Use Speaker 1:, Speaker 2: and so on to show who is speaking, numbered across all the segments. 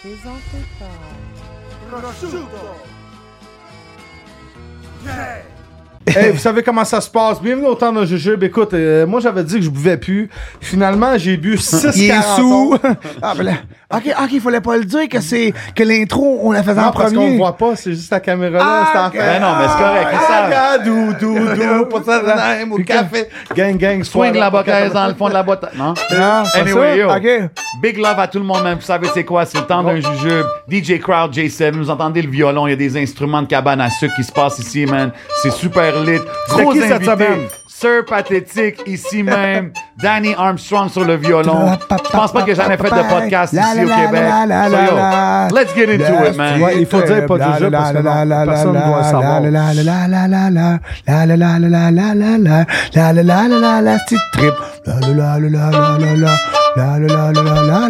Speaker 1: présenté par...
Speaker 2: Hey, vous savez comment ça se passe. Bienvenue au temps d'un jujube. Écoute, euh, moi, j'avais dit que je buvais plus. Finalement, j'ai bu 6
Speaker 3: Il est sous.
Speaker 2: cartons.
Speaker 3: ah, ben là, ok, ok, fallait pas le dire que c'est que l'intro, on la faisait en
Speaker 2: Non, parce qu'on
Speaker 3: premier.
Speaker 2: le voit pas, c'est juste la caméra là,
Speaker 3: Ah,
Speaker 2: c'est
Speaker 3: ok.
Speaker 2: en
Speaker 4: Ben
Speaker 2: fait.
Speaker 4: non, mais c'est correct, ils savent.
Speaker 2: Ah, dou, dou, dou, pour ça, même, au café. Gang, gang,
Speaker 4: Swing la bocaise
Speaker 2: bocaise
Speaker 4: dans le fond de la boîte. Non?
Speaker 3: Ah, c'est
Speaker 4: Anyway, yo.
Speaker 3: ça? Ok.
Speaker 4: Big love à tout le monde, même. Vous savez, c'est quoi? C'est le temps d'un jujube. DJ Crowd, J7. Vous entendez le violon. Il y a des instruments de cabane à sucre qui se passent ici, man. C'est super lit.
Speaker 2: C'était
Speaker 4: Gros
Speaker 2: qui cette
Speaker 4: invités.
Speaker 2: semaine?
Speaker 4: Sir Pathétique, ici même. Danny Armstrong sur le violon.
Speaker 3: La, pa,
Speaker 4: Je pense pas
Speaker 3: pa,
Speaker 4: que j'en ai
Speaker 3: pa,
Speaker 4: fait
Speaker 3: pa,
Speaker 4: de podcast
Speaker 3: la,
Speaker 4: ici
Speaker 3: la,
Speaker 4: au
Speaker 3: la,
Speaker 4: Québec.
Speaker 3: la, la,
Speaker 4: So, yo,
Speaker 3: la,
Speaker 4: let's get into it, man.
Speaker 2: Ouais, il faut dire pas de
Speaker 3: La,
Speaker 2: jujube
Speaker 3: la,
Speaker 2: parce que
Speaker 3: la,
Speaker 2: non,
Speaker 3: la,
Speaker 2: personne
Speaker 3: la,
Speaker 2: ne doit
Speaker 3: la,
Speaker 2: savoir.
Speaker 3: la, la, la, la, la, la, la, la, la, la, la, la, la, la, la, la, la, la, la, la, petite trip. La, la, la, la, la, la, la, la, la, la, la, la, la, la,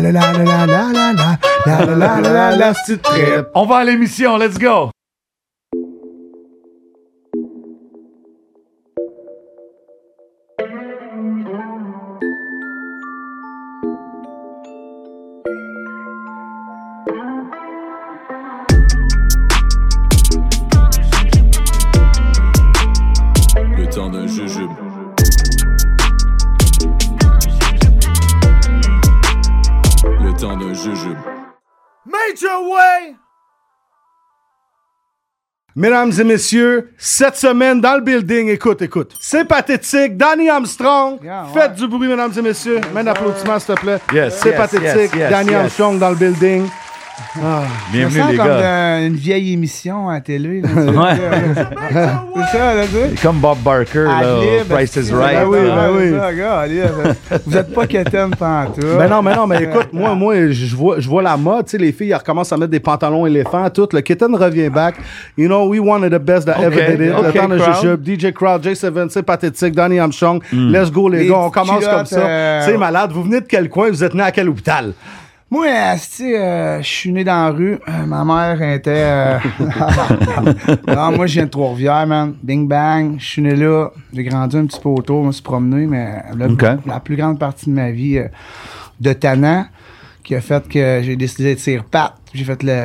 Speaker 3: la, la, la, la, la, la, la, la, la, la, la, la, la, la, la, petite trip.
Speaker 4: On va à l'émission. Let's go.
Speaker 5: Le temps d'un jujube. Le temps d'un jujube.
Speaker 2: Mesdames et messieurs, cette semaine dans le building, écoute, écoute. C'est pathétique. Danny Armstrong,
Speaker 3: Yeah, ouais.
Speaker 2: faites du bruit, mesdames et messieurs. Main d'applaudissements, s'il te plaît.
Speaker 4: Yes,
Speaker 2: c'est
Speaker 4: yes,
Speaker 2: pathétique.
Speaker 4: yes, yes,
Speaker 2: Danny
Speaker 4: yes.
Speaker 2: Armstrong dans le building.
Speaker 4: Bienvenue, les gars.
Speaker 3: une vieille émission à télé.
Speaker 4: Ouais.
Speaker 3: C'est ça, là, tu sais.
Speaker 4: Comme Bob Barker, là, au
Speaker 3: Alib,
Speaker 4: Price
Speaker 3: c'est-
Speaker 4: is Right. hein.
Speaker 3: Ben Ah, oui,
Speaker 2: là.
Speaker 3: ben oui.
Speaker 2: C'est ça,
Speaker 3: Vous êtes pas quétaine pantoute.
Speaker 2: Ben non, mais non, mais écoute, moi, moi, je je vois, je vois la mode. Tu sais, les filles, elles recommencent à mettre des pantalons éléphants, tout. Le kitten revient back. You know, we one of the best that ever did it.
Speaker 4: ok,
Speaker 2: le temps de
Speaker 4: crowd.
Speaker 2: jujube, DJ Crowd, J7, c'est pathétique, Danny Armstrong. Let's go, les,
Speaker 3: Hmm. Les
Speaker 2: gars, on commence
Speaker 3: petites
Speaker 2: comme ça.
Speaker 3: culottes,
Speaker 2: C'est
Speaker 3: euh,
Speaker 2: malade. Vous venez de quel coin? Vous êtes né à quel hôpital?
Speaker 3: Moi, asti, euh, je suis né dans la rue. Euh, ma mère était. euh, non, moi, je viens de Trois-Rivières, man. Bing bang. Je suis né là. J'ai grandi un petit peu autour. Je me suis promené, mais le-
Speaker 4: Ok.
Speaker 3: la plus grande partie de ma vie euh, de Tannant, qui a fait que j'ai décidé de tirer patte. J'ai fait le.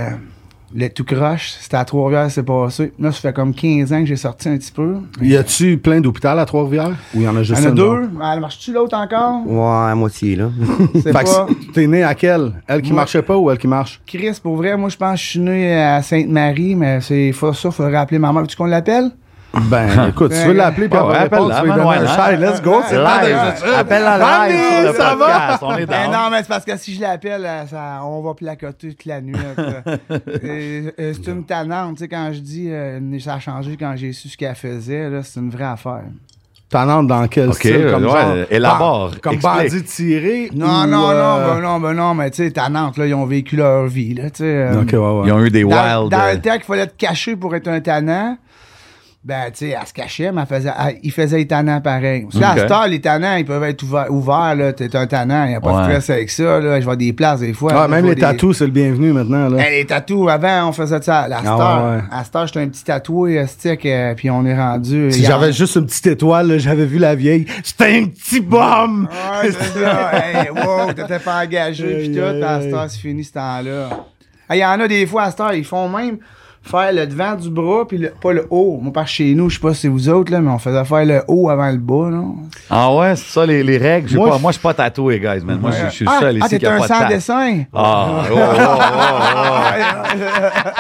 Speaker 3: Le tout croche, c'était à Trois-Rivières, c'est passé. Là, ça fait comme 15 ans que j'ai sorti un petit peu.
Speaker 2: Y a-tu plein d'hôpitaux à Trois-Rivières? Ou y en a
Speaker 3: Il
Speaker 2: juste
Speaker 3: y en a
Speaker 2: une,
Speaker 3: deux. Ah, Elle marche-tu l'autre encore?
Speaker 6: Ouais, à moitié, là.
Speaker 3: C'est
Speaker 2: Fait que
Speaker 3: pas.
Speaker 2: c'est- t'es né à quelle? Elle qui marchait pas ou elle qui marche?
Speaker 3: Chris, pour vrai, moi, je pense que je suis né à Sainte-Marie, mais c'est faut, ça, faudrait appeler maman. Veux-tu qu'on l'appelle?
Speaker 2: Ben, écoute, tu veux l'appeler puis
Speaker 4: Ouais,
Speaker 2: avoir réponse,
Speaker 4: appelle-la,
Speaker 2: tu veux lui donner
Speaker 4: man,
Speaker 2: un
Speaker 3: hein?
Speaker 4: ouais,
Speaker 2: chai. Let's go, c'est
Speaker 3: Live.
Speaker 2: pas
Speaker 4: Live. Appelle la live
Speaker 2: Famille,
Speaker 4: sur le
Speaker 2: ça va?
Speaker 4: podcast. On est
Speaker 3: Ben
Speaker 4: dans.
Speaker 3: non, mais c'est parce que si je l'appelle, euh, ça- on va placoter toute la nuit. là, puis, euh, euh, c'est une tannante, tu sais, quand je dis euh, ça a changé quand j'ai su ce qu'elle faisait, là, c'est une vraie affaire.
Speaker 2: T'en entres dans quel
Speaker 4: Ok,
Speaker 2: style? Comme
Speaker 4: ouais,
Speaker 2: genre,
Speaker 4: élabore,
Speaker 2: ban- Comme
Speaker 4: explique.
Speaker 2: bandit tiré?
Speaker 3: Non,
Speaker 2: ou,
Speaker 3: non,
Speaker 2: euh,
Speaker 3: non, ben non, ben non, mais tu sais, tannante, là, ils ont vécu leur vie, là, tu sais. euh,
Speaker 2: Ok, ouais, ouais.
Speaker 4: Ils ont eu des
Speaker 3: dans,
Speaker 4: wild.
Speaker 3: dans
Speaker 4: euh,
Speaker 3: le temps qu'il fallait te cacher pour être un tannant, ben, tu sais, elle se cachait, mais elle faisait, elle- il faisait les tannants pareil. Parce que là, à
Speaker 4: Ok.
Speaker 3: cette heure, les tannants, ils peuvent être ouver- ouverts, là. T'es un tannant, il n'y a pas
Speaker 4: Ouais.
Speaker 3: de stress avec ça, là. Je vois des places des fois.
Speaker 2: Ah,
Speaker 3: là,
Speaker 2: même
Speaker 3: je vois
Speaker 2: les
Speaker 3: des-
Speaker 2: tatous, c'est le bienvenu maintenant, là.
Speaker 3: Ben, les tatous, avant, on faisait ça. À cette
Speaker 2: Ah,
Speaker 3: heure,
Speaker 2: ouais, ouais.
Speaker 3: à cette heure, j'étais un petit tatoué, euh, stick, euh, puis on est rendu.
Speaker 2: Si
Speaker 3: hier.
Speaker 2: j'avais juste une petite étoile, là, j'avais vu la vieille. C'était un petit bombe!
Speaker 3: Ouais, c'est ça. Hey, wow, t'étais pas engagé, puis
Speaker 2: Aïe,
Speaker 3: tout.
Speaker 2: aïe,
Speaker 3: À
Speaker 2: aïe.
Speaker 3: cette heure, c'est fini ce temps-là. Il y en a des fois, à cette heure, ils font même faire le devant du bras, puis le- pas le haut. Moi, par chez nous, je sais pas si c'est vous autres, là, mais on faisait faire le haut avant le bas, non?
Speaker 4: Ah ouais, c'est ça les, les règles. J'ai
Speaker 2: Moi,
Speaker 4: pas-
Speaker 2: je-
Speaker 4: Moi, je suis pas tatoué, guys, man. Moi, je je suis le
Speaker 3: ah,
Speaker 4: seul
Speaker 3: ah,
Speaker 4: ici qui
Speaker 3: t'étais
Speaker 4: a
Speaker 3: un Ah,
Speaker 4: pas de tatou.
Speaker 3: sans-dessin?
Speaker 4: Ah, oh, oh, oh,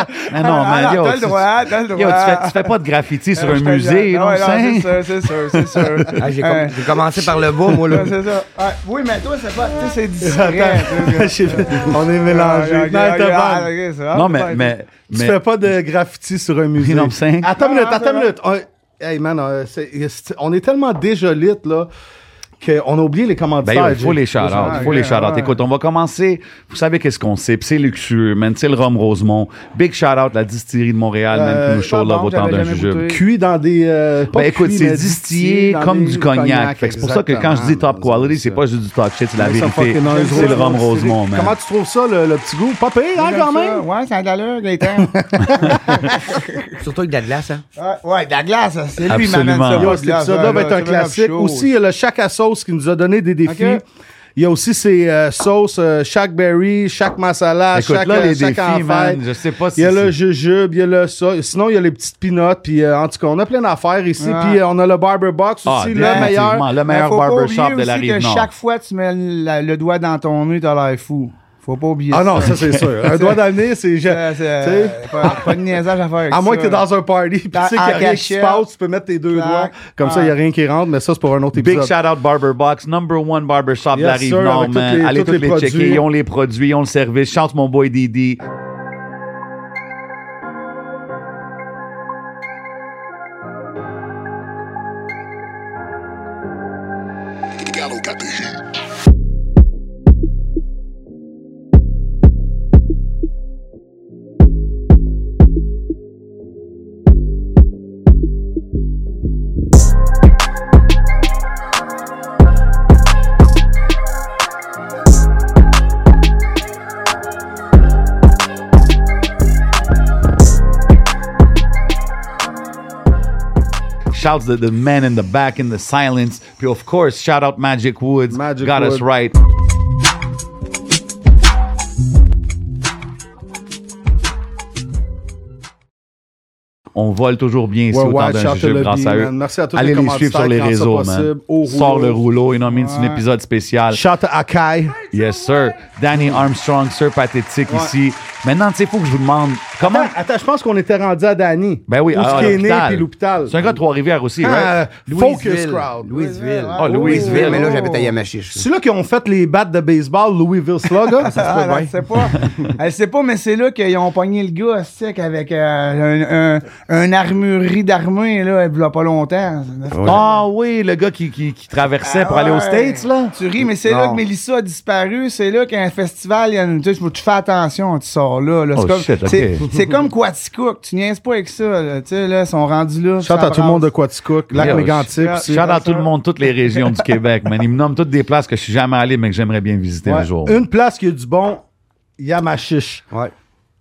Speaker 4: oh. Mais non, man,
Speaker 3: Ah,
Speaker 4: yo,
Speaker 3: t'as le
Speaker 4: tu-
Speaker 3: droit, t'as le
Speaker 4: yo,
Speaker 3: droit.
Speaker 4: tu fais, tu fais pas de graffiti sur
Speaker 3: Euh,
Speaker 4: un
Speaker 3: je te le
Speaker 4: musée,
Speaker 3: jure.
Speaker 4: non,
Speaker 3: Ouais,
Speaker 4: c'est
Speaker 3: c'est sûr, c'est sûr, c'est sûr.
Speaker 6: Ah, j'ai, com-
Speaker 3: Euh,
Speaker 6: j'ai commencé par le bas, moi, là.
Speaker 3: ouais, c'est ça. Ouais, Oui, mais toi, c'est pas. Tu sais, c'est discret.
Speaker 2: Attends, on est mélangés. Non, t'es
Speaker 3: ah,
Speaker 2: bonne.
Speaker 4: Non, mais, mais,
Speaker 2: Tu
Speaker 4: mais
Speaker 2: fais pas de graffiti sur un musée.
Speaker 4: Non, c'est-
Speaker 2: Attends une minute,
Speaker 3: Ah,
Speaker 2: attends une
Speaker 3: c'est
Speaker 2: minute. On- Hey man, euh, c'est- c'est- on est tellement déjolite là qu'on a oublié les
Speaker 4: Ben,
Speaker 2: commentaires.
Speaker 4: yo, il faut
Speaker 2: Jay.
Speaker 4: les shout il faut
Speaker 3: ouais,
Speaker 4: les shout
Speaker 3: ouais.
Speaker 4: Écoute, on va commencer. Vous savez qu'est-ce qu'on sait, puis c'est luxueux, man. C'est le rhum Rosemont. Big shout-out, la distillerie de Montréal, man, qui
Speaker 2: Euh,
Speaker 4: nous show
Speaker 3: pas
Speaker 4: love
Speaker 3: bon,
Speaker 4: autant
Speaker 3: j'avais
Speaker 4: d'un
Speaker 3: jamais
Speaker 4: jujube.
Speaker 3: goûté.
Speaker 2: Cuits dans des. euh, pas
Speaker 4: Ben écoute,
Speaker 2: cuits,
Speaker 4: c'est
Speaker 2: mais
Speaker 4: distillé
Speaker 2: dans
Speaker 4: comme
Speaker 2: des
Speaker 4: du cognac. Fait que c'est pour ça que quand je dis top
Speaker 2: exactement.
Speaker 4: quality, c'est pas juste du talk shit, c'est la
Speaker 2: Mais ça
Speaker 4: vérité.
Speaker 2: fucking noise
Speaker 4: C'est le
Speaker 2: Rosemont,
Speaker 4: rhum
Speaker 2: c'est-
Speaker 4: Rosemont, man.
Speaker 2: Comment tu trouves ça, le, le petit goût? Pas pire, hein, quand même?
Speaker 3: Ouais, ça a de l'allure, Gaëtan.
Speaker 6: Surtout avec de la glace, hein.
Speaker 3: Ouais, ouais, de la glace, hein. c'est lui qui
Speaker 4: Absolument.
Speaker 3: m'amène ça.
Speaker 2: Yo,
Speaker 3: pas de
Speaker 2: cet
Speaker 3: glace,
Speaker 2: épisode-là
Speaker 3: là,
Speaker 2: va être
Speaker 3: là,
Speaker 2: un
Speaker 3: c'est vraiment
Speaker 2: classique.
Speaker 3: chaud.
Speaker 2: Aussi, il y a le Chac à sauce qui nous a donné des défis.
Speaker 3: Ok.
Speaker 2: Il y a aussi ces euh, sauces euh, chaque berry, chaque masala,
Speaker 4: Écoute,
Speaker 2: chaque, euh,
Speaker 4: là, les
Speaker 2: chaque
Speaker 4: défis,
Speaker 2: en
Speaker 4: man,
Speaker 2: fête.
Speaker 4: je sais pas si
Speaker 2: Il y a le
Speaker 4: c'est-
Speaker 2: jujube, il y a le ça. Sinon, il y a les petites pinottes. Puis, euh, en tout cas, on a plein d'affaires ici. Puis, euh, on a le Barber Box
Speaker 4: Ah,
Speaker 2: aussi, hein, le
Speaker 4: définitivement,
Speaker 2: meilleur.
Speaker 4: le meilleur
Speaker 3: faut pas
Speaker 4: barbershop
Speaker 3: oublier
Speaker 4: de la
Speaker 3: aussi
Speaker 4: rive
Speaker 3: que
Speaker 4: nord.
Speaker 3: chaque fois que tu mets la- le doigt dans ton nez, t'as l'air fou. Faut pas oublier
Speaker 2: Ah non,
Speaker 3: ça.
Speaker 2: ça, c'est sûr. Un doigt dans le nez, c'est. je-
Speaker 3: Euh, c'est,
Speaker 2: tu
Speaker 3: euh,
Speaker 2: sais,
Speaker 3: pas, pas de niaisage à faire. avec
Speaker 2: À moins
Speaker 3: ça,
Speaker 2: que tu es
Speaker 3: là.
Speaker 2: dans un party, puis tu sais qu'il y
Speaker 3: En
Speaker 2: a rien qui se
Speaker 3: cachette.
Speaker 2: passe, tu peux mettre tes deux
Speaker 3: Clac.
Speaker 2: doigts. Comme ça,
Speaker 3: Ah.
Speaker 2: il n'y a rien qui rentre, mais ça, c'est pour un autre
Speaker 4: Big
Speaker 2: épisode.
Speaker 4: shout out Barber Box, number one barbershop de
Speaker 2: Yes,
Speaker 4: la rive
Speaker 2: sir,
Speaker 4: nord,
Speaker 2: avec toutes
Speaker 4: man.
Speaker 2: les-
Speaker 4: Allez
Speaker 2: toutes
Speaker 4: tous
Speaker 2: les
Speaker 4: les, checker,
Speaker 2: produits.
Speaker 4: ils ont les produits, ils ont le service. Chante mon boy Didi. Shouts to the men in the back in the silence. Puis of course, shout out Magic Woods.
Speaker 2: Magic
Speaker 4: got us
Speaker 2: Wood.
Speaker 4: right. On vole toujours bien ici
Speaker 2: Worldwide,
Speaker 4: au temps d'un
Speaker 2: shout to
Speaker 4: jeu
Speaker 2: the
Speaker 4: grâce
Speaker 2: Bee,
Speaker 4: à eux.
Speaker 2: man. Merci à tous
Speaker 4: Allez
Speaker 2: les
Speaker 4: les suivre sur les
Speaker 2: commanditaires
Speaker 4: réseaux,
Speaker 2: quand c'est
Speaker 4: man.
Speaker 2: possible. Au
Speaker 4: Sors le
Speaker 2: rouleau.
Speaker 4: rouleau, you know what I mean? C'est un épisode spécial.
Speaker 2: Shout à Kai.
Speaker 4: Yes, sir. Danny Armstrong, sir pathétique ici. Maintenant, tu sais, il faut que je vous demande comment.
Speaker 2: Attends, attends, je pense qu'on était rendu à Danny.
Speaker 4: Ah. Ben oui,
Speaker 2: Où
Speaker 4: à-
Speaker 2: ce
Speaker 4: à
Speaker 2: qui est né,
Speaker 4: l'hôpital.
Speaker 2: puis l'hôpital.
Speaker 4: C'est un gars de Trois-Rivières aussi,
Speaker 2: Ah,
Speaker 4: right?
Speaker 2: Focus Crowd.
Speaker 7: Louisville.
Speaker 2: Ah,
Speaker 4: Oh, Louisville.
Speaker 7: Mais là,
Speaker 3: Oh.
Speaker 7: j'habite à Yamachiche.
Speaker 2: C'est là qu'ils ont fait les battes de baseball Louisville hein? Slugger.
Speaker 3: Ah, là, je sais pas. Elle sait pas, mais c'est là qu'ils ont pogné le gars, sec, avec euh, un, un, un armurerie d'armée, là, il y a pas longtemps.
Speaker 4: Ah oui, le gars qui, qui, qui traversait
Speaker 3: Ah
Speaker 4: pour aller aux States, là.
Speaker 3: Tu ris, mais c'est là que Mélissa a disparu. C'est là qu'un festival, il y a une. Tu sais, faut que tu fais attention, tu sors là. là. C'est
Speaker 4: Oh,
Speaker 3: comme,
Speaker 4: shit, ok.
Speaker 3: c'est- c'est comme Quaticook. Tu niaises pas avec ça. là. Tu sais, là, ils sont rendus là.
Speaker 2: Shout à tout le monde de Quaticook, Lac
Speaker 4: Yo,
Speaker 2: Mégantic.
Speaker 3: shout-
Speaker 2: aussi.
Speaker 4: Shout out tout le monde, toutes les régions du Québec, man. Ils me nomment toutes des places que je suis jamais allé, mais que j'aimerais bien visiter un
Speaker 2: Ouais.
Speaker 4: jour.
Speaker 2: Une place qui a du bon, Yamachiche.
Speaker 7: Ouais.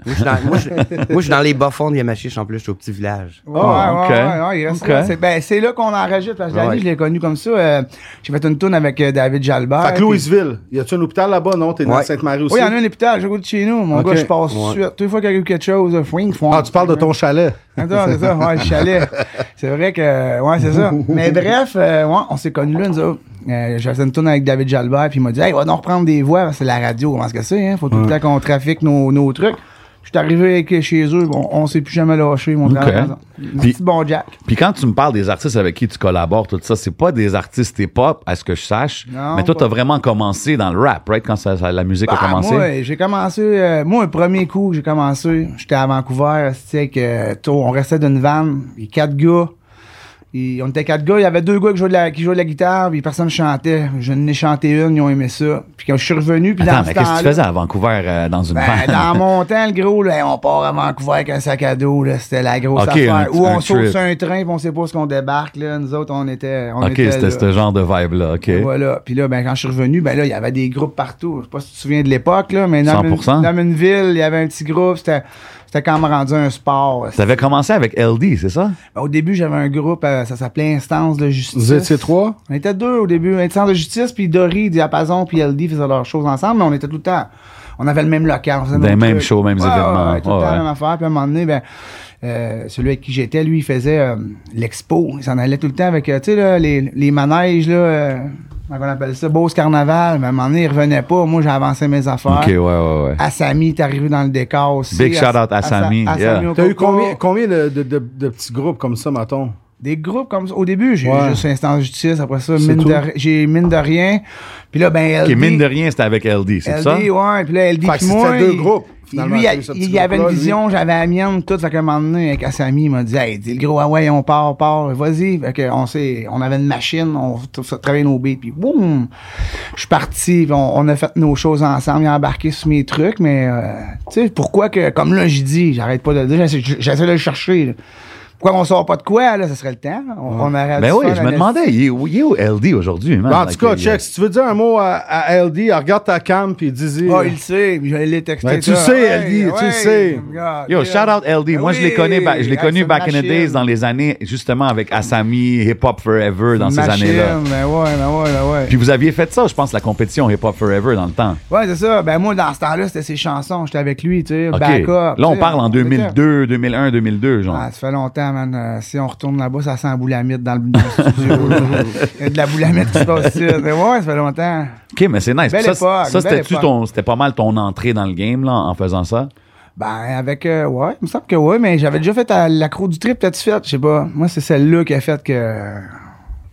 Speaker 7: Moi, je suis dans- moi, je moi, je suis dans les bas-fonds de Yamachiche, en plus, je suis au petit village.
Speaker 3: Ouais,
Speaker 4: Oh,
Speaker 3: ouais,
Speaker 4: ok.
Speaker 3: ouais, ouais, il reste
Speaker 4: Ok.
Speaker 3: là. C'est ben, c'est là qu'on enregistre. Parce que Dani,
Speaker 7: Ouais.
Speaker 3: je l'ai connu comme ça. euh, J'ai fait une tourne avec euh, David Jalbert.
Speaker 2: Fait que Louisville, y a-tu un hôpital là-bas? Non, t'es né à
Speaker 7: Ouais.
Speaker 2: Sainte-Marie aussi.
Speaker 3: Oui, il y en a un hôpital, je de chez nous. Mon
Speaker 2: Ok.
Speaker 3: gars, je passe tout
Speaker 7: Ouais.
Speaker 3: de suite. Toutes les fois qu'il y a eu quelque chose, euh, fouing, fouing.
Speaker 2: Ah, tu parles de ton chalet.
Speaker 3: Attends, c'est ça, ouais, le chalet. C'est vrai que, ouais, c'est ça. Mais bref, euh, ouais, on s'est connus là, nous autres. Euh, J'ai fait une tourne avec David Jalbert, puis il m'a dit, hey, va donc reprendre des voix, c'est la radio, comment est-ce que c'est, hein? Faut tout le temps qu'on trafique nos, nos trucs. Je suis arrivé avec- chez eux, bon, on s'est plus jamais lâché, mon
Speaker 4: Ok.
Speaker 3: travail. par exemple.
Speaker 4: Puis-
Speaker 3: Petit bon Jack.
Speaker 4: Puis quand tu me parles des artistes avec qui tu collabores, tout ça, c'est pas des artistes hip-hop, à ce que je sache.
Speaker 3: Non,
Speaker 4: mais toi,
Speaker 3: pas-
Speaker 4: t'as vraiment commencé dans le rap, right? Quand ça- ça- la musique a
Speaker 3: Ah,
Speaker 4: commencé.
Speaker 3: Moi, j'ai commencé. euh, moi, le premier coup que j'ai commencé, j'étais à Vancouver, c'était que tôt, on restait d'une vanne, puis quatre gars. Et on était quatre gars, il y avait deux gars qui jouaient de la, qui jouaient de la guitare, puis personne chantait. Je n'ai chanté une, ils ont aimé ça. Puis quand je suis revenu, puis
Speaker 4: Attends,
Speaker 3: dans ce
Speaker 4: mais qu'est-ce que tu
Speaker 3: temps-là-
Speaker 4: faisais à Vancouver euh, dans une
Speaker 3: ben,
Speaker 4: van?
Speaker 3: dans mon temps, le gros, là, hey, on part à Vancouver avec un sac à dos, là, c'était la grosse
Speaker 4: Ok,
Speaker 3: affaire.
Speaker 4: un-
Speaker 3: Ou
Speaker 4: un
Speaker 3: on saute
Speaker 4: trip.
Speaker 3: sur un train, puis on sait pas ce qu'on débarque, là. Nous autres, on était. On
Speaker 4: OK,
Speaker 3: était
Speaker 4: c'était
Speaker 3: là.
Speaker 4: ce genre de vibe-là, OK.
Speaker 3: Et Voilà. Puis là, ben, quand je suis revenu, ben là, il y avait des groupes partout. Je sais pas si tu te souviens de l'époque, là, mais dans,
Speaker 4: 100%.
Speaker 3: Une, dans une ville, il y avait un petit groupe. C'était, c'était quand même rendu un sport.
Speaker 4: T'avais commencé avec LD, c'est ça?
Speaker 3: Ben, au début, j'avais un groupe, euh, ça s'appelait Instance de justice.
Speaker 2: Vous étiez trois?
Speaker 3: On était deux au début. Instance de justice, puis Dory, Diapason, puis LD faisaient leurs choses ensemble, mais on était tout le temps. On avait le même local. on faisait
Speaker 4: Des
Speaker 3: nos
Speaker 4: mêmes
Speaker 3: trucs.
Speaker 4: shows, mêmes
Speaker 3: Ouais,
Speaker 4: événements.
Speaker 3: ouais, tout le temps
Speaker 4: Ouais, ouais.
Speaker 3: la même affaire. Puis à un moment donné, ben, euh, celui avec qui j'étais, lui, il faisait euh, l'expo. Il s'en allait tout le temps avec, euh, tu sais, là, les, les manèges, là, euh, comment on appelle ça, Beauce Carnaval. Mais à un moment donné, il revenait pas. Moi, j'ai avancé mes affaires.
Speaker 4: OK, ouais, ouais, ouais.
Speaker 3: Assami est arrivé dans le décor aussi.
Speaker 4: Big shout-out à
Speaker 3: Assa-
Speaker 4: Assami,
Speaker 3: Assami
Speaker 4: yeah.
Speaker 3: au
Speaker 2: T'as eu
Speaker 3: coco.
Speaker 2: combien, combien de, de- de- de petits groupes comme ça, mettons?
Speaker 3: Des groupes comme ça. Au début, j'ai
Speaker 2: Ouais.
Speaker 3: juste Instance de justice. Après ça,
Speaker 2: C'est
Speaker 3: mine
Speaker 2: tout.
Speaker 3: de, ri- j'ai mine de rien. Puis là, ben,
Speaker 4: OK,
Speaker 3: LD,
Speaker 4: mine de rien, c'était avec LD, c'est ça?
Speaker 3: LD, ouais, puis là, LD,
Speaker 2: Fait que
Speaker 3: puis
Speaker 2: c'était
Speaker 3: moi.
Speaker 2: deux
Speaker 3: il-
Speaker 2: groupes,
Speaker 3: il-
Speaker 2: finalement,
Speaker 3: Lui,
Speaker 2: t'as eu
Speaker 3: il,
Speaker 2: ce petit
Speaker 3: il avait une
Speaker 2: groupe-là, lui.
Speaker 3: vision, j'avais la mienne, tout. Fait qu'à un moment donné, avec Assami, il m'a dit, hey, dis le gros, ah ouais, on part, part, vas-y. Fait que on s'est- on avait une machine, on t- t- travaillait nos beats, puis boum! Je suis parti, puis on, on a fait nos choses ensemble, il a embarqué sur mes trucs, mais, euh, tu sais, pourquoi que, comme là, j'ai dit, j'arrête pas de le dire, j'essaie j'essaie de le chercher, là. Quoi qu'on sort pas de quoi, là, ce serait le temps. On, on aurait
Speaker 4: Ben
Speaker 3: du
Speaker 4: oui,
Speaker 3: fun
Speaker 4: je
Speaker 3: à
Speaker 4: me
Speaker 3: la-
Speaker 4: demandais, il est où, il est où LD aujourd'hui,
Speaker 3: Ah,
Speaker 4: man?
Speaker 2: En tout cas,
Speaker 4: Like, euh, il-
Speaker 2: check, si tu veux dire un mot à, à LD, regarde ta cam puis dis-y. euh,
Speaker 3: Ah, il le sait, je l'ai texté.
Speaker 2: Ben, tu
Speaker 3: ça.
Speaker 2: le sais, Ellie, tu le sais.
Speaker 3: God,
Speaker 4: Yo,
Speaker 3: yeah.
Speaker 4: shout out LD. Moi,
Speaker 3: Ah
Speaker 4: je l'ai connu, ba- je l'ai
Speaker 3: oui,
Speaker 4: connu
Speaker 3: Action
Speaker 4: back in the
Speaker 3: Machine.
Speaker 4: days dans les années, justement, avec Asami, Hip Hop Forever, dans ces
Speaker 3: Machine,
Speaker 4: années-là.
Speaker 3: Ben ouais, ben ouais, ben ouais.
Speaker 4: Puis vous aviez fait ça, je pense, la compétition Hip Hop Forever dans le temps.
Speaker 3: Ouais, c'est ça. Ben moi, dans ce temps-là, c'était ses chansons. J'étais avec lui, tu sais,
Speaker 4: OK.
Speaker 3: back up.
Speaker 4: Là,
Speaker 3: tu
Speaker 4: on
Speaker 3: sais,
Speaker 4: parle en
Speaker 3: était-
Speaker 4: 2002, 2001, 2002, genre.
Speaker 3: Ah, ça fait longtemps, man. Euh, si on retourne là-bas, ça sent la boulamite dans le, dans le studio. là. Il y a de la boulamite qui se passe ici. Mais ouais, ça fait longtemps.
Speaker 4: OK, mais c'est nice.
Speaker 3: Belle
Speaker 4: ça, c-
Speaker 3: époque,
Speaker 4: ça,
Speaker 3: belle
Speaker 4: c'était-tu
Speaker 3: époque.
Speaker 4: ton- c'était pas mal ton entrée dans le game, là, en faisant ça?
Speaker 3: Ben, avec. euh, ouais, il me semble que ouais, mais j'avais déjà fait à l'accro du trip, t'as-tu fait? Je sais pas. Moi, c'est celle-là qui a fait que.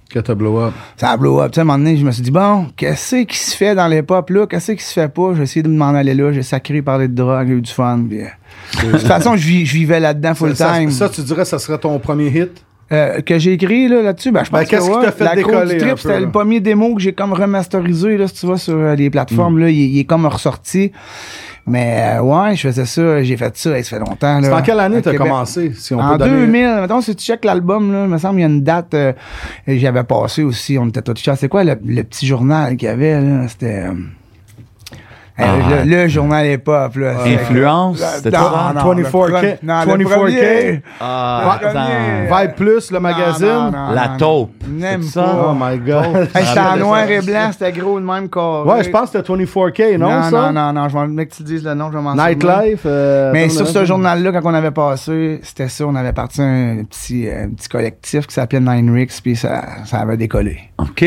Speaker 2: Que t'as blow up.
Speaker 3: Ça a blow up. Tu sais, à un moment donné, je me suis dit, bon, qu'est-ce qui se fait dans les pop là? Qu'est-ce qui se fait pas? J'ai essayé de m'en aller là. J'ai sacré parler de drogue, j'ai eu du fun. puis, euh, De toute façon, je vis- je vivais là-dedans full
Speaker 2: Ça,
Speaker 3: time.
Speaker 2: ça, tu dirais, ça serait ton premier hit.
Speaker 3: Euh, que j'ai écrit là, là-dessus, ben, je
Speaker 2: Ben,
Speaker 3: pense
Speaker 2: qu'est-ce
Speaker 3: que
Speaker 2: qui
Speaker 3: ouais,
Speaker 2: t'a fait
Speaker 3: la Croix
Speaker 2: décoller
Speaker 3: du
Speaker 2: un
Speaker 3: trip,
Speaker 2: peu,
Speaker 3: c'était
Speaker 2: là?
Speaker 3: le premier démo que j'ai comme remasterisé là, si tu vois sur euh, les plateformes
Speaker 2: Mm.
Speaker 3: là, il, il est comme ressorti. Mais euh, ouais, je faisais ça, j'ai fait ça, hey, ça fait longtemps là.
Speaker 2: C'est en quelle année
Speaker 3: À
Speaker 2: t'as
Speaker 3: Québec.
Speaker 2: commencé, si on
Speaker 3: En
Speaker 2: peut donner-
Speaker 3: 2000, mettons, si tu checkes l'album, là, il me semble qu'il y a une date, euh, et j'avais passé aussi, on était tous chers. C'est quoi le, le petit journal qu'il y avait, là? C'était. euh,
Speaker 2: Ah,
Speaker 3: euh, le, le journal hip-hop, là. C'était-
Speaker 4: Influence, c'était ça?
Speaker 3: Ah, Non, non, le
Speaker 2: 24K.
Speaker 3: premier- non, le
Speaker 2: 24K.
Speaker 3: premier.
Speaker 4: Ah,
Speaker 3: Le premier.
Speaker 4: attends.
Speaker 2: Vibe Plus, le magazine.
Speaker 3: Non, non, non,
Speaker 4: La
Speaker 3: non.
Speaker 4: taupe.
Speaker 3: N'aime
Speaker 4: C'est
Speaker 2: Oh
Speaker 4: ça?
Speaker 2: my god.
Speaker 3: Hey, c'était en noir et blanc, c'était gros, le même corps.
Speaker 2: Ouais, je pense que c'était 24K, non,
Speaker 3: Non,
Speaker 2: ça?
Speaker 3: non, non, non, je m'en mec que tu dises le nom, je vais m'en souvenir.
Speaker 2: Nightlife. euh,
Speaker 3: Mais
Speaker 2: attends,
Speaker 3: sur
Speaker 2: là,
Speaker 3: ce
Speaker 2: là.
Speaker 3: journal-là, quand on avait passé, c'était ça, on avait parti un petit, euh, un petit collectif qui s'appelait Nine Ricks, puis ça, ça avait décollé.
Speaker 4: OK.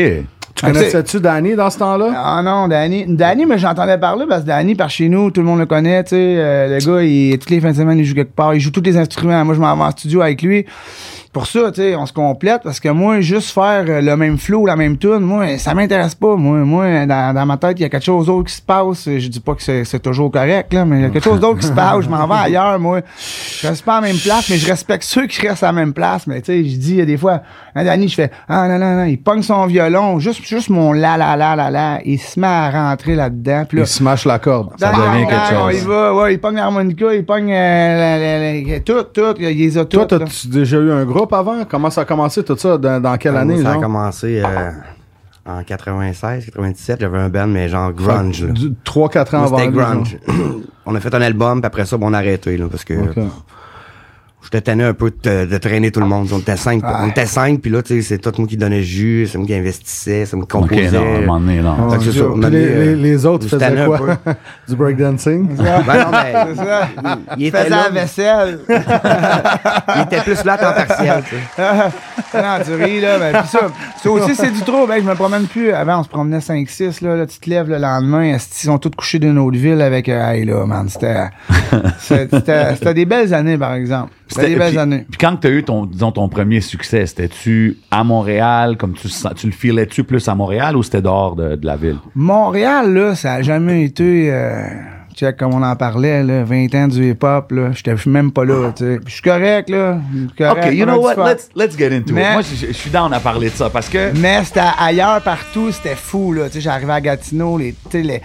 Speaker 2: Tu connaissais-tu Danny dans ce temps-là?
Speaker 3: Ah non, Danny. Danny, mais j'entendais parler parce que Danny, par chez nous, tout le monde le connaît, tu sais. euh, le gars, il, toutes les fins de semaine, il joue quelque part, il joue tous les instruments. Moi, je m'en vais en studio avec lui. Pour ça, tu sais, on se complète parce que moi, juste faire euh, le même flow, la même tune, moi, ça m'intéresse pas. Moi, moi dans, dans ma tête, il y a quelque chose d'autre qui se passe. Je dis pas que c'est c'est toujours correct, là, mais il y a quelque chose d'autre qui se passe. Je m'en vais ailleurs, moi. Je reste pas à la même place, mais je respecte ceux qui restent à la même place. Mais tu sais, je dis euh, des fois, hein, Danny, je fais Ah non, non, non, il pogne son violon, juste, juste mon la la la la la. Il se met à rentrer là-dedans. Puis là,
Speaker 2: Il smash la corde.
Speaker 4: Ça
Speaker 3: Bang,
Speaker 4: devient quelque
Speaker 3: bang, On y
Speaker 4: chose.
Speaker 3: va, ouais, il pogne l'harmonica, il pogne euh, la- la- la- tout, tout, il les a
Speaker 2: Toi,
Speaker 3: toutes. là.
Speaker 2: t'as-tu déjà eu un groupe avant? Comment ça a commencé tout ça? Dans, dans quelle année,
Speaker 7: Ah, Ça a
Speaker 2: genre?
Speaker 7: commencé euh, en 96, 97. J'avais un band, mais genre grunge. là.
Speaker 2: Du- 3-4 ans
Speaker 7: Moi,
Speaker 2: avant.
Speaker 7: C'était
Speaker 2: lui,
Speaker 7: grunge. on a fait un album, puis après ça, bon, on a arrêté, là, parce que
Speaker 2: genre. Ok.
Speaker 7: j'étais tanné un peu de, de traîner tout le monde. On était cinq, on était cinq, puis là, tu sais, c'est tout moi qui donnais le jus, c'est moi qui investissais, c'est moi qui
Speaker 4: OK,
Speaker 7: composais.
Speaker 4: non, à un moment donné, non.
Speaker 7: Fait que c'est ça, on
Speaker 2: Ah, Puis
Speaker 7: a mis,
Speaker 2: les,
Speaker 7: euh,
Speaker 2: les- les autres
Speaker 7: du tanné
Speaker 2: faisaient
Speaker 7: un
Speaker 2: quoi?
Speaker 7: peu.
Speaker 2: du breakdancing?
Speaker 7: Ben non, mais
Speaker 3: C'est ça.
Speaker 7: il
Speaker 3: Il
Speaker 7: était
Speaker 3: faisait la
Speaker 7: là,
Speaker 3: vaisselle.
Speaker 7: il était plus là à temps partiel, tu sais.
Speaker 3: Ah, non, tu ris, là. Ben, pis ça, ça aussi, c'est du trop. Ben, je me promène plus. Avant, on se promenait 5-6, là, là. Tu te lèves le lendemain. esti, Ils sont tous couchés d'une autre ville avec. euh, Hey, là, man. C'était. C'était c'était des belles années, par exemple. C'était des
Speaker 4: C'était-
Speaker 3: belles
Speaker 4: puis,
Speaker 3: années.
Speaker 4: Puis quand tu as eu ton, disons, ton premier succès, c'était-tu à Montréal, comme tu, sens- tu le filais-tu plus à Montréal ou c'était dehors de, de la ville?
Speaker 3: Montréal, là, ça a jamais été. Euh, check, comme on en parlait, là, 20 ans du hip-hop, là. J'étais- Je suis même pas là, tu sais. Puis Je suis correct, là. je suis correct,
Speaker 4: OK, you
Speaker 3: Ben, on a
Speaker 4: know
Speaker 3: du
Speaker 4: what?
Speaker 3: fun.
Speaker 4: Let's, let's get into it.
Speaker 3: Mais-
Speaker 4: Moi, je je- je suis down à parler de ça parce que.
Speaker 3: Mais c'était ailleurs partout, c'était fou là. Tu sais, j'arrivais à Gatineau, les, tu sais, les,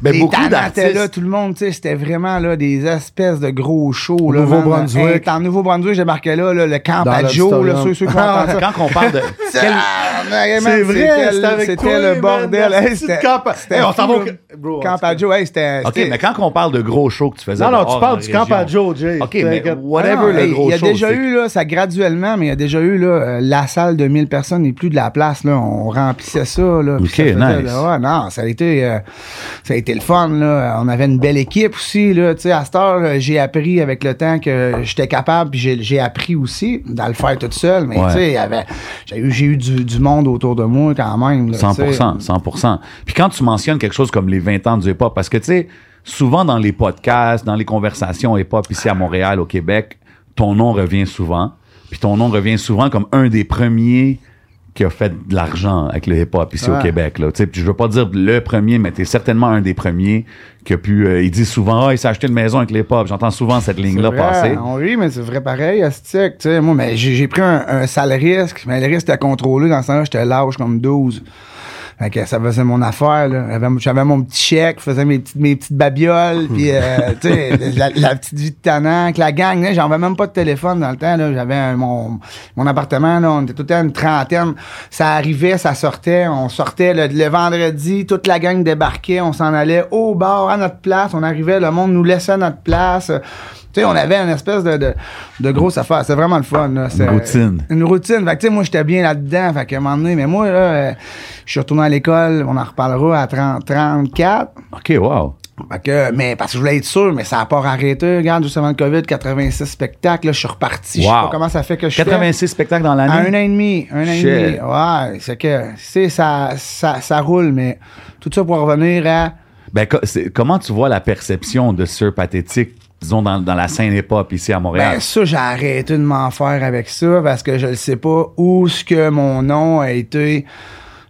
Speaker 4: Ben,
Speaker 3: les
Speaker 4: beaucoup
Speaker 3: Tanats
Speaker 4: d'artistes.
Speaker 3: étaient là, tout le monde, tu sais, c'était vraiment là des espèces de gros shows là.
Speaker 2: Nouveau-Brunswick.
Speaker 3: Hey, t'es En Nouveau-Brunswick, j'embarquais là, là, le camp
Speaker 2: Dans
Speaker 3: à Joe, là,
Speaker 2: l'auditorium.
Speaker 3: ceux, ceux qui ont entendu ça.
Speaker 4: Quand on parle de. quel-
Speaker 3: Ah, man,
Speaker 2: C'est vrai,
Speaker 3: c'était
Speaker 2: c'était avec toi,
Speaker 3: C'était le
Speaker 2: man,
Speaker 3: bordel.
Speaker 2: la
Speaker 3: Hey,
Speaker 2: petite
Speaker 3: c'était-
Speaker 2: camp-
Speaker 3: c'était
Speaker 2: Hey, on s'en va au-
Speaker 3: fou, là.
Speaker 2: Bro, en
Speaker 3: Camp
Speaker 2: tout
Speaker 3: à Joe, hey, c'était.
Speaker 4: OK,
Speaker 3: c'était-
Speaker 4: mais quand on parle de gros shows que tu faisais.
Speaker 2: Non, non,
Speaker 4: dehors,
Speaker 2: tu parles
Speaker 4: en
Speaker 2: du camp
Speaker 4: région.
Speaker 2: à Joe, Jay.
Speaker 4: OK,
Speaker 2: T'inquiète.
Speaker 4: mais
Speaker 3: Ah
Speaker 4: whatever
Speaker 3: non, hey,
Speaker 4: le gros
Speaker 3: Il y a
Speaker 4: show,
Speaker 3: déjà
Speaker 4: c'est-
Speaker 3: eu, là, ça graduellement, mais il y a déjà eu, là, euh, la salle de 1000 personnes et plus de la place, là. On remplissait ça, là. puis
Speaker 4: Ok,
Speaker 3: ça faisait,
Speaker 4: nice.
Speaker 3: là, ouais, non, ça a été, euh, ça a été le fun, là. On avait une belle équipe aussi, là. Tu sais, à cette heure, là, j'ai appris avec le temps que j'étais capable, puis j'ai, j'ai appris aussi dans le faire toute seule, mais
Speaker 4: Ouais.
Speaker 3: tu sais, il y avait- j'ai eu, j'ai eu du, du monde autour de moi quand même, là, tu sais.
Speaker 4: 100%, 100%. Puis quand tu mentionnes quelque chose comme les 20 ans du hip-hop, parce que tu sais, souvent dans les podcasts, dans les conversations hip-hop ici à Montréal, au Québec, ton nom revient souvent. Puis ton nom revient souvent comme un des premiers qui a fait de l'argent avec le hip-hop ici au
Speaker 3: Ouais.
Speaker 4: Québec. Là. Tu sais, puis je veux pas dire le premier, mais t'es certainement un des premiers qui a pu... euh, il dit souvent « Ah, il s'est acheté une maison avec le hip-hop ». J'entends souvent cette
Speaker 3: C'est
Speaker 4: ligne-là
Speaker 3: vrai,
Speaker 4: passer.
Speaker 3: On rit, mais c'est vrai pareil, astique. Tu sais, moi, mais j'ai, j'ai pris un, un sale risque, mais le risque était contrôlé. Dans ce temps-là, j'étais lâche comme 12. Fait que ça faisait mon affaire, là. J'avais- J'avais mon petit chèque, je faisais mes petites, mes petites babioles, puis euh, tu sais, la, la petite vie de tannant, avec la gang, là, j'en avais même pas de téléphone dans le temps, là. J'avais un- mon, mon appartement, là, on était tout le temps une trentaine. Ça arrivait, ça sortait, on sortait le, le vendredi, toute la gang débarquait, on s'en allait au bar, à notre place, on arrivait, le monde nous laissait notre place. Tu sais, on avait une espèce de, de, de grosse affaire. C'est vraiment le fun. Là. C'est-
Speaker 4: routine.
Speaker 3: Une routine. Fait que, tu sais, moi, j'étais bien là-dedans. Fait qu'à un moment donné, mais moi, là, euh, je suis retourné à l'école. On en reparlera à 30, 34.
Speaker 4: OK, wow.
Speaker 3: Fait que, mais parce que je voulais être sûr, mais ça n'a pas arrêté. Regarde, juste avant le COVID, 86 spectacles. Là, je suis reparti. Je sais
Speaker 4: Wow.
Speaker 3: pas comment ça fait que je fais.
Speaker 4: 86 spectacles dans
Speaker 3: À un an
Speaker 4: l'année.
Speaker 3: et demi, un an et
Speaker 4: Shit.
Speaker 3: demi. Ouais, c'est que, tu sais, ça, ça, ça roule, mais tout ça pour revenir à.
Speaker 4: Ben, co- c'est- comment tu vois la perception de Sir Pathétique, disons, dans, dans la scène hip-hop ici à Montréal?
Speaker 3: Ben, ça, j'ai arrêté de m'en faire avec ça parce que je ne sais pas où ce que mon nom a été.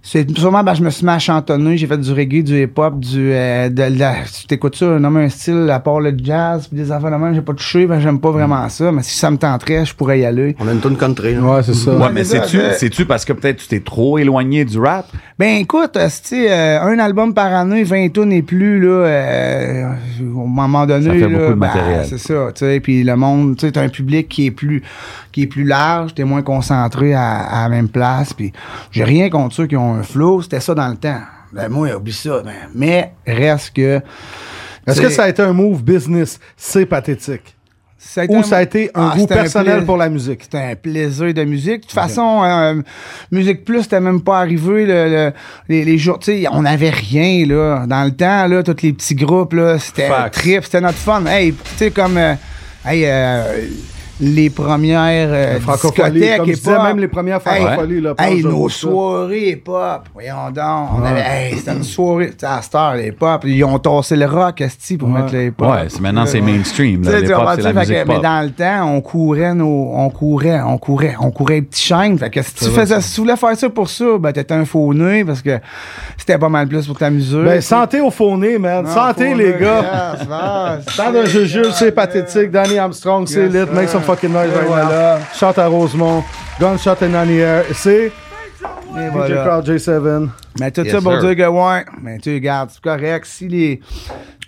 Speaker 3: C'est sûrement parce que je me suis mis à chantonner, j'ai fait du reggae, du hip-hop, du euh, de, la- tu t'écoutes ça, nomme un style à part le jazz puis des affaires de même, j'ai pas touché, ben j'aime pas vraiment ça, mais si ça me tenterait, je pourrais y aller.
Speaker 7: On a une toune country. là.
Speaker 2: Ouais, c'est ça.
Speaker 4: ouais, mais
Speaker 3: c'est ça,
Speaker 4: c'est-tu
Speaker 3: mais-
Speaker 4: c'est-tu parce que peut-être tu t'es trop éloigné du rap?
Speaker 3: Ben écoute, euh, si, euh, un album par année, 20 tonnes et plus, là, euh, au moment donné,
Speaker 4: Ça fait
Speaker 3: là,
Speaker 4: beaucoup de
Speaker 3: ben,
Speaker 4: matériel.
Speaker 3: c'est ça, tu sais, puis le monde, tu sais, t'as un public qui est plus, qui est plus large, t'es moins concentré à, à la même place, puis j'ai rien contre ceux qui ont un flow, c'était ça dans le temps. Ben moi, oublie ça, ben, mais reste que...
Speaker 2: Est-ce que ça a été un move business? C'est pathétique.
Speaker 3: ça a
Speaker 2: Ou ça a été un
Speaker 3: Ah,
Speaker 2: goût
Speaker 3: c'était un
Speaker 2: personnel
Speaker 3: pla-
Speaker 2: pour la musique?
Speaker 3: C'était un plaisir de musique. De toute façon, euh, Musique Plus, c'était même pas arrivé le- le- les, les jours. Tu sais, on n'avait rien, là. Dans le temps, là, tous les petits groupes, là, c'était un
Speaker 2: Facts.
Speaker 3: trip, c'était notre fun. Hey, tu sais, comme. euh, hey, euh, les premières euh,
Speaker 2: La francophonie,
Speaker 3: discothèques
Speaker 2: comme je
Speaker 3: hip-hop.
Speaker 2: disais, même les premières francophonies, là,
Speaker 3: Hey,
Speaker 2: pas
Speaker 3: nos
Speaker 2: aujourd'hui, ça.
Speaker 3: soirées hip-hop. Voyons donc. On avait, hey, c'était une soirée. Tu sais, à cette heure, les hip-hop, ils ont tossé le rock, esti, pour mettre les hip-hop.
Speaker 4: Ouais, c'est- maintenant c'est mainstream.
Speaker 3: Tu sais,
Speaker 4: Là,
Speaker 3: tu
Speaker 4: l'époque,
Speaker 3: comprends-tu?
Speaker 4: c'est la
Speaker 3: Fait que-
Speaker 4: musique
Speaker 3: mais
Speaker 4: pop.
Speaker 3: dans le temps, on courait, nos, on courait, on courait, on courait les petits chaînes. Fait que si tu faisais, si tu voulais faire ça pour ça, ben t'étais un faux nez parce que c'était pas mal plus pour t'amuser.
Speaker 2: Ben, santé au faux nez, man.
Speaker 3: Non,
Speaker 2: santé,
Speaker 3: faux
Speaker 2: les
Speaker 3: nez,
Speaker 2: gars.
Speaker 3: yes, yes,
Speaker 2: Tant de
Speaker 3: yes,
Speaker 2: jujube,
Speaker 3: yes,
Speaker 2: c'est
Speaker 3: yes.
Speaker 2: pathétique. Danny Armstrong, c'est
Speaker 3: Yes,
Speaker 2: lit. Make
Speaker 3: sir.
Speaker 2: some fucking noise
Speaker 3: Et
Speaker 2: right
Speaker 3: voilà.
Speaker 2: now. Chante à Rosemont. Gunshot in the air. C'est
Speaker 3: Et
Speaker 2: DJ
Speaker 3: voilà.
Speaker 2: Crowd J7.
Speaker 3: Mais tout
Speaker 4: Yes,
Speaker 3: ça pour
Speaker 4: sir.
Speaker 3: dire que ouais, mais tu regardes, c'est correct. Si les.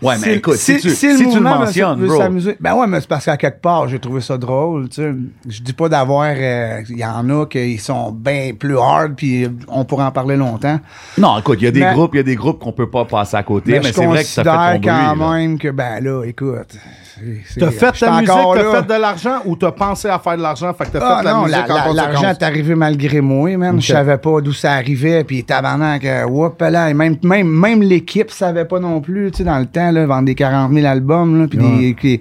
Speaker 4: Ouais, mais écoute, si tu- si tu le
Speaker 3: mouvement veut-
Speaker 4: mentionnes,
Speaker 3: veut
Speaker 4: bro.
Speaker 3: s'amuser- Ben ouais, mais c'est parce qu'à quelque part, j'ai trouvé ça drôle, tu sais. Je dis pas d'avoir. euh, Il y en a qui sont bien plus hard, puis on pourrait en parler longtemps.
Speaker 4: Non, écoute, il y a des
Speaker 3: Mais-
Speaker 4: groupes, il y a des groupes qu'on peut pas passer à côté, mais,
Speaker 3: je
Speaker 4: c'est vrai que ça fait
Speaker 3: considère
Speaker 4: ton bruit.
Speaker 3: quand
Speaker 4: là.
Speaker 3: même que, ben là, écoute. c'est- c'est-
Speaker 2: T'as fait
Speaker 3: je suis
Speaker 2: ta musique,
Speaker 3: encore
Speaker 2: t'as
Speaker 3: là.
Speaker 2: fait de l'argent ou t'as pensé à faire de l'argent? Fait que t'as
Speaker 3: Ah
Speaker 2: fait de la
Speaker 3: non,
Speaker 2: musique
Speaker 3: la-
Speaker 2: en
Speaker 3: la-
Speaker 2: conséquence.
Speaker 3: l'argent est arrivé malgré moi, man. Je savais pas d'où ça arrivait, puis tabarnak, euh, whoop là, et même, même, même l'équipe savait pas non plus, tu sais, dans le temps, là, vendre des 40 000 albums, là, puis des... puis-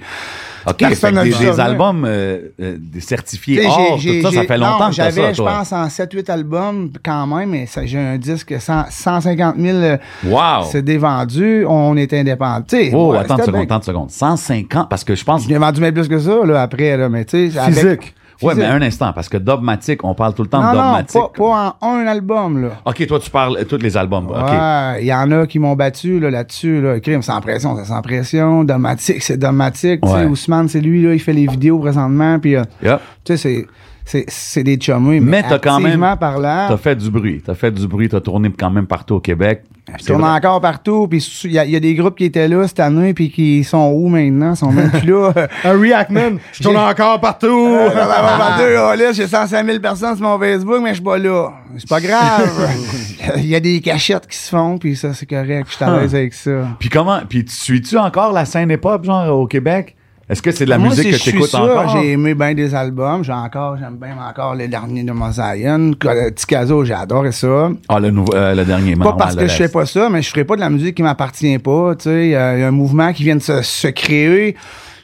Speaker 4: OK, fait
Speaker 3: Personne
Speaker 4: que
Speaker 3: n'a
Speaker 4: des,
Speaker 3: vu
Speaker 4: des
Speaker 3: ça venir.
Speaker 4: albums euh, euh, des certifiés
Speaker 3: Tu sais,
Speaker 4: or,
Speaker 3: j'ai-
Speaker 4: tout ça,
Speaker 3: j'ai-
Speaker 4: ça fait
Speaker 3: non,
Speaker 4: longtemps que t'as ça,
Speaker 3: J'avais, je
Speaker 4: toi.
Speaker 3: pense, en 7-8 albums quand même, mais ça- j'ai un disque 100 150 000 euh,
Speaker 4: Wow!
Speaker 3: CD vendus, on est indépendant. Tu sais,
Speaker 4: Oh,
Speaker 3: ouais,
Speaker 4: attends une
Speaker 3: c'était
Speaker 4: seconde,
Speaker 3: bien.
Speaker 4: attends une seconde. 150, parce que je pense...
Speaker 3: J'ai vendu bien plus que ça, là, après, là, mais tu sais... avec-
Speaker 2: Physique.
Speaker 4: Ouais,
Speaker 3: Physique.
Speaker 4: mais un instant, parce que Dogmatic, on parle tout le temps
Speaker 3: Non,
Speaker 4: de
Speaker 3: non,
Speaker 4: Dogmatic.
Speaker 3: pas, pas en un album, là.
Speaker 4: OK, toi, tu parles euh, tous les albums. OK.
Speaker 3: Ouais, il y en a qui m'ont battu là, là-dessus. Là, Crime sans pression, c'est sans pression. Domatique, c'est domatique. tu sais.
Speaker 4: Ouais.
Speaker 3: Ousmane, c'est lui, là, il fait les vidéos présentement. Puis, euh,
Speaker 4: Yep.
Speaker 3: tu sais, c'est, c'est, c'est des chummés. Mais,
Speaker 4: Mais t'as quand même-
Speaker 3: activement parlant,
Speaker 4: T'as fait du bruit. T'as fait du bruit. T'as tourné quand même partout au Québec.
Speaker 3: je
Speaker 4: C'est
Speaker 3: tourne
Speaker 4: vrai.
Speaker 3: encore partout. Puis, sou- il y, a- il y a des groupes qui étaient là cette année, puis qui sont où maintenant? Ils sont même plus là.
Speaker 2: Un React Man, je tourne encore partout.
Speaker 3: Ouais, ouais, ouais, ouais, deux, oh, là, j'ai 105 000 personnes sur mon Facebook, mais je suis pas là. C'est pas grave. Il y a des cachettes qui se font, puis ça, c'est correct. Je suis à l'aise avec ça.
Speaker 4: Puis comment... Puis tu suis-tu encore la scène hip-hop, genre, au Québec? Est-ce que c'est de la
Speaker 3: Moi,
Speaker 4: musique
Speaker 3: si
Speaker 4: que
Speaker 3: je suis
Speaker 4: t'écoutes
Speaker 3: ça,
Speaker 4: encore?
Speaker 3: J'ai aimé bien des albums. J'ai encore, j'aime bien encore les derniers de Mosaïen. Ticazo, euh, j'ai adoré ça.
Speaker 4: Ah, le, nouveau- euh, le dernier,
Speaker 3: Pas parce que je fais
Speaker 4: sais
Speaker 3: pas ça, mais je ferai pas de la musique qui m'appartient pas. Tu sais, il y a un mouvement qui vient de se, se créer.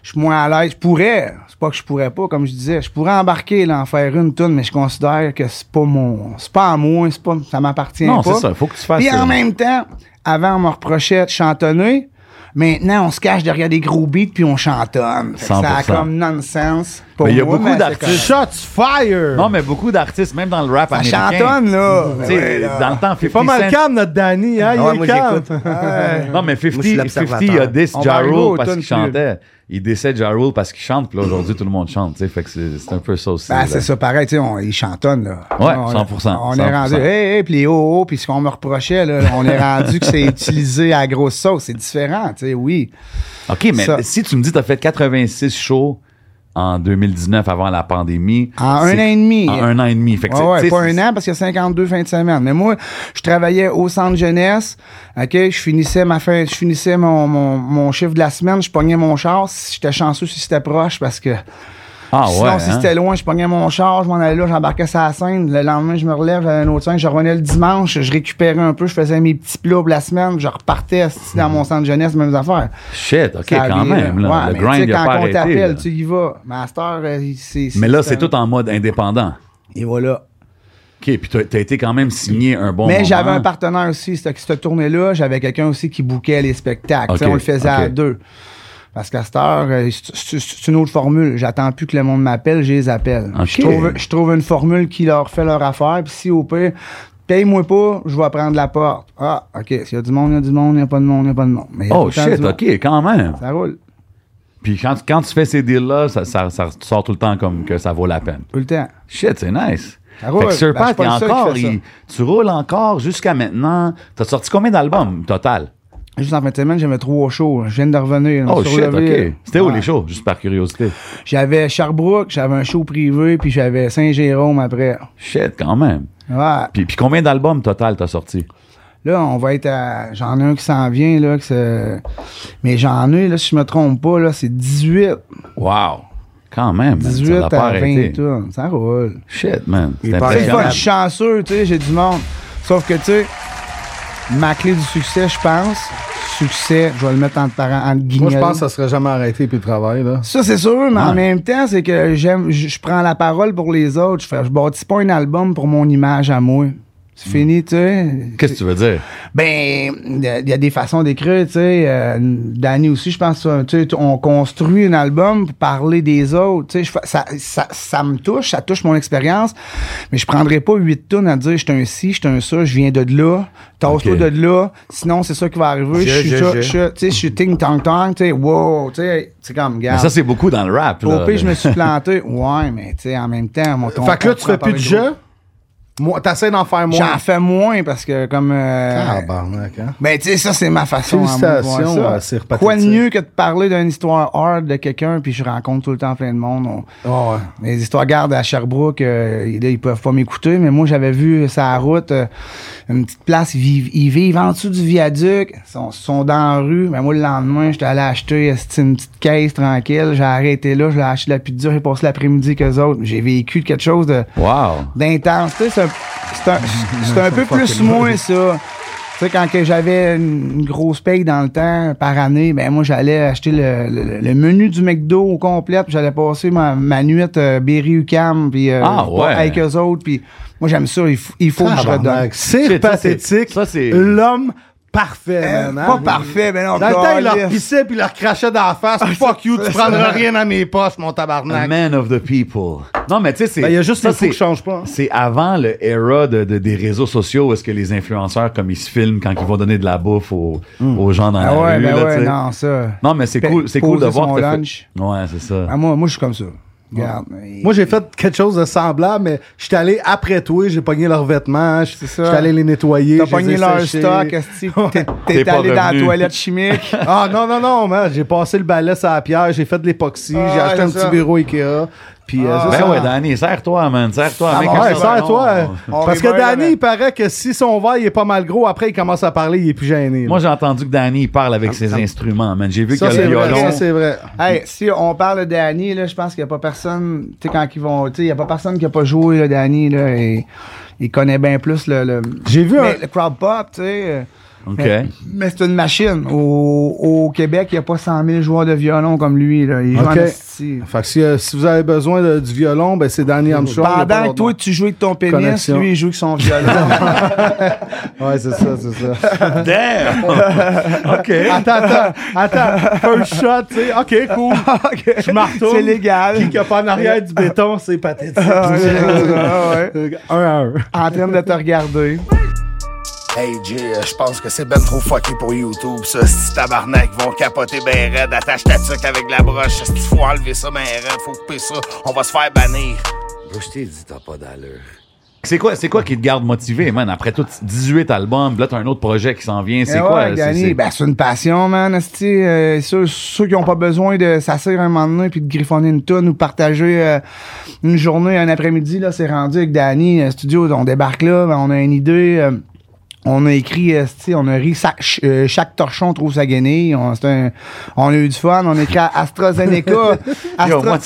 Speaker 3: Je suis moins à l'aise. Je pourrais. C'est pas que je pourrais pas, comme je disais. Je pourrais embarquer, là, en faire une tonne, mais je considère que c'est pas mon, c'est pas à moi, c'est pas, ça m'appartient
Speaker 4: Non,
Speaker 3: pas.
Speaker 4: c'est ça, faut que tu fasses
Speaker 3: Puis
Speaker 4: ça.
Speaker 3: en même temps, avant, on me reprochait de chantonner. Maintenant, on se cache derrière des gros beats puis on chantonne. Fait que Ça a
Speaker 4: 100%.
Speaker 3: comme nonsense. pour
Speaker 4: Mais il y a
Speaker 3: moi,
Speaker 4: beaucoup
Speaker 3: mais c'est
Speaker 4: d'artistes.
Speaker 2: Shots fire!
Speaker 4: Non, mais beaucoup d'artistes, même dans le rap
Speaker 3: Ça
Speaker 4: américain.
Speaker 3: Ah, chantonne, là.
Speaker 4: Tu sais,
Speaker 3: Ouais, là.
Speaker 4: dans le temps, 50
Speaker 2: Il est pas mal
Speaker 4: Cent-
Speaker 2: calme, notre Danny, hein?
Speaker 3: Ah,
Speaker 7: Ouais,
Speaker 2: il est
Speaker 7: moi,
Speaker 2: calme.
Speaker 7: j'écoute.
Speaker 4: Non, mais 50,
Speaker 7: Moi, je suis
Speaker 4: 50
Speaker 7: l'observateur.
Speaker 4: il a 10
Speaker 3: On va
Speaker 4: Ja
Speaker 3: arriver
Speaker 4: Rule
Speaker 3: au
Speaker 4: parce
Speaker 3: tune
Speaker 4: qu'il
Speaker 3: plus.
Speaker 4: chantait. Il décède Ja Rule parce qu'il chante, puis là, aujourd'hui, tout le monde chante, tu sais. Fait que c'est c'est un peu ça aussi.
Speaker 3: Ben,
Speaker 4: là.
Speaker 3: c'est ça, pareil, tu sais, on- ils chantonnent, là.
Speaker 4: Ouais,
Speaker 3: on,
Speaker 4: 100%,
Speaker 3: On est
Speaker 4: 100%.
Speaker 3: rendu, hey, hey, puis oh, oh, puis ce qu'on me reprochait, là, on est rendu que c'est utilisé à grosse sauce, c'est différent, tu sais, oui.
Speaker 4: OK, mais
Speaker 3: ça-
Speaker 4: si tu me dis, t'as fait 86 shows en 2019 avant la pandémie.
Speaker 3: En
Speaker 4: c'est-
Speaker 3: un an et demi.
Speaker 4: En un an et demi. Fait que
Speaker 3: Ouais,
Speaker 4: c'est-
Speaker 3: ouais,
Speaker 4: tu sais,
Speaker 3: pas un
Speaker 4: c'est-
Speaker 3: an parce qu'il y a 52 fins de semaine. Mais moi, je travaillais au centre jeunesse. OK, je finissais ma fin, je finissais mon, mon, mon chiffre de la semaine, je pognais mon char. Si j'étais chanceux, si c'était proche, parce que
Speaker 4: Ah ouais.
Speaker 3: sinon, si
Speaker 4: hein?
Speaker 3: c'était loin, je pognais mon char, je m'en allais là, j'embarquais sur la scène. Le lendemain, je me relève, j'avais un autre scène. Je revenais le dimanche, je récupérais un peu, je faisais mes petits plats pour la semaine, je repartais assis dans mon centre jeunesse, mêmes affaires.
Speaker 4: Shit, OK,
Speaker 3: Ça
Speaker 4: quand
Speaker 3: vient,
Speaker 4: même. là.
Speaker 3: Ouais,
Speaker 4: le
Speaker 3: mais
Speaker 4: grind,
Speaker 3: tu sais,
Speaker 4: il a
Speaker 3: quand
Speaker 4: pas
Speaker 3: on
Speaker 4: arrêté.
Speaker 3: t'appelle,
Speaker 4: là.
Speaker 3: tu y vas. Master, euh, c'est.
Speaker 4: Mais là, c'est tout en mode indépendant.
Speaker 3: Et voilà.
Speaker 4: OK, puis t'as t'as été quand même signé un bon
Speaker 3: Mais
Speaker 4: moment.
Speaker 3: j'avais un partenaire aussi, cette, cette tournée-là, j'avais quelqu'un aussi qui bouquait les spectacles.
Speaker 4: Ok,
Speaker 3: Tu sais, on le faisait à
Speaker 4: ok.
Speaker 3: deux. Parce qu'à cette heure, euh, c'est- c'est c'est une autre formule. J'attends plus que le monde m'appelle, je les appelle.
Speaker 4: Ok.
Speaker 3: Je, trouve, je trouve une formule qui leur fait leur affaire. Puis si au pire, paye-moi pas, je vais prendre la porte. Ah, OK. S'il y a du monde, il y a du monde, il n'y a pas de monde, il n'y a pas de monde. Mais il y a tout
Speaker 4: Oh
Speaker 3: le temps du
Speaker 4: shit,
Speaker 3: monde.
Speaker 4: OK, quand même.
Speaker 3: Ça roule.
Speaker 4: Puis quand, quand tu fais ces deals-là, ça, ça, ça sort tout le temps comme que ça vaut la peine.
Speaker 3: Tout le temps.
Speaker 4: Shit, c'est nice.
Speaker 3: Ah ouais,
Speaker 4: fait que Sir
Speaker 3: ben, je suis
Speaker 4: Pat,
Speaker 3: pas
Speaker 4: il
Speaker 3: le seul qui
Speaker 4: encore,
Speaker 3: fait ça.
Speaker 4: il- tu roules encore jusqu'à maintenant. T'as sorti combien d'albums total?
Speaker 3: Juste en fin de semaine, j'avais trois shows. Je viens de revenir.
Speaker 4: Oh
Speaker 3: sur
Speaker 4: shit,
Speaker 3: le ville.
Speaker 4: ok. C'était où
Speaker 3: Ouais.
Speaker 4: les shows, juste par curiosité?
Speaker 3: J'avais Sherbrooke, j'avais un show privé, puis j'avais Saint-Jérôme après.
Speaker 4: Shit, quand même.
Speaker 3: Ouais.
Speaker 4: Puis, puis combien d'albums total t'as sorti?
Speaker 3: Là, on va être à. J'en ai un qui s'en vient, là. Que c'est- Mais j'en ai, là, si je me trompe pas, là, c'est 18.
Speaker 4: Wow! Quand même, man, ça
Speaker 3: 18
Speaker 4: l'a
Speaker 3: à
Speaker 4: pas
Speaker 3: 20
Speaker 4: arrêté.
Speaker 3: tonnes. Ça roule.
Speaker 4: Shit, man.
Speaker 7: Il
Speaker 4: C'est
Speaker 7: est pas
Speaker 3: C'est le fun,
Speaker 4: impressionnant.
Speaker 3: je suis chanceux, tu sais, j'ai du monde. Sauf que, tu sais, ma clé du succès, je pense, succès, je vais le mettre entre parents, entre
Speaker 2: Moi,
Speaker 3: guignols.
Speaker 2: je pense que ça serait jamais arrêté puis le travail, là.
Speaker 3: Ça, c'est sûr, mais
Speaker 4: Ouais.
Speaker 3: en même temps, c'est que j'aime, je je prends la parole pour les autres. Je fais, je bâtis pas un album pour mon image à moi.
Speaker 4: Mm.
Speaker 3: C'est fini, tu sais.
Speaker 4: Qu'est-ce que tu veux dire?
Speaker 3: Ben, il y a des façons d'écrire, tu sais. euh, Danny aussi, je pense, euh, tu sais, t- on construit un album pour parler des autres, tu sais. je fais- Ça, ça, ça me touche, ça touche mon expérience, mais je prendrais pas huit tonnes à dire, je suis un ci, je suis un ça, je viens de là, tasse-toi
Speaker 4: Ok.
Speaker 3: de là, sinon c'est ça qui va arriver, je
Speaker 7: Je-
Speaker 3: suis
Speaker 7: je-
Speaker 3: ça,
Speaker 7: je.
Speaker 3: je suis ça, tu sais, je suis ting-tong-tong, tu sais, wow, tu sais, c'est comme,
Speaker 4: Mais
Speaker 3: gars.
Speaker 4: ça, c'est beaucoup dans le rap.
Speaker 3: Au
Speaker 4: Là,
Speaker 3: pire, je me suis planté. Ouais, mais tu sais, en même temps, mon ton.
Speaker 2: fait que là,
Speaker 3: on
Speaker 2: tu fais
Speaker 3: prend
Speaker 2: plus de
Speaker 3: par le
Speaker 2: jeu. Moi, t'essaies d'en faire
Speaker 3: gros.
Speaker 2: moins.
Speaker 3: J'en fais moins parce que, comme.
Speaker 4: Ah,
Speaker 3: euh,
Speaker 2: Tabarnak, hein.
Speaker 3: ben, tu sais, ça, c'est ma façon à moi de voir
Speaker 2: Félicitations,
Speaker 3: ça.
Speaker 2: euh, Sir Patrick.
Speaker 3: Quoi de mieux que de parler d'une histoire hard de quelqu'un, puis je rencontre tout le temps plein de monde. on-
Speaker 2: Oh, ouais.
Speaker 3: Les histoires gardes à Sherbrooke, euh, là, ils peuvent pas m'écouter, mais moi, j'avais vu sa route, euh, une petite place, ils vivent, ils vivent en dessous du viaduc, ils sont, sont dans la rue. Mais moi, le lendemain, j'étais allé acheter euh, c'était une petite caisse tranquille, j'ai arrêté là, je l'ai acheté de la pizza, j'ai passé l'après-midi qu'eux autres. J'ai vécu quelque chose de
Speaker 4: Wow!
Speaker 3: d'intense. Tu sais, c'est un- c'est un, c'est un peu plus moins ça. Tu sais, quand que j'avais une une grosse paye dans le temps, par année, ben moi, j'allais acheter le, le- le menu du McDo au complet, puis j'allais passer ma, ma nuit euh, Berry-UQAM, puis euh,
Speaker 4: Ah, ouais.
Speaker 3: avec eux autres, puis moi, j'aime ça, il, faut- il faut que je redonne.
Speaker 2: Tabarnak. C'est
Speaker 4: Shit, ça, c'est-
Speaker 2: pathétique.
Speaker 4: ça, c'est-
Speaker 2: L'homme parfait,
Speaker 3: Euh,
Speaker 2: man, hein.
Speaker 3: pas parfait, mais non, Ah,
Speaker 2: Dans le temps, il leur
Speaker 3: câlisse.
Speaker 2: pissait puis il leur crachait dans la face. Fuck you, tu prendras rien à mes poches, mon
Speaker 4: A
Speaker 2: tabarnak.
Speaker 4: man of the people. Non, mais tu sais, c'est.
Speaker 2: Ben, il y a juste
Speaker 4: ça,
Speaker 2: les fous
Speaker 4: c'est-
Speaker 2: qui changent pas, hein.
Speaker 4: C'est avant le era de, de- des réseaux sociaux où est-ce que les influenceurs, comme ils se filment quand ils vont donner de la bouffe aux, aux gens dans
Speaker 3: Ah
Speaker 4: la
Speaker 3: ouais,
Speaker 4: rue.
Speaker 3: ben
Speaker 4: là,
Speaker 3: ouais,
Speaker 4: tu sais.
Speaker 3: non, ça.
Speaker 4: Non, mais c'est
Speaker 3: Pe-
Speaker 4: cool, c'est cool de
Speaker 3: poser
Speaker 4: voir
Speaker 3: son
Speaker 4: que t'as fait-
Speaker 3: lunch.
Speaker 4: Ouais, c'est ça.
Speaker 3: Ah, moi, moi, je suis comme ça. Regarde.
Speaker 2: Moi, j'ai fait quelque chose de semblable, mais j'étais allé après toi, j'ai pogné leurs vêtements, hein, j'étais
Speaker 3: C'est ça.
Speaker 2: allé les nettoyer.
Speaker 3: T'as
Speaker 2: je les ai
Speaker 3: pogné leur
Speaker 2: séchés.
Speaker 3: stock, esti, t'es-
Speaker 4: T'es
Speaker 3: t'es
Speaker 4: pas
Speaker 3: allé dans la
Speaker 4: revenu.
Speaker 3: toilette chimique.
Speaker 2: Ah non, non, non, man, j'ai passé le balai sur la pierre, j'ai fait de l'époxy,
Speaker 3: Ah,
Speaker 2: j'ai acheté un
Speaker 3: c'est
Speaker 2: petit
Speaker 3: ça.
Speaker 2: bureau Ikea. Puis, euh, c'est
Speaker 4: Ben
Speaker 2: ça.
Speaker 4: ouais, Danny, serre-toi, man. Serre-toi.
Speaker 3: Ah
Speaker 4: mec,
Speaker 3: bon,
Speaker 4: quand
Speaker 2: Ouais,
Speaker 4: ça va,
Speaker 2: serre-toi.
Speaker 4: non.
Speaker 3: On
Speaker 2: Parce que
Speaker 3: reverse,
Speaker 2: Danny,
Speaker 3: là.
Speaker 2: il paraît que si son verre il est pas mal gros, après il commence à parler, il est plus gêné. là.
Speaker 4: Moi, j'ai entendu que Danny, il parle avec ses instruments, man. J'ai vu qu'il
Speaker 2: ça,
Speaker 4: y a
Speaker 2: c'est
Speaker 4: le
Speaker 2: vrai, ça,
Speaker 4: violon.
Speaker 2: c'est vrai.
Speaker 3: Hey, si on parle de Danny, là, je pense qu'il n'y a pas personne, tu sais, quand ils vont, tu sais, il n'y a pas personne qui n'a pas joué, là, Danny, là, et il connaît bien plus le, le-
Speaker 2: J'ai vu
Speaker 3: mais
Speaker 2: un-
Speaker 3: le crowd pop, tu sais. euh,
Speaker 4: OK.
Speaker 3: Mais, mais c'est une machine. Au, au Québec, il n'y a pas 100 000 joueurs de violon comme lui. Là. Il joue en
Speaker 2: OK.
Speaker 3: esti.
Speaker 2: Fait que si, euh, si vous avez besoin de- du violon, ben c'est Danny Armstrong. il y a pas
Speaker 3: Pendant que
Speaker 2: d'autre
Speaker 3: toi, tu joues avec ton pénis,
Speaker 2: Connexion.
Speaker 3: lui, il joue avec son violon.
Speaker 2: nom. Ouais, c'est ça, c'est ça.
Speaker 4: Damn! OK.
Speaker 2: attends, attends, attends. First shot, tu sais. OK, cool. Je me retourne.
Speaker 3: C'est légal.
Speaker 2: Qui qui a pas en arrière du béton, c'est pathétique.
Speaker 3: Ah, ouais, ah, ouais.
Speaker 2: un à un.
Speaker 3: En train de te regarder.
Speaker 8: Hey Jay, euh, je pense que c'est ben trop fucké pour YouTube, ça. Si tabarnak vont capoter ben raide, attache ta tuque avec la broche. Si faut enlever ça ben raide, faut couper ça, on va se faire bannir.
Speaker 7: Bro, je t'ai dit, t'as pas d'allure.
Speaker 4: C'est quoi, c'est quoi qui te garde motivé, man? Après tout, 18 albums, là, t'as un autre projet qui s'en vient. C'est
Speaker 3: Eh
Speaker 4: quoi?
Speaker 3: ouais,
Speaker 4: c'est-
Speaker 3: Danny,
Speaker 4: c'est-
Speaker 3: ben, c'est une passion, man. esti. Euh, ceux, ceux qui n'ont pas besoin de s'asseoir un moment donné puis de griffonner une tonne ou partager euh, une journée, un après-midi, là, c'est rendu avec Danny euh, Studio. On débarque là, ben, on a une idée. euh, on a écrit, esti, on a ri, sa- ch- euh, chaque torchon trouve sa guenille. On, c'est un- on a eu du fun, on a écrit à AstraZeneca.
Speaker 4: Yo, moi,
Speaker 3: Astra-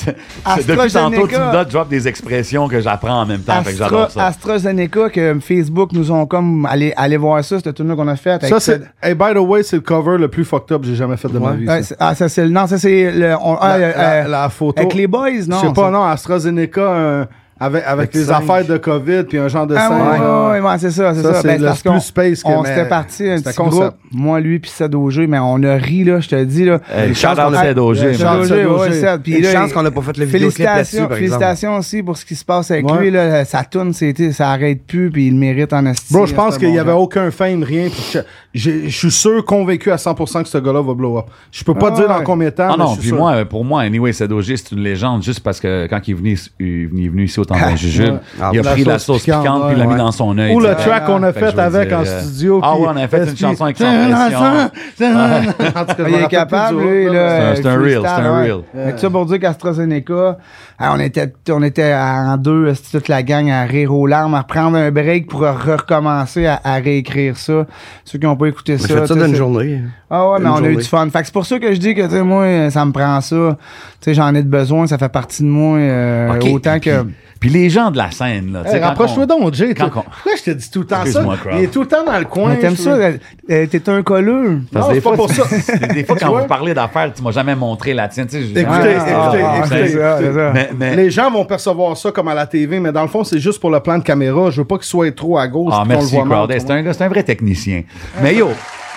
Speaker 4: tu- c'est- depuis tantôt, tu me donnes drop des expressions que j'apprends en même temps. fait que
Speaker 3: Astra-
Speaker 4: j'adore ça.
Speaker 3: AstraZeneca, que Facebook nous ont comme allez, allez voir ça, cette tune là qu'on a faite.
Speaker 2: Ça, c'est. Hey, by the way, c'est le cover le plus fucked up que j'ai jamais fait de ma vie.
Speaker 3: Ouais,
Speaker 2: ça.
Speaker 3: c'est- ah, ça, c'est le. Non, ça, c'est le. on- ah,
Speaker 2: La,
Speaker 3: euh,
Speaker 2: la-
Speaker 3: euh,
Speaker 2: la photo.
Speaker 3: Avec les boys, non?
Speaker 2: Je sais
Speaker 3: ça-
Speaker 2: pas, non, AstraZeneca, euh, avec, avec
Speaker 7: Avec
Speaker 2: les
Speaker 7: cinq.
Speaker 2: affaires de COVID, puis un genre de
Speaker 3: Ah, ouais,
Speaker 2: cinq, genre.
Speaker 3: ouais, ouais, ouais, c'est ça, c'est
Speaker 2: Ça,
Speaker 3: ça.
Speaker 2: c'est
Speaker 3: Ben,
Speaker 2: le
Speaker 3: parce
Speaker 2: plus
Speaker 3: qu'on-
Speaker 2: space que-
Speaker 3: On
Speaker 2: mais-
Speaker 3: s'était parti un
Speaker 2: c'était
Speaker 3: petit
Speaker 2: concept.
Speaker 3: groupe, moi, lui, puis Sadogé, mais on a ri, là, je te dis, là.
Speaker 4: Euh,
Speaker 3: Les
Speaker 4: shout out
Speaker 3: chances qu'on a-
Speaker 4: Sadogé,
Speaker 3: Ouais,
Speaker 4: man.
Speaker 3: Sadogé,
Speaker 2: Shout out
Speaker 3: ouais,
Speaker 2: Sadogé.
Speaker 3: Sad. Puis
Speaker 7: Une
Speaker 3: là,
Speaker 7: chance
Speaker 3: il-
Speaker 7: qu'on n'a pas fait le vidéoclip
Speaker 3: félicitations-
Speaker 7: là-dessus, par exemple.
Speaker 3: Félicitations aussi pour ce qui se passe avec
Speaker 2: Ouais.
Speaker 3: lui, là. Sa toune, c'était, ça arrête plus, puis il mérite en esti. hein,
Speaker 2: Bro, je pense
Speaker 3: c'est un
Speaker 2: qu'il n'y
Speaker 3: bon
Speaker 2: avait
Speaker 3: gars.
Speaker 2: aucun fame, rien. puis Je j'ai- je suis sûr, convaincu à 100% que ce gars-là va blow up. Je peux pas
Speaker 3: Ah,
Speaker 2: dire dans
Speaker 3: ouais.
Speaker 2: combien de temps.
Speaker 4: Ah
Speaker 2: mais
Speaker 4: non,
Speaker 2: ben, je suis
Speaker 4: puis
Speaker 2: sûr.
Speaker 4: moi, euh, pour moi, anyway, Sadogé, c'est une légende juste parce que quand il est venu, ici- il est venu- il est venu ici au temps d'un jujube,
Speaker 7: Ah,
Speaker 4: il a
Speaker 2: la
Speaker 4: pris la
Speaker 2: sauce
Speaker 4: sauce piquante,
Speaker 2: piquante,
Speaker 4: puis il l'a mis
Speaker 2: ouais.
Speaker 4: dans son œil.
Speaker 2: Ou
Speaker 4: tu
Speaker 2: le
Speaker 4: sais.
Speaker 2: track qu'on a
Speaker 4: Fait que je
Speaker 2: fait
Speaker 4: veux
Speaker 2: avec
Speaker 4: dire,
Speaker 2: en
Speaker 4: euh,
Speaker 2: studio.
Speaker 4: ah
Speaker 2: qui- Hein,
Speaker 4: ouais, on avait fait une
Speaker 2: Est-ce
Speaker 4: chanson avec hein. Euh,
Speaker 2: qu'il-
Speaker 4: Sans
Speaker 2: En tout cas, je me
Speaker 3: Ah, Il est
Speaker 2: rappelle plus
Speaker 3: capable,
Speaker 2: du
Speaker 3: lui,
Speaker 2: autre,
Speaker 3: là.
Speaker 4: C'est un- c'est un
Speaker 3: freestyle,
Speaker 4: reel, c'est un
Speaker 3: ouais.
Speaker 4: reel.
Speaker 3: Mais tout ça pour dire qu'AstraZeneca, ah, on était, on était en deux, euh, toute la gang à rire aux larmes, à prendre un break pour recommencer à, à réécrire ça. Ceux qui n'ont pas écouté
Speaker 7: Je
Speaker 3: ça.
Speaker 7: fais ça
Speaker 3: tu sais,
Speaker 7: d'une
Speaker 3: c'est-
Speaker 7: journée.
Speaker 3: Ah ouais, mais
Speaker 7: Une
Speaker 3: on a eu
Speaker 7: journée.
Speaker 3: du fun. Fait que c'est pour ça que je dis que, tu sais, moi, euh, ça me prend ça. Tu sais, j'en ai de besoin, ça fait partie de moi, euh,
Speaker 4: Ok,
Speaker 3: autant
Speaker 4: puis-
Speaker 3: que.
Speaker 4: Puis les gens de la scène, là. tu sais,
Speaker 2: Hey,
Speaker 4: quand
Speaker 2: Eh, Rapproche-toi
Speaker 4: on-
Speaker 2: donc, Jay. toi.
Speaker 4: quand qu'on-
Speaker 2: Pourquoi je te dis tout le temps ça?
Speaker 4: Excuse-moi, crowd.
Speaker 2: Il est tout le temps dans le coin.
Speaker 3: Mais t'aimes
Speaker 2: je-
Speaker 3: ça? euh, euh, T'es un colleux.
Speaker 4: Parce
Speaker 2: Non,
Speaker 4: que
Speaker 2: c'est
Speaker 4: des
Speaker 2: pas
Speaker 4: fois,
Speaker 2: pour
Speaker 4: tu-
Speaker 2: ça.
Speaker 4: c'est- Des fois,
Speaker 2: Tu
Speaker 4: quand
Speaker 2: vois?
Speaker 4: vous parlez d'affaires, tu m'as jamais montré la tienne. tu sais, je-
Speaker 2: Écoutez,
Speaker 4: Ah,
Speaker 2: écoutez,
Speaker 4: ah,
Speaker 2: écoutez.
Speaker 4: ah,
Speaker 3: c'est ça, c'est ça.
Speaker 4: Mais, mais-
Speaker 2: Les gens vont percevoir ça comme à la TV, mais dans le fond, c'est juste pour le plan de caméra. Je veux pas qu'il soit trop à gauche.
Speaker 4: Ah,
Speaker 2: puis qu'on
Speaker 4: merci,
Speaker 2: le voit mal,
Speaker 4: Crowder.
Speaker 2: tu
Speaker 4: C'est
Speaker 2: vois.
Speaker 4: un, gars- c'est un vrai technicien. Mais yo,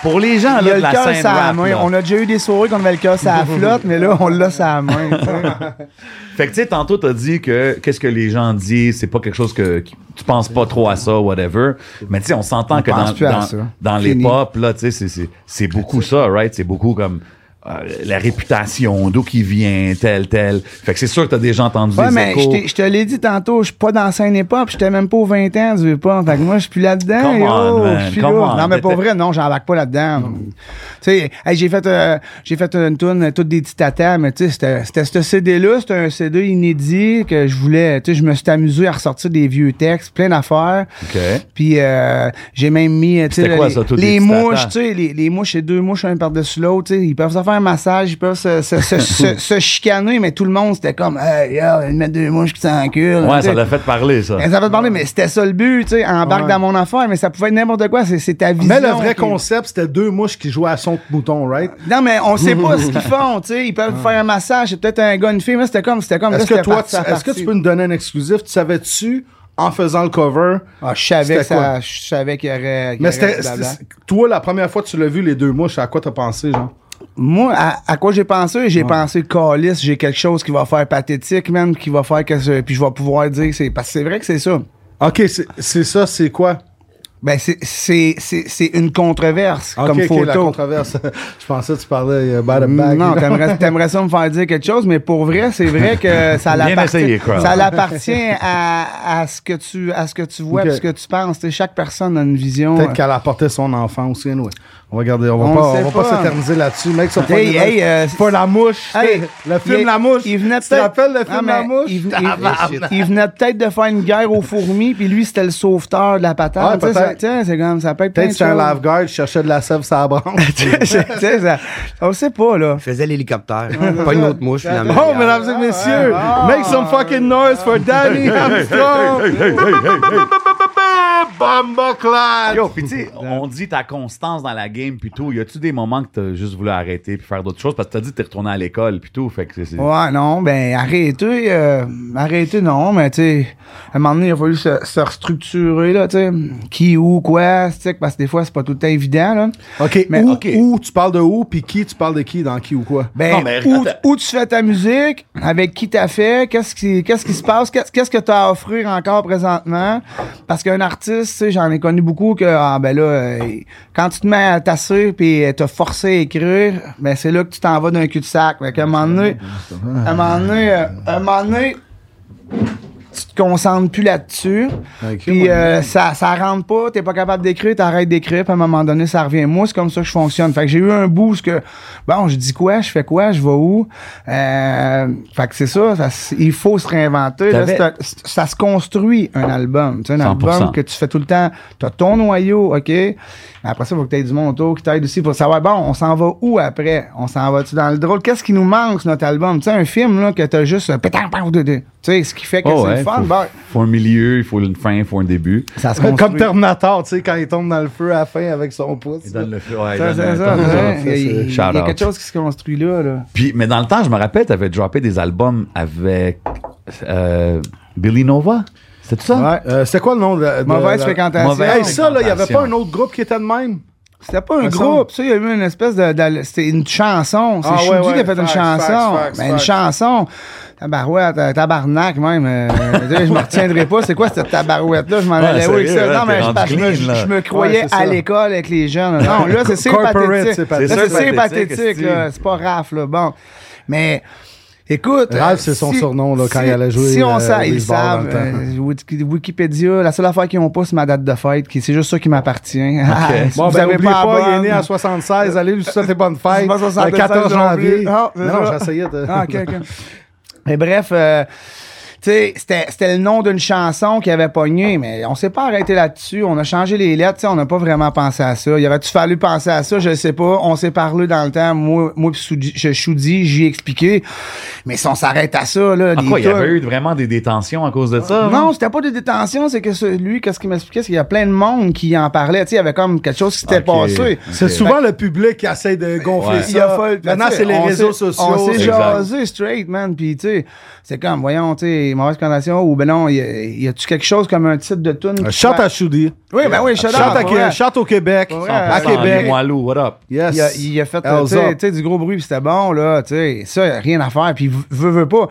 Speaker 4: pour les gens
Speaker 3: Il a
Speaker 4: là, de
Speaker 3: le
Speaker 4: la
Speaker 3: cœur
Speaker 4: scène
Speaker 3: sur la
Speaker 4: rap,
Speaker 3: main.
Speaker 4: là,
Speaker 3: On a déjà eu des souris qu'on avait le cœur sur la flotte, mais là, on l'a sur la main. tu sais.
Speaker 4: fait que tu sais, tantôt, t'as dit que qu'est-ce que les gens disent, c'est pas quelque chose que, qui- tu penses pas trop à ça, whatever. Mais tu sais, on s'entend que
Speaker 3: pense
Speaker 4: dans,
Speaker 3: plus à
Speaker 4: dans,
Speaker 3: ça.
Speaker 4: dans les
Speaker 3: Fini.
Speaker 4: pop, là, tu sais, c'est- c'est- c'est beaucoup ça, right? C'est beaucoup comme euh, la réputation, d'où qui vient, tel, tel. Fait que c'est sûr que t'as déjà entendu
Speaker 3: Ouais,
Speaker 4: des
Speaker 3: mais je
Speaker 4: échos.
Speaker 3: t'ai- je te l'ai dit tantôt, je suis pas dans la scène hip-hop, j'étais même pas aux 20 ans du hip-hop. Fait que moi, je suis plus là-dedans.
Speaker 4: Come on,
Speaker 3: yo,
Speaker 4: man,
Speaker 3: je suis
Speaker 4: come
Speaker 3: là.
Speaker 4: on.
Speaker 3: Non, mais pour
Speaker 4: T'étais- Mm.
Speaker 3: vrai, non, j'embarque pas là-dedans. Tu sais, hey, j'ai fait, euh, j'ai fait une tune, euh, toutes des petits tatas, mais tu sais, c'était- c'était ce CD-là, c'était un CD inédit que je voulais, tu sais, je me suis amusé à ressortir des vieux textes, plein d'affaires.
Speaker 4: OK.
Speaker 3: Puis euh, j'ai même mis, euh, tu sais,
Speaker 4: C'était quoi,
Speaker 3: les,
Speaker 4: ça, toutes
Speaker 3: les
Speaker 4: des petites
Speaker 3: mouches,
Speaker 4: tatas?
Speaker 3: tu sais, les, les mouches, c'est deux mouches un par-dessus l'autre, tu sais, ils peuvent se faire un massage, ils peuvent se, se, se, se- se chicaner, mais tout le monde, c'était comme, hey, yo, il met deux mouches qui s'enculent.
Speaker 4: Ouais,
Speaker 3: tu sais.
Speaker 4: ça l'a fait parler, ça.
Speaker 3: Mais ça va te parler, mais c'était ça le but, tu sais, embarque dans mon affaire, mais ça pouvait être n'importe quoi, c'est, c'est ta vision.
Speaker 2: Mais le vrai
Speaker 3: qui-
Speaker 2: concept, c'était deux mouches qui jouaient à son de mouton, right?
Speaker 3: Non, mais on sait pas ce qu'ils font, tu sais, ils peuvent faire un massage, c'est peut-être un gars, une fille, mais c'était comme, c'était
Speaker 4: Ah,
Speaker 3: comme, là,
Speaker 2: Est-ce que
Speaker 3: c'était
Speaker 2: toi,
Speaker 3: parti,
Speaker 2: tu-
Speaker 3: ça
Speaker 2: est-ce que
Speaker 3: parti.
Speaker 2: tu peux nous donner un exclusif? Tu savais-tu, en faisant le cover,
Speaker 3: Ah, je savais
Speaker 2: C'était
Speaker 3: que
Speaker 2: quoi?
Speaker 3: ça, je savais qu'il y aurait, qu'il y
Speaker 2: mais
Speaker 3: aurait
Speaker 2: c'était,
Speaker 3: du blabla.
Speaker 2: c'était- toi, la première fois que tu l'as vu, les deux mouches, à quoi t'as pensé, genre?
Speaker 3: Moi, à, à quoi j'ai pensé? J'ai pensé, calice, j'ai quelque chose qui va faire pathétique, même, qui va faire que... ce- Puis je vais pouvoir dire... que c'est Parce que c'est vrai que c'est ça.
Speaker 2: Ok, c'est, c'est ça, c'est quoi?
Speaker 3: Ben, c'est- c'est c'est- c'est une controverse
Speaker 2: Ok,
Speaker 3: comme
Speaker 2: ok, la
Speaker 3: photo.
Speaker 2: controverse. Je pensais que tu parlais euh, about a bag.
Speaker 3: non, t'aimerais t'aimerais ça me faire dire quelque chose, mais pour vrai, c'est vrai que ça
Speaker 4: Bien essayé,
Speaker 3: l'appartient.
Speaker 4: Crow.
Speaker 3: Ça l'appartient à, à ce que tu à ce que tu vois,
Speaker 2: Ok.
Speaker 3: puis ce que tu penses. Tu sais, chaque personne a une vision.
Speaker 2: Peut-être qu'elle apportait son enfant aussi, anyway. On va garder, on va
Speaker 3: On
Speaker 2: pas,
Speaker 3: le
Speaker 2: on
Speaker 3: sait
Speaker 2: va pas
Speaker 3: pas.
Speaker 2: s'éterniser là-dessus. Mec, ça
Speaker 3: Hey,
Speaker 2: pas,
Speaker 3: hey, euh,
Speaker 2: pas la mouche.
Speaker 3: Hey,
Speaker 2: le film
Speaker 3: il-
Speaker 2: La Mouche.
Speaker 3: Il venait
Speaker 2: Tu te rappelles le
Speaker 3: Ah,
Speaker 2: film
Speaker 3: mais
Speaker 2: La Mouche?
Speaker 3: Il, venait- il- il venait peut-être de faire une guerre aux fourmis, puis lui, c'était le sauveteur de la
Speaker 2: Ah,
Speaker 3: patate. Tu sais,
Speaker 2: peut-être.
Speaker 3: ça- tu sais, c'est comme ça peut être plein
Speaker 2: Peut-être
Speaker 3: de
Speaker 2: que c'était un
Speaker 3: choses.
Speaker 2: lave-guard, je cherchais de la sève sur la branche.
Speaker 3: Tu sais, ça- on sait pas, là.
Speaker 7: Je faisais l'hélicoptère.
Speaker 3: Ah,
Speaker 7: Pas une autre mouche, finalement.
Speaker 2: Oh, mesdames et messieurs, make some fucking noise for Danny Armstrong.
Speaker 4: Hey, hey, hey, hey, hey.
Speaker 2: Bomba Clan!
Speaker 4: Yo, puis tu sais, on dit ta constance dans la game, puis tout. Y a-tu des moments que t'as juste voulu arrêter puis faire d'autres choses? Parce que t'as dit que t'es retourné à l'école, puis tout. Fait que c'est- c'est-
Speaker 3: Ouais, non, ben arrêter, euh, arrêter, non, mais tu sais, à un moment donné, il a fallu se, se restructurer, là, tu sais, qui, où, quoi, tu sais, parce que des fois, c'est pas tout le temps évident, là.
Speaker 2: OK,
Speaker 3: Mais-
Speaker 2: où,
Speaker 3: OK.
Speaker 2: où tu parles de où, puis qui tu parles de qui, dans qui ou quoi?
Speaker 3: Ben,
Speaker 8: Non, mais
Speaker 3: où,
Speaker 8: attends.
Speaker 3: où tu fais ta musique, avec qui t'as fait, qu'est-ce qui, qu'est-ce qui se passe, qu'est-ce, qu'est-ce que t'as à offrir encore présentement. Parce qu'un artiste, tu sais, j'en ai connu beaucoup que, ah, ben là, euh, quand tu te mets à tasser puis euh, t'as forcé à écrire, ben c'est là que tu t'en vas d'un cul-de-sac. Fait qu'à un moment donné, à un moment donné, euh, à un moment donné, tu te concentres plus là-dessus.
Speaker 2: Ok,
Speaker 3: Puis
Speaker 2: ouais.
Speaker 3: euh, ça, ça rentre pas, t'es pas capable d'écrire, t'arrêtes d'écrire, puis à un moment donné, ça revient. Moi, c'est comme ça que je fonctionne. Fait que j'ai eu un bout, ce que, bon, je dis quoi, je fais quoi, je vais où. Euh, fait que c'est ça, ça s- il faut se réinventer. Là,
Speaker 4: T'avais-
Speaker 3: c'est un- c'est- ça se construit, un album. Tu sais, un
Speaker 4: 100%.
Speaker 3: album que tu fais tout le temps. T'as ton noyau, OK? Mais Après ça, il faut que t'aies du monde autour qui t'aide aussi pour savoir, bon, on s'en va où après? On s'en va-tu dans le drôle? Qu'est-ce qui nous manque sur notre album? Tu sais, un film, là, que t'as juste, euh, pétang, pang, deux, deux. Tu sais, ce qui fait que c'est
Speaker 4: Oh, ouais,
Speaker 3: le fun.
Speaker 4: faut,
Speaker 3: Bon,
Speaker 4: faut un milieu, il faut une fin, il faut un début.
Speaker 3: ça se
Speaker 2: Comme
Speaker 3: construit.
Speaker 2: Terminator, tu sais, quand il tombe dans le feu à la fin avec son pouce.
Speaker 4: Il donne le feu, ouais, il
Speaker 3: Ça,
Speaker 4: donne
Speaker 2: Ben,
Speaker 3: c'est
Speaker 4: le-
Speaker 3: ça,
Speaker 4: donne le-
Speaker 3: ouais.
Speaker 4: ça,
Speaker 3: Il y a-
Speaker 4: c'est-
Speaker 3: il y
Speaker 4: Shout
Speaker 3: a
Speaker 4: out.
Speaker 3: quelque chose qui se construit là. là.
Speaker 4: Puis, mais dans le temps, je me rappelle, t'avais droppé des albums avec euh, Billy Nova. C'est ça?
Speaker 2: Ouais, euh, c'était quoi le nom de, de
Speaker 3: Mauvaise
Speaker 2: la-
Speaker 3: fréquentation.
Speaker 4: Mauvaise
Speaker 2: Hey, ça, là, il n'y avait
Speaker 4: fréquentation.
Speaker 2: pas un autre groupe qui était de même?
Speaker 3: C'était pas un
Speaker 2: Me
Speaker 3: groupe, ça, il y a eu une espèce de. de- C'était une chanson. C'est
Speaker 2: Ah,
Speaker 3: Choudi
Speaker 2: ouais, ouais,
Speaker 3: qui a fait une
Speaker 2: facts,
Speaker 3: chanson.
Speaker 2: facts, facts,
Speaker 3: Mais une
Speaker 2: facts.
Speaker 3: chanson. Tabarouette, euh, tabarnak même. euh, je je me retiendrai pas. C'est quoi cette tabarouette-là? Je m'en
Speaker 4: Ouais,
Speaker 3: allais où avec
Speaker 4: sérieux,
Speaker 3: ça?
Speaker 4: là,
Speaker 3: Non, mais
Speaker 4: t'es
Speaker 3: je,
Speaker 4: rendu
Speaker 3: parce que je me-
Speaker 4: clean, là.
Speaker 3: je me croyais
Speaker 2: Ouais, c'est
Speaker 3: à
Speaker 2: ça.
Speaker 3: l'école avec les jeunes. Non, là, c'est c'est
Speaker 2: Corporate, c'est
Speaker 3: pathétique.
Speaker 2: pathétique.
Speaker 3: Là,
Speaker 4: C'est
Speaker 3: C'est
Speaker 4: pathétique,
Speaker 3: pathétique,
Speaker 4: esti.
Speaker 3: là. C'est pas Raph, là. Bon. Mais. Écoute.
Speaker 2: Raph,
Speaker 3: euh,
Speaker 2: c'est son
Speaker 3: si-
Speaker 2: surnom, là, quand
Speaker 3: si-
Speaker 2: il allait jouer,
Speaker 3: Si on
Speaker 2: euh, au
Speaker 3: sait, ils le
Speaker 2: baseball dans
Speaker 3: savent.
Speaker 2: le temps.
Speaker 3: euh, Wiki- Wikipédia, la seule affaire qu'ils n'ont pas, c'est ma date de fête. qui- C'est juste ça qui m'appartient. Si
Speaker 2: Bon,
Speaker 3: vous
Speaker 2: ben,
Speaker 3: avez
Speaker 2: n'oubliez pas, il
Speaker 3: la
Speaker 2: est
Speaker 3: bonne-
Speaker 2: né en 76. Allez, lui, souhaiter bonne fête.
Speaker 3: Pas
Speaker 2: Le
Speaker 3: 76
Speaker 2: 14
Speaker 3: non plus.
Speaker 2: janvier.
Speaker 3: Ah, c'est
Speaker 2: non, non,
Speaker 3: ça.
Speaker 2: j'essayais de...
Speaker 3: Ah, ok, ok. Mais bref, euh, tu sais, c'était, c'était le nom d'une chanson qui avait pogné, mais on s'est pas arrêté là-dessus. On a changé les lettres, tu sais, on n'a pas vraiment pensé à ça. Il aurait-tu fallu penser à ça? Je sais pas. On s'est parlé dans le temps. Moi, moi pis Soudi- je Choudi, j'y ai expliqué. Mais si on s'arrête à ça, là,
Speaker 4: Ah,
Speaker 3: les
Speaker 4: quoi, il y
Speaker 3: tunes-
Speaker 4: avait eu vraiment des détentions à cause de
Speaker 2: Ah.
Speaker 4: ça? hein?
Speaker 3: non, c'était pas de détention, c'est que ce- lui, qu'est-ce qu'il m'expliquait, c'est qu'il y a plein de monde qui en parlait. Tu sais, il y avait comme quelque chose qui s'était
Speaker 4: Ok.
Speaker 3: passé.
Speaker 2: C'est
Speaker 4: Ok.
Speaker 2: souvent le public qui essaie de gonfler
Speaker 4: Ouais.
Speaker 2: ça.
Speaker 3: Il a fallu-
Speaker 2: Maintenant,
Speaker 3: tu sais,
Speaker 2: c'est les
Speaker 3: on
Speaker 2: réseaux
Speaker 3: s'est-
Speaker 2: sociaux.
Speaker 3: On s'est
Speaker 2: c'est-
Speaker 4: Exact.
Speaker 3: jasé straight, man. Puis, tu sais, c'est comme, voyons, tu sais, mauvaise condamnation ou ben non, y a- y a-tu quelque chose comme un titre de tune? qui
Speaker 2: Shout
Speaker 3: fait-
Speaker 2: à Choudi.
Speaker 3: Oui, ben oui, shout out,
Speaker 2: Shout à-
Speaker 3: pour vrai.
Speaker 2: shout au Québec.
Speaker 3: Pour vrai,
Speaker 2: À
Speaker 3: euh,
Speaker 2: Québec.
Speaker 4: Walou, what up?
Speaker 2: Yes.
Speaker 3: Il a, il a fait euh,
Speaker 2: Hells
Speaker 3: tu sais,
Speaker 2: up.
Speaker 3: tu sais, du gros bruit, puis c'était bon, là, tu sais, ça, rien à faire, puis v- veut, veut pas.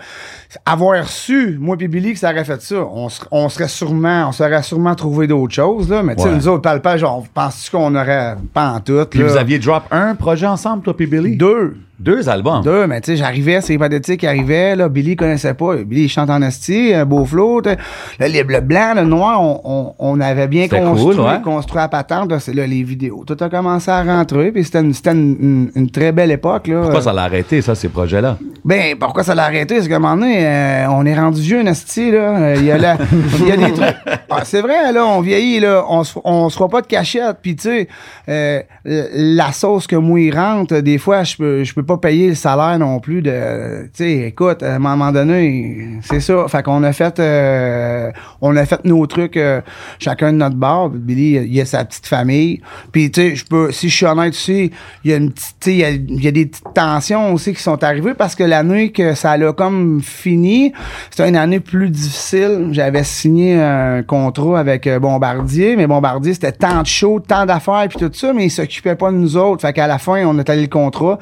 Speaker 3: Avoir su, moi puis Billy, que ça aurait fait ça, on, ser- on serait sûrement, on serait sûrement trouvé d'autres choses, là, mais tu sais,
Speaker 4: Ouais.
Speaker 3: nous autres, parle pas, genre, pense-tu qu'on aurait, pas en tout,
Speaker 4: Puis
Speaker 3: là.
Speaker 4: vous aviez drop un projet ensemble, toi puis Billy?
Speaker 3: deux,
Speaker 4: Deux albums.
Speaker 3: deux, mais tu sais, j'arrivais, c'est hypothétique, il arrivait, là, Billy connaissait pas, Billy il chante en esti, un beau flow, tu sais. là, les- le blanc, le noir, on, on, on avait bien
Speaker 4: C'était
Speaker 3: construit,
Speaker 4: cool, ouais.
Speaker 3: construit à patente, là, c'est là, les vidéos, tout a commencé à rentrer, puis c'était une, c'était une, une- une très belle époque, là.
Speaker 4: Pourquoi ça l'a arrêté, ça, ces projets-là?
Speaker 3: Ben, pourquoi ça l'a arrêté? Parce qu'à un moment donné, euh, on est rendu vieux, Nasty, là. Euh, Il y a la- il y a des trucs. Ah, c'est vrai, là, on vieillit, là. On se, on se fera pas de cachette. Puis, tu sais, euh, la sauce que moi, il rentre, des fois, je peux, je peux pas payer le salaire non plus de. Tu sais, écoute, à un moment donné, c'est ça. Fait qu'on a fait, euh, on a fait nos trucs, euh, chacun de notre bar. Billy, il a sa petite famille. Puis, tu sais, je peux, si je suis honnête aussi, il y a une petite, tu sais, il y a, il y a des petites tensions aussi qui sont arrivées parce que l'année que ça a comme fini, c'était une année plus difficile. J'avais signé un contrat avec euh, Bombardier, mais Bombardier, c'était tant de shows, tant d'affaires, puis tout ça, mais il s'occupait pas de nous autres. Fait qu'à la fin, on a taillé le contrat.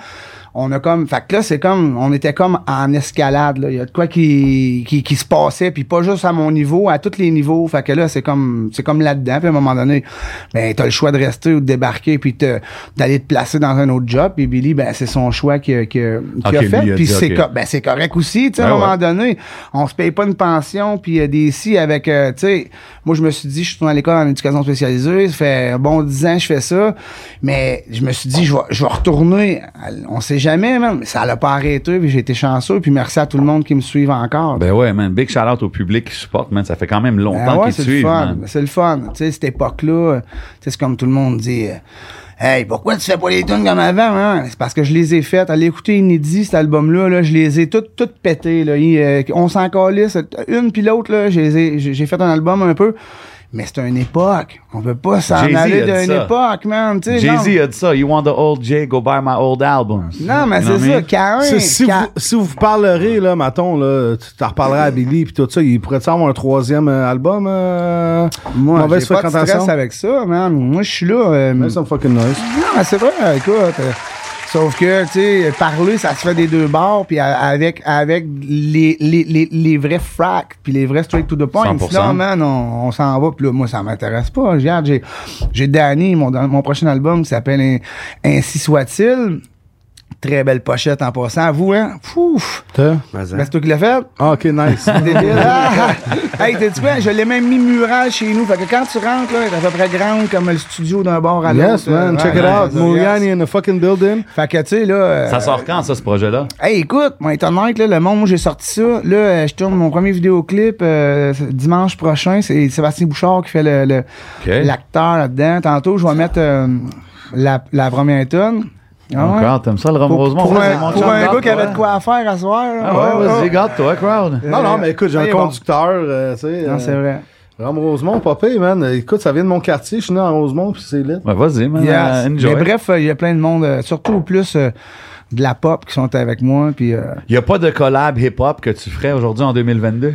Speaker 3: On a comme, fait que là, c'est comme, on était comme en escalade, là. Il y a de quoi qui, qui, qui se passait, puis pas juste à mon niveau, à tous les niveaux. Fait que là, c'est comme, c'est comme là-dedans. Puis à un moment donné, ben, t'as le choix de rester ou de débarquer, puis te- d'aller te placer dans un autre job. Puis Billy, ben, c'est son choix qu'il qu'il- qu'il
Speaker 4: Ok,
Speaker 3: a
Speaker 4: lui,
Speaker 3: fait.
Speaker 4: il a
Speaker 3: Puis
Speaker 4: dit,
Speaker 3: c'est
Speaker 4: ok.
Speaker 3: co- ben, c'est correct aussi, tu sais, à un
Speaker 4: Ben
Speaker 3: moment
Speaker 4: ouais.
Speaker 3: donné, on se paye pas une pension, puis euh, des si avec, euh, tu sais, moi, je me suis dit, je suis tourné à l'école en éducation spécialisée, ça fait un bon 10 ans que je fais ça, mais je me suis dit, je vais, je vais retourner, on sait jamais, même, mais ça l'a pas arrêté, puis j'ai été chanceux, puis merci à tout le monde qui me suivent encore.
Speaker 4: Ben ouais, man. Big shout-out au public qui supporte, man. Ça fait quand même
Speaker 3: Ben
Speaker 4: longtemps
Speaker 3: ouais,
Speaker 4: qu'ils te
Speaker 3: c'est le
Speaker 4: suivent,
Speaker 3: fun.
Speaker 4: man.
Speaker 3: C'est le fun. Tu sais, cette époque-là, euh, tu sais, c'est comme tout le monde dit. euh, Hey, pourquoi tu fais pas les tunes comme avant, hein? C'est parce que je les ai faites. Allez écouter Inédit, cet album-là, là, je les ai toutes, toutes euh, pétées, là. Il, euh, on s'en calisse. Une puis l'autre, là, je les ai- j'ai j'ai fait un album un peu. Mais c'est une époque. On peut pas s'en
Speaker 4: Jay-Z
Speaker 3: aller
Speaker 4: a dit
Speaker 3: d'une
Speaker 4: ça.
Speaker 3: époque, man. tu sais,
Speaker 4: Jay-Z a dit ça. You want the old Jay, go buy my old album.
Speaker 3: non. non, mais
Speaker 4: You know
Speaker 3: c'est
Speaker 4: what I
Speaker 3: ça.
Speaker 4: mean?
Speaker 3: Cain.
Speaker 2: Si, si
Speaker 3: Cain-
Speaker 2: vous, si vous parlerez, là, mettons, là, tu t'en reparlerais à Billy puis tout ça, il pourrait avoir un troisième euh, album, euh,
Speaker 3: Moi,
Speaker 2: Mauvaise
Speaker 3: j'ai pas de
Speaker 2: fréquentation.
Speaker 3: stress avec ça, man. Moi, je suis là. euh,
Speaker 2: Make some fucking noise.
Speaker 3: Non, mais c'est vrai, écoute. euh, Sauf que, tu sais, parler, ça se fait des deux bords, puis a- avec, avec les, les, les, les vrais facts, puis les vrais straight to the point.
Speaker 4: 100%.
Speaker 3: Sinon, man, on, on s'en va, puis là, moi, ça m'intéresse pas. Regarde, j'ai, j'ai Danny, mon, mon prochain album qui s'appelle Ain- Ainsi soit-il. Très belle pochette en passant. Vous, hein? Pouf!
Speaker 2: T'as-
Speaker 7: Vas-y.
Speaker 3: Ben, c'est toi qui l'as fait?
Speaker 2: Ah, ok, nice.
Speaker 3: Débile. Ah! hey, t'es-tu bien? Je l'ai même mis mural chez nous. Fait que quand tu rentres, là, t'es à peu près grande comme le studio d'un bord à l'autre.
Speaker 2: yes, man,
Speaker 3: Euh,
Speaker 2: check
Speaker 3: ouais,
Speaker 2: it
Speaker 3: ouais,
Speaker 2: out.
Speaker 3: c'est ça,
Speaker 2: Mouliani
Speaker 3: yes.
Speaker 2: in the fucking building.
Speaker 3: Fait que, tu sais, là. euh,
Speaker 4: Ça sort quand, ça, ce projet-là?
Speaker 3: Hey, écoute, moi, étant honnête, là, le monde, moi, j'ai sorti ça. Là, euh, je tourne mon premier vidéoclip euh, c'est dimanche prochain. C'est Sébastien Bouchard qui fait le- le- l'acteur là-dedans. Tantôt, je vais mettre euh, la, la première tonne. Ah ouais.
Speaker 4: Encore, t'aimes ça, le rhum
Speaker 3: Pour,
Speaker 4: Rosemont?
Speaker 3: pour
Speaker 4: Ouais,
Speaker 3: un,
Speaker 4: mon
Speaker 3: pour
Speaker 4: chum,
Speaker 3: un
Speaker 4: garde,
Speaker 3: gars qui avait Oh,
Speaker 4: ouais.
Speaker 3: de quoi à faire à soir. là.
Speaker 4: Ah ouais,
Speaker 3: Ouais,
Speaker 4: vas-y,
Speaker 3: ouais.
Speaker 4: garde-toi, crowd.
Speaker 2: Non, non, mais écoute, j'ai
Speaker 3: Ah, il
Speaker 2: un
Speaker 3: est bon.
Speaker 2: conducteur, euh, tu sais.
Speaker 3: Non,
Speaker 2: euh,
Speaker 3: c'est vrai.
Speaker 2: Rome Rosemont, papé, man. Écoute, ça vient de mon quartier. Je suis né à Rosemont, puis c'est lit.
Speaker 4: Ouais, vas-y, man.
Speaker 3: Yes.
Speaker 4: euh, Enjoy.
Speaker 3: Mais bref, euh, il y a plein de monde, euh, surtout au plus euh, de la pop qui sont avec moi. Puis, euh,
Speaker 4: Il n'y a pas de collab hip-hop que tu ferais aujourd'hui en 2022?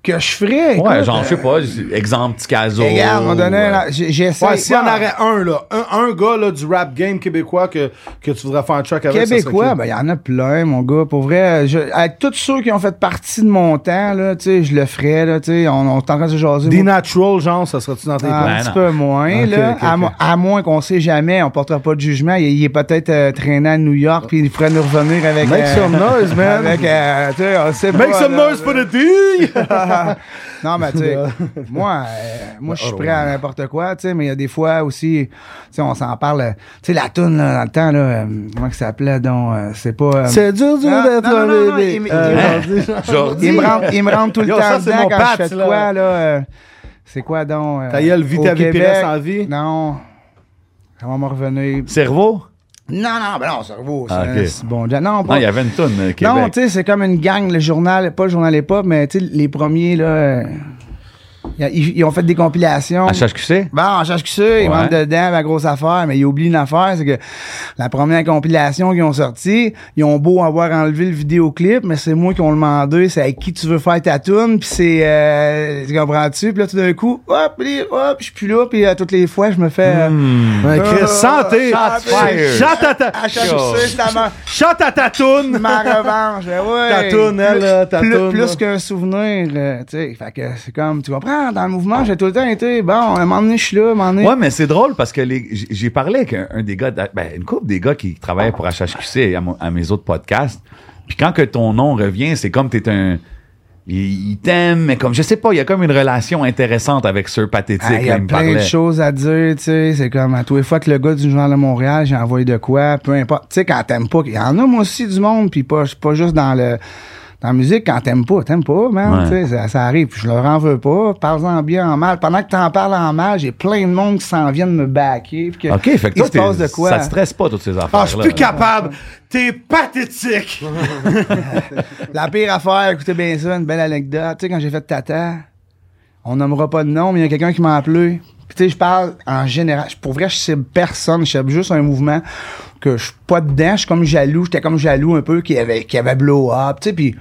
Speaker 3: que je ferais. écoute,
Speaker 4: ouais, genre, je sais
Speaker 3: euh,
Speaker 4: pas, exemple, petit caso.
Speaker 3: Regarde, on donnait. là, j'ai- J'essaie.
Speaker 2: Ouais, s'il y en aurait un, là. Un, un gars, là, du rap game québécois que, que tu voudrais faire un track avec. ça serait
Speaker 3: Québécois,
Speaker 2: qui?
Speaker 3: ben, il y en a plein, mon gars. Pour vrai, euh, je, avec tous ceux qui ont fait partie de mon temps, là, tu sais, je le ferais, là, tu sais, on, on est en train de se jaser.
Speaker 2: Des natural, genre, ça serait-tu dans tes
Speaker 3: Ah,
Speaker 2: plans?
Speaker 3: un
Speaker 4: Ben
Speaker 3: petit
Speaker 4: non.
Speaker 3: peu moins,
Speaker 2: Ok,
Speaker 3: là.
Speaker 2: ok,
Speaker 3: à,
Speaker 2: ok.
Speaker 3: mo- à moins qu'on sait jamais, on portera pas de jugement. Il, il est peut-être euh, traîné à New York, puis il pourrait nous revenir avec.
Speaker 2: Make
Speaker 3: euh,
Speaker 2: some noise, man.
Speaker 3: Avec, euh, tu sais, on sait
Speaker 2: Make
Speaker 3: pas,
Speaker 2: some
Speaker 3: là,
Speaker 2: noise for the D!
Speaker 3: non, mais tu sais, moi, euh, moi
Speaker 2: Oh,
Speaker 3: je suis prêt à n'importe quoi, tu sais, mais il y a des fois aussi, tu sais, on s'en parle. euh, Tu sais, la toune, là, dans le temps, là, euh, comment que ça s'appelait, donc, euh, c'est pas. euh,
Speaker 2: C'est dur, dur
Speaker 3: Non,
Speaker 2: d'être
Speaker 3: non, non, non,
Speaker 2: un
Speaker 3: non,
Speaker 2: bébé.
Speaker 3: il me-
Speaker 2: Euh,
Speaker 3: Il me rentre, il me rentre tout le
Speaker 2: Yo,
Speaker 3: temps
Speaker 2: ça, c'est
Speaker 3: dedans
Speaker 2: mon
Speaker 3: quand
Speaker 2: patch,
Speaker 3: je fais de
Speaker 2: là.
Speaker 3: quoi, là. euh, c'est quoi, donc. euh,
Speaker 2: Ta gueule, vis
Speaker 3: au
Speaker 2: ta vie, puis
Speaker 3: Québec?
Speaker 2: reste en vie.
Speaker 3: Non. Ça va m'en revenir.
Speaker 4: Cerveau?
Speaker 3: Non, non, ben non, cerveau, c'est
Speaker 4: Ah,
Speaker 3: un
Speaker 4: ok.
Speaker 3: si bon. Jack. Non,
Speaker 4: Non,
Speaker 3: pas.
Speaker 4: il y avait une toune, euh, Québec.
Speaker 3: Non, tu sais, c'est comme une gang, le journal, pas le journal hip mais tu sais, les premiers, là, euh, y a- ils, ils ont fait des compilations.
Speaker 4: À HHQC?
Speaker 3: Bon, on cherche que ça, ils
Speaker 4: Ouais.
Speaker 3: rentrent dedans, ma grosse affaire, mais ils oublient une affaire, c'est que la première compilation qu'ils ont sortie, ils ont beau avoir enlevé le vidéoclip, mais c'est moi qui ont demandé, c'est avec qui tu veux faire ta tune, puis c'est, euh, tu comprends-tu, puis là tout d'un coup, hop, les- hop, je suis plus là, puis euh, toutes les fois, je me fais... euh,
Speaker 2: Ouais, Chris,
Speaker 3: euh,
Speaker 2: santé!
Speaker 3: shots
Speaker 4: fired.
Speaker 2: Chante à ta...
Speaker 3: À chaque
Speaker 4: Yo.
Speaker 3: sucre, la main.
Speaker 2: Chante à ta toune!
Speaker 3: ma revanche. Ben ouais.
Speaker 2: Ta toune, elle,
Speaker 3: Plus-
Speaker 2: là, ta
Speaker 3: plus,
Speaker 2: toune, là.
Speaker 3: Plus qu'un souvenir, euh, tu sais. Fait que c'est comme, tu comprends, dans le mouvement, j'ai tout le temps été, bon, à un moment donné, je suis là, à un moment donné.
Speaker 4: Ouais, mais c'est drôle parce que les- j- j'ai parlé avec un, un des gars, de- ben, une couple des gars qui travaillent pour HHQC à, mon- à mes autres podcasts. Puis quand que ton nom revient, c'est comme t'es un. Il, il t'aime, mais comme je sais pas, il y a comme une relation intéressante avec ce pathétique.
Speaker 3: Ah, Il y
Speaker 4: là,
Speaker 3: a
Speaker 4: il me
Speaker 3: plein de
Speaker 4: parlait.
Speaker 3: choses à dire, tu sais. C'est comme à tous les fois que le gars du Journal de Montréal, j'ai envoyé de quoi, peu importe. Tu sais, quand t'aimes pas, il y en a moi aussi du monde, puis pas, c'est pas juste dans le. Dans la musique, quand t'aimes pas, t'aimes pas, man.
Speaker 4: Ouais.
Speaker 3: tu sais, Ça, ça arrive, puis je leur en veux pas. Parle-en bien, en mal. Pendant que t'en parles en mal, j'ai plein de monde qui s'en viennent me baquer. puis que
Speaker 4: Ok, fait
Speaker 3: il
Speaker 4: que toi,
Speaker 3: se passe
Speaker 4: t'es-
Speaker 3: de quoi.
Speaker 4: ça te stresse pas toutes ces affaires.
Speaker 2: Ah, je suis plus capable! T'es pathétique!
Speaker 3: La pire affaire, écoutez bien ça, une belle anecdote. Tu sais, quand j'ai fait Tata, on nommera pas de nom, mais il y a quelqu'un qui m'a appelé. Puis tu sais, je parle en général. Pour vrai, je cible personne. Je cible juste un mouvement que je suis pas dedans. Je suis comme jaloux. J'étais comme jaloux un peu qui avait, qui avait blow up. Tu sais, puis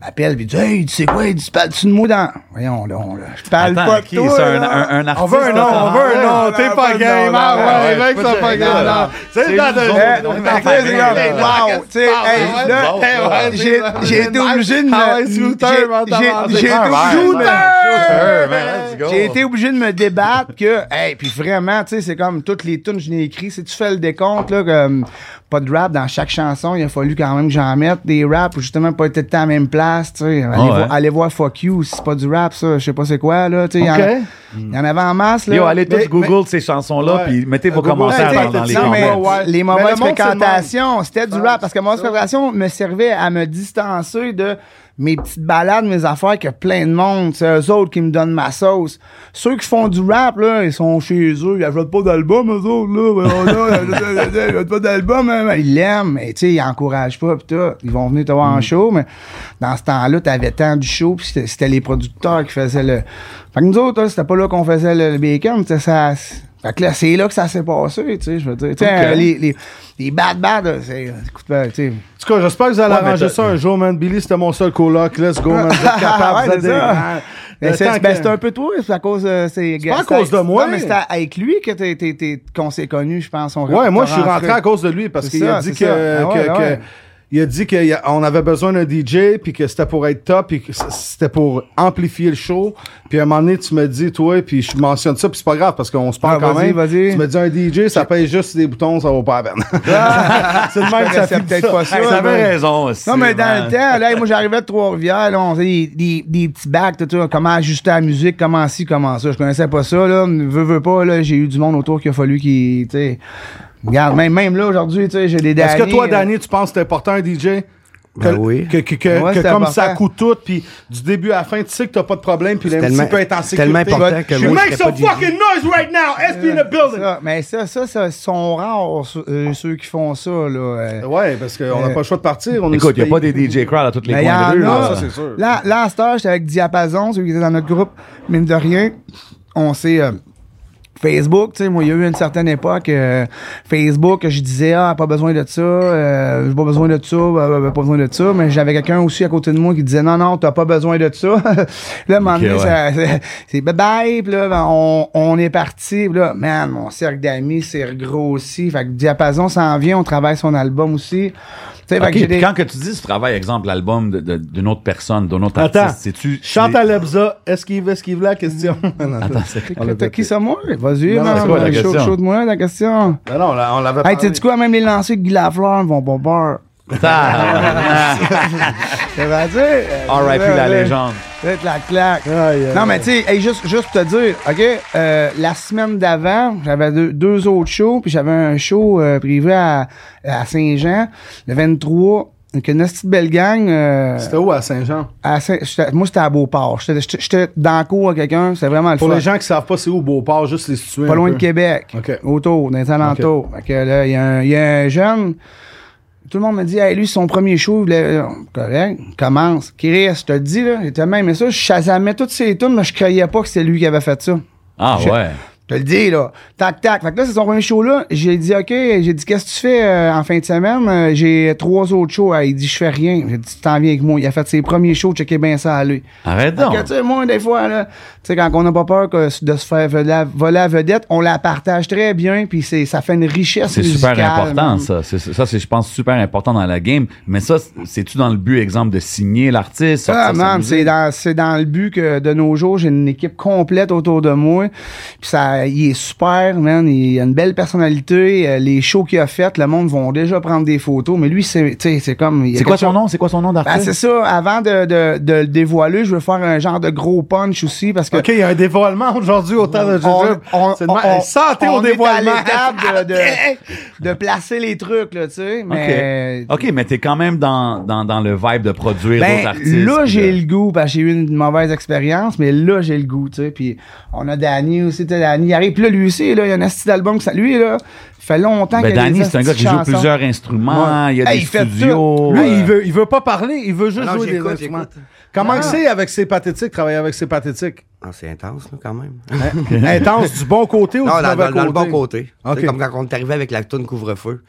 Speaker 3: il m'appelle, puis il dit Hey, tu sais quoi, il dit, tu parles-tu de moi dans. Voyons, là, on, là. Je parle
Speaker 4: Attends,
Speaker 3: pas de
Speaker 4: qui,
Speaker 3: toi,
Speaker 4: c'est un-
Speaker 3: là.
Speaker 4: un- un artiste,
Speaker 2: On veut un nom,
Speaker 4: Ah,
Speaker 2: on veut un nom!
Speaker 3: ouais,
Speaker 2: T'es
Speaker 3: ouais,
Speaker 2: pas
Speaker 3: ouais,
Speaker 2: game!
Speaker 3: non,
Speaker 2: Ah
Speaker 3: non,
Speaker 2: ouais,
Speaker 4: ouais,
Speaker 2: mec,
Speaker 4: c'est
Speaker 2: ça
Speaker 4: pas
Speaker 2: pas
Speaker 4: game,
Speaker 2: game!
Speaker 4: non,
Speaker 2: non.
Speaker 4: non.
Speaker 2: C'est
Speaker 4: C'est
Speaker 2: dans
Speaker 4: nous
Speaker 2: le-
Speaker 4: autres,
Speaker 2: Eh,
Speaker 4: on est
Speaker 2: on
Speaker 4: dans
Speaker 2: est
Speaker 4: le game.
Speaker 2: dans le-
Speaker 3: Wow, tu sais, hey, là,
Speaker 2: Eh ouais,
Speaker 3: j'ai
Speaker 2: c'est ça.
Speaker 3: j'ai été obligé de
Speaker 2: Ah
Speaker 3: me.
Speaker 2: ouais,
Speaker 3: j'ai-
Speaker 2: shooter, man,
Speaker 3: j'ai- J'ai été
Speaker 4: Ah,
Speaker 2: tabarnak.
Speaker 3: obligé de me-
Speaker 4: Shooter, man, let's go.
Speaker 3: J'ai été obligé de me débattre que, hey, puis vraiment, tu sais, c'est comme toutes les tunes que je n'ai écrites. Si tu fais le décompte, là, comme pas de rap dans chaque chanson, il a fallu quand même que j'en mette des raps ou justement pas être tout le temps à la même place, tu sais. Allez,
Speaker 4: Ah ouais.
Speaker 3: voir- allez voir Fuck You, si c'est pas du rap, ça, je sais pas c'est quoi, là, tu sais. il y en a-
Speaker 4: Ok.
Speaker 3: Il y en avait en masse, là.
Speaker 4: Yo, allez tous
Speaker 3: Mais-
Speaker 4: Google ces chansons-là,
Speaker 2: Ouais.
Speaker 4: puis mettez vos
Speaker 2: Google,
Speaker 4: commentaires
Speaker 2: ouais,
Speaker 4: dans, dans les
Speaker 3: non, mais
Speaker 4: commentaires.
Speaker 2: Ouais.
Speaker 3: les
Speaker 2: Mais
Speaker 3: mauvaises
Speaker 2: le monde, c'est le monde.
Speaker 3: fréquentations, c'était du rap parce que mauvaise fréquentation me servait à me distancer de mes petites balades, mes affaires que plein de monde, c'est eux autres qui me donnent ma sauce. Ceux qui font du rap là, ils sont chez eux, ils achètent pas d'album eux autres là, Ben, là, ils achètent pas d'album, hein. ils l'aiment, mais tu sais, ils encouragent pas pis tout. Ils vont venir te voir en show, mais dans ce temps-là, t'avais tant du show pis c'était- c'était les producteurs qui faisaient le. Fait que nous autres, là, c'était pas le là, qu'on faisait le, le bacon, tu sais, ça. Fait que là, c'est là que ça s'est passé, tu sais, je veux dire. Tu sais,
Speaker 4: Ok.
Speaker 3: euh, les, les, les bad bad, là, c'est. écoute, ben, tu sais.
Speaker 2: En tout cas, j'espère que vous allez
Speaker 4: Ouais, mais
Speaker 2: arranger
Speaker 4: t'as-
Speaker 2: ça un jour, man. Billy, c'était mon seul coloc. Let's go, man. Vous êtes capable,
Speaker 3: Ouais,
Speaker 2: vous êtes
Speaker 3: c'est
Speaker 2: des-
Speaker 3: ça.
Speaker 2: hein.
Speaker 3: Ben,
Speaker 2: Le temps
Speaker 3: c'est
Speaker 2: que-
Speaker 3: ben, c'est un peu toi, c'est à cause. euh, C'est
Speaker 2: pas à cause de moi.
Speaker 3: Non, mais c'est à- avec lui que t'es- t'es- t'es- qu'on s'est connus, je pense. on
Speaker 2: Ouais,
Speaker 3: rentre-
Speaker 2: moi, je suis
Speaker 3: on
Speaker 2: rentré à cause de lui parce
Speaker 3: C'est
Speaker 2: qu'il a
Speaker 3: ça,
Speaker 2: dit
Speaker 3: c'est
Speaker 2: que,
Speaker 3: ça. Ah ouais,
Speaker 2: que-
Speaker 3: ah
Speaker 2: que-
Speaker 3: ouais.
Speaker 2: il a dit qu'on avait besoin d'un DJ puis que c'était pour être top puis que c- c'était pour amplifier le show. Puis à un moment donné, tu me dis, toi, puis je mentionne ça puis c'est pas grave parce qu'on se parle
Speaker 3: Ah,
Speaker 2: quand
Speaker 3: vas-y,
Speaker 2: même.
Speaker 3: vas-y.
Speaker 2: Tu me dis un DJ, ça paye juste des boutons, ça vaut pas la peine. c'est le même que ça
Speaker 3: connaissais
Speaker 2: fait
Speaker 3: peut-être
Speaker 2: ça.
Speaker 3: pas ça,
Speaker 2: Hey,
Speaker 4: Vous
Speaker 3: ouais,
Speaker 2: avait-
Speaker 4: avez
Speaker 3: ben-
Speaker 4: raison aussi.
Speaker 3: Non, mais dans
Speaker 4: man.
Speaker 3: le temps, là, moi, j'arrivais de Trois-Rivières, là, on faisait des, des, des petits bacs, tout ça, comment ajuster la musique, comment ci, comment ça. Je connaissais pas ça, là. Veux, veux pas, là, j'ai eu du monde autour qu'il a fallu qu'il, tu sais. Regarde, même, même là, aujourd'hui, tu sais, j'ai des
Speaker 2: Est-ce que toi,
Speaker 3: Danny, euh,
Speaker 2: Danny, tu penses que c'est important un DJ? Que,
Speaker 7: Ben oui.
Speaker 2: que, que, que-
Speaker 3: Ouais,
Speaker 2: que
Speaker 3: c'est
Speaker 2: comme ça
Speaker 3: important.
Speaker 2: coûte tout, puis du début à la fin, tu sais que t'as pas de problème, puis l'MC
Speaker 7: tellement-
Speaker 2: peut être en sécurité.
Speaker 7: tellement important que
Speaker 2: You
Speaker 7: moi,
Speaker 2: make
Speaker 7: je serais
Speaker 2: some
Speaker 7: pas DJ.
Speaker 2: fucking noise right now! SP in the building!
Speaker 3: ça, mais ça, ça, ça, sont rares, ceux- euh, ceux qui font ça, là. euh.
Speaker 2: Ouais, parce qu'on n'a
Speaker 3: Euh,
Speaker 2: pas le choix de partir. On
Speaker 4: Écoute,
Speaker 2: il
Speaker 4: il n'y a pas des DJ crowd à toutes les
Speaker 3: Mais y
Speaker 4: coins de
Speaker 3: en a.
Speaker 4: rue. là.
Speaker 2: ça, c'est sûr.
Speaker 3: Là, là, à cette heure, j'étais avec Diapason, celui qui était dans notre groupe. Mine de rien, on s'est... euh, Facebook, tu sais, moi, il y a eu une certaine époque, euh, Facebook, je disais, ah, pas besoin de ça, euh, j'ai pas besoin de ça, bah, bah, bah, pas besoin de ça, mais j'avais quelqu'un aussi à côté de moi qui disait, non, non, t'as pas besoin de ça. là, à un moment
Speaker 4: Ok,
Speaker 3: donné,
Speaker 4: ouais.
Speaker 3: ça- c'est- c'est bye bye, puis là, ben, on, on est parti, puis là, man, mon cercle d'amis s'est regrossi, fait que Diapason s'en vient, on travaille son album aussi. Tu sais, fait
Speaker 4: Ok,
Speaker 3: que j'ai
Speaker 4: puis
Speaker 3: des-
Speaker 4: Quand que tu dis ce travail, exemple, l'album de- de- d'une autre personne, d'un autre
Speaker 2: Attends.
Speaker 4: artiste, c'est-tu...
Speaker 2: Chantal Lebza, esquive, esquive la question. non,
Speaker 4: Attends, c'est-
Speaker 2: On l'a
Speaker 3: T'as
Speaker 2: pété.
Speaker 3: qui ça, moi? Vas-y,
Speaker 2: Non,
Speaker 3: man.
Speaker 4: c'est quoi la
Speaker 3: chaud,
Speaker 4: question?
Speaker 3: chaud de moi, la question.
Speaker 2: Ben non, on l'a- on l'avait
Speaker 3: Hey,
Speaker 2: parlé.
Speaker 3: tu quoi, même les lancers de Guy Lafleur vont pas peur.
Speaker 4: Ah,
Speaker 3: Ça va dire?
Speaker 4: R.I.P. la légende.
Speaker 3: Faites la claque.
Speaker 2: Aïe, aïe,
Speaker 3: Non, mais tu sais, hey, juste, juste pour te dire, OK, euh, la semaine d'avant, j'avais deux, deux autres shows, puis j'avais un show euh, privé à, à Saint-Jean, le 23. Donc, une petite belle gang. euh,
Speaker 2: C'était où à Saint-Jean?
Speaker 3: à Saint- j'étais- moi, j'étais à Beauport. J'étais- J'étais j'étais dans le cours à quelqu'un. C'était vraiment le
Speaker 2: Pour
Speaker 3: fun.
Speaker 2: les gens qui savent pas c'est où Beauport, juste les situer.
Speaker 3: Pas
Speaker 2: un
Speaker 3: loin
Speaker 2: peu.
Speaker 3: de Québec.
Speaker 2: OK.
Speaker 3: Autour, dans les alentours. Fait que là, il y, a un- il y a un jeune. Tout le monde me dit, hey, lui, son premier show, il voulait- euh, correct, commence. Chris, je te le dis, là, j'ai tellement aimé ça. Je chasamais toutes ses tunes, mais je croyais pas que c'est lui qui avait fait ça.
Speaker 4: Ah
Speaker 3: Je-
Speaker 4: ouais.
Speaker 3: Je te le dis, là. Tac, tac. Fait que là, c'est son premier show, là. J'ai dit, OK, j'ai dit, qu'est-ce que tu fais euh, en fin de semaine? Euh, J'ai trois autres shows. Ah, Il dit, je fais rien. J'ai dit, tu t'en viens avec moi. Il a fait ses premiers shows, checkez bien ça à lui.
Speaker 4: Arrête
Speaker 3: Fait
Speaker 4: donc.
Speaker 3: que, tu sais, moi, des fois, là, tu sais, quand on n'a pas peur que- de se faire voler la, voler la vedette, on la partage très bien, puis c'est, ça fait une richesse
Speaker 4: C'est super
Speaker 3: musicale,
Speaker 4: important,
Speaker 3: man.
Speaker 4: ça. C'est- Ça, c'est, je pense, super important dans la game. Mais ça, c'est-tu dans le but, exemple, de signer l'artiste? sortir
Speaker 3: Ah,
Speaker 4: sa
Speaker 3: man,
Speaker 4: musique?
Speaker 3: c'est dans, c'est dans le but que de nos jours, j'ai une équipe complète autour de moi. Puis ça, il est super, man. Il a une belle personnalité. Euh, Les shows qu'il a fait, le monde vont déjà prendre des photos. Mais lui, c'est, tu sais, c'est comme. il y a
Speaker 4: C'est quoi
Speaker 3: quelque
Speaker 4: son
Speaker 3: chose-
Speaker 4: nom? C'est quoi son nom
Speaker 3: Ben, c'est
Speaker 4: d'artiste?
Speaker 3: ça. Avant de, de, de le dévoiler, je veux faire un genre de gros punch aussi parce que.
Speaker 2: OK, il y a un dévoilement aujourd'hui au temps de
Speaker 3: on,
Speaker 2: YouTube.
Speaker 3: on,
Speaker 2: C'est
Speaker 3: on-
Speaker 2: de ma-
Speaker 3: on-
Speaker 2: Santé
Speaker 3: on
Speaker 2: au dévoilement.
Speaker 3: est à l'étape de, de, de placer les trucs, là, tu sais. Mais,
Speaker 4: OK. OK, mais t'es quand même dans, dans, dans le vibe de produire d'autres
Speaker 3: Ben,
Speaker 4: artistes.
Speaker 3: là,
Speaker 4: puis
Speaker 3: j'ai
Speaker 4: de-
Speaker 3: le goût, parce que j'ai eu une mauvaise expérience, mais là, j'ai le goût, tu sais. Puis, on a Danny aussi, tu sais, Danny il arrive. Puis là, lui aussi, là, il y a un style d'album que ça, lui, là, fait longtemps
Speaker 4: Ben,
Speaker 3: qu'il y a
Speaker 4: Danny,
Speaker 3: des
Speaker 4: c'est un gars qui joue
Speaker 3: chansons.
Speaker 4: plusieurs instruments,
Speaker 3: Ouais.
Speaker 4: il y a
Speaker 3: Hey,
Speaker 4: des
Speaker 3: il fait
Speaker 4: studios.
Speaker 2: Lui,
Speaker 4: euh,
Speaker 2: il veut, il veut pas parler, il veut juste
Speaker 7: Non,
Speaker 2: jouer des
Speaker 7: j'écoute,
Speaker 2: instruments.
Speaker 7: j'écoute.
Speaker 2: Comment que c'est avec ses pathétiques, travailler avec ses pathétiques?
Speaker 7: Ah, c'est intense, là, quand même.
Speaker 2: Intense, du bon côté ou
Speaker 7: Non,
Speaker 2: du
Speaker 7: dans,
Speaker 2: mauvais
Speaker 7: dans-
Speaker 2: côté?
Speaker 7: dans le bon côté.
Speaker 2: Ok.
Speaker 7: C'est Comme quand on est arrivé avec la toune couvre-feu.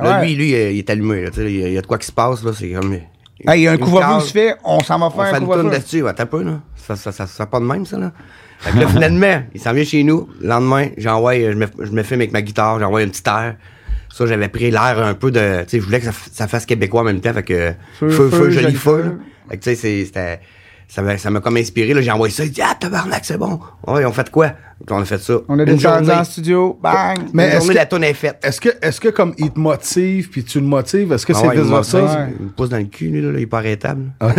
Speaker 7: Là,
Speaker 3: ouais.
Speaker 7: lui, lui, il est- il est allumé. là, tu sais, il y a- il y a de quoi qui se passe. là, C'est comme.
Speaker 3: Hey, il y a un
Speaker 7: une
Speaker 3: couvre-feu
Speaker 7: case.
Speaker 3: qui se fait, on s'en va
Speaker 7: On
Speaker 3: faire
Speaker 7: fait
Speaker 3: un
Speaker 7: une toune
Speaker 3: couvre-feu.
Speaker 7: là-dessus. Attends un peu, là. Ça, ça, ça, ça sera pas de même, ça, là. Fait que là, finalement, il s'en vient chez nous. Le lendemain, j'envoie, euh, je me, je me filme avec ma guitare, j'envoie un petit air. Ça, j'avais pris l'air un peu de. Tu sais, je voulais que ça, f- ça fasse québécois en même temps. Fait que. Feu, feu, joli feu. là. Fait que, tu sais, c'est- c'était. Ça m'a, ça m'a comme inspiré, là. J'ai envoyé ça. Il dit, ah, tabarnak, c'est bon. Ouais, on fait quoi? Puis on a fait ça.
Speaker 3: On a
Speaker 7: une
Speaker 3: descendu
Speaker 7: journée.
Speaker 3: en studio, bang!
Speaker 2: Mais
Speaker 7: une
Speaker 2: est-ce
Speaker 7: journée,
Speaker 2: que-
Speaker 7: la toune est faite.
Speaker 2: Est-ce que, est-ce que comme il te motive puis tu le motives, est-ce que
Speaker 7: Ah
Speaker 2: c'est
Speaker 7: ouais, il me
Speaker 2: vice
Speaker 7: montre
Speaker 2: versa?
Speaker 7: ça, Il me pousse dans le cul, lui, là, là, il est pas arrêtable.
Speaker 2: Pause.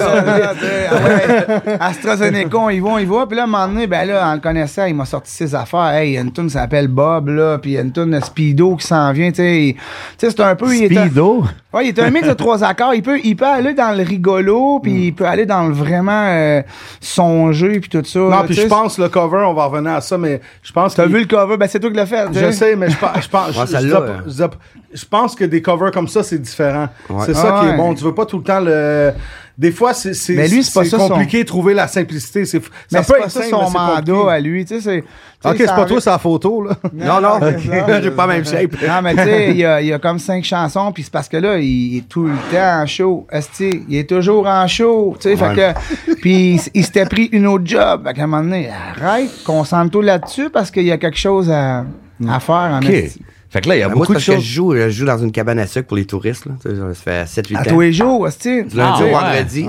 Speaker 3: Ah, tu sais, ah ouais, AstraZeneca, on y va, on y va. Puis là, à un moment donné, ben là, en le connaissant, il m'a sorti ses affaires. Hey, il y a une tune qui s'appelle Bob, là, puis il y a une tune de Speedo qui s'en vient, tu sais. Il- Tu sais, c'est un peu... il est un-
Speaker 4: Speedo?
Speaker 3: Ouais, il est un mix de trois accords. Il peut, il peut aller dans le rigolo, puis il peut aller dans le vraiment euh, songé, puis tout ça.
Speaker 2: Non,
Speaker 3: là,
Speaker 2: puis
Speaker 3: tu
Speaker 2: je
Speaker 3: sais.
Speaker 2: pense le cover, on va revenir à ça, mais je pense
Speaker 3: T'as
Speaker 2: qu'il-
Speaker 3: vu le cover? Ben, c'est toi qui l'as fait. tu
Speaker 2: Je sais, mais je pense, je pense,
Speaker 7: Ouais,
Speaker 2: je-
Speaker 7: celle-là,
Speaker 2: je dis pas-
Speaker 7: hein.
Speaker 2: je dis pas- je pense que des covers comme ça, c'est différent.
Speaker 7: Ouais.
Speaker 2: C'est ça
Speaker 3: Ah
Speaker 2: qui
Speaker 3: ouais.
Speaker 2: est bon. Tu veux pas tout le temps le, Des fois, c'est c'est-
Speaker 3: Mais lui, c'est pas
Speaker 2: c'est
Speaker 3: ça son-
Speaker 2: compliqué de trouver la simplicité. C'est
Speaker 3: Mais
Speaker 2: ça
Speaker 3: c'est
Speaker 2: peut
Speaker 3: pas
Speaker 2: être
Speaker 3: ça
Speaker 2: simple,
Speaker 3: son
Speaker 2: mais c'est compliqué.
Speaker 3: mandat à lui, tu sais. c'est- tu sais,
Speaker 2: Ok, c'est
Speaker 3: ça
Speaker 2: pas
Speaker 3: arrive-
Speaker 2: toi, c'est la photo, là.
Speaker 7: Non, non,
Speaker 3: c'est ça.
Speaker 7: j'ai pas la même shape.
Speaker 3: Non, mais tu sais, il y a, il y a comme cinq chansons, puis c'est parce que là, il est tout le temps en show. Esti, il est toujours en show, tu sais, fait
Speaker 7: Ouais.
Speaker 3: que... Puis il s- il s'était pris une autre job. Fait qu'à un moment donné, arrête, concentre-toi là-dessus, parce qu'il y a quelque chose à, à faire en
Speaker 4: OK.
Speaker 3: esti.
Speaker 4: Fait que là, il y a
Speaker 7: Ben, Moi,
Speaker 4: Ah, beaucoup
Speaker 7: c'est
Speaker 4: de
Speaker 7: parce que
Speaker 4: choses.
Speaker 7: je joue, je joue dans une cabane à sucre pour les touristes. Là. Tu sais, Ça fait 7-8 ans.
Speaker 3: À tous les jours, esti.
Speaker 7: Du lundi
Speaker 4: Ah,
Speaker 7: au
Speaker 4: ouais.
Speaker 7: vendredi. tu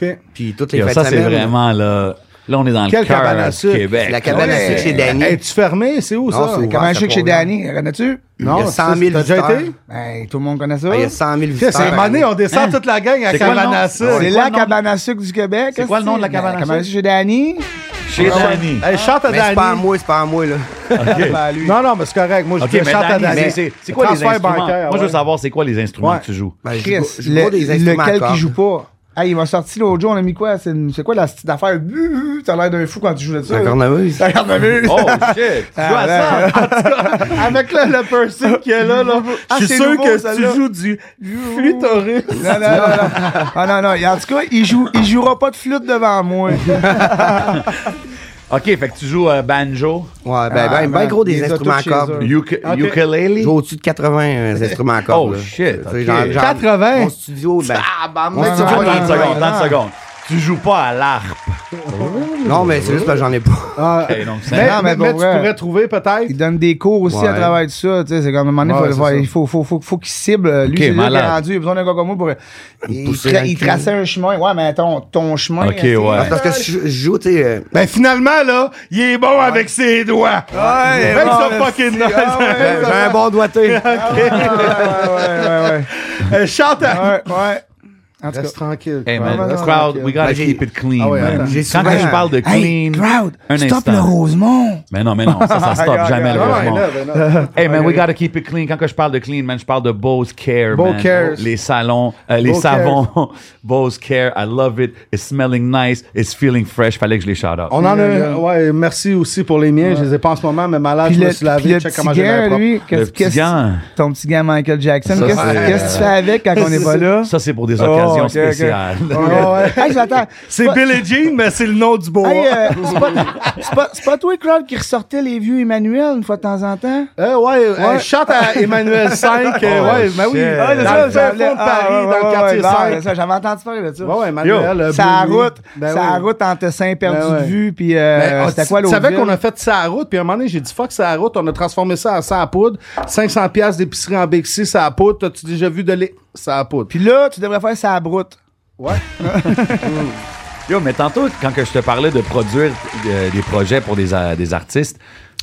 Speaker 7: sais.
Speaker 3: Ouais.
Speaker 2: Ok.
Speaker 7: Puis toutes les
Speaker 4: Yo,
Speaker 7: fêtes
Speaker 4: Ça,
Speaker 7: de
Speaker 4: c'est
Speaker 7: semaine.
Speaker 4: vraiment, là. Là, on est dans le
Speaker 2: Quelle cabane à
Speaker 4: cœur du
Speaker 2: sucre?
Speaker 4: Québec.
Speaker 7: La cabane à
Speaker 4: Ouais.
Speaker 7: sucre chez Danny.
Speaker 2: Es-tu fermé? C'est où,
Speaker 7: Non,
Speaker 2: ça?
Speaker 7: c'est-
Speaker 3: Comment
Speaker 7: Ouais,
Speaker 3: je sais que
Speaker 7: ça
Speaker 3: chez
Speaker 7: convient.
Speaker 3: Danny, connais-tu?
Speaker 2: Non,
Speaker 7: Il y a
Speaker 2: ça,
Speaker 7: 100 000
Speaker 2: t'as déjà été?
Speaker 7: visiteurs.
Speaker 3: Ben, tout le monde connaît ça.
Speaker 7: Ah, Il y a 100 000
Speaker 2: Qu'est-ce
Speaker 7: visiteurs.
Speaker 2: que C'est
Speaker 7: par
Speaker 2: mané,
Speaker 7: année.
Speaker 2: on descend
Speaker 3: Hein?
Speaker 2: toute la gang à
Speaker 4: C'est quoi le nom?
Speaker 2: Cabane à sucre.
Speaker 3: C'est
Speaker 4: C'est
Speaker 3: la
Speaker 4: quoi le nom?
Speaker 3: cabane à sucre du Québec.
Speaker 4: C'est quoi le nom de la
Speaker 3: esti. Ben,
Speaker 4: cabane à
Speaker 3: Cabane
Speaker 4: sucre?
Speaker 3: chez Danny.
Speaker 4: Chez Danny.
Speaker 2: Hey, chante à
Speaker 7: Mais c'est pas à
Speaker 2: Danny.
Speaker 7: moi, c'est pas à moi. Là.
Speaker 3: Ben, lui.
Speaker 2: Non, non, mais c'est correct. Moi, je
Speaker 4: OK,
Speaker 2: dis
Speaker 4: mais
Speaker 2: chante à
Speaker 4: Danny,
Speaker 2: Danny.
Speaker 4: c'est- c'est- c'est quoi les
Speaker 2: Transfert
Speaker 4: instruments?
Speaker 2: bancaire,
Speaker 4: Moi, je veux
Speaker 2: ouais.
Speaker 4: savoir, c'est quoi les instruments
Speaker 2: Ouais.
Speaker 4: que tu joues?
Speaker 7: Ben, je
Speaker 3: Chris,
Speaker 7: joue- je
Speaker 3: le-
Speaker 7: joue des instruments à
Speaker 3: lequel
Speaker 7: cordes.
Speaker 3: qui joue pas. Ah, il m'a sorti l'autre jour, on a mis quoi? C'est une- c'est quoi la petite affaire? Buh, T'as l'air d'un fou quand tu joues là-dessus.
Speaker 7: C'est un cornemuse.
Speaker 3: T'as l'air d'un mur.
Speaker 4: Oh, shit! Tu joues à ça?
Speaker 3: Ah, ben, Avec le, le piercing qu'il y a là, là. Ah,
Speaker 2: Je suis
Speaker 3: c'est
Speaker 2: sûr
Speaker 3: nouveau,
Speaker 2: que tu
Speaker 3: celle-là.
Speaker 2: joues du flûte
Speaker 3: Non, non, non, non. Ah, non, non. En tout cas, il, joue, il jouera pas de flûte devant moi.
Speaker 4: OK, fait que tu joues euh, banjo,
Speaker 7: Ouais, ben,
Speaker 3: Ah,
Speaker 7: ben, ben
Speaker 3: man,
Speaker 7: gros
Speaker 3: il
Speaker 7: des
Speaker 3: les a
Speaker 7: instruments à
Speaker 3: tous chez
Speaker 7: cordes.
Speaker 3: eux.
Speaker 4: uke- ukulele.
Speaker 7: Je joue au-dessus de 80 instruments à cordes.
Speaker 4: Oh,
Speaker 7: là.
Speaker 4: shit,
Speaker 7: Tu
Speaker 4: ok.
Speaker 7: sais, genre- genre-
Speaker 2: 80?
Speaker 7: Mon studio, ben,
Speaker 3: Ouais,
Speaker 4: Tu joues
Speaker 3: ouais,
Speaker 4: 30
Speaker 3: ouais,
Speaker 4: secondes,
Speaker 3: ouais.
Speaker 4: 30 secondes. Tu joues pas à l'arpe.
Speaker 7: Non, mais c'est juste parce que j'en ai pas.
Speaker 4: OK, donc c'est-
Speaker 2: Mais,
Speaker 3: Non,
Speaker 2: mais,
Speaker 3: mais
Speaker 2: mais
Speaker 3: pour
Speaker 2: tu
Speaker 3: vrai.
Speaker 2: pourrais trouver
Speaker 3: Il
Speaker 2: peut-être.
Speaker 3: donne des cours aussi
Speaker 7: Ouais.
Speaker 3: à travers de ça. Tu sais, c'est comme à un moment donné,
Speaker 2: Ouais,
Speaker 3: faut le
Speaker 2: c'est
Speaker 3: voir,
Speaker 2: ça.
Speaker 3: il faut, faut, faut, faut qu'il cible. euh, Lui,
Speaker 4: Ok,
Speaker 3: c'est lui qui est
Speaker 4: malade.
Speaker 3: rendu. Il a besoin d'un gars comme moi pour. euh, Il,
Speaker 7: pousser
Speaker 3: tra-
Speaker 7: dans le
Speaker 3: il
Speaker 7: cul.
Speaker 3: traçait un chemin. Ouais, mais ton, ton chemin.
Speaker 4: Ok,
Speaker 3: euh,
Speaker 4: ouais.
Speaker 7: C'est Parce que si je je joue, tu sais, euh,
Speaker 2: Ben finalement, là, il est bon avec ses doigts.
Speaker 3: Ouais,
Speaker 2: Même
Speaker 3: bon,
Speaker 2: ça
Speaker 3: merci.
Speaker 2: fucking
Speaker 3: Ah ouais,
Speaker 2: nice.
Speaker 7: j'ai un bon doigté.
Speaker 3: ouais, ouais, ouais,
Speaker 2: Euh, Chante à...
Speaker 3: ouais. ouais, ouais. En tout
Speaker 2: Eh, Reste
Speaker 3: cas.
Speaker 2: tranquille.
Speaker 4: Hey,
Speaker 3: Ouais,
Speaker 4: man,
Speaker 3: ouais,
Speaker 4: crowd,
Speaker 2: ouais.
Speaker 4: we gotta
Speaker 7: Ben, j'ai-
Speaker 4: keep it clean,
Speaker 2: Ah ouais,
Speaker 4: man.
Speaker 2: attends.
Speaker 7: J'ai
Speaker 4: Quand
Speaker 7: souvent-
Speaker 4: je parle de
Speaker 3: Hey,
Speaker 4: clean...
Speaker 3: crowd,
Speaker 4: un
Speaker 3: stop
Speaker 4: instant.
Speaker 3: le Rosemont.
Speaker 4: Mais non, mais non, ça, ça stoppe jamais le
Speaker 2: Ah,
Speaker 4: Rosemont.
Speaker 2: ouais, là, ben, non.
Speaker 4: Hey man, we gotta keep it clean. Quand que je parle de clean, man, je parle de Bose Care,
Speaker 2: Bose
Speaker 4: man.
Speaker 2: Cares.
Speaker 4: Les salons, euh, les
Speaker 2: Bose
Speaker 4: savons. Bose Care, I love it. It's smelling nice. It's feeling fresh. Fallait que je les shout out.
Speaker 2: On en a un. euh, Ouais, merci aussi pour les miens. Je les ai pas en ce moment, mais malade,
Speaker 3: Puis
Speaker 2: je
Speaker 3: le,
Speaker 2: me suis lavé.
Speaker 3: puis le
Speaker 2: check
Speaker 3: petit
Speaker 2: comment j'ai
Speaker 3: gars,
Speaker 2: l'air propre.
Speaker 3: lui,
Speaker 4: Le
Speaker 3: qu'est-ce
Speaker 4: petit
Speaker 3: qu'est-ce-
Speaker 4: gars.
Speaker 3: ton petit gars Michael Jackson,
Speaker 4: Ça,
Speaker 3: qu'est-ce
Speaker 4: c'est-
Speaker 3: qu'est-ce que tu fais avec quand on n'est pas là?
Speaker 4: Ça, c'est pour des occasions
Speaker 3: Oh, ok, ok.
Speaker 4: spéciales.
Speaker 2: Ah ouais.
Speaker 3: Hey, j'attends.
Speaker 2: C'est Billie Jean, mais c'est le nom du beau.
Speaker 3: Hey, euh, c'est pas, c'est pas, c'est pas toi, crowd, qui ressortait les vieux Emmanuel une fois de temps en temps?
Speaker 2: Euh, ouais, euh, chante à Emmanuel V. euh,
Speaker 4: Oh,
Speaker 2: ouais, ben oui.
Speaker 4: shit.
Speaker 2: Dans
Speaker 4: Ah, c'est
Speaker 2: le
Speaker 4: ça,
Speaker 2: fin fond de
Speaker 3: Ah,
Speaker 2: Paris, dans le quartier 5.
Speaker 3: J'avais entendu parler de ça.
Speaker 2: Ouais, ouais, Emmanuel. euh,
Speaker 3: Sa
Speaker 2: Billy.
Speaker 3: route,
Speaker 2: Ben
Speaker 3: sa
Speaker 2: ouais.
Speaker 3: route entre Saint-Perdu
Speaker 2: Ben ouais.
Speaker 3: de Vue, puis euh,
Speaker 2: Ben,
Speaker 3: c'était
Speaker 2: on-
Speaker 3: quoi
Speaker 2: tu
Speaker 3: l'autre?
Speaker 2: savais
Speaker 3: ville?
Speaker 2: qu'on a fait ça à route, puis à un moment donné, j'ai dit fuck ça à route, on a transformé ça en ça à poudre, 500 pièces d'épicerie en Bixi, ça à poudre, t'as-tu déjà vu de lait? Ça à poudre.
Speaker 3: Puis là, tu devrais faire sa broute.
Speaker 4: Yo, mais tantôt, quand que je te parlais de produire euh, des projets pour des, a- des artistes,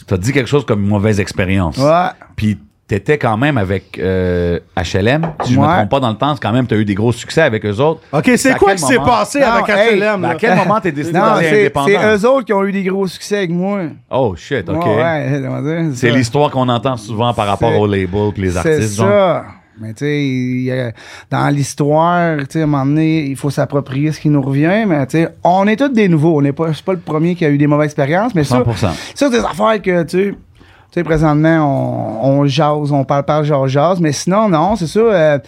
Speaker 4: t'as dit quelque chose comme une mauvaise expérience.
Speaker 3: Ouais.
Speaker 4: Puis t'étais quand même avec euh, HLM. Si je me
Speaker 3: Ouais.
Speaker 4: trompe pas dans le temps, c'est quand même t'as eu des gros succès avec eux autres.
Speaker 2: OK, c'est
Speaker 4: À
Speaker 2: quoi
Speaker 4: quel
Speaker 2: qui s'est
Speaker 4: moment?
Speaker 2: passé
Speaker 3: Non,
Speaker 2: avec
Speaker 3: hey,
Speaker 2: HLM?
Speaker 4: Mais à
Speaker 2: là?
Speaker 4: quel moment t'es décidé
Speaker 3: Non,
Speaker 4: d'aller
Speaker 3: c'est c'est
Speaker 4: indépendant?
Speaker 3: eux autres qui ont eu des gros succès avec moi.
Speaker 4: Oh shit, ok.
Speaker 3: Ouais, ouais, comment dire,
Speaker 4: C'est
Speaker 3: ça.
Speaker 4: l'histoire qu'on entend souvent par rapport
Speaker 3: C'est-
Speaker 4: aux labels et les
Speaker 3: C'est
Speaker 4: artistes. genre.
Speaker 3: ça. Mais tu sais, il y a- dans l'histoire, tu sais, à un moment donné, il faut s'approprier ce qui nous revient. Mais tu sais, on est tous des nouveaux. On n'est pas, je suis pas le premier qui a eu des mauvaises expériences. Mais ça,
Speaker 4: 100%.
Speaker 3: ça, c'est des affaires que tu sais, tu sais, présentement, on, on jase, on parle, parle, jase, jase. Mais sinon, non, c'est ça. euh,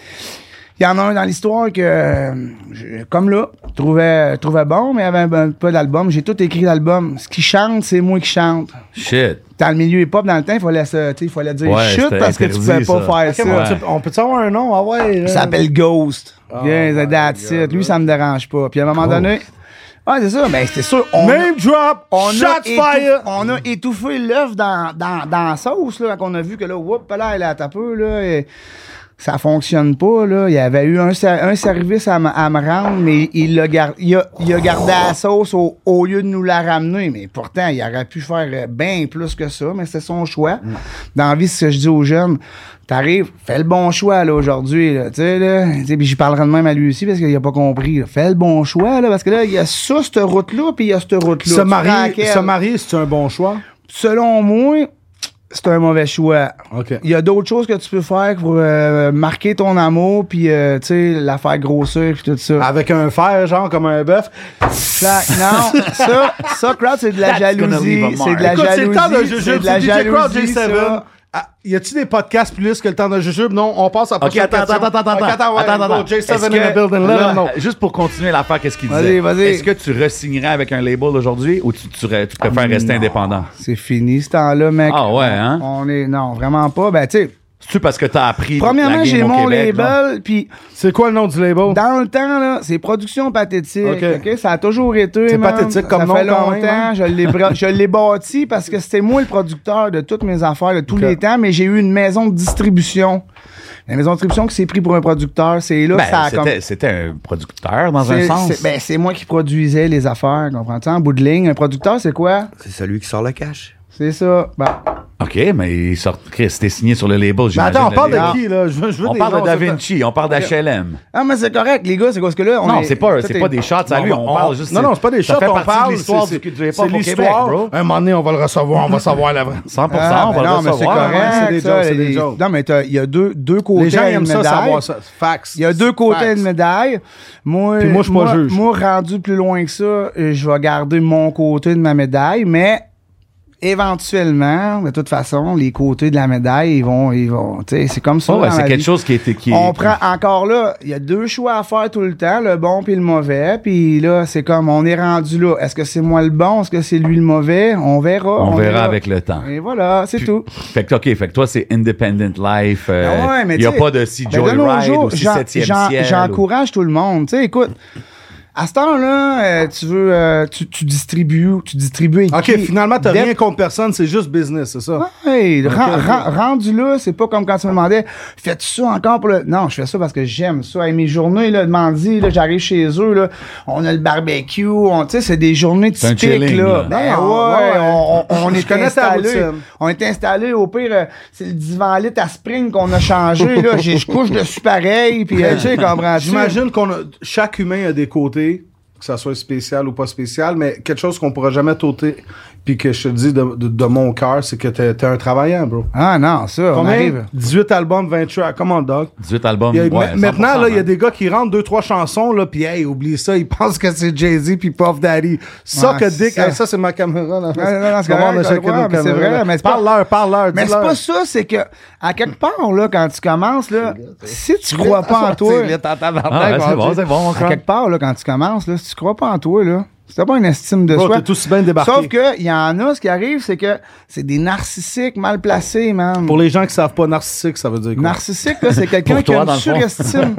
Speaker 3: il y en a un dans l'histoire que, euh, je- comme là, trouvais, trouvais bon, mais il y avait un- un- pas d'album. J'ai tout écrit l'album. Ce qui chante, c'est moi qui chante
Speaker 4: Shit.
Speaker 3: dans le milieu hip-hop, dans le temps, il fallait, se- tu sais, il fallait dire
Speaker 4: Ouais,
Speaker 3: chute
Speaker 4: c'était
Speaker 3: parce que tu
Speaker 4: interdit,
Speaker 3: pouvais
Speaker 4: ça.
Speaker 3: pas faire
Speaker 2: Ok,
Speaker 3: ça.
Speaker 2: bon, tu- on peut savoir un nom? Ah ouais. là. Ah,
Speaker 3: Il s'appelle Ghost. Viens, that's it. Lui, ça me dérange pas. Puis à un moment donné. Ah, c'est ça. Ben, c'était sûr. On
Speaker 2: Name drop,
Speaker 3: on a
Speaker 2: shot
Speaker 3: étou-
Speaker 2: fire!
Speaker 3: on a étouffé l'œuf dans, dans, dans la sauce, là, quand on a vu que là, whoop, là, elle a tapé, là, et ça fonctionne pas, là. Il y avait eu un, ser- un service à, m- à me rendre, mais il l'a gar- il a, il a gardé la sauce au, au lieu de nous la ramener. Mais pourtant, il aurait pu faire euh, bien plus que ça, mais c'est son choix.
Speaker 2: Mm.
Speaker 3: Dans la vie, c'est ce que je dis aux jeunes. T'arrives, fais le bon choix, là, aujourd'hui, là. Tu sais, là. Tu sais, puis j'y parlerai de même à lui aussi parce qu'il a pas compris. là. Fais le bon choix, là, parce que là, il y a ça, cette route-là, puis il y a cette route-là.
Speaker 2: Se
Speaker 3: Tu prends
Speaker 2: marier,
Speaker 3: laquelle?
Speaker 2: se marier, c'est un bon choix.
Speaker 3: selon moi, c'est un mauvais choix.
Speaker 2: OK.
Speaker 3: Il y a d'autres choses que tu peux faire pour euh, marquer ton amour, puis euh, tu sais, la faire grossir, puis tout ça.
Speaker 2: Avec un fer, genre comme un bœuf.
Speaker 3: Ça- non, ça, ça, crowd, c'est de la
Speaker 4: That's gonna leave
Speaker 3: jalousie.
Speaker 4: a mark.
Speaker 3: C'est de la
Speaker 2: Écoute, c'est
Speaker 3: jalousie.
Speaker 2: le temps de juger.
Speaker 3: de la
Speaker 2: Tu dis, DJ Crowd,
Speaker 3: jalousie,
Speaker 2: J7.
Speaker 3: ça.
Speaker 2: Ah, y a-tu des podcasts plus listes que le temps d'un jujube? Non, on passe à la
Speaker 4: Ok,
Speaker 2: prochaine
Speaker 4: attends, attends,
Speaker 2: question.
Speaker 4: attends, attends,
Speaker 2: Ok,
Speaker 4: attends.
Speaker 2: attends, ouais,
Speaker 4: attends,
Speaker 2: go,
Speaker 4: attends.
Speaker 2: J7
Speaker 4: Est-ce
Speaker 2: in
Speaker 4: que-
Speaker 2: the building, let
Speaker 4: là,
Speaker 2: him know.
Speaker 4: Juste pour continuer l'affaire, qu'est-ce qu'il
Speaker 3: Vas-y,
Speaker 4: disait?
Speaker 3: vas-y.
Speaker 4: Est-ce que tu re-signerais avec un label aujourd'hui ou tu, tu re- tu préfères rester
Speaker 3: Ah, Non,
Speaker 4: indépendant?
Speaker 3: C'est fini ce temps-là, mec.
Speaker 4: Ah ouais, hein?
Speaker 3: On est. Non, vraiment pas. Ben, tu sais,
Speaker 4: C'est-tu parce que t'as appris
Speaker 3: premièrement,
Speaker 4: la game
Speaker 3: j'ai
Speaker 4: au
Speaker 3: mon
Speaker 4: Québec, genre?
Speaker 3: label, puis
Speaker 2: C'est quoi le nom du label?
Speaker 3: dans le temps, là, c'est production pathétique.
Speaker 2: Ok.
Speaker 3: ok? Ça a toujours été.
Speaker 2: C'est
Speaker 3: man.
Speaker 2: pathétique comme
Speaker 3: ça
Speaker 2: nom,
Speaker 3: fait
Speaker 2: quand
Speaker 3: longtemps.
Speaker 2: même, hein?
Speaker 3: Je l'ai bra- je l'ai bâti parce que c'était moi le producteur de toutes mes affaires de tous
Speaker 2: Ok.
Speaker 3: les temps, mais j'ai eu une maison de distribution. La maison de distribution qui s'est pris pour un producteur, c'est là
Speaker 4: Ben,
Speaker 3: que ça a comme.
Speaker 4: c'était- C'était un producteur dans un
Speaker 3: C'est-
Speaker 4: sens.
Speaker 3: c'est- ben, c'est moi qui produisais les affaires, comprends-tu? En bout de ligne, un producteur, c'est quoi?
Speaker 7: C'est celui qui sort le cash.
Speaker 3: C'est ça. Ben,
Speaker 4: OK, mais il sort. Chris, c'était signé sur le label,
Speaker 2: Mais
Speaker 4: j'imagine.
Speaker 2: attends, on
Speaker 4: le
Speaker 2: parle de
Speaker 4: label.
Speaker 2: qui, là? Je veux, je veux
Speaker 4: On
Speaker 2: des
Speaker 4: parle
Speaker 2: noms,
Speaker 4: de Da
Speaker 2: c'est-
Speaker 4: Vinci, on parle d'HLM.
Speaker 3: Ah, mais c'est correct, les gars, c'est parce que là, on
Speaker 4: Non,
Speaker 3: est-
Speaker 4: c'est pas,
Speaker 3: tout
Speaker 4: c'est
Speaker 3: est-
Speaker 4: pas des shots à
Speaker 2: Non,
Speaker 4: lui,
Speaker 2: on-
Speaker 4: on, parle juste.
Speaker 2: Non, non, c'est pas des
Speaker 4: ça
Speaker 2: shots,
Speaker 4: fait
Speaker 2: on
Speaker 4: partie de
Speaker 2: parle.
Speaker 4: l'histoire
Speaker 2: c'est-
Speaker 4: du, du
Speaker 2: c'est
Speaker 4: hip-hop au Québec,
Speaker 2: l'histoire.
Speaker 4: bro.
Speaker 2: Un moment donné, on va le recevoir, on va savoir la vraie.
Speaker 4: 100
Speaker 3: Ah,
Speaker 4: on
Speaker 3: ben
Speaker 4: va
Speaker 3: non,
Speaker 4: le
Speaker 3: mais c'est
Speaker 4: recevoir. hein,
Speaker 3: correct.
Speaker 2: ouais, hein? c'est des
Speaker 3: ça,
Speaker 2: jokes, c'est
Speaker 3: les-
Speaker 2: des jokes.
Speaker 3: Non, mais t'as- il y a deux, deux côtés.
Speaker 2: Les gens
Speaker 3: à une
Speaker 2: aiment ça,
Speaker 3: médaille.
Speaker 2: savoir ça. Facts.
Speaker 3: Il y a deux côtés à
Speaker 2: Facts.
Speaker 3: une médaille. Moi,
Speaker 2: Puis moi, je suis pas juge.
Speaker 3: moi, rendu plus loin que ça, euh, je vais garder mon côté de ma médaille, mais éventuellement, de toute façon, les côtés de la médaille, ils vont, ils vont, tu sais, c'est comme ça.
Speaker 4: Ouais, ouais,
Speaker 3: dans
Speaker 4: c'est
Speaker 3: la
Speaker 4: quelque
Speaker 3: vie.
Speaker 4: chose qui était. Qui,
Speaker 3: On prend encore là, il y a deux choix à faire tout le temps, le bon puis le mauvais. Puis là, c'est comme on est rendu là. Est-ce que c'est moi le bon, est-ce que c'est lui le mauvais On verra.
Speaker 4: On verra
Speaker 3: verra.
Speaker 4: avec le temps.
Speaker 3: Et voilà, c'est
Speaker 4: Puis-
Speaker 3: tout.
Speaker 4: Fait que, OK, fait que toi, c'est Independent Life. Il
Speaker 3: Ah ouais, mais
Speaker 4: n'y a
Speaker 3: t'sais,
Speaker 4: pas de si
Speaker 3: ben,
Speaker 4: Joy
Speaker 3: de nos
Speaker 4: Ride
Speaker 3: jours,
Speaker 4: ou si
Speaker 3: j'en-
Speaker 4: 7e
Speaker 3: j'en-
Speaker 4: ciel. ou-
Speaker 3: J'encourage tout le monde. Tu sais, écoute, à ce temps-là, euh, tu veux, euh, tu, tu distribues, tu distribues. avec
Speaker 2: OK,
Speaker 3: qui?
Speaker 2: finalement, t'as
Speaker 3: Dep-
Speaker 2: rien contre personne, c'est juste business, c'est ça?
Speaker 3: Hey, ren-
Speaker 2: ok.
Speaker 3: ren- rendu là, c'est pas comme quand tu me demandais, fais-tu ça encore pour le. Non, je fais ça parce que j'aime ça. Et mes journées, là, de mardi, là, j'arrive chez eux, là, on a le barbecue, on, tu sais, c'est des journées
Speaker 4: un
Speaker 3: typiques,
Speaker 4: chilling,
Speaker 3: là.
Speaker 4: là.
Speaker 3: Ben
Speaker 2: Ah,
Speaker 3: ouais,
Speaker 2: ouais.
Speaker 3: on, on- on
Speaker 2: Je
Speaker 3: est
Speaker 2: connais ta
Speaker 3: installé.
Speaker 2: routine.
Speaker 3: On est installé, au pire, euh, c'est le divan lit à spring qu'on a changé, là. J'ai- Je couche dessus pareil, puis euh, tu sais, comprends-tu?
Speaker 2: Ah, J'imagine qu'on a, chaque humain a des côtés, que ça soit spécial ou pas spécial, mais quelque chose qu'on pourra jamais t'ôter, puis que je te dis de, de- de mon cœur, c'est que t'es t'es un travaillant, bro.
Speaker 3: Ah non, ça, on
Speaker 2: Combien?
Speaker 3: arrive.
Speaker 2: 18 albums, 20 tracks. Come on, dog.
Speaker 4: 18 albums.
Speaker 2: Il y a-
Speaker 4: ouais,
Speaker 2: ma- maintenant,
Speaker 4: 100%,
Speaker 2: là, il y a
Speaker 4: hein.
Speaker 2: des gars qui rentrent deux, trois chansons, là, puis hey, oublie ça, ils pensent que c'est Jay-Z puis Puff Daddy. Ça
Speaker 3: Ouais,
Speaker 2: que
Speaker 3: c'est
Speaker 2: Dick,
Speaker 3: ça.
Speaker 2: hey, ça, c'est ma caméra, là.
Speaker 3: Ouais, non, non, c'est
Speaker 2: Comment on
Speaker 3: correct,
Speaker 2: a
Speaker 3: je
Speaker 2: chacun
Speaker 3: le vois,
Speaker 2: nos
Speaker 3: mais c'est
Speaker 2: caméras,
Speaker 3: vrai,
Speaker 2: là?
Speaker 3: mais c'est pas-
Speaker 2: Parle-leur, parle-leur,
Speaker 3: Mais c'est
Speaker 2: dis-leur.
Speaker 3: pas ça, c'est que, à quelque part, là, quand tu commences, là, si tu crois pas en toi.
Speaker 4: Ah, ouais, c'est bon, c'est bon, mon
Speaker 3: À
Speaker 4: frère.
Speaker 3: quelque part, là, quand tu commences, là, si tu crois pas en toi, là, si t'as pas une estime de
Speaker 2: Bro,
Speaker 3: soi.
Speaker 2: t'es tout aussi bien débarqué.
Speaker 3: Sauf que, il y en a, ce qui arrive, c'est que c'est des narcissiques mal placés, man.
Speaker 2: Pour les gens qui savent pas narcissique, ça veut dire quoi?
Speaker 3: Narcissique, là, c'est quelqu'un
Speaker 4: Pour
Speaker 3: qui
Speaker 4: toi,
Speaker 3: a
Speaker 4: dans
Speaker 3: une
Speaker 4: le fond.
Speaker 3: surestime.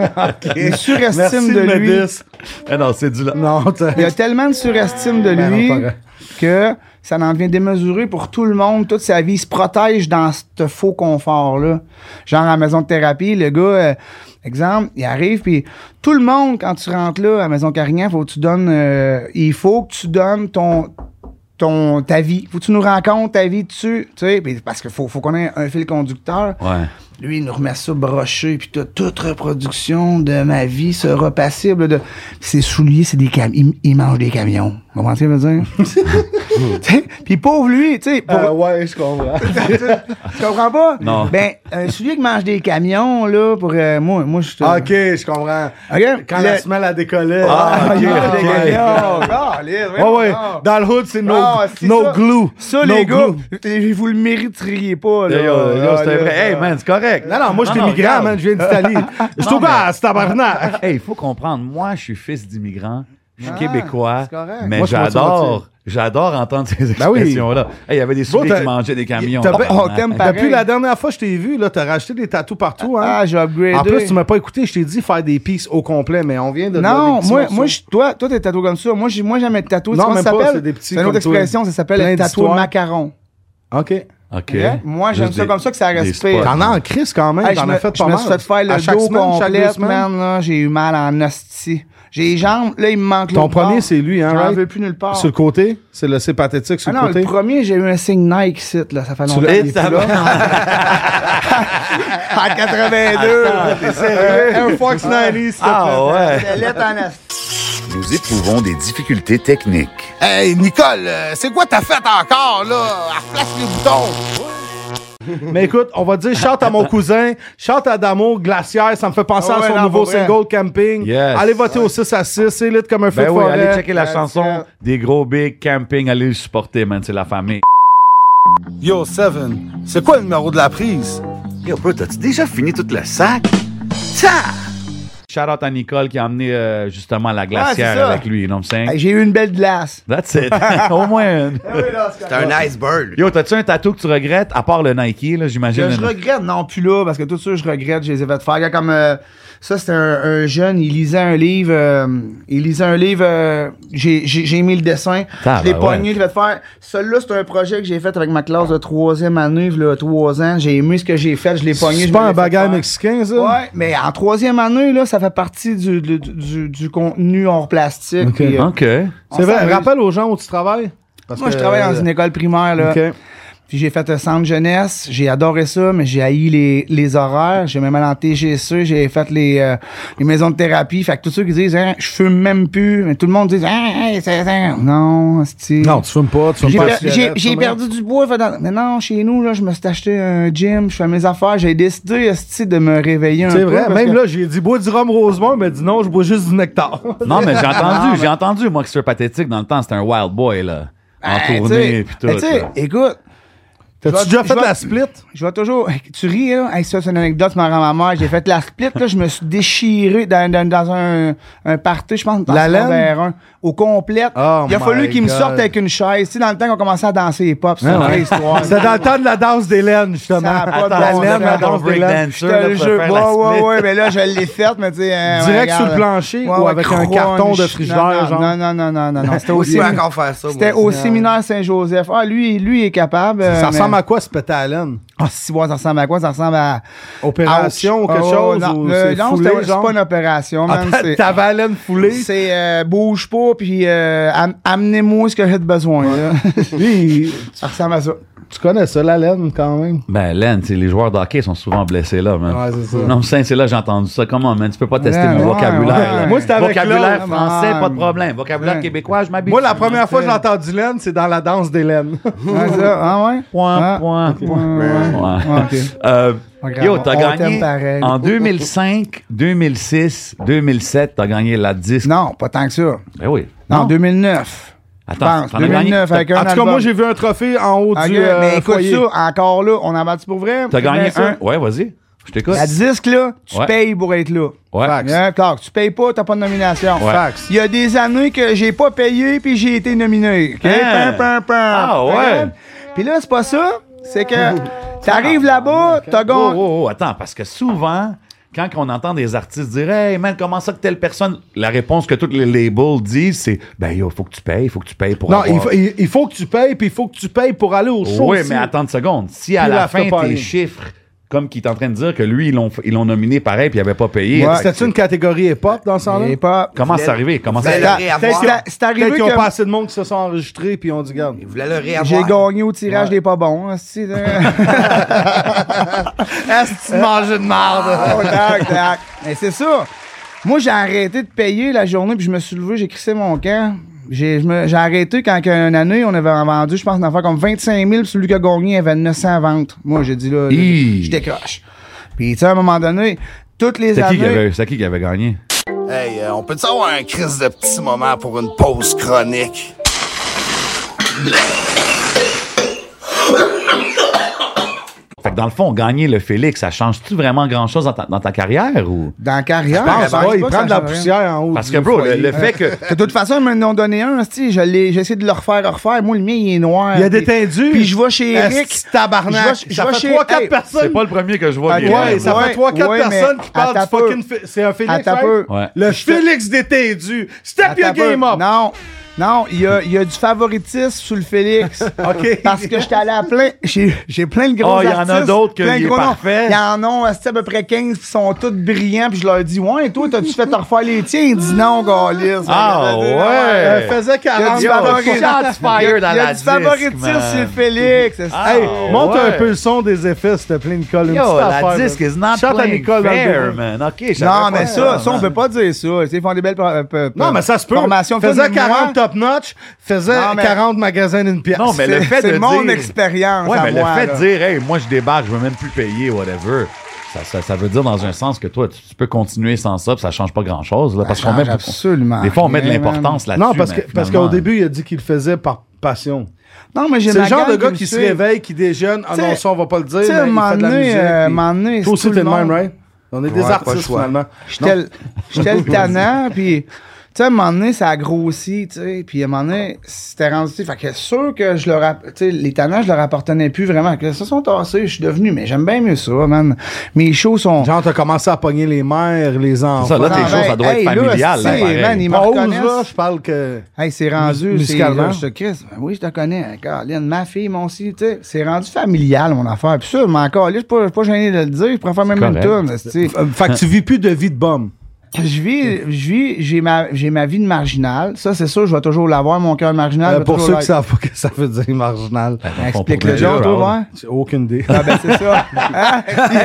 Speaker 3: Une surestime
Speaker 2: Merci
Speaker 3: de
Speaker 2: me
Speaker 3: lui.
Speaker 2: dis.
Speaker 4: Eh Non, c'est du. Non.
Speaker 2: Non, t'as-
Speaker 3: Il y a tellement de surestime de
Speaker 2: Ben non,
Speaker 3: lui
Speaker 2: pas vrai.
Speaker 3: que ça en devient démesuré pour tout le monde, toute sa vie. Il se protège dans ce faux confort-là. Genre à la maison de thérapie, le gars, euh, exemple, il arrive, puis tout le monde, quand tu rentres là, à la maison Carignan, faut que tu donnes, euh, il faut que tu donnes ton ton ta vie faut que tu nous rencontres ta vie dessus tu sais puis parce que faut faut qu'on ait un fil conducteur
Speaker 4: Ouais.
Speaker 3: lui, il nous remet ça broché, puis t'as toute reproduction de ma vie sera passible de... Ses souliers, c'est des camions. Il, il mange des camions. Comment tu veux dire? T'sais, puis pauvre lui, tu sais, pour-
Speaker 2: Euh, ouais, je comprends.
Speaker 3: tu comprends pas?
Speaker 4: Non.
Speaker 3: Ben, un soulier qui mange des camions, là, pour... euh, moi, moi je suis...
Speaker 2: Ah, ok, je comprends.
Speaker 3: OK?
Speaker 2: Quand
Speaker 3: Le-
Speaker 2: la semelle a décollé.
Speaker 3: Ah, il mange
Speaker 4: ok.
Speaker 3: des camions. Caliste,
Speaker 2: Ouais,
Speaker 3: voyons
Speaker 2: Ah ouais.
Speaker 3: donc.
Speaker 2: Dans le hood, c'est no,
Speaker 3: Ah, si
Speaker 2: no
Speaker 3: ça-
Speaker 2: glue.
Speaker 3: Ça,
Speaker 2: No
Speaker 3: les gars,
Speaker 2: glue. Ah,
Speaker 3: t- vous le mériteriez pas, là.
Speaker 4: Yo, yo, yo, c'est
Speaker 3: Là,
Speaker 4: vrai.
Speaker 3: là.
Speaker 4: Hey, man, c'est correct.
Speaker 2: Non, non, moi, je suis immigrant,
Speaker 4: regarde.
Speaker 2: man. Je viens d'Italie. Je suis au
Speaker 4: Non, mais-
Speaker 2: gars, c'est tabarnak.
Speaker 4: Hey, il faut comprendre, moi, je suis fils d'immigrants, je suis
Speaker 3: Ah,
Speaker 4: québécois,
Speaker 3: c'est correct.
Speaker 4: mais
Speaker 2: Moi, je suis
Speaker 4: j'adore,
Speaker 2: moitié-moitié.
Speaker 4: j'adore entendre ces
Speaker 2: Ben oui.
Speaker 4: expressions-là. Hey, il y avait des souliers
Speaker 2: t'as-
Speaker 4: qui mangeaient des camions. Ah,
Speaker 2: t'as-
Speaker 3: Oh, on t'aime pareil.
Speaker 2: Depuis la dernière fois que je t'ai vu, là, t'as racheté des tatous partout, hein.
Speaker 3: Ah, j'ai upgradé.
Speaker 2: En plus, tu m'as pas écouté, je t'ai dit faire des pistes au complet, mais on vient de.
Speaker 3: Non,
Speaker 2: des petits
Speaker 3: moi,
Speaker 2: morceaux.
Speaker 3: moi je, toi, toi, t'es tatoué comme ça. Moi, j'ai, moi, jamais de tatoué.
Speaker 2: Non,
Speaker 3: tu sais
Speaker 2: même
Speaker 3: comment
Speaker 2: pas,
Speaker 3: ça
Speaker 2: c'est
Speaker 3: s'appelle?
Speaker 2: des petits
Speaker 3: C'est une autre
Speaker 2: comme toi.
Speaker 3: expression, ça s'appelle
Speaker 2: Plein
Speaker 3: le tatoué
Speaker 2: d'histoires.
Speaker 3: macaron.
Speaker 2: OK.
Speaker 4: OK.
Speaker 3: Moi, j'aime
Speaker 4: Juste
Speaker 3: ça
Speaker 4: des-
Speaker 3: comme ça que ça
Speaker 4: des
Speaker 3: respire.
Speaker 4: spots.
Speaker 2: T'en as en crise quand même,
Speaker 3: Hey, je
Speaker 2: t'en
Speaker 3: me,
Speaker 2: as fait
Speaker 3: je
Speaker 2: pas
Speaker 3: me
Speaker 2: mal.
Speaker 3: suis fait faire
Speaker 2: À
Speaker 3: le
Speaker 2: chaque
Speaker 3: dos
Speaker 2: semaine, chaque deux
Speaker 3: complet,
Speaker 2: semaines.
Speaker 3: man, là, j'ai eu mal en hostie. J'ai les jambes, là, il me manque
Speaker 2: Ton
Speaker 3: l'autre
Speaker 2: premier,
Speaker 3: bord.
Speaker 2: c'est lui, hein,
Speaker 3: J'en
Speaker 2: right?
Speaker 3: veux plus nulle part.
Speaker 2: Sur le côté, c'est le c'est pathétique sur
Speaker 3: Ah
Speaker 2: le
Speaker 3: non,
Speaker 2: côté.
Speaker 3: le premier, j'ai eu un signe Nike ici, là, ça fait longtemps.
Speaker 4: l'as-
Speaker 3: il est plus là. en 82.
Speaker 2: Air Fox 90,
Speaker 4: Ah ouais.
Speaker 3: C'était lettre en hostie.
Speaker 9: Nous éprouvons des difficultés techniques.
Speaker 8: Hey, Nicole, euh, c'est quoi ta fête encore, là? Elle flash les boutons.
Speaker 2: Mais écoute, on va dire chante à mon cousin, chante à Damo, Glacière, ça me fait penser
Speaker 3: Ah ouais,
Speaker 2: à son
Speaker 3: non,
Speaker 2: nouveau
Speaker 3: pour vrai.
Speaker 2: single Camping.
Speaker 4: Yes.
Speaker 2: Allez voter au 6 à 6, c'est lit comme un feu
Speaker 4: Ben
Speaker 2: de
Speaker 4: oui,
Speaker 2: forêt.
Speaker 4: allez checker la
Speaker 3: Ouais,
Speaker 4: chanson des gros big camping, allez le supporter, man, c'est la famille.
Speaker 2: Yo, Seven, c'est quoi le numéro de la prise?
Speaker 9: Yo, bro, t'as-tu déjà fini tout le sac? Ça!
Speaker 4: Shout out à Nicole qui a emmené euh, justement la glacière
Speaker 3: c'est ça.
Speaker 4: avec lui, you know what I'm saying?
Speaker 3: Hey, J'ai eu une belle glace.
Speaker 4: That's it. Au moins une.
Speaker 7: C'est un iceberg.
Speaker 4: Yo, t'as-tu un tatou que tu regrettes, à part le Nike, là, j'imagine?
Speaker 3: Que je regrette, non, plus là, parce que tout ça, je regrette, je les ai fait faire. Regarde, Comme, euh, ça, c'était un, un jeune, il lisait un livre, euh, il lisait un livre, euh, j'ai j'ai- j'ai mis le dessin, je l'ai
Speaker 4: Tabarouette.
Speaker 3: pogné, je l'ai fait faire. Celui-là, c'est un projet que j'ai fait avec ma classe de troisième année, il y a trois ans, j'ai aimé ce que j'ai fait, je l'ai pogné.
Speaker 2: C'est
Speaker 3: je
Speaker 2: pas
Speaker 3: me
Speaker 2: un
Speaker 3: l'ai fait
Speaker 2: bagage
Speaker 3: faire.
Speaker 2: mexicain, ça?
Speaker 3: Ouais, mais en troisième année, là, ça fait partie du, du, du- du contenu hors plastique.
Speaker 2: Ok.
Speaker 3: puis, euh,
Speaker 4: OK. hein?
Speaker 3: on
Speaker 2: C'est vrai,
Speaker 3: s'amuse. euh,
Speaker 2: rappelle aux gens où tu travailles. Parce
Speaker 3: Moi,
Speaker 2: que- euh,
Speaker 3: je travaille dans une école primaire, là.
Speaker 2: Ok.
Speaker 3: Puis j'ai fait un centre jeunesse, j'ai adoré ça, mais j'ai haï les, les horaires. J'ai même allé en TGC, j'ai fait les, euh, les maisons de thérapie. Fait que tous ceux qui disent Hein, je fume même plus », mais tout le monde dit Hein, hein, c'est- c'est- Non, c'est...
Speaker 2: Non, tu fumes pas, tu fumes
Speaker 3: J'ai
Speaker 2: pas
Speaker 3: per-
Speaker 2: de
Speaker 3: j'ai-
Speaker 2: cigarette,
Speaker 3: j'ai
Speaker 2: ça,
Speaker 3: perdu du poids. fait dans- Mais non, chez nous, là, je me suis acheté un gym, je fais mes affaires. J'ai décidé esti, de me réveiller un peu.
Speaker 2: C'est vrai,
Speaker 3: parce
Speaker 2: même
Speaker 3: que-
Speaker 2: là, j'ai dit bois du rhum Rosemont, mais dit non, je bois juste du nectar.
Speaker 4: Non, mais j'ai entendu,
Speaker 3: Non, mais-
Speaker 4: j'ai entendu, moi, que c'est pathétique dans le temps, c'était un wild boy, là. En
Speaker 3: Hey,
Speaker 4: tournée,
Speaker 3: t'sais,
Speaker 4: puis tout.
Speaker 3: mais t'sais,
Speaker 4: là.
Speaker 3: écoute,
Speaker 2: T'as-tu
Speaker 3: Je vais-
Speaker 2: déjà fait
Speaker 3: je vais-
Speaker 2: la split?
Speaker 3: Je vois toujours. Tu ris, là. Hey, ça, c'est une anecdote, ma grand-mère. J'ai fait la split, là. Je me suis déchiré dans, dans, dans un, un party, je pense, dans
Speaker 2: La
Speaker 3: le
Speaker 2: laine?
Speaker 3: secondaire un, au complet.
Speaker 2: Oh
Speaker 3: Il a
Speaker 2: my
Speaker 3: fallu qu'il me
Speaker 2: God.
Speaker 3: sorte avec une chaise. Tu sais, dans le temps qu'on commençait à danser les pop, c'est une vraie histoire.
Speaker 2: C'était dans le temps de la danse d'Hélène, justement.
Speaker 3: Ça a pas de
Speaker 2: la
Speaker 3: bon
Speaker 2: laine,
Speaker 3: sens.
Speaker 2: la
Speaker 3: Ton
Speaker 2: danse d'Hélène.
Speaker 4: breakdancer,
Speaker 3: Je
Speaker 4: là,
Speaker 3: te le
Speaker 4: pour
Speaker 3: jure.
Speaker 4: faire
Speaker 3: Ouais,
Speaker 4: la
Speaker 3: ouais,
Speaker 4: split.
Speaker 3: ouais, mais là, je l'ai faite, mais tu sais. hein,
Speaker 2: Direct
Speaker 3: ouais,
Speaker 2: sur le
Speaker 3: regarde.
Speaker 2: plancher ou avec un carton de frigidaire,
Speaker 3: non, non,
Speaker 2: genre?
Speaker 3: Non, non, non, non, non, non. C'était au,
Speaker 7: Aussi,
Speaker 3: sémi-
Speaker 7: encore faire ça. moi.
Speaker 3: c'était au séminaire Saint-Joseph. Ah, lui, lui est capable. euh,
Speaker 2: Ça ressemble à quoi, se péter à laine?
Speaker 3: Ah, si, ouais, ça ressemble à quoi? Ça ressemble à.
Speaker 2: Opération
Speaker 3: Ouch.
Speaker 2: ou quelque
Speaker 3: Oh,
Speaker 2: chose?
Speaker 3: Non,
Speaker 2: ou
Speaker 3: le-
Speaker 2: c'est
Speaker 3: non,
Speaker 2: foulé,
Speaker 3: c'était- c'est
Speaker 2: genre?
Speaker 3: pas une opération, man.
Speaker 2: Ah,
Speaker 3: c'est-
Speaker 2: T'avais la laine foulée?
Speaker 3: C'est euh, bouge pas, puis euh, am- amenez-moi ce que j'ai de besoin. là.
Speaker 2: Lui, il-
Speaker 3: ça ressemble à ça.
Speaker 2: tu connais ça, la laine, quand même?
Speaker 4: Ben, Len, t'sais, les joueurs de hockey sont souvent blessés, là, man.
Speaker 2: Ouais, c'est ça.
Speaker 4: Non, mais c'est c'est là, j'ai entendu ça. Comment, man? Tu peux pas tester
Speaker 3: Ouais,
Speaker 4: mon
Speaker 3: ouais,
Speaker 4: vocabulaire,
Speaker 3: ouais.
Speaker 4: là.
Speaker 2: Moi, c'était avec
Speaker 4: Vocabulaire
Speaker 2: Claude.
Speaker 4: français,
Speaker 3: Ouais.
Speaker 4: pas de problème. Vocabulaire
Speaker 3: Ouais.
Speaker 4: québécois, je m'habitue.
Speaker 2: Moi, la première fois que j'ai entendu laine, c'est dans la danse d'Hélène.
Speaker 3: Ah, ça, ah ouais?
Speaker 4: Point,
Speaker 3: Ah,
Speaker 4: point,
Speaker 3: point, ouais.
Speaker 4: point.
Speaker 3: Ah, ok.
Speaker 4: Euh,
Speaker 3: Pas grave,
Speaker 4: yo, t'as
Speaker 3: on
Speaker 4: gagné
Speaker 3: t'aime pareil.
Speaker 4: en 2005, 2006, 2007, t'as gagné la 10.
Speaker 3: Non, pas tant que ça.
Speaker 4: Ben oui.
Speaker 3: Non, 2009.
Speaker 4: Attends,
Speaker 3: Pense,
Speaker 4: t'en as gagné-
Speaker 3: 2009 avec un
Speaker 2: en tout cas,
Speaker 3: album.
Speaker 2: moi, j'ai vu un trophée en haut
Speaker 3: Ok,
Speaker 2: du euh,
Speaker 3: mais écoute
Speaker 2: foyer.
Speaker 3: ça, encore là, on en bat-tu pour vrai?
Speaker 4: T'as gagné
Speaker 3: Mais ça,
Speaker 4: un. Ouais, vas-y. Je t'écoute.
Speaker 3: La disque, là, tu
Speaker 4: Ouais.
Speaker 3: payes pour être là.
Speaker 4: Ouais.
Speaker 3: Hein, Clark, tu payes pas, t'as pas de nomination.
Speaker 4: Ouais.
Speaker 2: Fax.
Speaker 3: Il y a des années que j'ai pas payé puis j'ai été nominé. OK?
Speaker 4: Hein?
Speaker 3: Pam, pam, pam.
Speaker 4: Ah, ouais.
Speaker 3: Regarde. Puis là, c'est pas ça. C'est que t'arrives là-bas, t'as
Speaker 4: Oh,
Speaker 3: gagné.
Speaker 4: oh, oh, attends, parce que souvent, quand on entend des artistes dire Hey man, comment ça que telle personne. La réponse que tous les labels disent, c'est Ben yo, faut que tu payes, faut que tu payes pour.
Speaker 2: Non,
Speaker 4: avoir-
Speaker 2: il faut, il- il faut que tu payes, puis il faut que tu payes pour aller au show.
Speaker 4: Oui,
Speaker 2: aussi.
Speaker 4: mais attends une seconde. Si à
Speaker 2: Puis
Speaker 4: la
Speaker 2: la
Speaker 4: fin,
Speaker 2: Fropari.
Speaker 4: tes chiffres, comme qui est en train de dire que lui, ils l'ont ils l'ont nominé pareil, puis il avait pas payé.
Speaker 3: Ouais.
Speaker 2: C'était-tu une catégorie hip-hop dans ce temps-là? Ah,
Speaker 3: Et pas.
Speaker 4: Comment c'est arrivé? Comment ça
Speaker 2: Ben,
Speaker 7: Vous
Speaker 4: arrivé?
Speaker 7: allez-
Speaker 3: T'as-
Speaker 7: réavoir.
Speaker 3: t'as- t'as- C'est arrivé
Speaker 2: Peut-être qu'ils ont
Speaker 3: Ah, que
Speaker 2: pas assez de monde qui se sont enregistrés, puis ils ont dit, garde.
Speaker 7: Il voulait le réavoir.
Speaker 3: j'ai gagné au tirage des pas bons. hein, Asti, de- Asti de manger de merde. Oh, tac, tac. Mais c'est ça. Moi, j'ai arrêté de payer la journée, puis je me suis levé, j'ai crissé mon camp. J'ai je me- j'ai arrêté quand, qu'une une année, on avait vendu, je pense, une affaire comme 25 000, puis celui qui a gagné avait 920. Moi, j'ai dit là, là,
Speaker 4: Hi.
Speaker 3: je décroche. Puis, tu sais, à un moment donné, toutes les
Speaker 4: C'était qui, qui
Speaker 3: années.
Speaker 4: avait- c'était qui qui avait gagné?
Speaker 8: Hey, euh, on peut-tu avoir un crise de petit moment pour une pause chronique?
Speaker 4: Fait que dans le fond, gagner le Félix, ça change-tu vraiment grand-chose dans ta, dans ta carrière ou?
Speaker 3: Dans la carrière,
Speaker 2: Ah,
Speaker 3: je pense
Speaker 2: ça va, il
Speaker 3: pas que
Speaker 2: prend
Speaker 3: ça
Speaker 2: de la
Speaker 3: change rien.
Speaker 2: poussière en haut.
Speaker 4: Parce
Speaker 2: du
Speaker 4: que, bro, le,
Speaker 2: foyer.
Speaker 4: le fait
Speaker 3: De
Speaker 4: que.
Speaker 3: toute façon, ils m'en ont donné un, hostie, je l'ai- j'ai essayé de le refaire, refaire. Moi, le mien, il est noir.
Speaker 2: Il y a
Speaker 3: Puis-
Speaker 2: des tendus.
Speaker 3: Puis je vais chez
Speaker 2: Esti,
Speaker 3: Eric. Je
Speaker 2: Tabarnak.
Speaker 3: vais- je
Speaker 2: ça
Speaker 3: vais
Speaker 2: fait
Speaker 3: chez-
Speaker 2: 3-4
Speaker 3: hey,
Speaker 4: C'est
Speaker 2: personnes.
Speaker 4: pas le premier que je vois.
Speaker 3: Ok,
Speaker 4: qui gagne,
Speaker 2: Ah, Ouais, ça
Speaker 3: Ouais,
Speaker 2: fait 3-4
Speaker 3: ouais,
Speaker 2: personnes
Speaker 3: mais
Speaker 2: qui parlent
Speaker 3: attends
Speaker 2: du
Speaker 3: peu.
Speaker 2: fucking. Fé- C'est un Félix.
Speaker 3: Attends
Speaker 2: right?
Speaker 3: peu.
Speaker 4: Ouais.
Speaker 2: Le Félix des tendus. Step your
Speaker 3: Attends un peu.
Speaker 2: game up.
Speaker 3: Non, non, il y a, il y a du favoritisme sur le Félix.
Speaker 2: OK.
Speaker 3: Parce que j'étais allé à plein. J'ai j'ai plein de gros
Speaker 4: Oh, il y en
Speaker 3: artistes.
Speaker 4: a d'autres que
Speaker 3: plein de
Speaker 4: il est
Speaker 3: gros noms.
Speaker 4: parfait.
Speaker 3: Il y en a hostie, à peu près 15 qui sont tous brillants. Puis je leur dis Ouais, toi, t'as-tu fait te refaire les tiens Il dit Non, Gaulis.
Speaker 4: Ah
Speaker 2: Euh,
Speaker 4: ouais!
Speaker 2: faisait
Speaker 3: Il y a
Speaker 2: 40
Speaker 3: du favoritisme.
Speaker 4: shots
Speaker 3: Il y a-
Speaker 4: fired à
Speaker 3: il y
Speaker 4: la
Speaker 3: a du
Speaker 4: disque,
Speaker 3: favoritisme
Speaker 4: man.
Speaker 3: sur le Félix. hostie.
Speaker 4: Ah,
Speaker 2: Hey,
Speaker 4: Oh,
Speaker 2: monte
Speaker 4: ouais.
Speaker 2: un peu le son des effets, s'il te plaît, Nicole. Une
Speaker 4: Yo,
Speaker 2: petite
Speaker 4: la
Speaker 2: affaire,
Speaker 4: disque
Speaker 2: là.
Speaker 4: is not
Speaker 2: Chante à
Speaker 4: playing
Speaker 2: Nicole dans le
Speaker 4: fair,
Speaker 2: bureau.
Speaker 4: man. OK, je savais
Speaker 3: Non,
Speaker 4: pas
Speaker 3: mais ça, ça, on
Speaker 4: man.
Speaker 3: peut pas dire ça. Ils font des belles. pro- euh, pro- pro-
Speaker 2: Non, mais ça se peut.
Speaker 3: Formation
Speaker 2: faisait 40 top notch, faisait
Speaker 3: Non, mais-
Speaker 2: 40 magasins d'une pièce.
Speaker 4: Non, mais le fait
Speaker 3: C'est
Speaker 4: de
Speaker 3: mon
Speaker 4: dire-
Speaker 3: expérience.
Speaker 4: Ouais,
Speaker 3: à
Speaker 4: mais
Speaker 3: moi,
Speaker 4: le fait
Speaker 3: là.
Speaker 4: de dire, hey, moi, je débarque, je veux même plus payer, whatever. Ça, ça- ça veut dire dans un sens que toi, tu, tu peux continuer sans ça, puis ça change pas grand-chose. là, parce
Speaker 3: Ça
Speaker 4: qu'on met
Speaker 3: change absolument
Speaker 4: Des fois, on met de
Speaker 3: rien, man.
Speaker 4: l'importance là-dessus.
Speaker 2: Non, parce que
Speaker 4: mais
Speaker 2: parce
Speaker 4: finalement,
Speaker 2: qu'au début, il a dit qu'il le faisait par passion.
Speaker 3: Non, mais j'ai
Speaker 2: C'est le
Speaker 3: ma
Speaker 2: genre
Speaker 3: gang
Speaker 2: de gars
Speaker 3: me
Speaker 2: qui se
Speaker 3: suit.
Speaker 2: réveille, qui déjeune. Ah
Speaker 3: T'sais,
Speaker 2: non, ça, on va pas le dire.
Speaker 3: t'sais,
Speaker 2: mais
Speaker 3: un
Speaker 2: il fait
Speaker 3: moment
Speaker 2: de la
Speaker 3: donné,
Speaker 2: musique,
Speaker 3: euh, un
Speaker 2: puis-
Speaker 3: moment donné,
Speaker 2: Toi
Speaker 3: c'est
Speaker 2: aussi,
Speaker 3: tout
Speaker 2: t'es
Speaker 3: le
Speaker 2: le même,
Speaker 3: monde.
Speaker 2: right? On est des
Speaker 7: Ouais, pas le
Speaker 2: artistes,
Speaker 7: choix.
Speaker 2: finalement.
Speaker 3: J'étais le- j'étais le tannant, puis, tu sais, à un moment donné, ça a grossi, tu sais, puis à un moment donné, c'était rendu, fait que sûr que je leur, app- tu sais, les tannants, je leur appartenais plus vraiment, que ça sont tassés, je suis devenu, mais j'aime bien mieux ça, man. Mes shows sont...
Speaker 2: Genre, t'as commencé à pogner les mères, les enfants.
Speaker 4: ça, là, tes
Speaker 3: Non,
Speaker 4: choses, ça
Speaker 3: ben,
Speaker 4: doit être
Speaker 3: hey, là,
Speaker 4: familial. là,
Speaker 3: c'est-
Speaker 4: pareil.
Speaker 3: man, il- ils me
Speaker 2: Pause,
Speaker 3: reconnaissent.
Speaker 2: là, je parle que...
Speaker 3: Hey, c'est rendu, c'est
Speaker 2: musicalement.
Speaker 3: là, je te crisse. Ben oui, je te connais, Caroline, ma fille, mon si, tu sais, c'est rendu familial, mon affaire. Puis ça, mais encore, là, je suis pas, je suis pas gêné de le dire, je préfère même une
Speaker 4: correct.
Speaker 3: tourne, tu sais.
Speaker 2: Euh, Fait que tu vis plus de vie de bombe.
Speaker 3: Je vis, je vis, j'ai ma, j'ai ma vie de marginal. Ça, c'est sûr, je vais toujours l'avoir, mon cœur marginal. je
Speaker 2: Euh,
Speaker 3: vais
Speaker 2: pour
Speaker 3: toujours
Speaker 2: ceux qui
Speaker 3: l'être.
Speaker 2: savent pas que ça veut dire marginal.
Speaker 3: Explique-le donc,
Speaker 4: Pour
Speaker 3: toi,
Speaker 4: le dire,
Speaker 3: ouais.
Speaker 2: J'ai aucune idée.
Speaker 3: Ah ben c'est ça. Hein?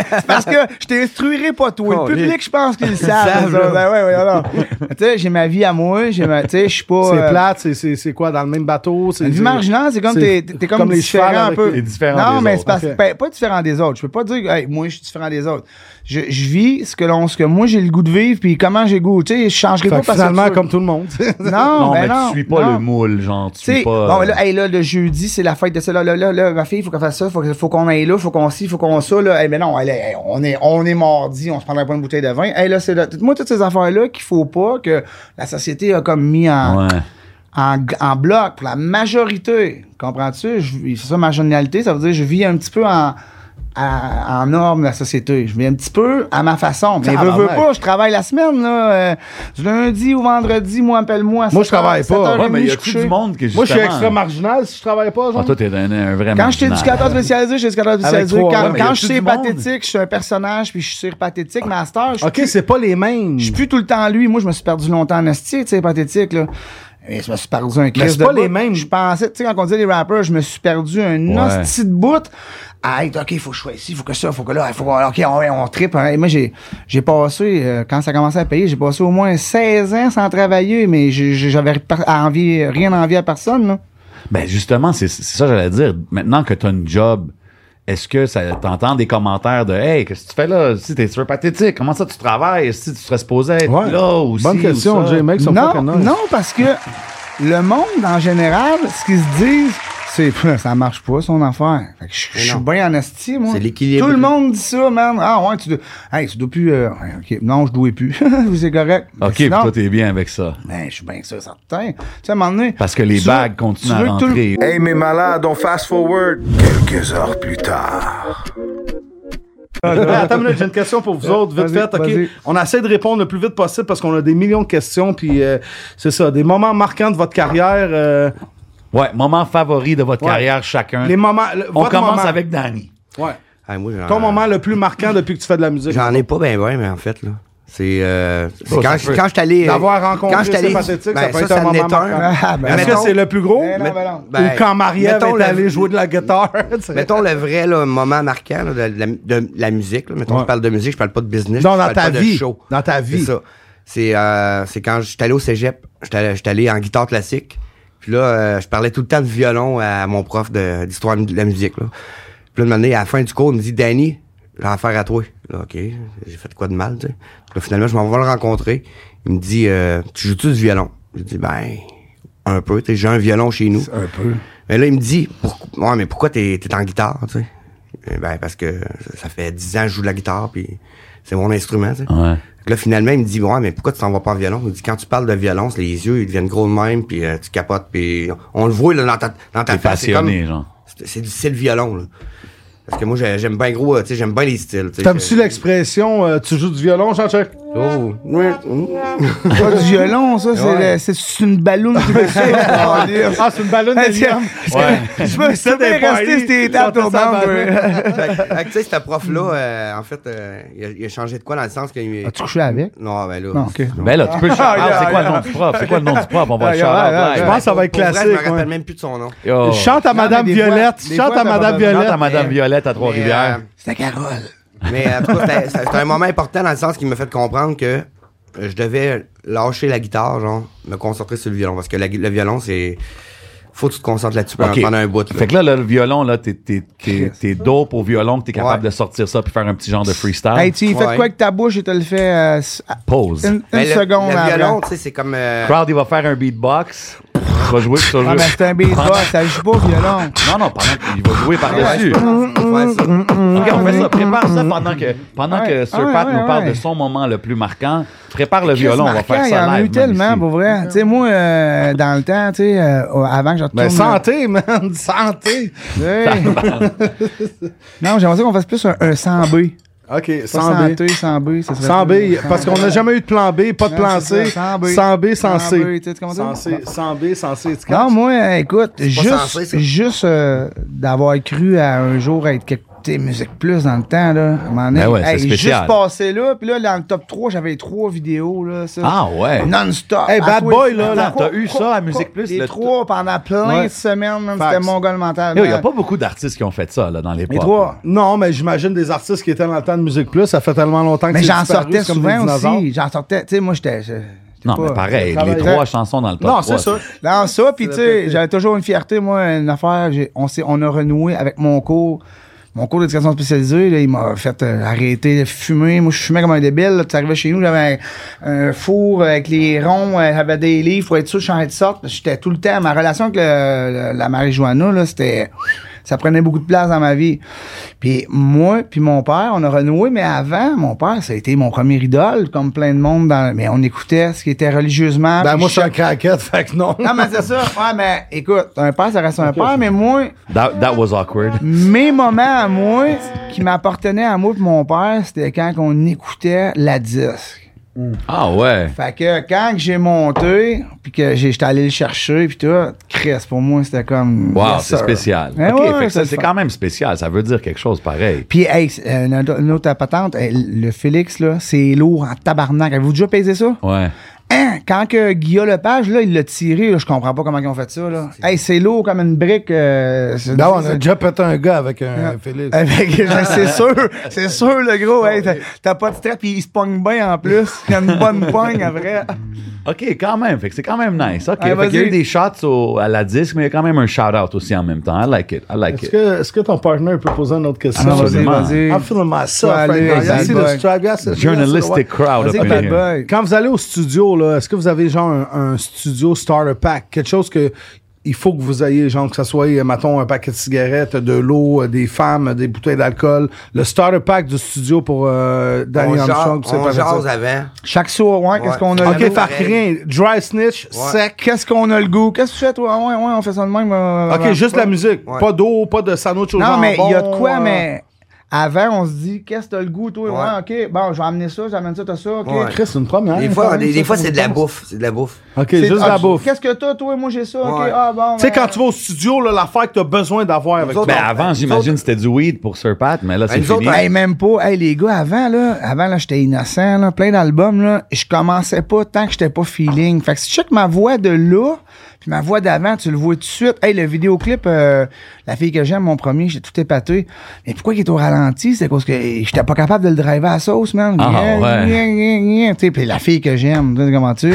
Speaker 3: C'est parce que je t'instruirai pas toi. Le public, je pense qu'ils le savent. ça. Ben ouais, ouais, alors. Tu sais, j'ai ma vie à moi, j'ai ma, tu sais, je suis pas.
Speaker 2: C'est
Speaker 3: euh,
Speaker 2: plate, c'est- c'est c'est quoi, dans le même bateau? c'est-
Speaker 3: Une vie
Speaker 2: c'est-
Speaker 3: marginale, c'est comme t'es, t'es comme,
Speaker 2: comme les chevals
Speaker 3: différent un
Speaker 2: avec
Speaker 3: peu.
Speaker 2: les- les
Speaker 4: différents
Speaker 3: non,
Speaker 4: des
Speaker 3: mais
Speaker 4: autres.
Speaker 3: c'est parce ben,
Speaker 2: Ok.
Speaker 3: pas, pas différent des autres. Je peux pas dire, hey, moi, je suis différent des autres. Je, je vis ce que l'on, ce que moi j'ai le goût de vivre, puis comment j'ai le goût. Tu sais, je changerai
Speaker 2: Fait
Speaker 3: pas
Speaker 2: que
Speaker 3: parce
Speaker 2: finalement,
Speaker 3: que
Speaker 2: comme tout le monde.
Speaker 3: non,
Speaker 4: Non,
Speaker 3: ben
Speaker 4: mais
Speaker 3: non,
Speaker 4: tu suis pas
Speaker 3: non.
Speaker 4: le moule, genre. Tu
Speaker 3: Tu sais,
Speaker 4: suis pas. euh,
Speaker 3: bon, là, hey, là, le jeudi, c'est la fête de ça. Là, là, là, là, ma fille, faut qu'on fasse ça, faut, que- faut qu'on aille là, faut qu'on ci, faut qu'on ça. Là. Hey, mais non, hey, là, hey, on, est, on est mardi, on se prendrait pas une bouteille de vin. Hey, là, c'est là, tout- moi, toutes ces affaires-là qu'il faut pas que la société a comme mis en,
Speaker 4: Ouais.
Speaker 3: en, en bloc pour la majorité. Comprends-tu? Je vis- C'est ça, ma génialité, ça veut dire que je vis un petit peu en, à- en norme de la société. Je vis un petit peu à ma façon. Mais veux, veux
Speaker 2: Tabarnak.
Speaker 3: pas, je travaille la semaine. Là, euh, du lundi au vendredi, moi, appelle-moi. à
Speaker 2: Moi, je
Speaker 3: 7 heures,
Speaker 2: travaille pas.
Speaker 3: 7 heures
Speaker 4: Ouais,
Speaker 3: et demie,
Speaker 4: mais il y a
Speaker 3: je suis
Speaker 4: tout du
Speaker 3: couché.
Speaker 4: monde qui est
Speaker 2: Moi, je suis
Speaker 4: justement-
Speaker 2: extra marginal si je travaille pas, genre.
Speaker 4: Ah, toi, t'es un, un vrai
Speaker 3: Quand j'étais
Speaker 4: marginal.
Speaker 3: éducateur spécialisé, j'étais éducateur spécialisé.
Speaker 2: trois, ouais,
Speaker 3: Quand,
Speaker 2: mais
Speaker 3: quand
Speaker 4: y a
Speaker 3: je
Speaker 4: tout
Speaker 3: suis
Speaker 4: du monde.
Speaker 3: pathétique, je suis un personnage, puis je suis pathétique, master. Je suis
Speaker 2: OK, c'est pas les mêmes.
Speaker 3: je suis plus tout le temps lui. Moi, je me suis perdu longtemps en esti, tu sais, pathétique, là. Mais je me suis perdu un
Speaker 2: Mais
Speaker 3: Chris
Speaker 2: c'est
Speaker 3: de
Speaker 2: pas
Speaker 3: bout.
Speaker 2: les mêmes.
Speaker 3: Je pensais, tu sais, quand on dit les rappers, je me suis perdu un
Speaker 4: Ouais.
Speaker 3: hostie de bout. Ah, hey, OK, faut que je sois ici, faut que ça, faut que là, faut que, OK, on, on tripe. hein. Et Moi, j'ai, j'ai passé, euh, quand ça a commencé à payer, j'ai passé au moins 16 ans sans travailler, mais j'ai- j'ai- j'avais per- à envier- rien à envier à personne, là.
Speaker 4: Ben justement, c'est c'est ça que j'allais dire. Maintenant que tu as une job, est-ce que ça t'entends des commentaires de Hey, qu'est-ce que tu fais là? Si t'es super pathétique, comment ça tu travailles? Si tu serais supposé être
Speaker 2: Ouais.
Speaker 4: là ou
Speaker 2: Bonne
Speaker 4: ci,
Speaker 2: question,
Speaker 4: ou ça?
Speaker 2: Jay. Mec, sont
Speaker 3: non,
Speaker 2: fucking nice.
Speaker 3: non, parce que le monde, en général, ce qu'ils se disent, c'est Pff, ça marche pas son affaire. Fait que je je
Speaker 7: Mais
Speaker 3: suis
Speaker 7: non.
Speaker 3: bien en esti, moi.
Speaker 7: C'est l'équilibre.
Speaker 3: Tout le monde dit ça, man. Ah ouais, tu dois. Hey, tu dois plus. euh, ouais, ok. Non, je dois plus. Vous c'est correct.
Speaker 4: OK, puis
Speaker 3: non,
Speaker 4: toi t'es bien avec ça.
Speaker 3: je suis bien sûr, certain. Tu sais, à un moment donné.
Speaker 4: Parce que les
Speaker 3: tu
Speaker 4: bagues
Speaker 3: veux-
Speaker 4: continuent
Speaker 3: tu veux
Speaker 4: à
Speaker 3: que tout le-
Speaker 4: rentrer.
Speaker 8: Hey, mes malades, on fast forward. Quelques heures plus tard.
Speaker 2: Hey, attends une minute, j'ai une question pour vous autres, vite
Speaker 3: Vas-y,
Speaker 2: fait. OK?
Speaker 3: vas-y.
Speaker 2: On essaie de répondre le plus vite possible parce qu'on a des millions de questions. Puis euh, c'est ça, des moments marquants de votre carrière. euh,
Speaker 4: Ouais, moment favori de votre
Speaker 2: Ouais.
Speaker 4: carrière chacun.
Speaker 2: les moments. le-
Speaker 4: On
Speaker 2: votre
Speaker 4: commence
Speaker 2: moment-
Speaker 4: avec Danny.
Speaker 2: Ouais.
Speaker 7: Ah, moi, j'en-
Speaker 3: Euh.
Speaker 2: Ton moment le plus marquant depuis que tu fais de la musique.
Speaker 7: J'en ai pas ben ouais, mais en fait, là. C'est euh, c'est
Speaker 4: Oh, ça
Speaker 7: quand, je-
Speaker 4: peut-
Speaker 7: quand je suis allé. euh,
Speaker 2: D'avoir rencontré
Speaker 7: quand je suis allé-
Speaker 2: ces pathétiques, ça
Speaker 7: ben,
Speaker 2: peut être un
Speaker 7: en
Speaker 2: moment
Speaker 7: est
Speaker 2: marquant.
Speaker 3: Ah, ben,
Speaker 2: Est-ce que
Speaker 7: mettons-
Speaker 2: c'est le plus gros?
Speaker 3: Mais non,
Speaker 7: Mais-
Speaker 3: ben non.
Speaker 7: ben,
Speaker 2: Ou quand Marie-Ève
Speaker 7: mettons
Speaker 2: est
Speaker 7: le-
Speaker 2: allée jouer de la guitare. tu sais.
Speaker 7: Mettons le vrai là, moment marquant là, de, la, de la musique. là. Mettons,
Speaker 2: Ouais.
Speaker 7: je parle de musique, je parle pas de business.
Speaker 2: Non,
Speaker 7: je
Speaker 2: dans
Speaker 7: parle
Speaker 2: ta
Speaker 7: pas de
Speaker 2: vie.
Speaker 7: show.
Speaker 2: Dans ta vie.
Speaker 7: C'est ça. C'est euh, c'est quand je suis allé au cégep, je suis allé en guitare classique. Puis là, euh, je parlais tout le temps de violon à mon prof de- d'histoire de, la musique. Là. Puis là, une année, à la fin du cours, il me dit Danny, j'ai affaire à toi. Là, OK, j'ai fait quoi de mal, tu sais. Puis là, finalement, je m'en vais le rencontrer. Il me dit euh, Tu joues-tu du violon Je dis Ben, un peu. tu sais, J'ai un violon chez nous.
Speaker 3: Un peu.
Speaker 7: Mais là, il me dit, Pourquoi- ouais, mais pourquoi t'es, t'es en guitare, tu sais? Eh Ben, parce que ça fait 10 ans que je joue de la guitare, puis c'est mon instrument, tu sais.
Speaker 4: Ouais.
Speaker 7: Fait que Là, finalement, il me dit, ouais, mais pourquoi tu t'en vas pas en violon? Il dit, quand tu parles de violon, c'est les yeux, ils deviennent gros de même, puis euh, tu capotes, puis on- on le voit, là, dans ta, dans ta
Speaker 4: T'es
Speaker 7: face. C'est
Speaker 4: passionné,
Speaker 7: comme-
Speaker 4: genre.
Speaker 7: C'est, c'est, du- c'est le violon, là. Parce que moi, j'ai- j'aime bien gros, euh, tu sais, j'aime bien les styles, tu sais.
Speaker 2: T'aimes-tu l'expression euh, tu joues du violon, Jean-Chuck?
Speaker 7: Oh.
Speaker 3: Pas du violon, ça, c'est,
Speaker 7: Ouais.
Speaker 3: le- c'est, c'est une balloune qui fait ça.
Speaker 2: Ah, c'est une ballonne de violon.
Speaker 4: Ouais.
Speaker 3: Je me suis bien resté sur tes étapes tournantes, ouais.
Speaker 7: fait, que- fait que, tu sais, ce prof-là, euh, en fait, euh, il, a, il a changé de quoi dans le sens qu'il.
Speaker 3: As-tu couché avec?
Speaker 7: Non, ben là.
Speaker 3: Non, ok.
Speaker 4: Ben là, tu peux le shout-out.
Speaker 3: yeah,
Speaker 4: c'est quoi le nom du prof? C'est quoi le nom du prof? On va le
Speaker 3: Yeah, yeah, yeah,
Speaker 2: Je
Speaker 4: shout-out.
Speaker 2: pense que ça va être
Speaker 7: Pour vrai,
Speaker 2: classique.
Speaker 7: je me rappelle
Speaker 2: ouais.
Speaker 7: même plus de son nom.
Speaker 4: Yo.
Speaker 2: Chante à
Speaker 3: Non, mais
Speaker 2: Madame
Speaker 3: des
Speaker 2: Violette.
Speaker 3: fois- des
Speaker 2: Chante
Speaker 3: fois,
Speaker 2: à
Speaker 3: t'as
Speaker 2: Madame
Speaker 3: pas besoin-
Speaker 4: Chante
Speaker 2: Violette.
Speaker 4: à Madame Violette à Trois-Rivières.
Speaker 3: C'était Carole.
Speaker 7: Mais euh, en tout cas, c'était- c'était un moment important dans le sens qu'il m'a fait comprendre que euh, je devais lâcher la guitare, genre, me concentrer sur le violon. Parce que la gui- le violon, c'est. Faut que tu te concentres là-dessus
Speaker 2: euh,
Speaker 7: pendant
Speaker 4: OK.
Speaker 7: pendant un bout. là.
Speaker 4: Fait que là, le violon, là, t'es, t'es, t'es, t'es dope au violon, que t'es capable de
Speaker 7: Ouais.
Speaker 4: sortir ça puis faire un petit genre de freestyle.
Speaker 3: Hey, tu fais
Speaker 7: Ouais.
Speaker 3: quoi avec ta bouche et te le fais euh, s- à-
Speaker 4: Pause.
Speaker 2: Ben,
Speaker 3: une,
Speaker 7: Mais
Speaker 3: une
Speaker 7: le-
Speaker 3: seconde
Speaker 7: Le
Speaker 3: avant.
Speaker 7: violon, tu sais, c'est comme. euh,
Speaker 4: Crowd, il va faire un beatbox. Il va jouer, sur
Speaker 3: Ah, mais c'est un beatbox, ça joue pas au violon.
Speaker 4: Non, non, pendant qu'il va jouer par-dessus.
Speaker 7: Ouais, ça.
Speaker 4: OK, on fait ça. Prépare ça pendant que, pendant
Speaker 3: Ouais.
Speaker 4: que Sir
Speaker 3: Ouais,
Speaker 4: Pat
Speaker 3: ouais,
Speaker 4: nous parle
Speaker 3: ouais.
Speaker 4: de son moment le plus marquant. Prépare le
Speaker 3: Chris
Speaker 4: violon, on va
Speaker 3: Marquand,
Speaker 4: faire
Speaker 3: Il y en
Speaker 4: ça
Speaker 3: a eu
Speaker 4: live. même
Speaker 3: tellement,
Speaker 4: ici.
Speaker 3: pour vrai. hein. Tu sais, moi, euh, dans le temps, tu sais, euh, avant que je retourne...
Speaker 2: Ben, santé, man! Santé!
Speaker 3: Hey. non, j'aimerais ça qu'on fasse plus un, un 100B.
Speaker 2: OK,
Speaker 3: Pas
Speaker 2: sans B.
Speaker 3: santé, 100B. ça serait
Speaker 2: Sans B,
Speaker 3: plus-
Speaker 2: parce qu'on n'a jamais eu de plan B, pas de
Speaker 3: Non,
Speaker 2: plan
Speaker 3: c'est
Speaker 2: C.
Speaker 3: ça, sans
Speaker 2: Sans
Speaker 3: B.
Speaker 2: B, sans B, sans
Speaker 3: Sans B,
Speaker 2: C.
Speaker 3: tu sais comment
Speaker 2: Sans C,
Speaker 3: dire?
Speaker 2: sans B, sans C. tu
Speaker 3: Non,
Speaker 2: catches?
Speaker 3: moi, euh, écoute, juste,
Speaker 7: censé, ça.
Speaker 3: juste euh, d'avoir cru à un jour être quelque tu sais, musique plus dans le temps, là. À un moment donné,
Speaker 4: Ben ouais, c'est spécial.
Speaker 3: juste passé là, puis là, dans le top 3, j'avais les trois vidéos, là, ça.
Speaker 4: Ah ouais.
Speaker 3: Non-stop.
Speaker 2: Hey,
Speaker 3: À
Speaker 2: Bad
Speaker 3: tous
Speaker 2: Boy,
Speaker 3: les-
Speaker 2: là,
Speaker 4: là,
Speaker 3: Quoi-
Speaker 4: t'as eu
Speaker 3: quoi-
Speaker 4: ça
Speaker 3: quoi-
Speaker 4: à Musique Plus,
Speaker 3: Les
Speaker 4: le-
Speaker 3: trois pendant plein de
Speaker 2: Ouais.
Speaker 3: semaines, man,
Speaker 2: Facts.
Speaker 3: c'était mon gars mental.
Speaker 4: Yo, Il n'y a
Speaker 3: man.
Speaker 4: pas beaucoup d'artistes qui ont fait ça là, dans les
Speaker 3: Les trois.
Speaker 2: Non, mais j'imagine des artistes qui étaient dans le temps de Musique Plus, ça fait tellement longtemps que
Speaker 3: Mais
Speaker 2: c'est
Speaker 3: j'en
Speaker 2: disparu,
Speaker 3: sortais
Speaker 2: c'est comme des
Speaker 3: souvent
Speaker 2: dinosaures.
Speaker 3: aussi. J'en sortais, tu sais, moi, j'étais. je- j'étais
Speaker 4: Non,
Speaker 3: pas-
Speaker 4: mais pareil,
Speaker 2: Ça
Speaker 4: les
Speaker 2: va être-
Speaker 4: trois chansons dans le top
Speaker 2: Non,
Speaker 4: trois,
Speaker 2: c'est ça.
Speaker 3: Dans ça, puis tu sais,
Speaker 2: répété.
Speaker 3: j'avais toujours une fierté, moi, une affaire. j'ai- On, s'est- on a renoué avec mon cours. Mon cours d'éducation spécialisée, là, il m'a fait euh, arrêter de fumer. Moi, je fumais comme un débile. Là, puis arrivais chez nous, j'avais un, un four avec les ronds, euh, j'avais des livres pour être sûr que je changeais de sorte. J'étais tout le temps. Ma relation avec le- le- la marijuana, là, c'était. Ça prenait beaucoup de place dans ma vie. Puis moi, puis mon père, on a renoué, mais avant, mon père, ça a été mon premier idole, comme plein de monde. Dans, mais on écoutait ce qui était religieusement.
Speaker 2: Ben,
Speaker 3: puis
Speaker 2: moi,
Speaker 3: je
Speaker 2: je suis un craquette, fait que non.
Speaker 3: non, mais c'est ça. Ouais, mais écoute, un père, ça reste un père, mais moi,
Speaker 4: That, that was awkward.
Speaker 3: mes moments à moi, qui m'appartenaient à moi et mon père, c'était quand on écoutait la disque.
Speaker 4: Ah ouais.
Speaker 3: Fait que quand que j'ai monté, puis que j'ai- j'étais allé le chercher, puis tout, Chris, pour moi, c'était comme.
Speaker 4: Wow,
Speaker 3: yes,
Speaker 4: c'est
Speaker 3: sir.
Speaker 4: spécial.
Speaker 3: Eh
Speaker 4: OK,
Speaker 3: ouais,
Speaker 4: fait que ça,
Speaker 3: le
Speaker 4: c'est
Speaker 3: fun.
Speaker 4: quand même spécial. Ça veut dire quelque chose pareil.
Speaker 3: Puis, hey, c'est- euh, une autre- une autre patente, hey, le Félix, là, c'est lourd en tabarnak. Avez-vous déjà pesé ça?
Speaker 4: Ouais.
Speaker 3: Hein, quand que Guillaume Lepage, là, il l'a tiré, là, je comprends pas comment ils ont fait ça, là. Hey, c'est lourd comme une brique. euh, c'est-
Speaker 2: Non, Ben, on
Speaker 3: c'est-
Speaker 2: a déjà pété un gars avec un Félix.
Speaker 3: Euh, fait que,
Speaker 2: Ah.
Speaker 3: je- c'est sûr, c'est sûr, le gros. hey, t'as- T'as pas de strap, puis il se pogne bien en plus. Il y a une bonne pogne après.
Speaker 4: OK, quand même. Fait que c'est quand même nice. OK,
Speaker 3: Ouais,
Speaker 4: fait qu'il y a
Speaker 3: vas-y.
Speaker 4: eu des shots au- à la disque, mais il y a quand même un shout-out aussi en même temps. I like it. I like
Speaker 2: Est-ce
Speaker 4: it.
Speaker 2: que, est-ce que ton partner peut poser une autre question?
Speaker 4: Ah, vas-y, vas-y.
Speaker 2: I'm feeling myself
Speaker 3: Ouais,
Speaker 2: right
Speaker 3: allez,
Speaker 2: now.
Speaker 3: bad
Speaker 2: Y'all see
Speaker 3: boy.
Speaker 2: the strap, y'all see-
Speaker 4: Journalistic crowd up
Speaker 3: Vas-y,
Speaker 4: in
Speaker 3: bad
Speaker 4: here.
Speaker 3: boy.
Speaker 2: Quand vous allez au studio, là, est-ce que vous avez genre un, un studio starter pack? Quelque chose que il faut que vous ayez, genre que ça soit, euh, mettons, un paquet de cigarettes, de l'eau, euh, des femmes, euh, des bouteilles d'alcool. Le starter pack du studio pour euh,
Speaker 7: On
Speaker 2: Danny
Speaker 7: jase-
Speaker 2: Armstrong,
Speaker 7: on jase avant.
Speaker 3: Chaque soir, ouais, qu'est-ce qu'on a
Speaker 2: OK,
Speaker 3: le goût?
Speaker 2: fait rien. Dry snitch, sec.
Speaker 3: Qu'est-ce qu'on a le goût? Qu'est-ce que tu fais, toi? Ah Ouais, ouais, on fait ça de même. euh,
Speaker 2: OK,
Speaker 3: euh,
Speaker 2: juste
Speaker 3: pas.
Speaker 2: la musique.
Speaker 7: Ouais.
Speaker 2: Pas d'eau, pas de sandwich au
Speaker 3: Non,
Speaker 2: jambon.
Speaker 3: mais il y a de quoi,
Speaker 2: euh,
Speaker 3: mais. Avant, on se dit, qu'est-ce que t'as le goût, toi? Ouais, ok, bon, je vais amener ça, j'amène ça, t'as ça, ok.
Speaker 7: Ouais.
Speaker 2: Chris, c'est une
Speaker 3: Ah,
Speaker 2: première.
Speaker 7: Des fois, des, des fois c'est de la bouffe. C'est de la bouffe.
Speaker 2: OK,
Speaker 3: C'est-
Speaker 2: juste de
Speaker 3: ah,
Speaker 2: la
Speaker 3: tu-
Speaker 2: bouffe. Tu
Speaker 3: Qu'est-ce que t'as, toi? Moi, j'ai ça, ok,
Speaker 7: Ouais.
Speaker 3: ah, bon.
Speaker 2: sais, quand tu vas au studio, là, l'affaire que t'as besoin d'avoir avec
Speaker 7: Nous
Speaker 2: toi.
Speaker 7: autres,
Speaker 4: Ben,
Speaker 7: Non,
Speaker 4: avant,
Speaker 7: nous
Speaker 4: j'imagine
Speaker 7: autres-
Speaker 4: c'était du weed pour Sir Pat, mais là, c'est
Speaker 7: nous
Speaker 4: fini.
Speaker 7: autres,
Speaker 3: Hey, même pas. Hey, les gars, avant, là, avant, là, j'étais innocent, là, plein d'albums, là. Je commençais pas tant que j'étais pas feeling. Fait que si tu check ma voix de là, puis ma voix d'avant, tu le vois tout de suite. Hey, le vidéoclip, euh, la fille que j'aime, mon premier, j'étais tout épaté. Mais pourquoi il est au ralenti? C'est parce que eh, j'étais pas capable de le driver à la sauce, man.
Speaker 4: Ah,
Speaker 3: Gna, gna,
Speaker 4: ouais.
Speaker 3: gna, gna. Tu sais, puis la fille que j'aime, tu sais comment tu.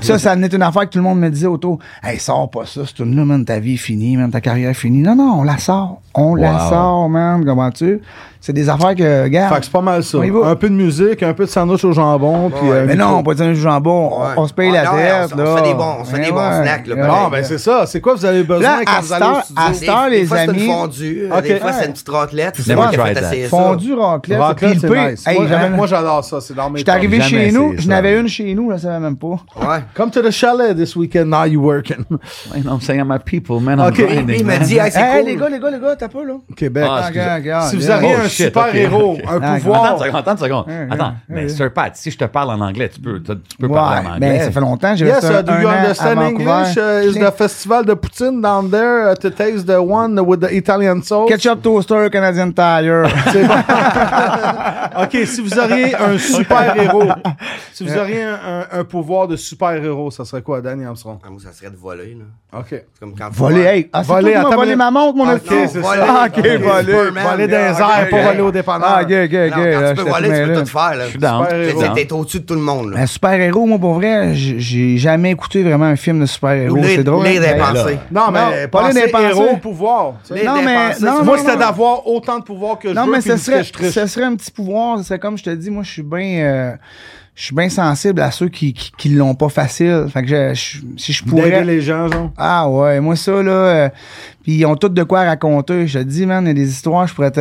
Speaker 3: ça, ça venait une affaire que tout le monde me disait autour. Hey, sors pas ça, c'est une là, man, ta vie est finie, man, ta carrière est finie. Non, non, on la sort. On la
Speaker 4: Wow.
Speaker 3: sort, man, comment tu. C'est des affaires que, gars.
Speaker 2: Fait que c'est pas mal ça.
Speaker 3: On y va.
Speaker 2: Un peu de musique, un peu de sandwich au jambon, puis... euh,
Speaker 3: Mais
Speaker 2: micro.
Speaker 3: non, on peut dire du jambon, on-
Speaker 7: Ouais.
Speaker 3: on, se paye la
Speaker 7: Ah, non,
Speaker 3: dette,
Speaker 7: on s- on
Speaker 3: là.
Speaker 7: se fait des bons- on se fait des bons snacks, là,
Speaker 3: Ouais. Ah,
Speaker 2: Non, ben c'est ça. C'est quoi vous avez besoin
Speaker 3: Là, à
Speaker 2: quand vous allez au
Speaker 3: cette heure- à
Speaker 2: studio?
Speaker 7: Des,
Speaker 3: Star,
Speaker 7: des
Speaker 3: les
Speaker 7: fois, c'est
Speaker 3: amis.
Speaker 7: une fondue.
Speaker 2: Ok.
Speaker 7: Des fois, c'est
Speaker 2: Ouais.
Speaker 7: une petite raclette. C'est
Speaker 4: Never
Speaker 7: moi qui ai
Speaker 4: tried
Speaker 7: fait
Speaker 4: that.
Speaker 7: essayer ça.
Speaker 3: ben, Fondu, raclette, c'est
Speaker 2: Raclette,
Speaker 3: pilpé.
Speaker 2: c'est nice.
Speaker 3: Hey,
Speaker 2: Moi,
Speaker 3: j'avais-
Speaker 2: j'aime- moi, j'adore ça. C'est dans mes
Speaker 3: J'étais arrivé
Speaker 4: Jamais
Speaker 3: chez nous,
Speaker 4: essayé
Speaker 3: je
Speaker 4: ça.
Speaker 3: n'avais une chez nous, je ne savais même pas.
Speaker 7: Ouais.
Speaker 2: Comme to the chalet this weekend, now you working.
Speaker 4: Man, I'm saying my people, man. I'm
Speaker 2: OK.
Speaker 7: Puis
Speaker 4: grinding,
Speaker 7: il m'a
Speaker 4: man.
Speaker 7: dit, hey, c'est
Speaker 3: Hey,
Speaker 7: cool.
Speaker 3: les gars, les gars, les gars, t'as pas, là.
Speaker 2: Québec.
Speaker 4: Ah, excusez.
Speaker 3: Regarde, regarde,
Speaker 2: si vous
Speaker 3: regarde.
Speaker 2: avez
Speaker 4: Oh,
Speaker 2: un
Speaker 4: shit,
Speaker 2: super
Speaker 4: ok,
Speaker 2: héros,
Speaker 4: ok.
Speaker 2: un
Speaker 3: Ah,
Speaker 2: pouvoir...
Speaker 4: Attends une seconde, attends une seconde.
Speaker 3: Ouais,
Speaker 4: Attends,
Speaker 3: ouais,
Speaker 4: mais
Speaker 3: ouais.
Speaker 4: Sir Pat, si je te parle en anglais, tu peux, tu tu peux parler en
Speaker 3: Ouais,
Speaker 4: anglais.
Speaker 3: ben, ça fait longtemps, j'ai
Speaker 2: Yes,
Speaker 3: fait ça
Speaker 2: uh, do
Speaker 3: un
Speaker 2: you
Speaker 3: an
Speaker 2: understand
Speaker 3: à
Speaker 2: English? Uh,
Speaker 3: Vancouver.
Speaker 2: is the festival de Poutine down there uh, to taste the one with the Italian sauce?
Speaker 3: Ketchup Toaster Canadian Tire.
Speaker 2: C'est bon. OK, si vous auriez un super-héros, si vous auriez un, un- un pouvoir de super-héros, ça serait quoi, Danny Armstrong?
Speaker 7: Ah, moi, ça serait de voler, là.
Speaker 2: OK.
Speaker 7: C'est comme quand tu
Speaker 3: Voler,
Speaker 7: vois-
Speaker 3: hey. Ah, c'est
Speaker 2: Voler,
Speaker 3: toi qui m'as
Speaker 2: attends,
Speaker 3: volé
Speaker 2: mais-
Speaker 3: ma montre, mon
Speaker 2: Ah,
Speaker 3: ami.
Speaker 2: ok, c'est
Speaker 7: ça.
Speaker 3: Ah, ok,
Speaker 7: Ok,
Speaker 3: voler.
Speaker 7: Superman,
Speaker 2: Voler dans les
Speaker 7: là,
Speaker 2: airs,
Speaker 7: ok,
Speaker 2: pas
Speaker 3: pour aller au dépanneur.
Speaker 10: Ah, gay, gay, gay,
Speaker 7: Non, quand
Speaker 10: là,
Speaker 7: tu peux
Speaker 10: j'étais tout
Speaker 7: voler, tu peux
Speaker 10: mêlé.
Speaker 7: tout faire. Là.
Speaker 4: Je suis down.
Speaker 7: T'es-
Speaker 4: Super-héros.
Speaker 7: T'es au-dessus de tout le monde. Là.
Speaker 3: Un super-héros, moi, pour vrai, j- j'ai jamais écouté vraiment un film de
Speaker 7: Ou
Speaker 3: super-héros.
Speaker 7: les
Speaker 3: C'est drôle.
Speaker 7: les
Speaker 3: hein.
Speaker 7: dépensés.
Speaker 2: Non, mais
Speaker 3: Non,
Speaker 2: pas
Speaker 3: penser
Speaker 2: les héros
Speaker 3: héros.
Speaker 2: au pouvoir. tu sais.
Speaker 7: Les
Speaker 3: Non, mais-
Speaker 7: dépensés,
Speaker 3: non,
Speaker 7: c'est-
Speaker 2: Moi,
Speaker 3: non,
Speaker 2: c'était
Speaker 3: non.
Speaker 2: d'avoir autant de pouvoir que je
Speaker 3: Non,
Speaker 2: veux,
Speaker 3: mais
Speaker 2: puis
Speaker 3: ce
Speaker 2: de ce que
Speaker 3: serait,
Speaker 2: je triche.
Speaker 3: ce serait un petit pouvoir. C'est comme je te dis, moi, je suis bien. euh, je suis bien sensible à ceux qui, qui, qui l'ont pas facile. Fait que je- je- si je
Speaker 2: D'aider
Speaker 3: pourrais.
Speaker 2: les gens, genre.
Speaker 3: Ah ouais, moi ça là, euh, puis ils ont tout de quoi raconter. Je te dis, man, il y a des histoires, je pourrais te.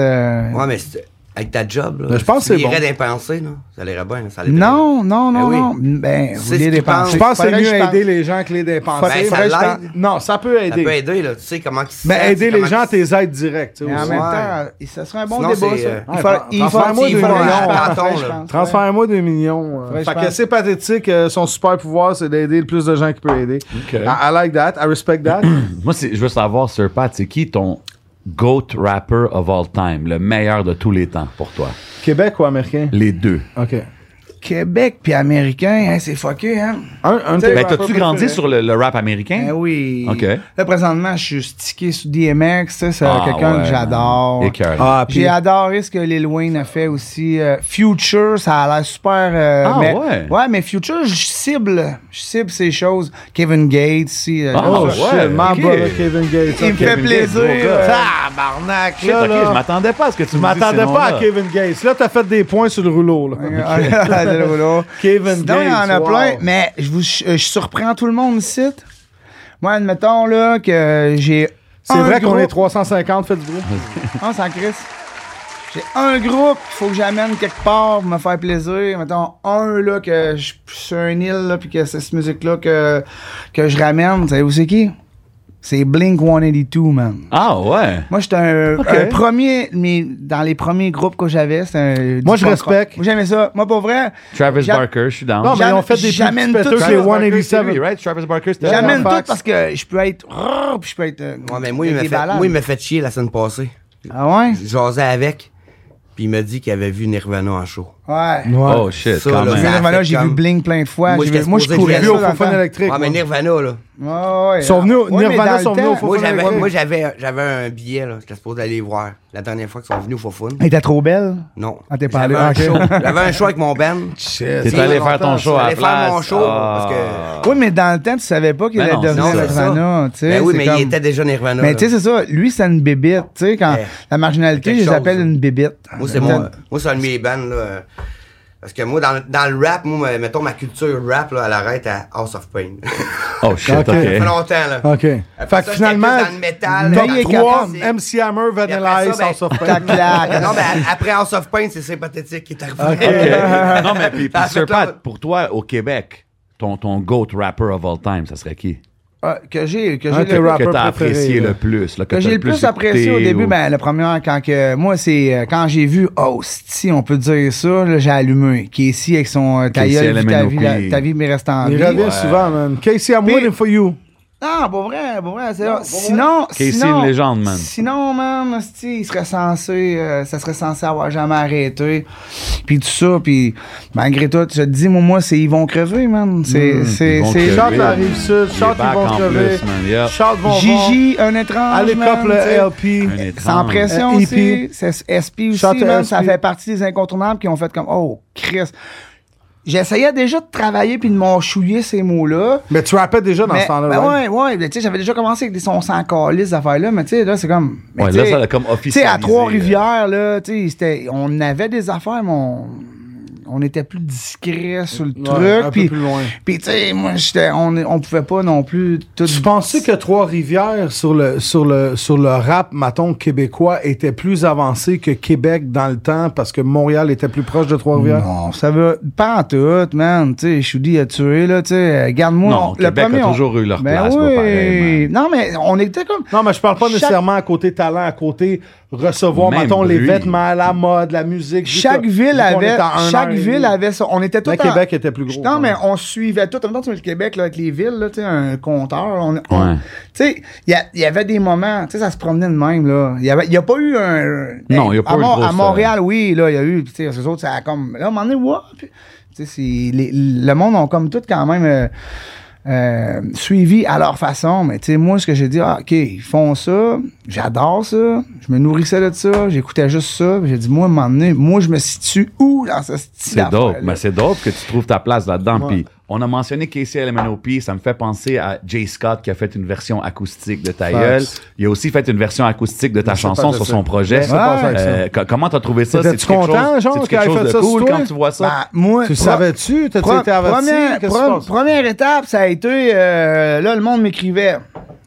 Speaker 7: Ouais, mais c'est- avec ta job, là,
Speaker 2: Mais je pense
Speaker 7: si
Speaker 2: que c'est
Speaker 7: tu irais
Speaker 2: bon.
Speaker 7: dépenser, là, ça l'irait bien. ça allait bien.
Speaker 3: non, non,
Speaker 7: Ben
Speaker 3: non,
Speaker 7: oui.
Speaker 3: non. Ben,
Speaker 7: C'est
Speaker 3: vous
Speaker 7: ce
Speaker 3: voulez
Speaker 7: qu'ils pensent.
Speaker 3: dépenser.
Speaker 2: Je pense que c'est
Speaker 3: Faudrait
Speaker 2: mieux
Speaker 3: je pense-
Speaker 2: aider les gens que les dépenser.
Speaker 7: Ben, ça
Speaker 2: Faudrait que je
Speaker 7: l'aide.
Speaker 2: t'en- Non, ça peut
Speaker 7: Ça peut
Speaker 2: aider.
Speaker 7: aider, là. Tu sais comment ils se
Speaker 2: Mais
Speaker 7: sentent,
Speaker 2: Ben, aider les
Speaker 7: comment
Speaker 2: gens,
Speaker 7: ils-
Speaker 2: t'es aides direct. tu sais,
Speaker 3: Mais en
Speaker 2: aussi.
Speaker 3: même
Speaker 7: Ouais.
Speaker 3: temps, et ce serait un bon
Speaker 7: Sinon,
Speaker 3: débat,
Speaker 7: c'est,
Speaker 3: ça.
Speaker 7: euh,
Speaker 3: Il faut-
Speaker 2: ouais,
Speaker 3: il faut-
Speaker 2: transfère-moi
Speaker 3: il faut-
Speaker 2: deux
Speaker 3: il
Speaker 2: millions,
Speaker 3: faut- je pense, je
Speaker 7: bâton, là.
Speaker 3: pense, ouais.
Speaker 2: Transfère-moi 2 millions. euh.
Speaker 3: Ouais, je
Speaker 2: fait que
Speaker 3: pense.
Speaker 2: c'est pathétique. euh, son super pouvoir, c'est d'aider le plus de gens qu'il peut aider.
Speaker 4: OK.
Speaker 2: I, I like that. I respect that.
Speaker 4: Moi, c'est- je veux savoir, Sir Pat, c'est qui ton GOAT rapper of all time, le meilleur de tous les temps pour toi?
Speaker 2: Québec ou américain?
Speaker 4: Les deux.
Speaker 2: OK.
Speaker 3: Québec puis américain, hein, c'est fucké, hein.
Speaker 2: Un, un de
Speaker 3: T'sais,
Speaker 2: tes
Speaker 4: Ben,
Speaker 2: rappeurs
Speaker 4: t'as-tu grandi
Speaker 2: préférés?
Speaker 4: sur le, le rap américain?
Speaker 3: Ben oui.
Speaker 4: Hein? OK.
Speaker 3: Là, présentement, je suis stické sur DMX, ça, c'est
Speaker 4: Ah,
Speaker 3: quelqu'un
Speaker 4: ouais,
Speaker 3: que j'adore.
Speaker 4: Écœurant.
Speaker 2: Ah, puis
Speaker 3: J'ai adoré ce que Lil Wayne a fait aussi. Euh, Future, ça a l'air super. euh,
Speaker 4: Ah,
Speaker 3: mais-
Speaker 4: ouais.
Speaker 3: mais Future, je cible. Je cible ces choses. Kevin Gates, si. euh,
Speaker 4: Ah,
Speaker 3: tout
Speaker 2: Oh,
Speaker 4: ouais,
Speaker 3: ça.
Speaker 2: shit, my
Speaker 4: ok.
Speaker 2: brother Kevin Gates.
Speaker 3: Il me
Speaker 2: ok.
Speaker 3: fait plaisir. euh,
Speaker 2: Tabarnak,
Speaker 4: Shit,
Speaker 2: là,
Speaker 4: ok, je
Speaker 2: là.
Speaker 4: m'attendais pas à ce que
Speaker 2: Je
Speaker 4: tu me dises
Speaker 2: m'attendais pas
Speaker 4: ces noms-là.
Speaker 2: à Kevin Gates. Là, t'as fait des points sur le rouleau, là. Kevin
Speaker 3: Sinon, il y en a
Speaker 2: Gates, wow.
Speaker 3: plein, mais je vous je, je surprends tout le monde ici. Moi, admettons là, que j'ai.
Speaker 2: C'est
Speaker 3: un
Speaker 2: vrai qu'on
Speaker 3: groupe-
Speaker 2: est 350, fait du bruit.
Speaker 3: Non, sans Chris. J'ai un groupe qu'il faut que j'amène quelque part pour me faire plaisir. Mettons, un là que je suis sur une île là, puis que c'est cette musique-là que, que je ramène. Savez-vous c'est qui? C'est Blink 182, man.
Speaker 4: Ah, ouais.
Speaker 3: Moi, j'étais un,
Speaker 2: Ok.
Speaker 3: un premier, mais dans les premiers groupes que j'avais, c'était un.
Speaker 2: Moi,
Speaker 3: du
Speaker 2: je
Speaker 3: punk
Speaker 2: respecte.
Speaker 3: rock. Moi, j'aimais ça. Moi, pour vrai,
Speaker 4: Travis
Speaker 3: J'a-
Speaker 4: Barker, je suis down.
Speaker 2: Non, mais ils ont
Speaker 3: J'amène-
Speaker 2: fait des plus
Speaker 3: j'amène
Speaker 2: petits péteux
Speaker 3: tout-
Speaker 2: que les
Speaker 4: Travis Barker, c'est lui, hein.
Speaker 2: 187.
Speaker 4: right? Travis Barker, c'était
Speaker 3: j'amène
Speaker 2: Ben, Fax.
Speaker 3: tout parce que je peux être. rrr, Puis je peux être. euh,
Speaker 7: Ouais, mais moi, il
Speaker 3: avec
Speaker 7: m'a
Speaker 3: des
Speaker 7: fait,
Speaker 3: balades.
Speaker 7: moi, il m'a fait chier la semaine passée.
Speaker 3: Ah ouais?
Speaker 7: Je jasais avec, puis il m'a dit qu'il avait vu Nirvana en show.
Speaker 3: Ouais.
Speaker 4: Oh, shit,
Speaker 7: Ça,
Speaker 4: quand
Speaker 7: là,
Speaker 3: J'ai
Speaker 4: même.
Speaker 3: vu
Speaker 7: ça-
Speaker 3: Nirvana,
Speaker 7: fait
Speaker 3: j'ai
Speaker 7: comme-
Speaker 3: vu Blink plein de fois.
Speaker 7: Moi,
Speaker 3: j'ai
Speaker 7: j'étais
Speaker 3: vu- Moi, je
Speaker 7: supposé
Speaker 3: courais
Speaker 7: que
Speaker 2: Vu
Speaker 3: ça
Speaker 2: au
Speaker 3: dans le
Speaker 2: Fofone
Speaker 3: temps.
Speaker 2: électrique.
Speaker 7: Ouais, mais
Speaker 2: moi.
Speaker 7: Nirvana, là.
Speaker 3: Ouais, ouais.
Speaker 2: Ils sont venus, au-
Speaker 3: Ouais, mais
Speaker 2: Nirvana
Speaker 3: dans
Speaker 2: sont
Speaker 3: le
Speaker 2: venus au
Speaker 3: temps-
Speaker 7: Moi,
Speaker 2: Fofone
Speaker 7: j'avais, moi,
Speaker 2: électrique.
Speaker 7: j'avais, j'avais un billet, là. J'étais supposé aller les voir. La dernière fois qu'ils sont venus au Fofun.
Speaker 3: Elle était trop belle.
Speaker 7: Non.
Speaker 3: Ah, t'es pas
Speaker 7: J'avais
Speaker 3: allé,
Speaker 7: un
Speaker 3: ok.
Speaker 7: show. J'avais un show avec mon band.
Speaker 2: Shit.
Speaker 4: T'es
Speaker 7: C'est
Speaker 4: allé
Speaker 7: longtemps,
Speaker 4: faire ton
Speaker 7: ça.
Speaker 4: show à Ah. la
Speaker 7: J'allais faire mon
Speaker 4: place.
Speaker 7: show, parce que-
Speaker 3: Oui, mais dans le temps, tu savais pas qu'il
Speaker 4: Ben
Speaker 3: allait
Speaker 4: non,
Speaker 3: devenir
Speaker 7: Non, c'est ça.
Speaker 3: Ah, Nirvana. tu sais,
Speaker 7: Ben oui,
Speaker 3: c'est
Speaker 7: mais
Speaker 3: comme-
Speaker 7: il était déjà Nirvana.
Speaker 3: Mais
Speaker 7: là.
Speaker 3: tu sais, c'est ça. Lui, c'est une bibite. Tu sais, quand
Speaker 7: Eh,
Speaker 3: la marginalité,
Speaker 7: c'est
Speaker 3: je
Speaker 7: quelque
Speaker 3: les
Speaker 7: chose,
Speaker 3: appelle
Speaker 7: ça.
Speaker 3: une bibite.
Speaker 7: Moi, c'est mon, moi, c'est un de mes bands, là. euh, Parce que moi, dans, dans le rap, moi, ma- mettons, ma culture rap, là, elle arrête à House of Pain.
Speaker 4: Oh, shit,
Speaker 2: Ok.
Speaker 7: Ça fait
Speaker 4: OK.
Speaker 7: longtemps, là.
Speaker 2: OK. Fait
Speaker 7: Après
Speaker 2: que
Speaker 7: ça,
Speaker 2: finalement,
Speaker 7: j'étais plus dans le métal,
Speaker 2: top
Speaker 3: dans le
Speaker 2: 3,
Speaker 7: classique.
Speaker 2: MC Hammer, Vanilla
Speaker 7: Et
Speaker 2: Ice,
Speaker 7: après ça,
Speaker 2: House of
Speaker 3: Ta
Speaker 2: Pain.
Speaker 3: claque.
Speaker 7: non, ben, après House of Pain, c'est sympathétique qui est arrivé.
Speaker 4: OK. non, mais puis, puis
Speaker 7: Ça a fait
Speaker 4: Sir
Speaker 7: long-
Speaker 4: Pat, pour toi, au Québec, ton, ton GOAT rapper of all time, ça serait qui?
Speaker 3: Ah, Que j'ai que
Speaker 2: Un
Speaker 3: j'ai
Speaker 2: que
Speaker 3: le-
Speaker 2: rap-
Speaker 4: que
Speaker 2: Rapper
Speaker 4: t'as
Speaker 2: préféré,
Speaker 4: apprécié
Speaker 2: là.
Speaker 4: le plus, là,
Speaker 3: que
Speaker 4: que, t'as
Speaker 3: Ben, j'ai le plus apprécié au
Speaker 4: écouté
Speaker 3: début,
Speaker 4: ou-
Speaker 3: ben le premier quand que moi c'est euh, quand j'ai vu oh si on peut dire ça, là, j'ai allumé Casey avec son euh, ta
Speaker 4: Casey
Speaker 3: gueule, ta vie,
Speaker 4: Elemenoko,
Speaker 3: la- ta vie m'est restée
Speaker 4: Ah,
Speaker 3: en vie.
Speaker 2: Il
Speaker 4: euh,
Speaker 2: revient souvent, man. Casey, I'm
Speaker 3: Puis-
Speaker 2: waiting for you.
Speaker 3: Non, pas Ah, vrai, pas vrai, c'est là. Sinon,
Speaker 4: Casey,
Speaker 3: sinon,
Speaker 4: une légende, man.
Speaker 3: Sinon, man, hostie, il serait censé, euh, ça serait censé avoir jamais arrêté. Puis tout ça, puis malgré tout, je te dis, moi, moi, c'est ils vont crever, man. C'est, c'est,
Speaker 4: Hmm, ils vont
Speaker 3: c'est.
Speaker 4: crever.
Speaker 2: Chante
Speaker 4: oui.
Speaker 2: la rive sud, chante
Speaker 4: back
Speaker 2: ils vont
Speaker 4: en
Speaker 2: crever.
Speaker 4: plus, man, yeah.
Speaker 2: Chante vont
Speaker 3: Gigi, un étrange.
Speaker 2: Allez,
Speaker 3: man,
Speaker 2: cop
Speaker 3: tu sais.
Speaker 2: le
Speaker 4: Un
Speaker 2: LP.
Speaker 4: étrange.
Speaker 3: Sans pression
Speaker 2: Euh,
Speaker 3: aussi.
Speaker 2: EP.
Speaker 3: C'est SP aussi,
Speaker 2: Chante
Speaker 3: man,
Speaker 2: SP.
Speaker 3: ça fait partie des incontournables qui ont fait comme, oh, Chris. J'essayais déjà de travailler puis de m'enchouiller ces mots-là.
Speaker 2: Mais tu rappais déjà dans
Speaker 3: mais,
Speaker 2: ce temps-là,
Speaker 3: ben
Speaker 2: right?
Speaker 3: ouais, ouais, mais tu sais, j'avais déjà commencé avec des sons sans calice, ces affaires-là, mais tu sais, là, c'est comme. mais
Speaker 4: Ouais,
Speaker 3: tu
Speaker 4: là,
Speaker 3: sais,
Speaker 4: ça l'a comme
Speaker 3: Tu sais,
Speaker 4: officialisé.
Speaker 3: à
Speaker 4: là.
Speaker 3: Trois-Rivières, là, tu sais, c'était- on avait des affaires, mais on, on était plus discret sur le
Speaker 2: Ouais, un
Speaker 3: truc. Puis,
Speaker 2: peu plus loin.
Speaker 3: puis tu sais, moi, j'étais, on, on pouvait pas non plus tout.
Speaker 2: Tu pensais que Trois-Rivières, sur le, sur, le, sur le rap, maton québécois, était plus avancé que Québec dans le temps parce que Montréal était plus proche de Trois-Rivières?
Speaker 3: Non, ça veut pas en tout, man. Tu sais, Choudi a tué, là, tu sais, euh, garde-moi.
Speaker 4: Non,
Speaker 3: on-
Speaker 4: Québec a
Speaker 3: on-
Speaker 4: toujours eu leur
Speaker 3: Ben
Speaker 4: place, pas
Speaker 3: oui.
Speaker 4: pareil,
Speaker 3: Non, mais on était comme.
Speaker 2: Non, mais je parle pas
Speaker 3: Chaque-
Speaker 2: nécessairement à côté talent, à côté recevoir,
Speaker 4: Même
Speaker 2: mettons, les
Speaker 4: bruit.
Speaker 2: vêtements, la mode, la musique. vu
Speaker 3: Chaque
Speaker 2: que- vu
Speaker 3: ville
Speaker 2: qu'on
Speaker 3: avait,
Speaker 2: est à un heure
Speaker 3: chaque
Speaker 2: et
Speaker 3: ville
Speaker 2: demie.
Speaker 3: avait ça. On était tout
Speaker 2: Le
Speaker 3: en-
Speaker 2: Québec était plus gros.
Speaker 3: Non, mais
Speaker 2: quand
Speaker 3: on suivait tout. En même temps, tu vois, le Québec, là, avec les villes, là, tu sais, un compteur. On, on-
Speaker 4: Ouais.
Speaker 3: Tu sais, il y a- il y, avait des moments, tu sais, ça se promenait de même, là. Il y avait- il y a pas eu un.
Speaker 4: Non, il y a
Speaker 3: à
Speaker 4: pas eu de
Speaker 3: Mont-
Speaker 4: gros
Speaker 3: À Montréal, oui, là, il y a eu, tu sais, ces autres, ça a comme. Là, à un moment donné, ouais, puis, tu sais, c'est- les- le monde ont comme tout quand même. euh, euh, suivis à leur façon. Mais tu sais, moi, ce que j'ai dit, ah, OK, ils font ça, j'adore ça, je me nourrissais de ça, j'écoutais juste ça. puis J'ai dit, moi, à un moment donné, moi, je me situe où dans ce style
Speaker 4: C'est dope,
Speaker 3: d'affaires-là?
Speaker 4: mais c'est dope que tu trouves ta place là-dedans. Puis on a mentionné KCLMNOP, ça me fait penser à Jay Scott qui a fait une version acoustique de ta gueule. Il a aussi fait une version acoustique de ta chanson sur son projet.
Speaker 2: Laisse-le passer avec ça.
Speaker 4: Euh, co- comment t'as trouvé ça?
Speaker 2: T'étais-tu
Speaker 4: C'est-tu quelque
Speaker 2: content,
Speaker 4: chose-
Speaker 2: genre,
Speaker 4: c'est-tu
Speaker 2: qu'elle
Speaker 4: quelque
Speaker 2: ait
Speaker 4: chose
Speaker 2: fait
Speaker 4: de
Speaker 2: ça sur
Speaker 4: cool
Speaker 2: toi?
Speaker 4: quand tu vois ça?
Speaker 3: Ben, moi,
Speaker 2: Tu le
Speaker 3: pro-
Speaker 2: savais-tu? T'as-tu
Speaker 3: Pre-
Speaker 2: été averti?
Speaker 3: Première,
Speaker 2: Qu'est-ce qui
Speaker 3: pre-
Speaker 2: se passe?
Speaker 3: première étape, ça a été. euh, là, le monde m'écrivait.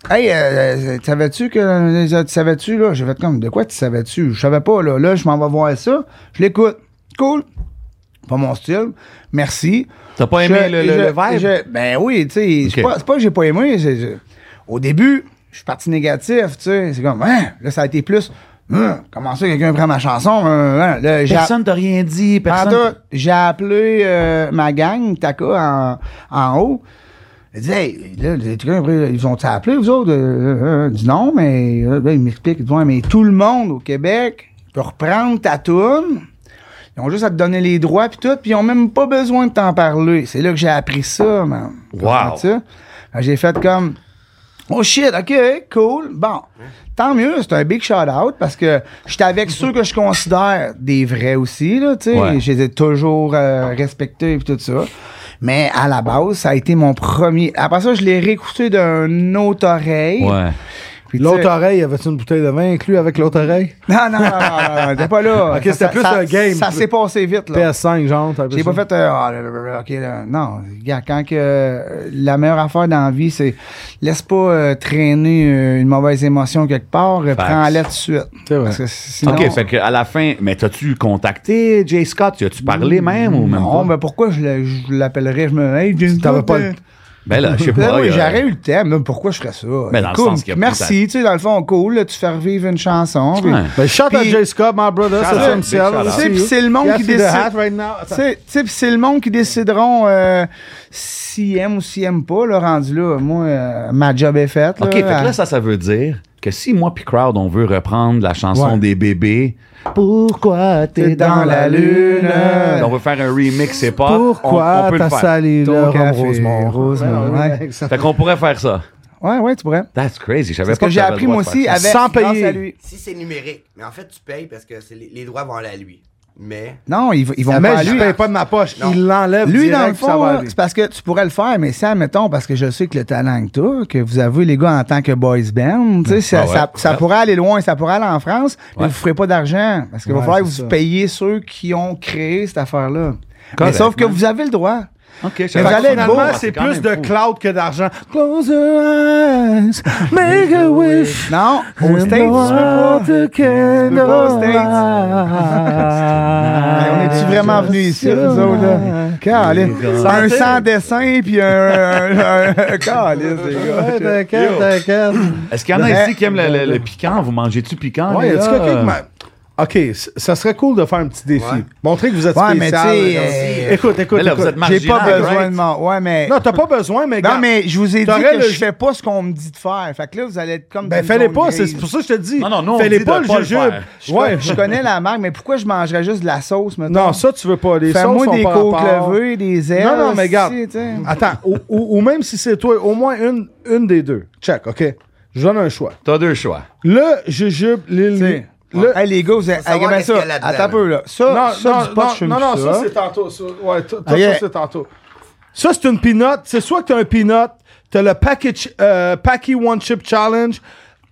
Speaker 3: Hey, euh, euh, savais-tu que. euh, tu savais-tu, là? J'ai fait comme. De quoi tu savais-tu? Je savais pas, là. Là, je m'en vais voir ça. Je l'écoute. Cool. Pas mon style. Merci.
Speaker 4: T'as pas aimé le- le- le vibe?
Speaker 3: je- ben oui, tu sais. c'est
Speaker 4: Ok.
Speaker 3: pas- C'est pas que j'ai pas aimé. c'est- je- au début, je suis parti négatif, tu sais. C'est comme. Hein? Là, ça a été plus. Hum, comment ça, quelqu'un prend ma chanson? Hum, hum. Là, j'ai- Ben,
Speaker 4: Personne t'a rien dit,
Speaker 3: pendant,
Speaker 4: personne.
Speaker 3: j'ai appelé euh, ma gang, Taka, en, en haut. J'ai dit, hey, là, les trucs, ils ont appelé, vous autres? Euh, euh, euh, dis non, mais euh, là, ils m'expliquent. Ils disent, ouais, mais tout le monde au Québec peut reprendre ta toune. Ils ont juste à te donner les droits, puis tout, puis ils ont même pas besoin de t'en parler. C'est là que j'ai appris ça, man.
Speaker 4: Wow.
Speaker 3: Ça. Fait que J'ai fait comme. Oh shit, ok, cool. Bon, tant mieux, c'est un big shout-out parce que j'étais avec ceux que je considère des vrais aussi, là, tu sais.
Speaker 4: Ouais.
Speaker 3: Je les ai toujours euh, respectés et tout ça. Mais à la base, ça a été mon premier. Après ça, je l'ai réécouté d'un autre oreille.
Speaker 4: Ouais.
Speaker 3: Puis tu sais-
Speaker 2: L'autre oreille, avait-tu une bouteille de vin inclus avec l'autre oreille?
Speaker 3: Non, non, non, non, non, t'es pas là.
Speaker 2: Ok, c'était
Speaker 3: Ça-
Speaker 2: plus
Speaker 3: ça-
Speaker 2: un game.
Speaker 3: Ça s'est passé vite, là.
Speaker 2: PS5, genre. t'as appelé
Speaker 3: J'ai pas
Speaker 2: ça?
Speaker 3: fait. euh, Ah, là, là, là, là, ok, là. non. Regarde, quand que, euh, la meilleure affaire dans la vie, c'est laisse pas euh, traîner euh, une mauvaise émotion quelque part, euh,
Speaker 4: Facts.
Speaker 3: prends-la tout de suite.
Speaker 2: C'est vrai.
Speaker 3: Parce que sinon,
Speaker 4: OK, fait qu'à la fin, mais t'as-tu contacté Jay Scott? Y as-tu
Speaker 3: Hmm.
Speaker 4: parlé même ou même
Speaker 3: non,
Speaker 4: pas?
Speaker 3: mais pourquoi je le- je l'appellerais Je me. Hey,
Speaker 2: T'avais pas le-
Speaker 4: Ben là, je sais
Speaker 3: Là,
Speaker 4: pas.
Speaker 3: oui,
Speaker 4: il y a-
Speaker 3: J'aurais eu le thème, mais pourquoi je ferais ça?
Speaker 4: Mais dans le
Speaker 3: Cool.
Speaker 4: sens qu'il y a plus
Speaker 3: Merci, tu sais, dans le fond, cool, là, tu fais revivre une chanson. puis-
Speaker 4: Ouais.
Speaker 2: Ben, shout out
Speaker 3: Puis-
Speaker 2: Jay Scott, my brother,
Speaker 4: Shout
Speaker 2: c'est
Speaker 4: out,
Speaker 2: Sam
Speaker 4: big
Speaker 2: Ciel.
Speaker 4: shout out.
Speaker 3: Tu sais, puis c'est le monde
Speaker 2: Yeah,
Speaker 3: qui
Speaker 2: see the
Speaker 3: décide.
Speaker 2: hat right now.
Speaker 3: Tu sais, tu sais, pis c'est le monde qui décideront euh, s'ils aiment ou s'ils aiment pas, le rendu là. Moi, euh, ma job est faite.
Speaker 4: OK, fait que
Speaker 3: Ah.
Speaker 4: là, ça, ça veut dire que si moi puis Crowd, on veut reprendre la chanson
Speaker 3: Ouais.
Speaker 4: des bébés, pourquoi t'es dans la lune? On va faire un remix, c'est pas. on, on
Speaker 2: Pourquoi
Speaker 4: peut le
Speaker 2: t'as
Speaker 4: faire.
Speaker 2: sali
Speaker 3: Ton
Speaker 2: le rhum
Speaker 3: café,
Speaker 2: Rosemont?
Speaker 3: Rosemont, ouais.
Speaker 4: Fait qu'on pourrait faire ça.
Speaker 3: Ouais, ouais, tu pourrais.
Speaker 4: That's crazy. Je savais
Speaker 3: C'est
Speaker 4: pas
Speaker 3: ce que j'ai
Speaker 4: t'avais le
Speaker 3: appris
Speaker 4: droit
Speaker 3: moi
Speaker 4: de faire
Speaker 3: aussi
Speaker 4: ça.
Speaker 3: avec
Speaker 2: Sans
Speaker 3: grâce
Speaker 2: payer.
Speaker 3: à lui.
Speaker 7: Si c'est numérique, mais en fait, tu payes parce que c'est les, les droits vont aller à lui. Mais.
Speaker 3: Non, ils, v- ils vont
Speaker 2: Mais
Speaker 3: pas à
Speaker 2: je
Speaker 3: lui.
Speaker 2: paye pas de ma poche. Il l'enlève
Speaker 3: Lui,
Speaker 2: direct,
Speaker 3: dans le
Speaker 2: ça
Speaker 3: fond,
Speaker 2: va
Speaker 3: là,
Speaker 2: aller.
Speaker 3: c'est parce que tu pourrais le faire, mais ça, mettons, parce que je sais que le talent que t'as, que vous avez les gars en tant que boys band, tu sais, ça,
Speaker 4: Ah ouais.
Speaker 3: ça- ça pourrait aller loin, ça pourrait aller en France, mais
Speaker 4: Ouais.
Speaker 3: vous ferez pas d'argent. Parce qu'il va
Speaker 2: Ouais,
Speaker 3: falloir que
Speaker 2: c'est
Speaker 3: vous
Speaker 2: ça.
Speaker 3: payiez ceux qui ont créé cette affaire-là. Mais
Speaker 4: Correct,
Speaker 3: sauf que
Speaker 4: man.
Speaker 3: vous avez le droit.
Speaker 4: OK, je
Speaker 3: Mais
Speaker 4: savais
Speaker 3: vous
Speaker 4: pas
Speaker 3: allez
Speaker 4: ça.
Speaker 3: être
Speaker 2: Finalement,
Speaker 3: beau.
Speaker 2: c'est
Speaker 4: quand
Speaker 2: plus
Speaker 4: même
Speaker 2: de
Speaker 4: fou.
Speaker 2: cloud que d'argent. Close your eyes, make a wish.
Speaker 3: Non, au States, tu peux pas. peux pas aux
Speaker 2: Ah.
Speaker 3: Hey, on est-tu vraiment venu ici, nous autres, là? Caliste. Un sans dessin, puis un... un, un, un caliste, les gars.
Speaker 2: Ouais, T'inquiète, t'inquiète.
Speaker 4: Est-ce qu'il y en a
Speaker 3: Mais-
Speaker 4: ici qui aiment le, le- le piquant? Vous mangez-tu piquant?
Speaker 2: Ouais,
Speaker 4: les
Speaker 2: y a-tu
Speaker 4: gars?
Speaker 2: quelqu'un qui m'a- OK, c- ça serait cool de faire un petit défi.
Speaker 7: Ouais.
Speaker 2: Montrer que vous êtes
Speaker 3: Ouais, mais
Speaker 2: spécial.
Speaker 3: tu sais,
Speaker 2: là.
Speaker 3: euh,
Speaker 2: écoute, écoute,
Speaker 4: Mais là, vous
Speaker 2: écoute.
Speaker 4: êtes
Speaker 3: J'ai pas
Speaker 4: Marginal,
Speaker 3: besoin
Speaker 4: right?
Speaker 3: de mon... Ouais, mais...
Speaker 2: Non, t'as pas besoin, mais
Speaker 3: Non,
Speaker 2: gars,
Speaker 3: mais je vous ai dit
Speaker 2: T'aurais
Speaker 3: que
Speaker 2: le-
Speaker 3: je fais pas ce qu'on me dit de faire. Fait que là, vous allez être comme...
Speaker 2: Ben,
Speaker 3: dans une
Speaker 2: fais-les
Speaker 3: zone
Speaker 2: pas,
Speaker 3: grise.
Speaker 2: c'est pour ça que je te dis.
Speaker 4: Non, non, nous, on
Speaker 2: fais-les
Speaker 4: dit
Speaker 2: pas
Speaker 4: de
Speaker 2: le
Speaker 4: pas le
Speaker 2: jujube.
Speaker 4: faire.
Speaker 3: Je,
Speaker 2: Ouais.
Speaker 3: je connais la marque, mais pourquoi je mangerais juste de la sauce, maintenant?
Speaker 2: Non, ça, tu veux pas. Les sauces
Speaker 3: Fais-moi
Speaker 2: sont
Speaker 3: des
Speaker 2: par
Speaker 3: côtes
Speaker 2: rapport.
Speaker 3: levées, des ailes.
Speaker 2: Non, non, mais regarde.
Speaker 3: si, tu sais.
Speaker 2: Attends, ou, ou- ou même si c'est toi, au moins une, une des deux. Check, OK? Je donne un choix.
Speaker 4: T'as deux choix.
Speaker 2: Le jujube, l'île.
Speaker 3: T'sais.
Speaker 2: Le...
Speaker 3: Hey, les gars, vous êtes... Hey,
Speaker 7: savoir
Speaker 3: ben ça,
Speaker 7: qu'est-ce qu'il y a là-dedans,
Speaker 3: attends un
Speaker 7: là.
Speaker 3: peu, là. Ça,
Speaker 2: Non,
Speaker 3: ça,
Speaker 2: non,
Speaker 3: du pot,
Speaker 2: non,
Speaker 3: je fume
Speaker 2: non, non,
Speaker 3: plus
Speaker 2: ça,
Speaker 3: ça.
Speaker 2: c'est tantôt. Ça, ouais, t- t-
Speaker 3: Ok.
Speaker 2: ça, c'est tantôt. Ça, c'est une peanut. C'est soit que t'as un peanut, t'as le package, euh, Packy One Chip Challenge,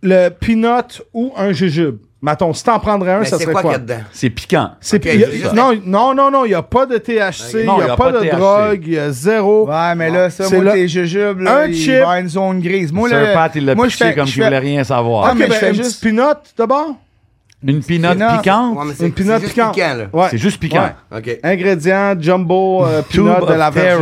Speaker 2: le peanut ou un jujube. Maton, si t'en prendrais un,
Speaker 7: Mais
Speaker 2: ça
Speaker 7: c'est
Speaker 2: serait
Speaker 7: quoi
Speaker 2: quoi?
Speaker 7: qu'il y a dedans?
Speaker 4: C'est piquant.
Speaker 2: C'est
Speaker 7: Ok,
Speaker 2: y a-
Speaker 7: juste ça.
Speaker 2: non, non, non, non, il n'y a pas de THC, il
Speaker 4: Non,
Speaker 2: n'y a, pas, de
Speaker 4: THC.
Speaker 2: drogue, il y a zéro. Ah,
Speaker 3: Ouais, mais là, ça,
Speaker 2: C'est
Speaker 3: moi,
Speaker 2: là-
Speaker 3: tes jujubes, là,
Speaker 2: Un
Speaker 3: il
Speaker 2: chip.
Speaker 3: va y avoir une zone grise. Moi,
Speaker 4: Sir
Speaker 3: là,
Speaker 4: Pat, il l'a
Speaker 3: moi, je
Speaker 4: pitché
Speaker 3: fais-
Speaker 4: comme
Speaker 3: je
Speaker 4: qu'il
Speaker 3: fais-
Speaker 4: voulait rien savoir.
Speaker 3: Ah,
Speaker 2: ok,
Speaker 3: mais
Speaker 2: ben,
Speaker 3: je fais
Speaker 2: une
Speaker 3: juste-
Speaker 2: petite peanut d'abord.
Speaker 4: Une pinotte
Speaker 3: Peanut.
Speaker 7: Ouais,
Speaker 4: piquante?
Speaker 7: mais
Speaker 2: Une
Speaker 7: c'est
Speaker 2: peanut
Speaker 7: c'est juste
Speaker 2: piquante.
Speaker 7: piquant, là.
Speaker 2: Ouais.
Speaker 4: C'est juste piquant.
Speaker 2: Ouais.
Speaker 7: OK.
Speaker 2: Ingrédients jumbo, euh,
Speaker 4: Tube
Speaker 2: peanut de la
Speaker 4: of
Speaker 2: Virginie.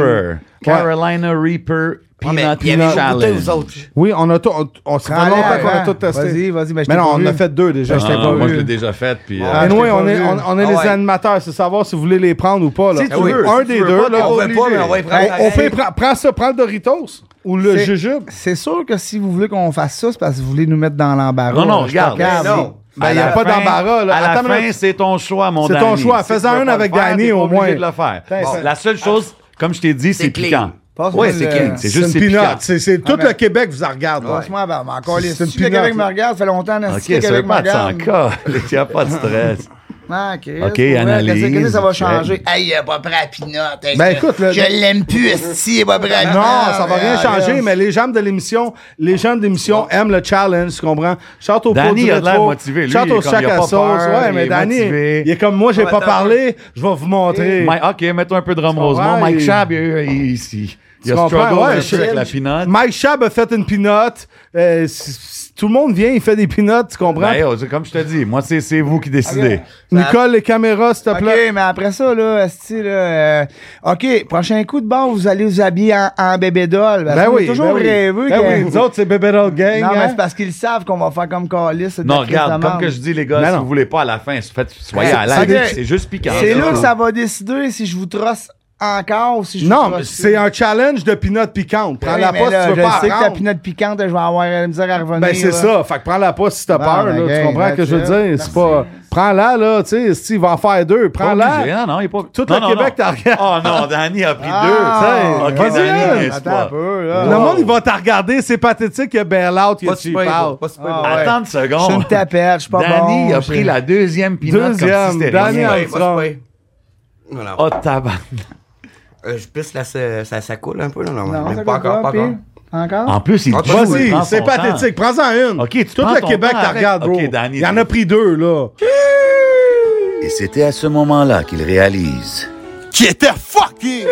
Speaker 4: Terror. Carolina Reaper
Speaker 7: Ouais, mais
Speaker 4: Peanut
Speaker 7: il y avait une bouteille,
Speaker 4: Challenge.
Speaker 7: vous autres.
Speaker 2: Oui, on a tout. On, on se rend
Speaker 3: Prends-la,
Speaker 2: longtemps qu'on a
Speaker 3: hein.
Speaker 2: tout testé.
Speaker 3: Vas-y, vas-y, ben, je
Speaker 2: mais
Speaker 3: t'ai
Speaker 2: non,
Speaker 3: pas
Speaker 2: on
Speaker 3: vu.
Speaker 2: a fait deux déjà.
Speaker 4: Ah,
Speaker 2: je t'ai
Speaker 4: non,
Speaker 2: pas
Speaker 4: moi,
Speaker 2: vu.
Speaker 4: je l'ai déjà faite. Puis, euh,
Speaker 2: Anyway,
Speaker 3: je t'ai pas
Speaker 2: on est,
Speaker 3: vu.
Speaker 2: on, on est
Speaker 7: Ah
Speaker 2: les
Speaker 7: ouais.
Speaker 2: animateurs, c'est savoir si vous voulez les prendre ou pas. Là.
Speaker 7: tu veux,
Speaker 2: un
Speaker 7: si
Speaker 2: des
Speaker 7: tu veux
Speaker 2: deux,
Speaker 7: pas,
Speaker 2: là,
Speaker 7: on veut
Speaker 2: obligé.
Speaker 7: pas, mais on va y prendre
Speaker 2: On, on
Speaker 7: pareil.
Speaker 2: peut y prendre- prends ça, prends le Doritos ou le
Speaker 3: C'est-
Speaker 2: jujube.
Speaker 3: C'est sûr que si vous voulez qu'on fasse ça, c'est parce que vous voulez nous mettre dans l'embarras.
Speaker 4: Non, non,
Speaker 3: Je suis
Speaker 4: regarde.
Speaker 3: pas calme.
Speaker 7: Mais non.
Speaker 2: Ben,
Speaker 4: à
Speaker 2: y a
Speaker 4: la
Speaker 2: pas
Speaker 4: fin-
Speaker 2: d'embarras, là.
Speaker 4: À la
Speaker 2: Attends une
Speaker 4: fin,
Speaker 2: minute.
Speaker 4: c'est ton choix, mon
Speaker 2: C'est
Speaker 4: Danny.
Speaker 2: ton choix.
Speaker 4: Si tu
Speaker 2: Fais-en
Speaker 4: veux
Speaker 2: un
Speaker 4: pas
Speaker 2: avec
Speaker 4: le faire,
Speaker 2: Danny,
Speaker 4: t'es pas
Speaker 2: au
Speaker 4: obligé
Speaker 2: moins.
Speaker 4: de le faire.
Speaker 2: Putain,
Speaker 4: La seule chose, comme je t'ai dit, c'est
Speaker 7: C'est clean.
Speaker 4: piquant.
Speaker 3: Passe-moi
Speaker 7: Ouais, c'est
Speaker 3: le-
Speaker 7: qui? C'est
Speaker 2: C'est
Speaker 7: juste
Speaker 2: une
Speaker 7: c'est
Speaker 2: pianote.
Speaker 7: piquant.
Speaker 2: C'est c'est tout
Speaker 3: Ah,
Speaker 7: ben.
Speaker 3: mais-
Speaker 2: le Québec vous en regarde. là.
Speaker 3: Passe-moi la barbe. Encore les
Speaker 2: C'est une
Speaker 3: si le
Speaker 2: pinotte.
Speaker 3: Québec me regarde, ça fait longtemps que
Speaker 4: OK, ça
Speaker 3: le
Speaker 4: veut
Speaker 3: Québec me
Speaker 4: pas de
Speaker 3: regarde.
Speaker 4: 100 cas. Il n'y a pas de stress.
Speaker 3: Ah, Chris,
Speaker 4: OK,
Speaker 3: pour vrai,
Speaker 4: analyse,
Speaker 3: qu'est-ce que ça va
Speaker 4: ouais.
Speaker 3: changer? Hey, il est pas prêt à Pinot.
Speaker 2: Ben, écoute, le-
Speaker 3: je l'aime plus, si il est pas prêt à
Speaker 2: Non,
Speaker 3: Pinot,
Speaker 2: ça va rien
Speaker 3: regarde.
Speaker 2: changer, mais les gens de l'émission, les gens de l'émission aiment le challenge, tu comprends? Chante au pot
Speaker 4: Danny
Speaker 2: du
Speaker 4: a de l'air
Speaker 2: rétro,
Speaker 4: motivé. Lui,
Speaker 2: chante
Speaker 4: il est
Speaker 2: au
Speaker 4: comme,
Speaker 2: sac
Speaker 4: il a
Speaker 2: à
Speaker 4: pas
Speaker 2: sauce.
Speaker 4: peur,
Speaker 2: ouais,
Speaker 4: il
Speaker 2: mais
Speaker 4: est
Speaker 2: Danny,
Speaker 4: motivé.
Speaker 2: il est comme moi, j'ai
Speaker 7: Ouais,
Speaker 2: pas
Speaker 7: attends.
Speaker 2: parlé, je vais vous montrer.
Speaker 4: Mike- OK, mettons un peu de Rome
Speaker 2: Tu
Speaker 4: Rosemont.
Speaker 2: comprends?
Speaker 4: Mike
Speaker 2: Il-
Speaker 4: Chab, il, il- il- il- il
Speaker 2: Tu
Speaker 4: a
Speaker 2: comprends?
Speaker 4: struggle
Speaker 2: Ouais,
Speaker 4: un
Speaker 2: je-
Speaker 4: peu avec la pinotte.
Speaker 2: Mike Schaab a fait une pinote. Euh, c- c- tout le monde vient, il fait des pinotes, tu comprends?
Speaker 4: Ben, yo, c'est comme je te dis, moi, c'est c'est vous qui décidez.
Speaker 2: Nicole, les caméras, s'il te
Speaker 3: OK,
Speaker 2: plaît.
Speaker 3: mais après ça, là, esti, là, euh, OK, prochain coup de bord, vous allez vous habiller en, en bébé doll. parce
Speaker 2: Ben
Speaker 3: qu'on a
Speaker 2: oui.
Speaker 3: toujours
Speaker 2: ben oui.
Speaker 3: rêvé
Speaker 2: Ben oui,
Speaker 3: que-
Speaker 2: nous autres, c'est Bébé Doll Gang.
Speaker 3: Non, mais
Speaker 2: hein?
Speaker 3: c'est parce qu'ils savent qu'on va faire comme Carlis. c'est de
Speaker 4: Non,
Speaker 3: la crise de
Speaker 4: regarde, comme
Speaker 3: merde.
Speaker 4: que je dis, les gars,
Speaker 2: Non,
Speaker 4: si
Speaker 2: non.
Speaker 4: vous voulez pas à la fin, faites, soyez
Speaker 3: C'est-
Speaker 4: à l'aise.
Speaker 3: c'est-
Speaker 4: C'est juste piquant.
Speaker 3: C'est là que ça va décider si je vous trosse encore ou si je vous
Speaker 2: Non,
Speaker 3: trosse
Speaker 2: mais c'est un challenge de pinote piquante.
Speaker 3: Oui,
Speaker 2: Prends-la
Speaker 3: mais
Speaker 2: pas
Speaker 3: là,
Speaker 2: si tu veux
Speaker 3: je
Speaker 2: pas
Speaker 3: sais que
Speaker 2: la
Speaker 3: ta
Speaker 2: rendre.
Speaker 3: pinotte piquante, je vais avoir la misère à revenir.
Speaker 2: Ben, c'est
Speaker 3: là.
Speaker 2: ça. Fait que prends-la pas si t'as
Speaker 3: Bon,
Speaker 2: peur,
Speaker 3: ben,
Speaker 2: là.
Speaker 3: gang,
Speaker 2: Tu comprends ce que je veux
Speaker 3: that's it.
Speaker 2: dire?
Speaker 3: Merci.
Speaker 2: C'est pas. Prends-la, là. Tu sais, s'il va en faire deux, prends-la.
Speaker 4: Non, non, il est pas. hein.
Speaker 2: Tout
Speaker 4: non,
Speaker 2: le
Speaker 4: non,
Speaker 2: Québec,
Speaker 4: non.
Speaker 2: t'as regardé.
Speaker 4: Oh non, Danny a pris
Speaker 3: Ah,
Speaker 4: deux.
Speaker 2: vas-y,
Speaker 4: Ok, Danny,
Speaker 2: hein.
Speaker 3: Attends
Speaker 4: n'est-ce
Speaker 3: un
Speaker 4: pas?
Speaker 3: peu,
Speaker 2: Le
Speaker 3: là.
Speaker 2: monde, il va t'en regarder. C'est pathétique. Il y a Ben Lout, il y a
Speaker 7: Pas si
Speaker 2: Cheap
Speaker 7: pire,
Speaker 2: Out.
Speaker 7: pas si pire.
Speaker 3: Ah, ouais.
Speaker 4: Attends une
Speaker 3: Je suis
Speaker 4: seconde.
Speaker 3: une tapette, je suis pas bon.
Speaker 4: Danny a
Speaker 3: je-
Speaker 4: pris la deuxième pinotte comme
Speaker 2: Deuxième,
Speaker 4: si c'était
Speaker 2: Danny
Speaker 4: rien.
Speaker 2: a-
Speaker 7: Ouais, pas si pire. Non, non.
Speaker 4: Oh tabarnak.
Speaker 7: Euh, je pisse, là, ça, ça, ça coule un peu, là, non,
Speaker 3: Non,
Speaker 7: mais
Speaker 3: ça
Speaker 7: pas
Speaker 3: coule
Speaker 7: encore, pas
Speaker 3: puis-
Speaker 7: encore.
Speaker 3: Encore?
Speaker 4: En plus, il
Speaker 7: Ah,
Speaker 4: joue. il prend
Speaker 2: Vas-y,
Speaker 4: son
Speaker 2: c'est
Speaker 4: temps.
Speaker 2: pathétique. Prends-en une.
Speaker 4: Ok, tu
Speaker 2: Tout
Speaker 4: prends
Speaker 2: le
Speaker 4: ton
Speaker 2: Québec,
Speaker 4: temps
Speaker 2: t'en
Speaker 4: avec-
Speaker 2: regarde, bro.
Speaker 4: Ok, Danny,
Speaker 2: Il en a
Speaker 4: Danny.
Speaker 2: pris deux,
Speaker 3: Ah,
Speaker 2: là.
Speaker 9: Et c'était à ce moment-là qu'il réalise
Speaker 8: Qui était fucké!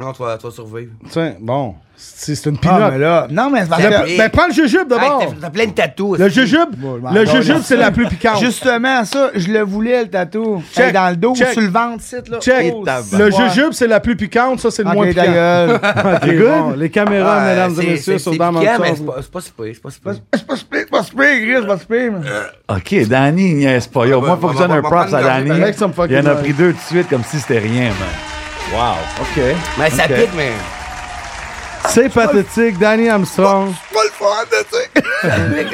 Speaker 7: Non, tu vas, tu vas survivre.
Speaker 2: Tiens, bon. C'est c'est une
Speaker 3: Ah, mais
Speaker 2: pinote.
Speaker 3: là. Non, mais c'est parce
Speaker 7: Le
Speaker 3: que.
Speaker 7: plus-
Speaker 2: Ben, prends le jujube
Speaker 7: Hey,
Speaker 2: d'abord.
Speaker 7: t'as- T'as plein de tatous.
Speaker 2: Le
Speaker 7: est-ce que-
Speaker 2: jujube,
Speaker 3: m'en
Speaker 2: le
Speaker 3: vais, là.
Speaker 2: jujube, c'est la plus piquante.
Speaker 3: Justement, ça, je le voulais, le tatou.
Speaker 2: Check,
Speaker 3: Hey, dans le dos,
Speaker 2: check.
Speaker 3: sur le ventre, site, là.
Speaker 2: Check.
Speaker 3: Oh,
Speaker 2: le
Speaker 3: ouais.
Speaker 2: jujube, c'est la plus piquante. Ça, c'est le
Speaker 3: Ok,
Speaker 2: moins
Speaker 3: ta
Speaker 2: piquant.
Speaker 3: gueule.
Speaker 2: Ok, bon, les caméras,
Speaker 7: Ah,
Speaker 2: mesdames
Speaker 7: c'est-
Speaker 2: et messieurs,
Speaker 7: c'est-
Speaker 2: sont
Speaker 7: c'est
Speaker 2: dans
Speaker 7: piquant,
Speaker 2: ma
Speaker 7: mais
Speaker 2: sauce.
Speaker 7: c'est pas- C'est pas si pire, c'est pas si pire.
Speaker 3: C'est pas spray, c'est pas spray, Gris, c'est pas spray. mais-
Speaker 4: Ok, Danny, il niaise pas. Yo,
Speaker 7: Ah,
Speaker 4: moi,
Speaker 7: ben,
Speaker 4: faut que je
Speaker 7: on va-
Speaker 4: donne un
Speaker 7: on va
Speaker 4: props à
Speaker 7: prendre une
Speaker 4: Danny.
Speaker 2: gorgée. Mec, ça me fucking
Speaker 4: Il en a
Speaker 2: nice.
Speaker 4: pris deux de suite comme si c'était rien, man. Wow. Ok.
Speaker 7: Mais ça
Speaker 4: Ok.
Speaker 7: pique, mais.
Speaker 2: C'est pathétique, Danny Armstrong.
Speaker 7: Pas le fun, tu sais.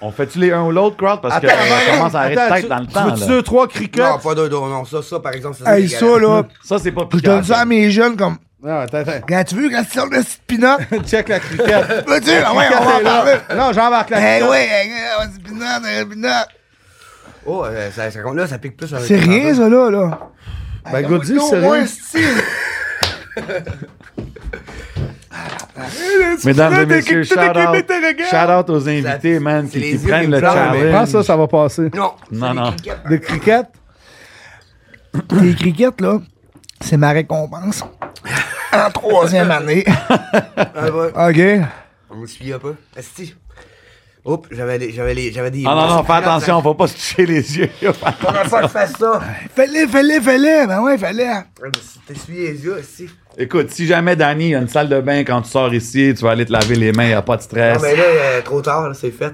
Speaker 4: On fait-tu les un ou l'autre, crowd? Parce que euh, on commence à arrêter de tête dans le temps.
Speaker 2: Tu veux
Speaker 4: là.
Speaker 2: deux, trois
Speaker 7: Non,
Speaker 2: criquettes?
Speaker 7: pas deux, deux, non. Ça, ça, par exemple, ça,
Speaker 3: Hey,
Speaker 7: c'est
Speaker 3: ça, là,
Speaker 4: Ça, c'est pas
Speaker 3: je donne ça à
Speaker 4: piquant.
Speaker 3: mes jeunes comme.
Speaker 2: Non, attends, attends.
Speaker 3: Quand tu veux, quand tu sors de cette pinotte,
Speaker 2: Check la criquette.
Speaker 3: veux-tu? Ah ouais, on
Speaker 2: Criquette
Speaker 3: va
Speaker 2: est
Speaker 3: en
Speaker 2: là.
Speaker 3: parler.
Speaker 2: Non, j'embarque la
Speaker 3: Eh
Speaker 2: criquette.
Speaker 3: ouais, hey, euh, on dit pinotte, euh, pinotte.
Speaker 7: Oh, euh, ça, ça, là, ça pique plus. avec
Speaker 3: C'est
Speaker 7: le
Speaker 3: rien,
Speaker 7: menton.
Speaker 3: ça, là, là.
Speaker 2: Ben, Goody,
Speaker 3: Au
Speaker 2: c'est
Speaker 3: moins,
Speaker 2: rien.
Speaker 3: style.
Speaker 4: Mesdames et
Speaker 3: Là, t'es-
Speaker 4: messieurs,
Speaker 3: t'es- t'es-
Speaker 4: shout
Speaker 3: t'es-
Speaker 4: out,
Speaker 3: t'es- t'es- t'es-
Speaker 4: shout out aux
Speaker 7: c'est
Speaker 4: invités, man,
Speaker 7: les
Speaker 4: qui, qui
Speaker 7: yeux qui
Speaker 4: prennent
Speaker 7: me
Speaker 4: le
Speaker 7: pleurent, mais-
Speaker 2: Pense Ah,
Speaker 4: challenge.
Speaker 2: ça, ça va passer.
Speaker 7: Non.
Speaker 4: Non, non.
Speaker 2: Des criquettes?
Speaker 3: Les criquettes, là, c'est ma récompense. En troisième année.
Speaker 7: Ah, ouais.
Speaker 3: OK.
Speaker 7: On me suit un peu. Esti. Oups, j'avais les- j'avais les- j'avais des.
Speaker 4: Ah non, non, fais attention, faut pas se toucher les yeux.
Speaker 7: Pas dans le sens que je fasse ça.
Speaker 3: Fais-le, fais-le, fais-le. Ben ouais, fais-le.
Speaker 7: Ouais, mais si T'essuies les yeux, Esti.
Speaker 4: Écoute, si jamais, Danny, il y a une salle de bain quand tu sors ici, tu vas aller te laver les mains, il a pas de
Speaker 7: Non,
Speaker 4: stress.
Speaker 7: mais là, euh, trop tard, là, c'est fait.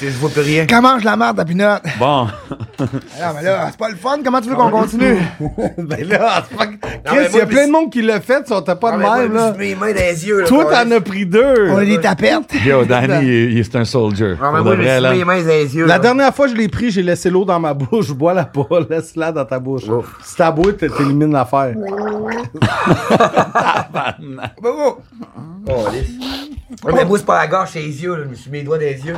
Speaker 7: Je vois plus rien.
Speaker 3: Quand mange la merde, ta pinotte.
Speaker 4: Bon.
Speaker 3: Non, mais là, c'est pas le fun. Comment tu veux qu'on continue?
Speaker 2: Ah, Ben là, c'est pas- Chris,
Speaker 7: mais
Speaker 2: il y
Speaker 7: moi,
Speaker 2: a plein de monde qui l'a fait, ils t'as pas de
Speaker 7: Ah, mais moi,
Speaker 2: même, là.
Speaker 7: Je mets les mains dans les yeux. là,
Speaker 2: Toi,
Speaker 7: quand
Speaker 2: t'en
Speaker 7: même.
Speaker 2: as pris deux.
Speaker 3: On a des tapettes.
Speaker 4: Yo, Danny, il, il- c'est un soldier.
Speaker 7: Ah, mais
Speaker 4: Pour
Speaker 7: moi,
Speaker 4: de
Speaker 7: je
Speaker 4: vrai,
Speaker 7: me suis
Speaker 4: là.
Speaker 7: mis les mains dans les yeux.
Speaker 2: La
Speaker 7: là.
Speaker 2: dernière fois, je l'ai pris, j'ai laissé l'eau dans ma bouche. Bois-la pas, laisse-la dans ta bouche.
Speaker 7: Ouf.
Speaker 2: Si t'as boué, t- t'élimines l'affaire.
Speaker 7: Oh, lisse. Ouais, mais moi, c'est pas la gorge, c'est les yeux. là. Je me suis mis les doigts dans les yeux.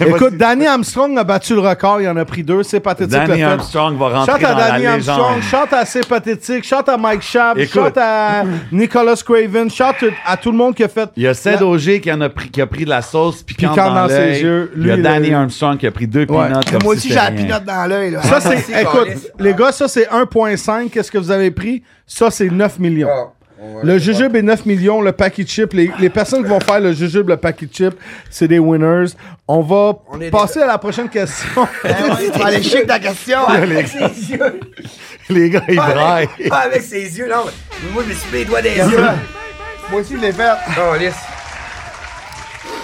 Speaker 2: Écoute, Danny Armstrong a battu le record, il en a pris deux, c'est pathétique. le
Speaker 4: Danny
Speaker 2: fait.
Speaker 4: Armstrong va rentrer
Speaker 2: Chante à
Speaker 4: dans la
Speaker 2: Danny Armstrong,
Speaker 4: légende.
Speaker 2: chante à C'est pathétique, chante à Mike Schaab,
Speaker 4: Écoute.
Speaker 2: chante à Nicolas Craven, chante à tout le monde qui a fait.
Speaker 4: Il y a Ced Auger qui, en a pris, qui a pris de la sauce piquante
Speaker 2: Piquante
Speaker 4: dans,
Speaker 2: dans ses
Speaker 4: l'œil.
Speaker 2: yeux.
Speaker 4: il y a
Speaker 2: Lui,
Speaker 4: Danny
Speaker 2: il a-
Speaker 4: Armstrong qui a pris deux
Speaker 2: Ouais.
Speaker 4: pinottes comme
Speaker 3: Moi
Speaker 4: si
Speaker 3: aussi, j'ai
Speaker 4: c'était
Speaker 3: la
Speaker 4: rien.
Speaker 3: pinotte dans l'œil, là.
Speaker 2: Ça, c'est.
Speaker 7: Ah,
Speaker 2: Écoute,
Speaker 7: c'est-
Speaker 2: les gars, ça, c'est 1,5. Qu'est-ce que vous avez pris? Ça, c'est 9 millions.
Speaker 7: Ah, on va
Speaker 2: Le
Speaker 7: aller voir.
Speaker 2: jujube est 9 millions, le paquet chip. Les, les personnes qui vont faire le jujube, le paquet chip, c'est des winners. On va
Speaker 7: On est
Speaker 2: passer à la prochaine question.
Speaker 3: Eh ouais, tu vas aller chier ta question.
Speaker 7: Pas avec ses yeux.
Speaker 4: Les gars, ils
Speaker 7: Pas
Speaker 4: braillent.
Speaker 7: avec- Pas avec ses yeux, non. mais Moi, je me suis mis les doigts dans les yeux.
Speaker 3: Moi aussi, je l'ai fait.
Speaker 7: Oh, lisse.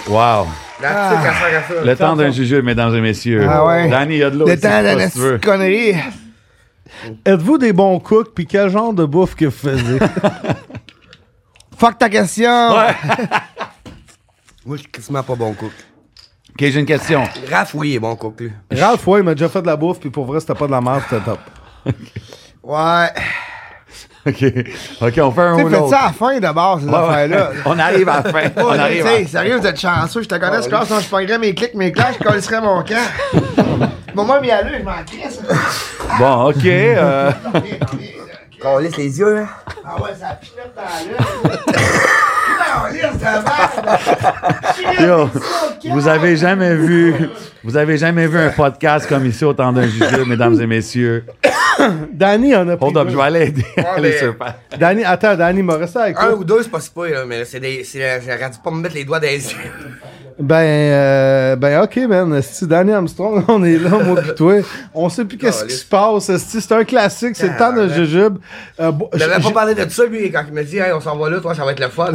Speaker 4: Wow.
Speaker 7: La petite affaire à ça.
Speaker 4: Le temps d'un jujube, mesdames et messieurs.
Speaker 3: Ah ouais.
Speaker 4: Danny, il y a de l'eau.
Speaker 3: Le
Speaker 4: ici,
Speaker 3: temps
Speaker 4: si
Speaker 3: d'un
Speaker 4: tu veux.
Speaker 3: petite connerie.
Speaker 2: Êtes-vous des bons cooks, puis quel genre de bouffe que vous faisiez?
Speaker 3: Fuck ta question.
Speaker 7: Moi, je suis quasiment pas bon cook.
Speaker 4: OK, j'ai une question.
Speaker 7: Raph, oui, il est bon cook, lui.
Speaker 2: Ralph, ouais, il m'a déjà fait de la bouffe, puis pour vrai, c'était pas de la merde, c'était top.
Speaker 3: Ouais.
Speaker 4: OK. OK, on fait un
Speaker 3: Tu sais,
Speaker 4: ou
Speaker 3: faites
Speaker 4: l'autre.
Speaker 3: ça à la fin d'abord, ces affaires-là.
Speaker 4: On arrive à la fin. On
Speaker 3: Ouais,
Speaker 4: arrive hein.
Speaker 3: tu
Speaker 4: à
Speaker 3: sais, sérieux, vous êtes chanceux, je te connais, je pense que je prendrais mes clics, mes clashs, je collerais mon camp. Mon moment, il a lu, je m'en crisse.
Speaker 4: Bon, OK. euh,
Speaker 11: Qu'on lisse les yeux, hein?
Speaker 3: Ah ouais, ça pilote dans l'œil.
Speaker 4: yo, vous avez jamais vu... Vous avez jamais vu un podcast comme ici au temps d'un jugeux, mesdames et messieurs.
Speaker 2: Danny en a pris
Speaker 4: Hold up,
Speaker 2: deux.
Speaker 4: je vais aller aider. aller
Speaker 7: mais-
Speaker 4: sur pa-
Speaker 2: Danny, attends, Danny Morissette, écoute.
Speaker 7: Un ou deux, c'est pas si pire, là, mais c'est des. c'est- J'aurais dû pas me mettre les doigts dans les yeux.
Speaker 2: Ben, euh, ben, ok, man. Si Danny Armstrong, on est là, moi pis toi. On sait plus qu'est-ce qui se passe. esti, C'est un classique, c'est le temps
Speaker 7: Ah,
Speaker 2: de jujube. Euh, bo-
Speaker 7: Je
Speaker 2: j-
Speaker 7: n'avais pas
Speaker 2: j-
Speaker 7: parlé de ça, lui, quand il me dit, hey, on s'en va là, toi, ça va être le fun.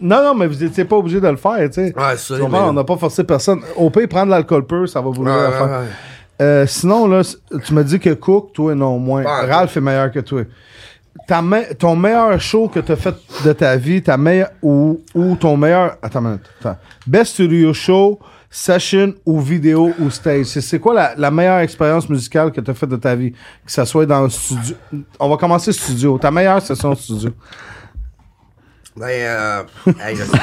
Speaker 2: non, non, mais vous étiez pas obligé de le faire, tu sais.
Speaker 7: Ouais, ça,
Speaker 2: Tu comprends,
Speaker 7: mais-
Speaker 2: on n'a pas forcé personne. Au pire, prendre de l'alcool peu, ça va vous
Speaker 7: Ouais,
Speaker 2: la faire.
Speaker 7: ouais, ouais.
Speaker 2: Euh, sinon, là, c- tu me dis que Cook, toi, non, moins.
Speaker 7: Ouais.
Speaker 2: Ralph est meilleur que toi. Ta me- ton meilleur show que t'as fait de ta vie, ta meilleure ou, ou ton meilleur. Attends, une minute, attends. Best studio show, session ou vidéo ou stage. C'est, c'est quoi la, la meilleure expérience musicale que t'as faite de ta vie? Que ça soit dans le studio. On va commencer studio. Ta meilleure session studio.
Speaker 7: Ben, euh, hey, je sais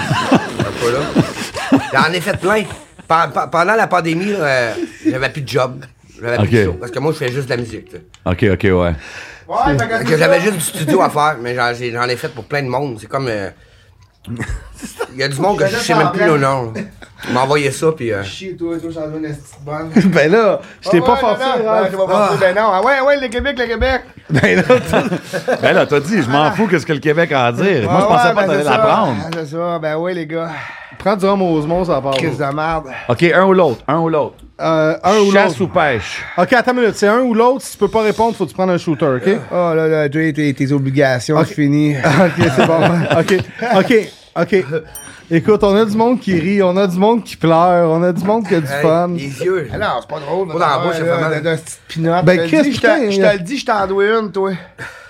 Speaker 7: pas là. J'en ai fait plein. Pen- pen- Pendant la pandémie, là, euh, j'avais plus de job. J'avais plus de
Speaker 4: Ok.
Speaker 7: show. Parce que moi, je fais juste de la musique. tu sais.
Speaker 4: OK, OK, ouais.
Speaker 3: Ouais, fait
Speaker 7: Fait
Speaker 3: que
Speaker 7: que j'avais juste du studio à faire, mais j'en, j'ai- j'en ai fait pour plein de monde. C'est comme. euh, Il y a du monde que je sais même plus le nom. là. Il m'a envoyé ça, puis. euh,
Speaker 3: Chier, toi, toi, j'en veux une petite bonne.
Speaker 2: ben là, je t'ai
Speaker 3: Ah
Speaker 2: pas
Speaker 3: ouais,
Speaker 2: forcé,
Speaker 3: non, non,
Speaker 2: Ralph.
Speaker 3: Ben, je vais pas forcer, ben non. Ah ouais, ouais, le Québec, le Québec.
Speaker 2: Ben là,
Speaker 4: Ben là, t'as dit, je m'en fous que ce que le Québec a à dire. Moi,
Speaker 3: Ah
Speaker 4: je pensais
Speaker 3: ouais,
Speaker 4: pas
Speaker 3: ben,
Speaker 4: t'allais
Speaker 3: c'est ça.
Speaker 4: l'apprendre. Oh.
Speaker 3: Ah, C'est ça, ben ouais, les gars.
Speaker 2: prends du rhum aux osmos, ça part.
Speaker 3: Crise de merde.
Speaker 4: OK, un ou l'autre, un ou l'autre.
Speaker 2: Euh, un ou l'autre.
Speaker 4: Chasse ou pêche.
Speaker 2: Ok, attends une minute. C'est un ou l'autre. Si tu peux pas répondre, faut que tu prennes un shooter, ok?
Speaker 3: Oh là là, Jay, tes, tes obligations,
Speaker 2: Ok.
Speaker 3: c'est fini.
Speaker 2: ok, c'est bon. ben, Ok, ok, ok. Écoute, on a du monde qui rit, on a du monde qui pleure, on a du monde qui a du
Speaker 7: hey,
Speaker 2: fun.
Speaker 7: les yeux.
Speaker 3: Alors, c'est pas drôle.
Speaker 7: Pas dans la bouche, c'est
Speaker 3: là,
Speaker 7: vraiment-
Speaker 3: d'un petit pinotte.
Speaker 2: Ben,
Speaker 3: Je te le
Speaker 2: qu'est-ce
Speaker 3: dis,
Speaker 2: que
Speaker 3: je te-
Speaker 2: t'es-
Speaker 3: Je te le dis, je t'en dois une, toi.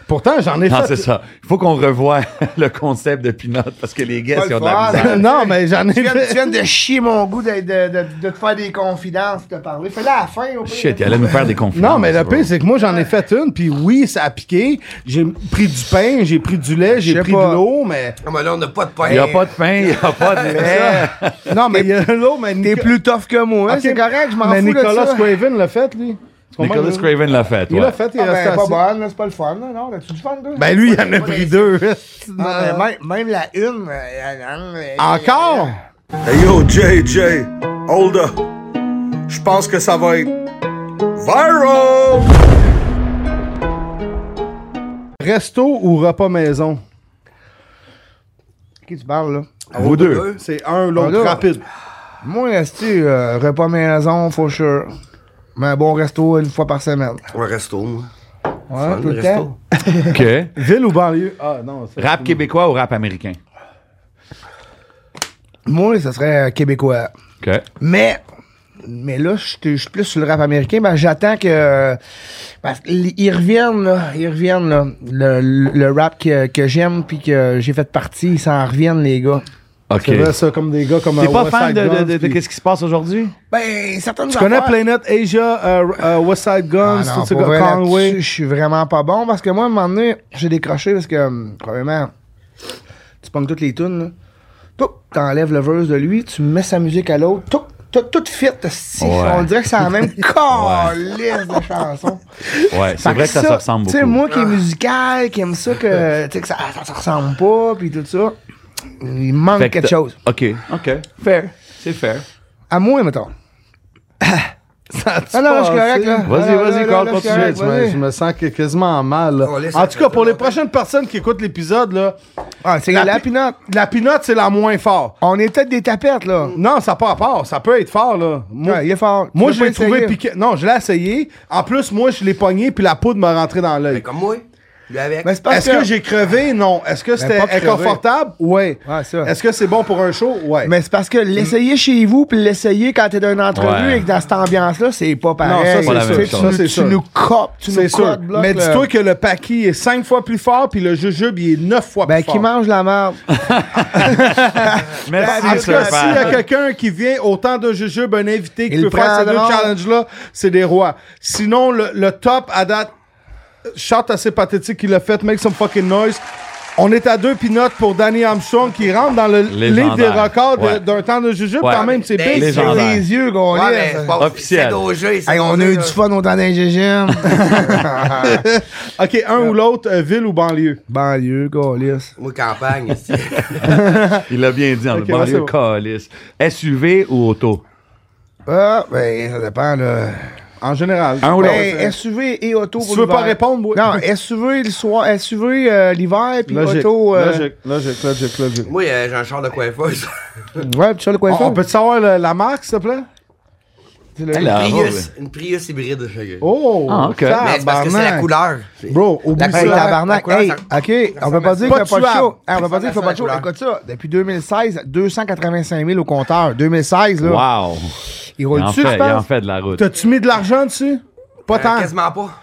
Speaker 2: Pourtant, j'en ai
Speaker 4: Non,
Speaker 2: fait.
Speaker 4: c'est ça. Il faut qu'on revoie le concept de Pinot parce que les gars,
Speaker 3: Pas
Speaker 4: ils ont
Speaker 3: le
Speaker 4: de la
Speaker 3: fun.
Speaker 4: misère.
Speaker 2: non, mais j'en ai
Speaker 3: Tu viens, tu
Speaker 2: fait.
Speaker 3: viens de chier mon goût de, de- de- de te faire des confidences, de te parler. Fais-la à la fin, au pire.
Speaker 4: Shit, il allait nous faire des confidences.
Speaker 2: Non, mais le
Speaker 4: bro.
Speaker 2: pire, c'est que moi, j'en ai fait une, puis oui, ça a piqué. J'ai pris du pain, j'ai pris du lait, j'ai
Speaker 3: sais
Speaker 2: pris
Speaker 3: pas.
Speaker 2: de l'eau, mais.
Speaker 7: Ah, mais là, on n'a pas de pain.
Speaker 4: Il n'y a pas de pain, il n'y a pas de lait.
Speaker 2: Non, mais il y a l'eau, mais.
Speaker 3: T'es
Speaker 2: Nico-
Speaker 3: plus tough que moi, hein,
Speaker 2: Ok,
Speaker 3: c'est correct, je m'en
Speaker 2: Mais
Speaker 3: fous de
Speaker 2: Nicolas
Speaker 3: ça.
Speaker 2: Craven l'a fait, lui. Tu comprends?
Speaker 4: Nicholas Craven l'a fait,
Speaker 2: Il
Speaker 4: ouais.
Speaker 2: l'a fait, il est
Speaker 3: Ah, ben,
Speaker 2: resté
Speaker 3: pas
Speaker 2: assis.
Speaker 3: bonne, là, c'est pas le fun, là, non? T'as-tu du fun, toi?
Speaker 2: Ben lui, il en a pris deux. hein.
Speaker 3: Ah, ben, même, même la une... euh, euh,
Speaker 2: Encore?
Speaker 9: Hey yo, JJ, hold up. Je pense que ça va être viral.
Speaker 2: Resto ou repas maison?
Speaker 3: Qui tu parles, là?
Speaker 4: Vous deux.
Speaker 2: C'est un l'autre
Speaker 3: Ah, là.
Speaker 2: rapide.
Speaker 3: Moi, rester repas maison, for sure. Mais un bon resto une fois par semaine.
Speaker 7: Un resto, moi.
Speaker 3: Ouais,
Speaker 7: Fun,
Speaker 3: tout le
Speaker 7: resto.
Speaker 3: temps.
Speaker 4: OK.
Speaker 2: Ville ou banlieue? Ah non, c'est
Speaker 4: Rap québécois ou rap américain?
Speaker 3: Moi, ça serait euh, québécois.
Speaker 4: OK.
Speaker 3: Mais, mais là, je suis- je suis plus sur le rap américain. Ben, j'attends que. Parce qu'ils reviennent, là. Ils reviennent, là. Le, le- le rap que, que j'aime puis que j'ai fait partie, ils s'en reviennent, les gars.
Speaker 4: OK.
Speaker 2: C'est vrai, ça, comme des gars comme
Speaker 4: T'es
Speaker 2: euh,
Speaker 4: pas
Speaker 2: West
Speaker 4: fan
Speaker 2: Side
Speaker 4: de, de-
Speaker 2: Guns,
Speaker 4: de- de
Speaker 2: puis-
Speaker 4: qu'est-ce qui se passe Ah, aujourd'hui?
Speaker 3: Ben, certaines
Speaker 2: Tu connais Planet Asia, euh, euh, West Side Guns,
Speaker 3: Ah non,
Speaker 2: tout ça,
Speaker 3: pour vrai, là-dessus,
Speaker 2: Conway?
Speaker 3: Je suis vraiment pas bon parce que moi, à un moment donné, j'ai décroché parce que, hum, probablement, tu pognes toutes les tunes, là. Tout, t'enlèves le verse de lui, tu mets sa musique à l'autre, tout, tout, tout fit, esti.
Speaker 4: Ouais.
Speaker 3: On dirait que c'est la même calice de chansons.
Speaker 4: Ouais, c'est
Speaker 3: Fait
Speaker 4: vrai que ça, se ressemble
Speaker 3: Tu sais,
Speaker 4: beaucoup.
Speaker 3: moi qui est musical, qui aime ça, que, tu sais, que ça, ça se ressemble pas, puis tout ça, il manque
Speaker 4: Fait que
Speaker 3: quelque
Speaker 4: t'as-
Speaker 3: chose.
Speaker 4: OK. OK.
Speaker 3: Fair.
Speaker 4: C'est fair.
Speaker 3: À moi, mettons. Ah non, là, je suis correct, là.
Speaker 4: Vas-y,
Speaker 3: Ah non,
Speaker 4: vas-y,
Speaker 3: là,
Speaker 4: Carl,
Speaker 3: là, je suis
Speaker 4: continue,
Speaker 3: correct,
Speaker 2: Tu me-
Speaker 3: vas-y.
Speaker 2: Je me sens que- quasiment mal. là.
Speaker 7: On laisse
Speaker 2: en
Speaker 7: la
Speaker 2: tout cas, pour les
Speaker 7: personne
Speaker 2: prochaines personnes qui écoutent l'épisode, là,
Speaker 3: Ah, c'est
Speaker 2: La
Speaker 3: la
Speaker 2: pi-
Speaker 3: pinotte.
Speaker 2: la pinotte, c'est la moins forte.
Speaker 3: On est peut-être des tapettes, là.
Speaker 2: Non, ça part à part. Ça peut être fort, là. Moi,
Speaker 3: Ouais, il est fort.
Speaker 2: Moi,
Speaker 3: Tu
Speaker 2: je
Speaker 3: l'as
Speaker 2: l'ai
Speaker 3: pas essayé.
Speaker 2: trouvé piqué. Non, je l'ai essayé. En plus, moi, je l'ai pogné, puis la poudre m'a rentré dans l'œil.
Speaker 7: Mais comme moi. Lui avec.
Speaker 3: Mais c'est parce Ben,
Speaker 2: Est-ce que, j'ai crevé? Non. Est-ce que c'était
Speaker 3: pas crevé.
Speaker 2: inconfortable? Ouais.
Speaker 3: Ouais, ça.
Speaker 2: Est-ce que c'est bon pour un show? Ouais.
Speaker 3: Mais c'est parce que l'essayer chez vous puis l'essayer quand t'es dans une entrevue
Speaker 4: Ouais.
Speaker 3: et que dans cette ambiance-là, c'est pas pareil.
Speaker 2: Non, ça, c'est
Speaker 3: Tu
Speaker 4: la
Speaker 3: sais,
Speaker 4: même
Speaker 3: tu
Speaker 4: chose.
Speaker 3: nous-
Speaker 2: Ça, c'est
Speaker 3: tu
Speaker 2: sûr.
Speaker 3: nous copes, tu nous
Speaker 2: c'est sûr.
Speaker 3: copes. bloc,
Speaker 2: Mais
Speaker 3: là.
Speaker 2: dis-toi que le paquis est cinq fois plus fort, puis le jujube, il est neuf fois
Speaker 3: Ben,
Speaker 2: plus fort.
Speaker 3: qui mange la merde?
Speaker 4: Merci,
Speaker 2: Parce que
Speaker 4: Sir
Speaker 2: s'il Ah, y a
Speaker 4: Pat.
Speaker 2: quelqu'un qui vient autant de jujube, un invité qui
Speaker 3: Ils
Speaker 2: peut faire ces deux
Speaker 3: prendront.
Speaker 2: challenges-là, c'est des rois. Sinon, le, le top à date, Chante assez pathétique qu'il a fait, make some fucking noise. On est à deux pinotes pour Danny Armstrong qui rentre dans le livre des
Speaker 4: Légendaire.
Speaker 2: records de-
Speaker 4: Ouais.
Speaker 2: d'un temps de jujube.
Speaker 4: Ouais.
Speaker 2: Quand même, c'est
Speaker 7: Des-
Speaker 2: big.
Speaker 4: Légendaire.
Speaker 3: Les yeux, qu'on
Speaker 7: Ouais,
Speaker 3: est,
Speaker 7: mais
Speaker 3: ça.
Speaker 7: bon,
Speaker 4: Officiel.
Speaker 7: c'est nos jeux, c'est
Speaker 3: Hey,
Speaker 7: nos
Speaker 3: on a
Speaker 7: jeux,
Speaker 3: eu
Speaker 7: là.
Speaker 3: du fun au temps d'un GGM.
Speaker 2: OK, un ou l'autre, euh, ville ou banlieue?
Speaker 3: Banlieue, Gaulis.
Speaker 7: Moi, campagne, ici.
Speaker 4: Il l'a bien dit en
Speaker 2: Ok,
Speaker 4: le banlieue
Speaker 2: ouais, c'est
Speaker 4: calice. SUV ou auto?
Speaker 3: Ah, ben, ça dépend, là.
Speaker 2: En général.
Speaker 4: Un ou l'autre.
Speaker 3: Ben, SUV et auto
Speaker 2: Si
Speaker 3: pour
Speaker 2: tu veux pas
Speaker 3: l'hiver.
Speaker 2: répondre, oui.
Speaker 3: Non, SUV le soir, SUV euh, l'hiver, puis
Speaker 2: Logique,
Speaker 3: auto. euh,
Speaker 2: logique, logique, logique, logique.
Speaker 7: Moi, euh, j'ai un char de coiffeuse.
Speaker 3: Ouais, puis ça, le
Speaker 2: On,
Speaker 3: coiffeur.
Speaker 2: on peut savoir le- la marque, s'il te plaît?
Speaker 3: C'est le-
Speaker 4: Elle a- Ah,
Speaker 7: Prius, une Prius hybride.
Speaker 2: ben. Oh!
Speaker 4: Ah, ok.
Speaker 7: Mais c'est parce que c'est Euh, la
Speaker 2: tabarnak.
Speaker 7: couleur.
Speaker 2: Bro, oublie
Speaker 3: Hey,
Speaker 2: ça.
Speaker 3: tabarnak.
Speaker 7: couleur,
Speaker 3: Hey,
Speaker 7: ça-
Speaker 3: OK, on
Speaker 2: pas
Speaker 3: peut pas dire qu'il n'y a pas de
Speaker 2: tuable.
Speaker 3: show. Hey, On peut pas dire qu'il n'y a pas de show.
Speaker 7: couleur.
Speaker 3: Écoute ça, depuis 2016, 285 000 au compteur. 2016, là.
Speaker 4: Wow!
Speaker 3: Il
Speaker 4: Il
Speaker 3: roule
Speaker 4: en,
Speaker 3: dessus,
Speaker 4: fait,
Speaker 3: je
Speaker 4: il en
Speaker 3: pense.
Speaker 4: fait de la route.
Speaker 2: T'as-tu mis de l'argent dessus? Pas
Speaker 7: Euh,
Speaker 2: tant.
Speaker 7: Quasiment pas.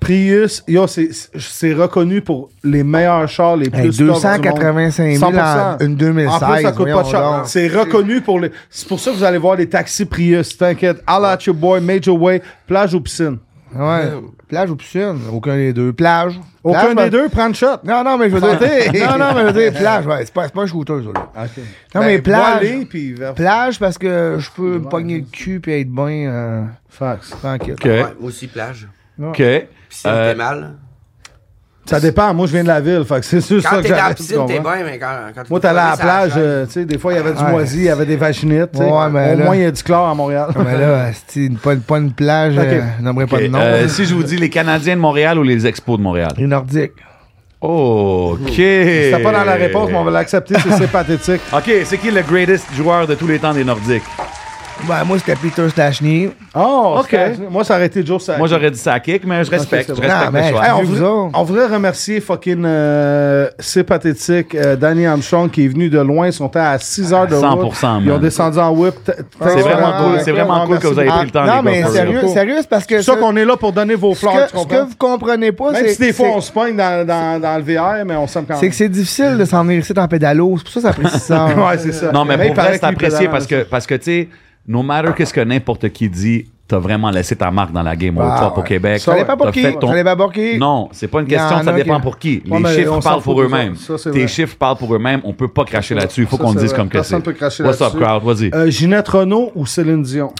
Speaker 2: Prius, yo, c'est- c'est c'est reconnu pour les meilleurs chars, les
Speaker 3: Hey,
Speaker 2: plus top du monde.
Speaker 3: 285 000 en
Speaker 2: 100%.
Speaker 3: une 2016,
Speaker 2: En plus, ça coûte pas de
Speaker 3: voyons
Speaker 2: char.
Speaker 3: donc.
Speaker 2: C'est reconnu pour les. C'est pour ça que vous allez voir les taxis Prius, t'inquiète. All at your boy, Major Way, plage ou piscine.
Speaker 3: Ouais. Plage ou piscine? Aucun des deux. Plage.
Speaker 2: Aucun
Speaker 3: Plage, ben-
Speaker 2: des deux prend le shot.
Speaker 3: Non, non, mais je veux dire, t'sais, non, non, mais je veux dire, plage, ouais, c'est pas, c'est pas un shooter, ça, là.
Speaker 2: Ben,
Speaker 3: Non, mais plage,
Speaker 2: voilée, puis vers-
Speaker 3: plage, parce que je peux me pogner le cul puis être bien, euh,
Speaker 2: Fax.
Speaker 3: tranquille.
Speaker 4: OK.
Speaker 7: Ouais, moi aussi, plage.
Speaker 4: OK.
Speaker 7: Piscine,
Speaker 4: Euh,
Speaker 7: t'es mal.
Speaker 2: Ça dépend. Moi, je viens de la ville, fait que c'est sûr ça
Speaker 7: Quand
Speaker 2: que
Speaker 7: t'es dans
Speaker 2: j'arrive,
Speaker 7: la
Speaker 2: tu
Speaker 7: piscine, t'es
Speaker 2: comprends?
Speaker 7: bien, mais quand, quand tu
Speaker 2: Moi,
Speaker 7: te
Speaker 2: t'allais à la
Speaker 7: fais ça
Speaker 2: plage,
Speaker 7: chaîne,
Speaker 2: euh, tu sais, des fois, il y avait du
Speaker 3: Ouais.
Speaker 2: moisi, il y avait des vachinites, tu sais.
Speaker 3: Ouais, mais
Speaker 2: Au
Speaker 3: là-
Speaker 2: moins, il y a du chlore à Montréal.
Speaker 3: Mais là, c'est une- pas, une- pas une plage,
Speaker 2: Ok.
Speaker 3: euh, nommerai pas de nom.
Speaker 4: Euh, si je vous dis les Canadiens de Montréal ou les Expos de Montréal?
Speaker 3: Les Nordiques.
Speaker 4: OK.
Speaker 2: C'était
Speaker 4: C'était
Speaker 2: pas dans la réponse, mais on va l'accepter, c'est- c'est pathétique.
Speaker 4: OK, c'est qui le greatest joueur de tous les temps des Nordiques?
Speaker 3: Ben, moi, c'était Peter Stachny.
Speaker 2: Oh,
Speaker 4: Ok.
Speaker 2: c'est- Moi, ça aurait été Joe Sack.
Speaker 4: Moi, j'aurais dit ça à kick, mais je respecte.
Speaker 2: c'est
Speaker 4: je
Speaker 2: vrai.
Speaker 3: Non,
Speaker 4: respecte
Speaker 3: mais-
Speaker 4: le choix.
Speaker 2: Hey, on,
Speaker 3: Vu
Speaker 2: voudrait,
Speaker 3: vous autres.
Speaker 2: on voudrait remercier fucking euh, c'est pathétique euh, Danny Armstrong qui est venu de loin, ils sont à 6 heures de route.
Speaker 4: 100%,
Speaker 2: Ils ont
Speaker 4: man.
Speaker 2: descendu en whip. T- t-
Speaker 4: C'est
Speaker 2: t-
Speaker 4: vraiment
Speaker 2: ouais,
Speaker 4: cool,
Speaker 2: ouais,
Speaker 4: c'est
Speaker 2: ouais,
Speaker 4: vraiment
Speaker 2: ouais,
Speaker 4: cool que vous
Speaker 2: merci.
Speaker 4: avez pris le temps,
Speaker 3: non,
Speaker 4: les
Speaker 3: mais
Speaker 4: gars, pour
Speaker 3: sérieux,
Speaker 2: vrai.
Speaker 3: sérieux, c'est parce que.
Speaker 2: C'est pour
Speaker 3: ça-
Speaker 2: ça qu'on est là pour donner vos
Speaker 3: ce
Speaker 2: fleurs, tu
Speaker 3: que, ce que
Speaker 2: comprends?
Speaker 3: vous comprenez pas,
Speaker 2: Même
Speaker 3: c'est.
Speaker 2: si des fois
Speaker 3: c'est-
Speaker 2: on se pogne dans, dans, dans le VR, mais on s'aime quand même.
Speaker 3: c'est que c'est difficile de s'en venir ici en pédalo. C'est pour ça que ça précise ça. hein.
Speaker 2: Ouais, c'est ça.
Speaker 4: Non, mais
Speaker 2: il
Speaker 4: pour vrai,
Speaker 2: paraît
Speaker 4: c'est
Speaker 2: qu'il est
Speaker 4: apprécié
Speaker 2: pédant,
Speaker 4: parce que, parce que tu sais, no matter qu'est-ce que n'importe qui dit, t'as vraiment laissé ta marque dans la game au
Speaker 2: Bah,
Speaker 3: Ah,
Speaker 4: top au
Speaker 3: ouais.
Speaker 4: Québec.
Speaker 3: Ça dépend pour
Speaker 4: T'as
Speaker 3: qui.
Speaker 4: fait ton-
Speaker 3: Ça dépend pour qui.
Speaker 4: Non, c'est pas une
Speaker 3: Il y en
Speaker 4: question, ça
Speaker 3: a qui-
Speaker 4: dépend pour qui.
Speaker 2: Ouais,
Speaker 4: Les
Speaker 2: mais on
Speaker 4: chiffres
Speaker 2: s'en
Speaker 4: parlent
Speaker 2: fout
Speaker 4: pour
Speaker 2: des
Speaker 4: eux-mêmes.
Speaker 2: autres, ça, c'est
Speaker 4: Tes
Speaker 2: vrai.
Speaker 4: chiffres parlent pour eux-mêmes. On peut pas cracher là-dessus. Il faut
Speaker 2: Ça,
Speaker 4: qu'on
Speaker 2: c'est
Speaker 4: dise
Speaker 2: vrai.
Speaker 4: comme que c'est.
Speaker 2: Personne peut cracher
Speaker 4: What's up,
Speaker 2: là-dessus.
Speaker 4: crowd? Vas-y.
Speaker 2: Euh, Ginette Renault ou Céline Dion?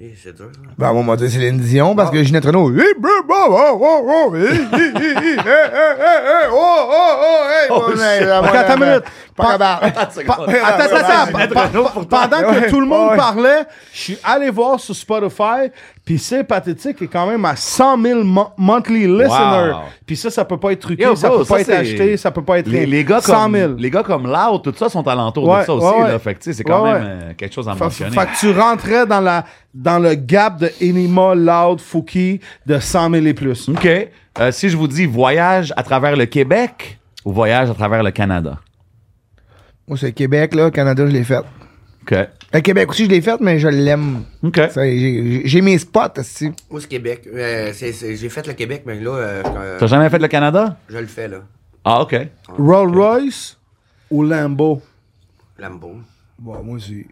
Speaker 7: Eh, C'est dur. ça.
Speaker 3: Ben, moi, on m'a dit Céline Dion
Speaker 4: Ah.
Speaker 3: parce que Ginette Renault. Hi, bru, bru, oh, oh, oh, hi, hi, hi,
Speaker 2: eh,
Speaker 3: hi, hey, hey, hey, hey, oh, oh, oh, hey,
Speaker 4: Oh,
Speaker 3: bon,
Speaker 4: shit.
Speaker 3: hey, la
Speaker 2: Ok,
Speaker 3: bonne,
Speaker 2: attends
Speaker 3: la-
Speaker 2: une minute.
Speaker 3: Pas capable.
Speaker 4: secondes.
Speaker 3: Pas-
Speaker 2: Attends, attends,
Speaker 4: ouais,
Speaker 2: attends.
Speaker 4: Renaud,
Speaker 2: Pe- Pendant que
Speaker 3: Ouais,
Speaker 2: tout le monde
Speaker 3: ouais.
Speaker 2: parlait, je suis allé voir sur Spotify, puis c'est pathétique est quand même à 100 000 mo- monthly listeners.
Speaker 4: Wow.
Speaker 2: Puis ça, ça peut pas être truqué,
Speaker 4: Yo,
Speaker 2: ça
Speaker 4: bro,
Speaker 2: peut pas être
Speaker 4: c'est-
Speaker 2: acheté, ça peut pas être
Speaker 4: les, les gars
Speaker 2: 100
Speaker 4: comme,
Speaker 2: 000.
Speaker 4: les gars comme Loud, tout ça sont alentour
Speaker 2: Ouais,
Speaker 4: de ça aussi.
Speaker 2: ouais,
Speaker 4: là.
Speaker 2: ouais.
Speaker 4: Fait que, tu sais, c'est quand
Speaker 2: Ouais,
Speaker 4: même
Speaker 2: ouais.
Speaker 4: euh, quelque chose à
Speaker 2: Fait,
Speaker 4: mentionner.
Speaker 2: fait que tu rentrais dans, la, dans le gap de Enima, Loud, Fouki de 100 000 et plus.
Speaker 4: OK. Euh, si je vous dis voyage à travers le Québec ou voyage à travers le Canada?
Speaker 3: Moi, c'est Québec, là. Canada, je l'ai fait.
Speaker 4: OK.
Speaker 3: Le Québec aussi, je l'ai fait, mais je l'aime.
Speaker 4: OK.
Speaker 3: Ça, J'ai j'ai mes spots, aussi.
Speaker 7: Moi, c'est Québec. Euh, c'est- c'est- J'ai fait le Québec, mais là, euh, euh,
Speaker 4: T'as jamais fait le Canada?
Speaker 7: je le fais, là.
Speaker 4: Ah, OK.
Speaker 2: Rolls Royce ou Lambo?
Speaker 7: Lambo.
Speaker 3: Bon, moi aussi.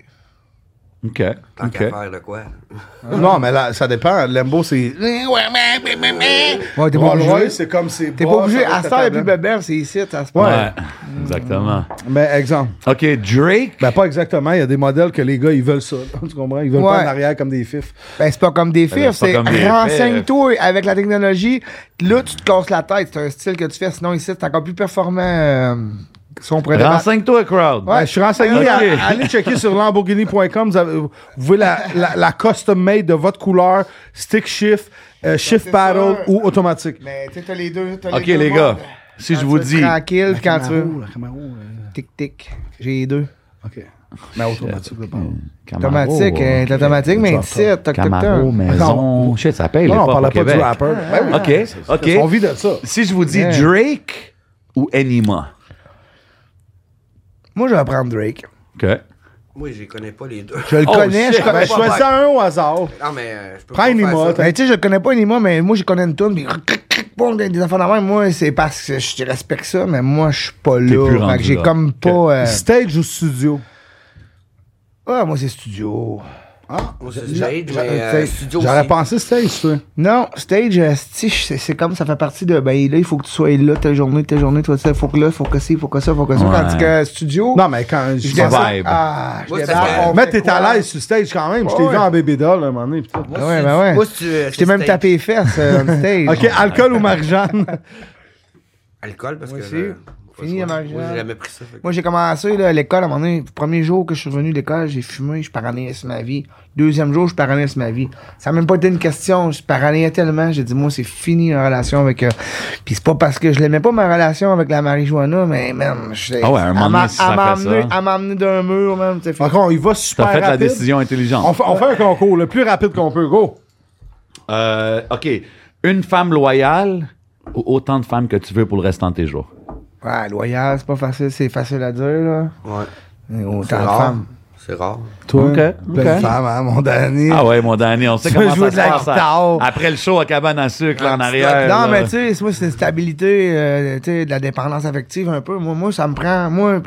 Speaker 4: OK.
Speaker 7: Tant
Speaker 4: OK.
Speaker 7: qu'à faire de quoi.
Speaker 2: Non, mais là, ça dépend. Lambo, c'est.
Speaker 3: Ouais, t'es pas
Speaker 2: Rolls
Speaker 3: obligé.
Speaker 2: Royce, c'est comme c'est.
Speaker 3: T'es pas
Speaker 2: boire,
Speaker 3: obligé.
Speaker 2: ça va
Speaker 3: À
Speaker 2: être hein.
Speaker 3: ça,
Speaker 2: ta
Speaker 3: et plus
Speaker 2: tablette.
Speaker 3: bébert, c'est ici, ça se
Speaker 4: Ouais.
Speaker 3: passe.
Speaker 4: Exactement.
Speaker 2: Mais Ben, exemple.
Speaker 4: OK, Drake.
Speaker 2: Ben pas exactement, il y a des modèles que les gars ils veulent ça. là. Tu comprends? Ils veulent
Speaker 3: Ouais.
Speaker 2: pas en arrière comme des fifs.
Speaker 3: Ben, c'est pas comme des filles,
Speaker 4: c'est pas
Speaker 3: c'est
Speaker 4: comme des filles.
Speaker 3: renseigne-toi avec la technologie. Là, tu te casses la tête. C'est un style que tu fais. Sinon, ici, c'est encore plus performant. euh, si on pourrait débattre.
Speaker 4: Renseigne-toi, crowd.
Speaker 2: Ben, je suis renseigné,
Speaker 4: Ok.
Speaker 2: à- allez checker sur lamborghini.com, vous, avez- vous pouvez la, la, la custom made de votre couleur, stick shift, euh, shift
Speaker 3: c'est
Speaker 2: paddle
Speaker 3: ça.
Speaker 2: ou automatique.
Speaker 3: Mais tu sais, t'as les deux. t'as
Speaker 4: OK,
Speaker 3: deux
Speaker 4: les
Speaker 3: mondes.
Speaker 4: gars. Si
Speaker 3: Quand
Speaker 2: Ah,
Speaker 4: je
Speaker 3: tu
Speaker 4: vous
Speaker 3: veux être
Speaker 4: dis...
Speaker 3: Tranquille, quand tu veux.
Speaker 2: la Camaro, euh,
Speaker 3: Tic-tic. J'ai les deux.
Speaker 2: OK. Mais Ben, automatique, là, pardon.
Speaker 4: Camaro,
Speaker 3: Automatique.
Speaker 4: euh,
Speaker 3: hein, t'es automatique, mais
Speaker 2: Drop-top.
Speaker 3: ici, toc toc
Speaker 4: Camaro,
Speaker 3: toc. Ah,
Speaker 4: maison. Shit, ça paye
Speaker 2: Non,
Speaker 4: les
Speaker 2: on
Speaker 4: pop au
Speaker 2: parlait pas
Speaker 4: Québec.
Speaker 2: du rapper. Ben oui.
Speaker 4: OK, OK.
Speaker 2: On vit de ça.
Speaker 4: Si je vous dis
Speaker 3: Yeah.
Speaker 4: Drake ou Enima?
Speaker 3: Moi, je vais prendre Drake.
Speaker 4: OK.
Speaker 7: Moi, je les connais pas, les deux.
Speaker 3: Je le
Speaker 4: Oh,
Speaker 3: connais,
Speaker 4: shit.
Speaker 3: je connais.
Speaker 2: Ben, je choisis un au hasard.
Speaker 7: Non, mais euh, je peux
Speaker 2: Prends
Speaker 7: pas
Speaker 2: une
Speaker 7: faire
Speaker 2: émote.
Speaker 7: ça.
Speaker 3: Ben, tu sais, je le connais pas Enima, mais moi, je connais une toune, pis cric, cric, bon, des des enfants de la même. Moi, c'est parce que je te respecte ça, mais moi, je suis pas là.
Speaker 4: plus
Speaker 3: Fait
Speaker 4: rendu
Speaker 3: que j'ai
Speaker 4: là.
Speaker 3: comme
Speaker 4: Ok.
Speaker 3: pas. euh,
Speaker 2: Stage ou studio?
Speaker 3: Ah, moi, c'est studio.
Speaker 7: Ah,
Speaker 2: J'a-
Speaker 7: stage,
Speaker 2: j'a-
Speaker 7: mais, euh,
Speaker 2: t'sais,
Speaker 7: studio
Speaker 2: J'aurais
Speaker 7: aussi.
Speaker 2: pensé stage, toi.
Speaker 3: Non, stage, euh, sti, c'est c'est comme ça fait partie de. Ben là, il faut que tu sois là telle journée, telle journée, toi, ça, faut que là, faut que ci, faut que ça, faut que ça.
Speaker 4: Ouais.
Speaker 3: Tandis que studio.
Speaker 2: Non, mais quand je
Speaker 3: je
Speaker 4: ça
Speaker 3: descends-
Speaker 4: vibe.
Speaker 3: Ah, je
Speaker 7: Moi, ça
Speaker 3: débarque,
Speaker 7: fait-
Speaker 3: on
Speaker 2: Mais
Speaker 3: fait
Speaker 2: t'es
Speaker 3: quoi?
Speaker 2: à l'aise sur stage quand même. Je t'ai
Speaker 3: Ouais.
Speaker 2: vu en baby doll à un moment donné. putain.
Speaker 7: Moi,
Speaker 3: Ouais,
Speaker 7: si-
Speaker 3: ben ouais.
Speaker 7: moi, euh, si tu- si
Speaker 3: Je t'ai même
Speaker 7: t'es-
Speaker 3: tapé les fesses euh, on stage.
Speaker 2: Ok, alcool ou marjane?
Speaker 7: Alcool, parce
Speaker 3: Moi
Speaker 7: que.
Speaker 3: aussi.
Speaker 7: euh, pas
Speaker 3: Fini
Speaker 7: le
Speaker 3: la
Speaker 7: choix.
Speaker 3: marijuana.
Speaker 7: Moi, j'ai jamais pris ça. fait que-
Speaker 3: Moi, j'ai commencé là, à l'école à un moment donné. Premier jour que je suis revenu de l'école, j'ai fumé, je paranoïais sur ma vie. Deuxième jour, je paranoïais sur ma vie. Ça n'a même pas été une question. Je paranoïais tellement. J'ai dit, moi, c'est fini la relation avec. euh, Puis c'est pas parce que je l'aimais pas ma relation avec la marijuana, mais même. je-
Speaker 4: Ah ouais, un moment
Speaker 3: elle m'a-
Speaker 4: donné, si ça
Speaker 3: elle m'a
Speaker 4: fait ça.
Speaker 3: amené- Elle m'a amené d'un mur, même. tu sais, fait-
Speaker 2: Encore, il va super
Speaker 4: T'as fait la
Speaker 2: rapide.
Speaker 4: décision
Speaker 2: On,
Speaker 4: intelligente.
Speaker 2: fait- on fait un concours le plus rapide qu'on peut. Go!
Speaker 4: Euh, OK. Une femme loyale ou autant de femmes que tu veux pour le restant de tes jours?
Speaker 3: Ouais, loyal, c'est pas facile. C'est facile à dire, là.
Speaker 7: Ouais.
Speaker 3: Mais Autant
Speaker 7: C'est
Speaker 3: de
Speaker 7: rare.
Speaker 3: femmes.
Speaker 7: C'est rare.
Speaker 2: Toi,
Speaker 4: Ok,
Speaker 2: belle
Speaker 4: ok.
Speaker 2: femme, hein, mon dernier.
Speaker 4: Ah ouais, mon dernier, on sait
Speaker 2: Tu
Speaker 4: comment
Speaker 2: veux jouer
Speaker 4: ça
Speaker 2: de
Speaker 4: se
Speaker 2: la
Speaker 4: passe. hein.
Speaker 2: guitare.
Speaker 4: Après le show à cabane à sucre, là, en arrière.
Speaker 3: Non,
Speaker 4: là.
Speaker 3: mais tu sais, moi, c'est une stabilité, euh, tu sais, de la dépendance affective un peu. Moi, moi ça me prend. Moi,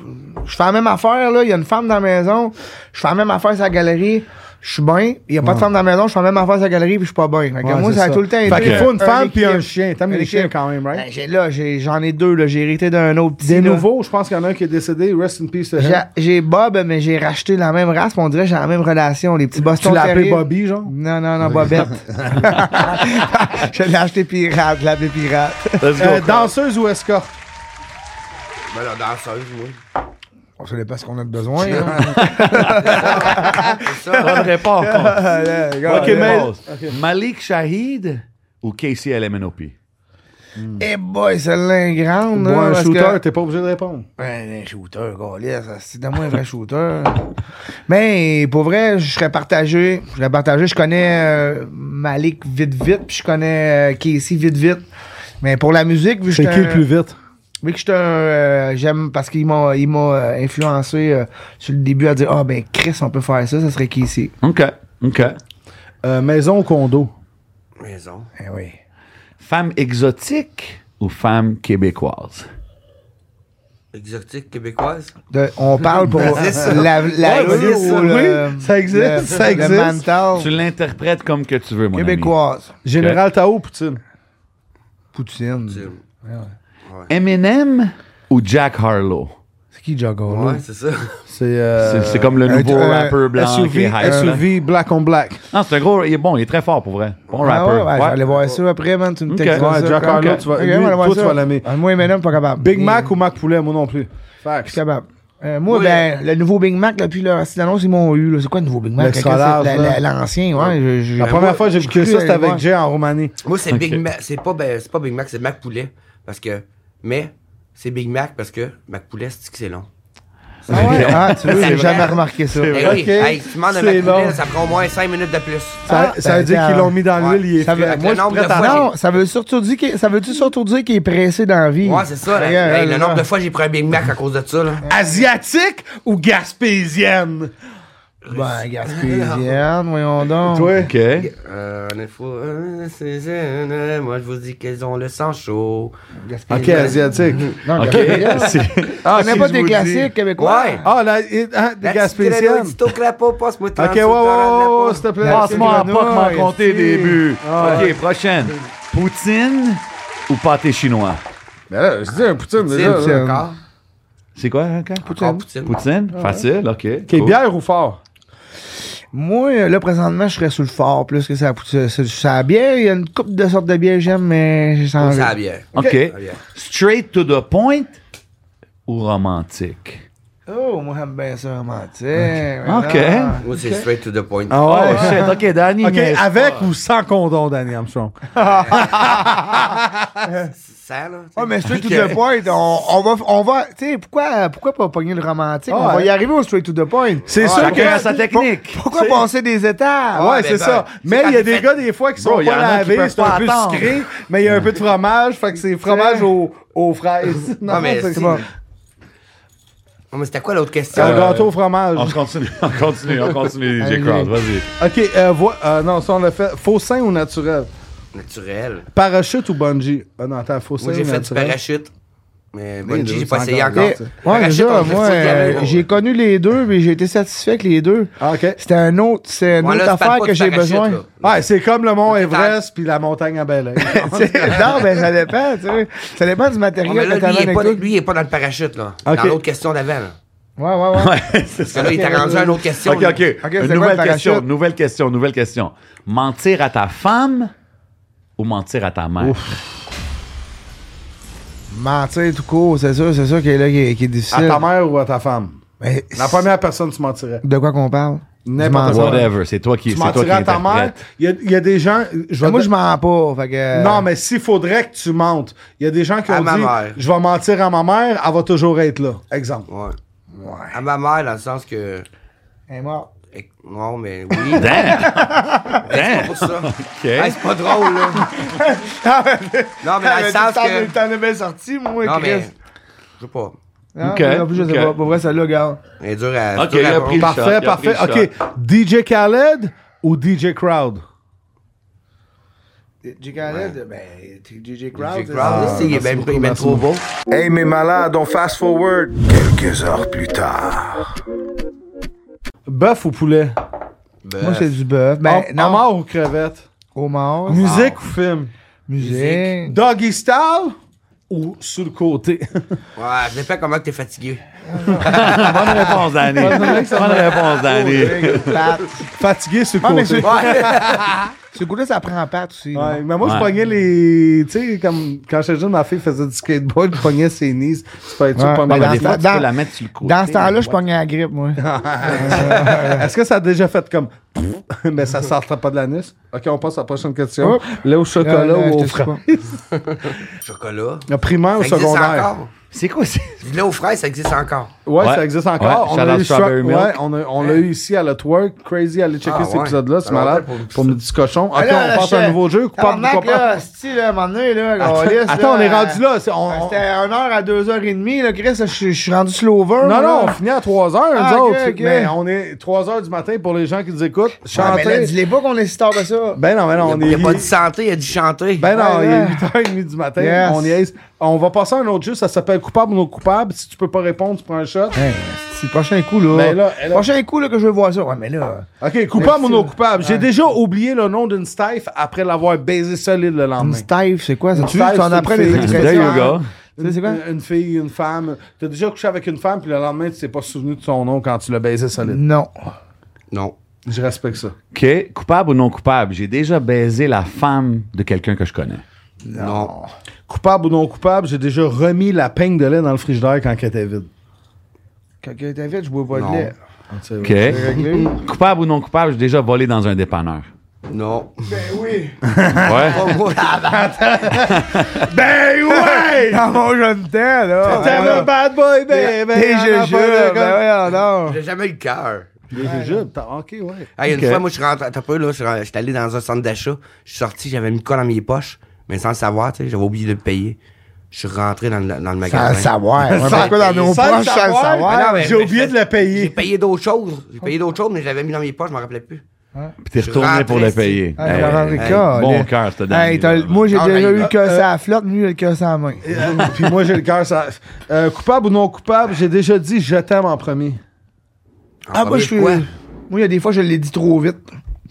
Speaker 3: je fais la même affaire, là. Il y a une femme dans la maison. Je fais la même affaire sur la galerie. Je suis bien. Il n'y a pas de femme dans la maison. Je fais la même affaire sur la galerie, puis je suis pas bien. Fait que
Speaker 2: Ouais,
Speaker 3: moi,
Speaker 2: c'est
Speaker 3: ça a
Speaker 2: ça.
Speaker 3: tout le temps
Speaker 2: Fait
Speaker 3: été
Speaker 2: qu'il faut une femme
Speaker 3: équilibre.
Speaker 2: puis un chien. T'aimes
Speaker 3: Un
Speaker 2: les chiens
Speaker 3: équilibre.
Speaker 2: quand même,
Speaker 3: Ben,
Speaker 2: right?
Speaker 3: j'ai, là, j'ai- j'en ai deux, là. J'ai hérité d'un autre petit.
Speaker 2: Des
Speaker 3: là.
Speaker 2: nouveaux, hein? je pense qu'il y en a un qui est décédé. Rest in peace. to him.
Speaker 3: J'ai, j'ai Bob, mais j'ai racheté la même race, puis on dirait que j'ai la même relation. Les petits Boston
Speaker 2: Tu l'as appelé
Speaker 3: Terriers.
Speaker 2: Bobby, genre?
Speaker 3: Non, non, non, Bobette. je l'ai acheté pirate, je l'avais pirate.
Speaker 4: Let's go.
Speaker 2: Euh, danseuse ou escorte?
Speaker 7: Ben, la danseuse, moi.
Speaker 3: On se pas ce qu'on a de besoin. hein.
Speaker 7: C'est ça.
Speaker 4: Bonne réponse.
Speaker 2: Ok, mais-
Speaker 4: Malik Shahid ou Casey LMNOP?
Speaker 3: Eh boy, celle-là est grande.
Speaker 2: Moi,
Speaker 3: hein,
Speaker 2: un
Speaker 3: parce
Speaker 2: shooter,
Speaker 3: que-
Speaker 2: t'es pas obligé de répondre.
Speaker 3: Ouais, un shooter, gars. C'est de moi un vrai shooter. Mais pour vrai, je serais partagé. Je serais partagé. Je connais euh, Malik vite vite, puis je connais euh, Casey vite vite. Mais pour la musique, vu que
Speaker 2: C'est
Speaker 3: j'étais
Speaker 2: qui le
Speaker 3: un-
Speaker 2: plus vite?
Speaker 3: Vu que j'étais un. euh, J'aime parce qu'il m'a il m'a, euh, influencé euh, sur le début à dire Ah ben Chris, on peut faire ça, ça serait qui ici
Speaker 4: OK. OK.
Speaker 2: Euh, maison ou condo?
Speaker 7: Maison.
Speaker 3: Eh oui.
Speaker 4: Femme exotique ou femme québécoise?
Speaker 7: Exotique québécoise.
Speaker 3: De- on parle
Speaker 2: Ben,
Speaker 3: pour
Speaker 7: ça.
Speaker 3: la, la
Speaker 7: Ouais,
Speaker 3: rue
Speaker 7: c'est
Speaker 3: ou
Speaker 7: ça.
Speaker 3: le-
Speaker 2: Oui, ça existe,
Speaker 3: le-
Speaker 2: ça existe.
Speaker 3: Le mental
Speaker 4: Tu l'interprètes comme que tu veux, mon
Speaker 3: Oh. québécoise.
Speaker 2: Général Tao ou Poutine?
Speaker 3: Poutine.
Speaker 7: C'est-
Speaker 4: ami. Eminem ou Jack Harlow?
Speaker 3: C'est qui Jago?
Speaker 7: Ouais, c'est ça.
Speaker 2: C'est euh,
Speaker 4: C'est- c'est comme le nouveau
Speaker 2: un-
Speaker 4: rappeur blanc qui
Speaker 2: SUV,
Speaker 4: est hype, là.
Speaker 2: SUV black on black.
Speaker 4: Euh, Non, c'est un gros... Il est bon, il est très fort, pour vrai. Bon
Speaker 3: Ah ouais, ouais,
Speaker 4: rappeur.
Speaker 3: je vais aller voir ça après, man. Tu me
Speaker 4: Ok.
Speaker 3: textes.
Speaker 2: Ouais,
Speaker 3: ça,
Speaker 2: Jack
Speaker 3: quand-
Speaker 2: Harlow,
Speaker 3: Ok,
Speaker 2: tu vas-
Speaker 3: on
Speaker 2: lui,
Speaker 3: va aller voir
Speaker 2: toi, tu
Speaker 3: ça.
Speaker 2: vas l'aimer.
Speaker 3: Ah, Moi, Eminem, pas capable.
Speaker 2: Big
Speaker 3: Mais-
Speaker 2: Mac ou Mac Poulet? Moi non plus.
Speaker 3: Je
Speaker 2: Facts.
Speaker 3: suis capable. Euh, moi,
Speaker 7: Oui.
Speaker 3: ben, le nouveau Big Mac, depuis leur petite annonce, ils m'ont eu. là. C'est quoi le nouveau Big Mac?
Speaker 2: L'extra
Speaker 3: Quelqu'un,
Speaker 2: large,
Speaker 3: c'est-
Speaker 2: là.
Speaker 3: la- la- L'ancien, ouais. je- je-
Speaker 2: La première fois que j'ai
Speaker 3: je
Speaker 2: vécu
Speaker 3: cru
Speaker 2: ça, c'était
Speaker 3: aller voir.
Speaker 2: avec Jay en Roumanie.
Speaker 7: Moi, c'est
Speaker 4: Ok.
Speaker 7: Big Mac. C'est pas, ben, c'est pas Big Mac, c'est Mac Poulet. Parce que. Mais, c'est Big Mac parce que Mac Poulet, c'est que c'est long.
Speaker 3: Ah, ouais? Ah, tu vois, j'ai jamais remarqué ça.
Speaker 7: Eh oui,
Speaker 2: Ok,
Speaker 7: hey, tu demandes un
Speaker 2: c'est
Speaker 7: Mac
Speaker 2: long.
Speaker 7: Poulet, ça prend au moins 5 minutes de plus.
Speaker 2: Ça,
Speaker 3: Ah,
Speaker 2: ça veut
Speaker 3: ben,
Speaker 2: dire
Speaker 3: ben,
Speaker 2: qu'ils l'ont mis dans
Speaker 7: ouais.
Speaker 2: l'huile, il est
Speaker 3: Ça veut-
Speaker 2: frais.
Speaker 7: Avec
Speaker 2: Moi,
Speaker 7: le
Speaker 2: je suis
Speaker 7: nombre
Speaker 2: prêt
Speaker 7: de
Speaker 2: à...
Speaker 7: fois-
Speaker 3: Non, ça veut surtout dire qu'il ça veut surtout dire qu'il est pressé dans la vie.
Speaker 7: Ouais, c'est ça. là.
Speaker 3: Regarde,
Speaker 7: Hey, le
Speaker 3: là,
Speaker 7: nombre de fois j'ai pris un Big Mac à cause de ça. Là.
Speaker 2: Asiatique ou gaspésienne?
Speaker 3: Ben, Gaspésienne, voyons donc.
Speaker 2: Toi?
Speaker 4: OK.
Speaker 7: Euh, une fois, euh, c'est- c'est- euh, moi je vous dis qu'elles ont le sang chaud.
Speaker 2: Ok, Ah, asiatique.
Speaker 3: Non,
Speaker 4: OK.
Speaker 3: Gaspésienne.
Speaker 2: Ah,
Speaker 3: On n'a
Speaker 2: si
Speaker 3: pas
Speaker 2: je
Speaker 3: des
Speaker 2: vous le dis.
Speaker 3: classiques québécois.
Speaker 7: Ouais.
Speaker 2: Ah, la, il- hein, des
Speaker 7: La
Speaker 2: gaspésiennes.
Speaker 7: petite clapo, passe-moi
Speaker 2: Ok, ouais, ouais, ouais, ouais, s'il te plaît.
Speaker 4: Passe-moi à pas
Speaker 2: Grenoble,
Speaker 4: que m'en compter
Speaker 2: ici.
Speaker 4: des buts.
Speaker 2: Ah, ouais.
Speaker 4: OK, prochaine. Poutine ou pâté chinois?
Speaker 2: Ben là, je dis un poutine
Speaker 7: C'est
Speaker 2: déjà. là.
Speaker 7: encore.
Speaker 4: C'est quoi, hein, quand?
Speaker 7: Encore Poutine.
Speaker 4: Poutine? Facile, OK.
Speaker 2: Ah Ok,
Speaker 4: cool.
Speaker 2: bière ou fort?
Speaker 3: Moi, là, présentement, je serais sous le fort plus que ça. Ça, ça, ça bière, il y a une couple de sortes de bières que j'aime, mais j'ai sans
Speaker 7: Ça va bien.
Speaker 4: OK.
Speaker 7: Ah, bien.
Speaker 4: Straight to the point ou romantique?
Speaker 3: Oh, moi, j'aime bien ça, romantique.
Speaker 4: Ok.
Speaker 3: voilà.
Speaker 7: Moi c'est straight to the point.
Speaker 2: Ah
Speaker 4: Oh, shit, OK, Danny.
Speaker 2: Ok,
Speaker 4: mais-
Speaker 2: avec ou sans condom, Danny Armstrong?
Speaker 7: Ça là.
Speaker 3: Ouais, Ah, mais straight to the point, on, on va, on va, tu sais, pourquoi, pourquoi pas pogner le romantique?
Speaker 2: Ah,
Speaker 3: on va
Speaker 2: ouais. Ah,
Speaker 3: y arriver au straight to the point.
Speaker 2: C'est sûr
Speaker 4: Chacun a
Speaker 2: que...
Speaker 4: sa technique.
Speaker 3: Pourquoi passer des étapes?
Speaker 2: Ouais,
Speaker 7: Ouais,
Speaker 2: c'est
Speaker 7: ben,
Speaker 2: ça.
Speaker 7: ben,
Speaker 2: Mais
Speaker 7: c'est
Speaker 2: il y a des
Speaker 7: quand tu fais-
Speaker 2: gars, des fois, qui sont
Speaker 4: Bro, y en
Speaker 2: pas
Speaker 4: a qui
Speaker 2: lavés,
Speaker 4: peuvent
Speaker 2: c'est un
Speaker 4: pas
Speaker 2: peu
Speaker 4: attendre.
Speaker 2: sucré, mais il y a un peu de fromage, fait que c'est fromage aux, aux fraises.
Speaker 7: Non, mais
Speaker 2: c'est
Speaker 7: si-
Speaker 2: pas.
Speaker 7: Ah, mais c'était quoi l'autre question?
Speaker 2: Un gâteau au fromage.
Speaker 4: On continue, on continue, on continue, DJ
Speaker 3: Allez.
Speaker 4: Crowd, vas-y.
Speaker 2: Ok, euh, voi- euh, non, ça on l'a fait. Faux sein ou naturel?
Speaker 7: Naturel.
Speaker 2: Parachute ou bungee? Ah non, attends, faux sein
Speaker 7: Moi
Speaker 2: ou
Speaker 7: j'ai fait du
Speaker 2: naturel?
Speaker 7: parachute. Mais
Speaker 3: Les
Speaker 7: Bungie,
Speaker 3: deux,
Speaker 7: j'ai pas
Speaker 3: c'est
Speaker 7: essayé
Speaker 3: encore-
Speaker 7: encore.
Speaker 3: Eh, Ouais,
Speaker 7: Rachète,
Speaker 3: c'est ça,
Speaker 7: on fait
Speaker 3: moi,
Speaker 7: ça qu'il y avait,
Speaker 3: euh,
Speaker 7: ouais. Ah.
Speaker 3: j'ai connu les deux, mais j'ai été satisfait avec les deux.
Speaker 2: Ah,
Speaker 3: C'était un autre, c'est une
Speaker 7: Ouais,
Speaker 3: autre
Speaker 7: là, tu parles
Speaker 3: affaire
Speaker 7: pas
Speaker 3: que
Speaker 7: de
Speaker 3: j'ai
Speaker 7: parachute,
Speaker 3: besoin.
Speaker 7: là.
Speaker 2: Ouais, c'est comme le mont Everest puis la montagne à Bel Air.
Speaker 3: Tu sais, non, ben, ça dépend, tu sais. Ça dépend du
Speaker 7: Ouais,
Speaker 3: matériel
Speaker 7: Ah, mais là,
Speaker 3: que t'avais
Speaker 7: lui, il est
Speaker 3: avec
Speaker 7: pas,
Speaker 3: toi.
Speaker 7: lui, il est pas dans le parachute, là.
Speaker 2: Ok.
Speaker 7: Dans l'autre question d'avant, là.
Speaker 3: Ouais, ouais, ouais.
Speaker 4: c'est
Speaker 7: Là, il t'a rendu à une autre question.
Speaker 4: OK,
Speaker 7: là.
Speaker 3: Ok,
Speaker 4: OK. Une
Speaker 3: c'est quoi le
Speaker 4: nouvelle
Speaker 3: parachute?
Speaker 4: question, nouvelle question, nouvelle question. Mentir à ta femme ou mentir à ta mère?
Speaker 3: Mentir tout court, c'est ça, c'est ça qui est là, qui est, qui est
Speaker 2: À
Speaker 3: difficile.
Speaker 2: ta mère ou à ta femme?
Speaker 3: Mais
Speaker 2: La première personne, tu mentirais.
Speaker 3: De quoi qu'on parle?
Speaker 2: N'importe
Speaker 3: Du
Speaker 2: quoi.
Speaker 3: mensonge.
Speaker 4: Ah, Whatever, c'est toi qui
Speaker 2: Tu
Speaker 4: c'est toi qui
Speaker 2: mentirais à ta mère.
Speaker 4: interprète.
Speaker 2: Il y a, il y a des gens. Je vais
Speaker 3: Moi,
Speaker 2: te-
Speaker 3: je mens pas, fait que... euh,
Speaker 2: Non, mais s'il faudrait que tu mentes, il y a des gens qui
Speaker 7: Euh, À
Speaker 2: ont
Speaker 7: ma
Speaker 2: dit
Speaker 7: mère.
Speaker 2: Je vais mentir à ma mère, elle va toujours être là. Exemple.
Speaker 7: Ouais. À ma mère, dans le sens que.
Speaker 3: Elle est morte.
Speaker 7: eh, Non, mais oui.
Speaker 4: Damn! Damn!
Speaker 7: pour ça.
Speaker 4: OK.
Speaker 7: Hey, c'est pas drôle, là. non,
Speaker 2: Ah,
Speaker 7: mais dans le sens que.
Speaker 3: T'en es bien sorti, moi,
Speaker 7: Non, mais.
Speaker 3: Chris.
Speaker 7: Je sais pas.
Speaker 3: Non,
Speaker 4: Ok,
Speaker 3: mais en plus, je sais
Speaker 4: ok.
Speaker 3: pas. Pour vrai, celle-là, gars.
Speaker 7: Elle est dure à.
Speaker 4: OK,
Speaker 7: dure
Speaker 4: il
Speaker 7: à
Speaker 4: a pris le
Speaker 7: répondre.
Speaker 4: shot, il a
Speaker 2: Parfait,
Speaker 4: pris le
Speaker 2: parfait.
Speaker 4: shot.
Speaker 2: OK. DJ Khaled ou DJ Crowd?
Speaker 3: J. Khaled, ben, t'es JJ
Speaker 7: J'ai
Speaker 3: Crowd.
Speaker 7: cru, ah, Il est même- il est même trop beau.
Speaker 9: Hey, mes malades, on fast forward. Quelques heures plus tard.
Speaker 2: Bœuf ou poulet?
Speaker 3: Moi, c'est du bœuf. Ben,
Speaker 7: Oh,
Speaker 2: Hom-
Speaker 3: non.
Speaker 2: Homard ou crevette?
Speaker 3: Homard.
Speaker 7: Ah.
Speaker 2: Musique ou film?
Speaker 3: Ah, Musique.
Speaker 2: Doggy style ou sur le côté?
Speaker 7: Ouais, je sais pas comment t'es fatigué.
Speaker 4: Bonne réponse, Danny. Bonne réponse,
Speaker 3: Oh,
Speaker 4: Danny.
Speaker 3: Pat.
Speaker 2: Fatigué sur le
Speaker 3: Ah, mais
Speaker 2: côté.
Speaker 3: c'est
Speaker 2: Ouais,
Speaker 3: Ce goût-là, ça prend pâte aussi. là.
Speaker 2: mais moi,
Speaker 4: Ouais.
Speaker 2: je pognais les. Tu sais, comme quand j'étais jeune, ma fille faisait du skateboard, je pognais ses nices. Tu peux être sûr
Speaker 3: Ouais,
Speaker 2: pendant
Speaker 3: mais
Speaker 2: la
Speaker 3: dans
Speaker 4: Des
Speaker 3: ce
Speaker 4: fois,
Speaker 2: fête.
Speaker 3: temps-
Speaker 4: tu peux
Speaker 3: dans-
Speaker 4: la mettre sur le côté.
Speaker 3: Dans ce temps-là, je pognais la grippe, moi.
Speaker 2: Euh, Est-ce que ça a déjà fait comme. mais ça sortait pas de l'anus? Ok, on passe à la prochaine question.
Speaker 3: Hop.
Speaker 2: Là, au chocolat
Speaker 3: Là, là,
Speaker 2: ou
Speaker 3: je
Speaker 2: au
Speaker 3: te sais
Speaker 2: frais?
Speaker 7: Chocolat.
Speaker 2: Le primaire ou
Speaker 7: Ça existe
Speaker 2: secondaire?
Speaker 7: encore.
Speaker 4: C'est quoi? c'est-
Speaker 7: Puis là, aux fraises, ça existe encore.
Speaker 2: Ouais,
Speaker 4: Ouais.
Speaker 2: ça existe encore.
Speaker 4: Ouais,
Speaker 2: on
Speaker 4: shout
Speaker 2: l'a
Speaker 4: out
Speaker 2: eu,
Speaker 4: Strawberry
Speaker 2: sur-
Speaker 4: Milk.
Speaker 2: ouais, on a- on l'a eu ici à la twerk. Crazy, allez checker
Speaker 7: Ah,
Speaker 2: cet
Speaker 7: ouais.
Speaker 2: épisode-là, c'est
Speaker 7: Alors,
Speaker 2: malade.
Speaker 7: on fait pour-
Speaker 2: Pour me petit cochon. Ok,
Speaker 3: Ah, là, là,
Speaker 2: on passe à
Speaker 3: je-
Speaker 2: un nouveau jeu. Coupable ou
Speaker 3: Tabarnak,
Speaker 2: coupable?
Speaker 3: là, style, à un moment donné, là,
Speaker 2: Attends,
Speaker 3: câlisse,
Speaker 2: attends, on est rendu là. c'est-
Speaker 7: Ah,
Speaker 3: euh,
Speaker 2: on- on-
Speaker 3: C'était 1h à 2h30, là, Chris, je suis- je suis rendu slower.
Speaker 2: Non, non, on finit à 3 heures,
Speaker 3: Ah,
Speaker 2: nous
Speaker 3: ok,
Speaker 2: autres.
Speaker 3: ok.
Speaker 2: Mais on est 3 heures du matin pour les gens qui nous écoutent.
Speaker 3: Ah, mais là,
Speaker 2: Chanter.
Speaker 3: dis-les pas qu'on est si tard que ça.
Speaker 2: ben non, ben non, on
Speaker 7: Il
Speaker 2: est.
Speaker 7: a pas dit santé, il a dit chanter.
Speaker 2: Ben non,
Speaker 3: Ouais,
Speaker 2: il
Speaker 3: ouais.
Speaker 2: est 8h30 du matin.
Speaker 3: Yes.
Speaker 2: On, y est. on va passer à un autre jeu, ça s'appelle Coupable ou non coupable. Si tu peux pas répondre, tu prends un shot.
Speaker 3: Hey, c'est le prochain coup, là.
Speaker 2: Ben là, Ah, elle a-
Speaker 3: Prochain coup, là, que je veux voir ça. Ouais, mais là.
Speaker 2: Ok, coupable ou
Speaker 3: Merci.
Speaker 2: non coupable. J'ai déjà oublié le nom d'une stife après l'avoir baisé solide le
Speaker 3: Une
Speaker 2: lendemain.
Speaker 3: style, c'est quoi? C'est-tu
Speaker 2: Une
Speaker 3: qu'on
Speaker 2: style,
Speaker 3: apprend
Speaker 2: c'est
Speaker 3: les
Speaker 2: une fille.
Speaker 3: expressions?
Speaker 4: There you go.
Speaker 3: Tu sais, c'est quoi?
Speaker 2: Une, Euh, une fille, une femme. T'as déjà couché avec une femme, puis le lendemain, tu t'es pas souvenu de son nom quand tu l'as baisé solide.
Speaker 3: Non.
Speaker 7: Non.
Speaker 2: Je respecte ça.
Speaker 4: OK. Coupable ou non coupable? J'ai déjà baisé la femme de quelqu'un que je connais.
Speaker 7: Non.
Speaker 2: Coupable ou non coupable, j'ai déjà remis la peigne de lait dans le frigidaire quand elle était vide.
Speaker 3: Quand quelqu'un t'invite, je bois pas
Speaker 7: Non.
Speaker 3: de lait.
Speaker 4: OK. Coupable ou non coupable? J'ai déjà volé dans un dépanneur.
Speaker 7: Non.
Speaker 4: Ouais.
Speaker 3: Oh,
Speaker 2: Ben ouais!
Speaker 3: Ah, mon jeune temps, là.
Speaker 2: T'es un bad boy, baby!
Speaker 3: Et
Speaker 2: y'en a
Speaker 3: je
Speaker 2: pas
Speaker 3: jure,
Speaker 2: de comme-
Speaker 3: ben ouais, non.
Speaker 7: J'ai jamais eu le cœur.
Speaker 2: Des jujubes, t'as- ok, ouais.
Speaker 7: Hey, une
Speaker 4: Ok.
Speaker 7: fois, moi, je suis rentré, t'as pas eu, là, je suis rentré- j'étais allé dans un centre d'achat, je suis sorti, j'avais mis quoi dans mes poches, mais sans le savoir, tu sais, j'avais oublié de le payer. Je suis rentré dans le, dans le magasin.
Speaker 3: Sans le savoir. Ouais,
Speaker 2: Sans-
Speaker 3: Pourquoi dans nos
Speaker 2: sans le
Speaker 3: poches, sans le
Speaker 2: savoir?
Speaker 3: savoir?
Speaker 7: Mais non, mais-
Speaker 2: J'ai oublié de la
Speaker 7: J'ai
Speaker 2: payer.
Speaker 7: payé d'autres choses. J'ai payé d'autres choses, mais je l'avais mis dans mes poches, je m'en rappelais plus.
Speaker 4: Puis t'es
Speaker 7: Je
Speaker 4: retourné
Speaker 7: rentre
Speaker 4: pour le
Speaker 7: ici.
Speaker 4: payer.
Speaker 3: Ah,
Speaker 4: Hey,
Speaker 3: Laurent
Speaker 4: hey,
Speaker 3: Ricard,
Speaker 4: Bon
Speaker 3: là.
Speaker 4: cœur, t'as
Speaker 3: Hey, t'as-
Speaker 4: donné.
Speaker 3: moi, j'ai
Speaker 7: Ah,
Speaker 3: déjà
Speaker 7: ben,
Speaker 3: eu que ça la flotte, lui, il a le cœur sans la main.
Speaker 2: Euh, Puis moi, j'ai le cœur. Ça... Euh, coupable ou non coupable, j'ai déjà dit je t'aime en premier.
Speaker 3: Ah,
Speaker 7: En
Speaker 3: moi,
Speaker 7: premier
Speaker 3: je suis.
Speaker 7: quoi?
Speaker 3: Moi, il y a des fois, je l'ai dit trop vite.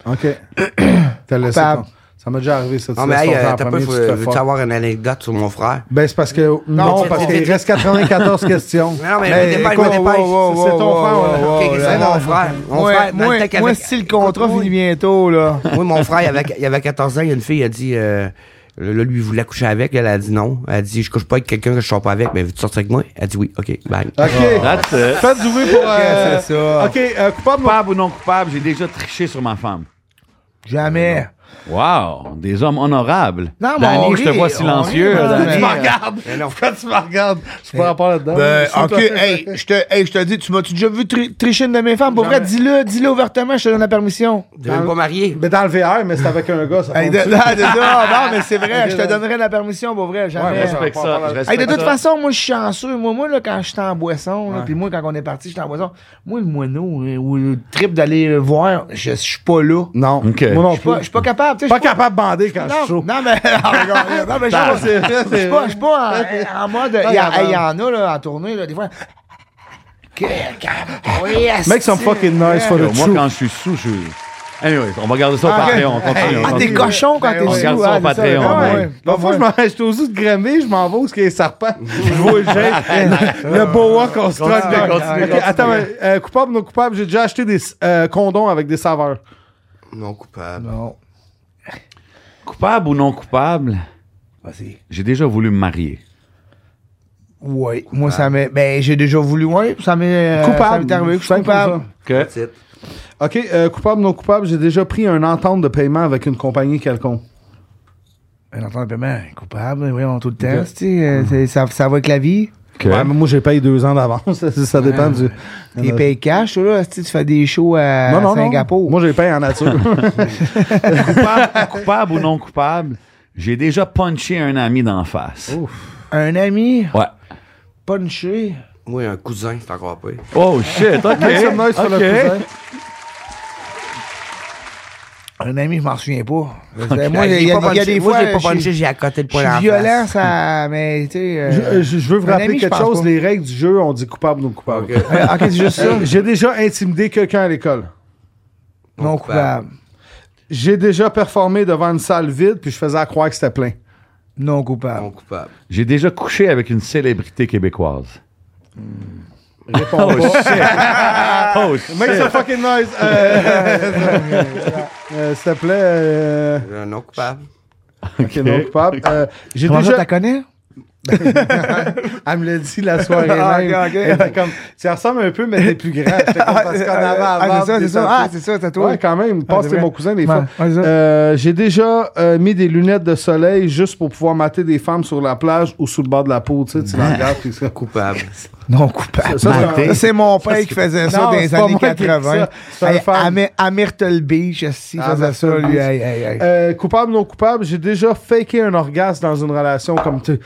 Speaker 2: Ok. T'as laissé
Speaker 3: Coupable.
Speaker 2: ton- Ça m'a déjà arrivé, ça. tu
Speaker 7: Non, mais
Speaker 2: laisses ton
Speaker 7: hey,
Speaker 2: temps
Speaker 7: euh,
Speaker 2: en
Speaker 7: t'as pas,
Speaker 2: premier,
Speaker 7: faut-
Speaker 2: tu te fais
Speaker 7: veux-tu
Speaker 2: fort.
Speaker 7: avoir une anecdote sur mon frère?
Speaker 2: Ben, c'est parce que. Non,
Speaker 7: tu-
Speaker 2: parce
Speaker 7: tu-
Speaker 2: qu'il
Speaker 7: tu-
Speaker 2: reste 94 questions.
Speaker 7: Mais non, mais,
Speaker 2: Hey,
Speaker 7: je me dépêche, je
Speaker 2: écoute,
Speaker 7: me dépêche.
Speaker 2: wow, wow, wow, wow, wow,
Speaker 7: Ok,
Speaker 2: wow,
Speaker 7: c'est
Speaker 2: là,
Speaker 7: mon
Speaker 2: non.
Speaker 7: frère. Mon
Speaker 3: Oh, Moi,
Speaker 7: frère, dans le
Speaker 3: moi,
Speaker 7: temps qu'il
Speaker 3: moi,
Speaker 7: avait-
Speaker 3: si le contrat
Speaker 7: Écoute,
Speaker 3: finit bientôt, là.
Speaker 7: Moi, mon frère, il avait, il avait 14 ans, il y a une fille, il a dit, euh, là, lui, il voulait coucher avec, elle a dit non. Elle a dit, je couche pas avec quelqu'un que je sors pas avec, mais veux-tu sortir avec moi? Elle a dit oui, ok, bye.
Speaker 3: Ah.
Speaker 2: Ok.
Speaker 4: That's it.
Speaker 2: Faites du bruit pour. euh,
Speaker 3: Ok, c'est ça.
Speaker 2: Ok, euh, coupable ou non
Speaker 4: Coupable ou non coupable, j'ai déjà triché sur ma femme.
Speaker 3: Jamais.
Speaker 4: Wow, des hommes honorables.
Speaker 3: Non, mais
Speaker 4: Danny,
Speaker 3: on
Speaker 4: je te
Speaker 3: rit,
Speaker 4: vois
Speaker 3: on
Speaker 4: silencieux.
Speaker 3: rit,
Speaker 4: Danny.
Speaker 3: mais-
Speaker 2: Tu me regardes.
Speaker 7: Mais non.
Speaker 2: Pourquoi tu me regardes? Je suis pas rapport là-dedans.
Speaker 3: Ben,
Speaker 2: S'il te
Speaker 3: ok,
Speaker 2: plaît.
Speaker 3: hey, je te, hey, je te dis, tu m'as-tu déjà vu tri- tricher une de mes femmes? Pour vrai, dis-le, dis-le ouvertement, je te donne la permission.
Speaker 7: T'es même pas marié.
Speaker 2: Mais dans le VR, mais c'est avec un gars, ça
Speaker 3: Hey, de-
Speaker 2: compte-tu?
Speaker 3: non, de- non, non, mais c'est vrai, je te donnerai la permission, pour vrai,
Speaker 2: Ouais,
Speaker 3: jamais.
Speaker 2: mais
Speaker 4: Je respecte ça, je respecte
Speaker 3: Hey, de toute
Speaker 4: ça.
Speaker 3: façon, moi, je suis chanceux. Moi, moi là, quand j'étais en boisson, là, puis moi, quand on est parti, j'étais en boisson. Moi, le moineau, euh, ou le trip d'aller euh, voir, je je suis pas là.
Speaker 2: Non.
Speaker 4: Ok.
Speaker 2: Moi non
Speaker 3: Je suis pas- je suis pas, capable. tu sais,
Speaker 2: Pas
Speaker 3: je suis
Speaker 2: capable de bander quand je
Speaker 3: Non,
Speaker 2: suis chaud.
Speaker 3: non, mais. Ah, mais regarde, non, mais je
Speaker 2: Ah,
Speaker 3: pense-
Speaker 2: c'est vrai,
Speaker 3: je suis
Speaker 2: c'est
Speaker 3: pas,
Speaker 2: vrai.
Speaker 3: je suis pas en- en mode. Il y, a-
Speaker 2: capable.
Speaker 3: hey, il y en a, là, en tournée, là, des fois. Que- Oui,
Speaker 2: Make some fucking noise for the
Speaker 4: Moi,
Speaker 2: truth.
Speaker 4: quand je suis sous, je. Anyway, on va garder ça au
Speaker 3: Ah,
Speaker 4: Patreon. On continue. on
Speaker 3: Ah, t'es
Speaker 4: continue.
Speaker 3: cochon quand
Speaker 2: Ben
Speaker 3: t'es
Speaker 4: On regarde
Speaker 3: sous, hein,
Speaker 4: ça au
Speaker 3: c'est ça,
Speaker 4: Patreon.
Speaker 2: Ah
Speaker 3: ouais,
Speaker 4: ouais.
Speaker 3: ouais.
Speaker 2: Parfois, je m'en j'étais aux yeux de Grémy, je m'en vais où ce qu'il y a les serpents. Je vois le jet, le boa qu'on se troque.
Speaker 7: Continue,
Speaker 2: dedans.
Speaker 7: continue,
Speaker 2: Ok,
Speaker 7: continue.
Speaker 2: Attends, mais, euh, coupable, non coupable, j'ai déjà acheté des euh, condoms avec des saveurs.
Speaker 7: Non coupable.
Speaker 3: Non.
Speaker 4: Coupable ou non coupable,
Speaker 3: Vas-y.
Speaker 4: j'ai déjà voulu me marier.
Speaker 3: Oui, moi, ça m'est. Ben, j'ai déjà voulu, oui, ça m'est. euh, Ça
Speaker 2: Coupable.
Speaker 3: m'est arrivé que je suis
Speaker 2: Simple
Speaker 3: coupable.
Speaker 2: comme
Speaker 4: Que
Speaker 7: That's it.
Speaker 2: ça. OK, euh, coupable, non coupable, j'ai déjà pris une entente de paiement avec une compagnie quelconque.
Speaker 3: Un entente de paiement, coupable, oui, on tout le temps. tu sais,
Speaker 2: Ah.
Speaker 3: euh, c'est- ça, ça va avec la vie.
Speaker 4: que-
Speaker 2: Ouais, mais moi, j'ai payé deux ans d'avance. ça, ça dépend du.
Speaker 3: T'es payé cash, toi, là. Tu sais, tu fais des shows à
Speaker 2: Ah, non, non, non.
Speaker 3: Singapour.
Speaker 2: Moi, j'ai payé en nature.
Speaker 4: coupable, coupable ou non coupable, j'ai déjà punché un ami d'en face.
Speaker 3: Un ami
Speaker 4: Ouais.
Speaker 3: punché.
Speaker 7: Moi, un cousin, c'est encore pas.
Speaker 4: Oh shit, ok.
Speaker 2: Make some noise for the
Speaker 4: ok.
Speaker 2: cousin.
Speaker 3: Un ami, je m'en souviens pas. Moi,
Speaker 7: Moi,
Speaker 3: il y a-
Speaker 7: j'ai
Speaker 3: il y, a-
Speaker 7: pas
Speaker 3: il y a
Speaker 7: punché.
Speaker 3: des
Speaker 7: Moi,
Speaker 3: fois.
Speaker 7: j'ai pas
Speaker 3: je suis-
Speaker 7: punché, j'ai accoté le
Speaker 3: Je
Speaker 7: poing
Speaker 3: suis
Speaker 7: en
Speaker 3: violent,
Speaker 7: face.
Speaker 3: ça. Mais, tu sais.
Speaker 2: Je,
Speaker 3: euh,
Speaker 2: je- je veux vous
Speaker 3: un
Speaker 2: rappeler
Speaker 3: ami, je
Speaker 2: quelque
Speaker 3: pense
Speaker 2: chose.
Speaker 3: pas.
Speaker 2: Les règles du jeu, on dit coupable ou non coupable.
Speaker 7: Ok.
Speaker 3: Euh, ok, c'est juste ça.
Speaker 2: J'ai déjà intimidé quelqu'un à l'école.
Speaker 3: Non coupable.
Speaker 2: J'ai déjà performé devant une salle vide, puis je faisais à croire que c'était plein.
Speaker 3: Non coupable.
Speaker 7: Non coupable.
Speaker 4: J'ai déjà couché avec une célébrité québécoise.
Speaker 2: Réponds
Speaker 4: Oh
Speaker 2: pas.
Speaker 4: shit. Oh
Speaker 2: Make
Speaker 4: shit.
Speaker 2: some fucking noise. Euh, euh, S'il te plaît. euh,
Speaker 7: J'ai un Non coupable.
Speaker 2: ok, non coupable. Euh, J'ai
Speaker 3: Comment ça,
Speaker 2: déjà.
Speaker 3: t'as connais?
Speaker 2: Elle me l'a dit la soirée
Speaker 3: Ah,
Speaker 2: même.
Speaker 3: ok, ok.
Speaker 2: Elle était comme, ça ressemble un peu, mais t'es plus grand. J'étais comme, parce qu'on avait
Speaker 3: Ah,
Speaker 2: avant
Speaker 3: c'est ça,
Speaker 2: des
Speaker 3: c'est ça.
Speaker 2: tatous.
Speaker 3: Ah, c'est ça, t'as toi. Ah,
Speaker 2: Ouais, quand même. Passe,
Speaker 3: c'est
Speaker 2: t'es
Speaker 3: vrai.
Speaker 2: mon cousin des
Speaker 3: Ouais,
Speaker 2: fois.
Speaker 3: ouais, c'est ça.
Speaker 2: Euh, J'ai déjà euh, mis des lunettes de soleil juste pour pouvoir mater des femmes sur la plage ou sous le bord de la peau. Tu sais, tu la regardes. puis ça.
Speaker 7: Coupable.
Speaker 3: Non coupable.
Speaker 2: Ça, c'est
Speaker 3: Ça, C'est mon père qui faisait ça
Speaker 2: Non,
Speaker 3: dans
Speaker 2: c'est
Speaker 3: les
Speaker 2: pas
Speaker 3: années
Speaker 2: moi qui ai dit
Speaker 3: 80.
Speaker 2: ça. C'est un
Speaker 3: Hey,
Speaker 2: fan.
Speaker 3: Ami- à Myrtle Beach, aussi, il
Speaker 2: Ah,
Speaker 3: faisait ça,
Speaker 2: Myrtle
Speaker 3: lui.
Speaker 2: Beach.
Speaker 3: Hey, hey, hey.
Speaker 2: Euh, coupable, non coupable, j'ai déjà faké un orgasme dans une relation comme tu.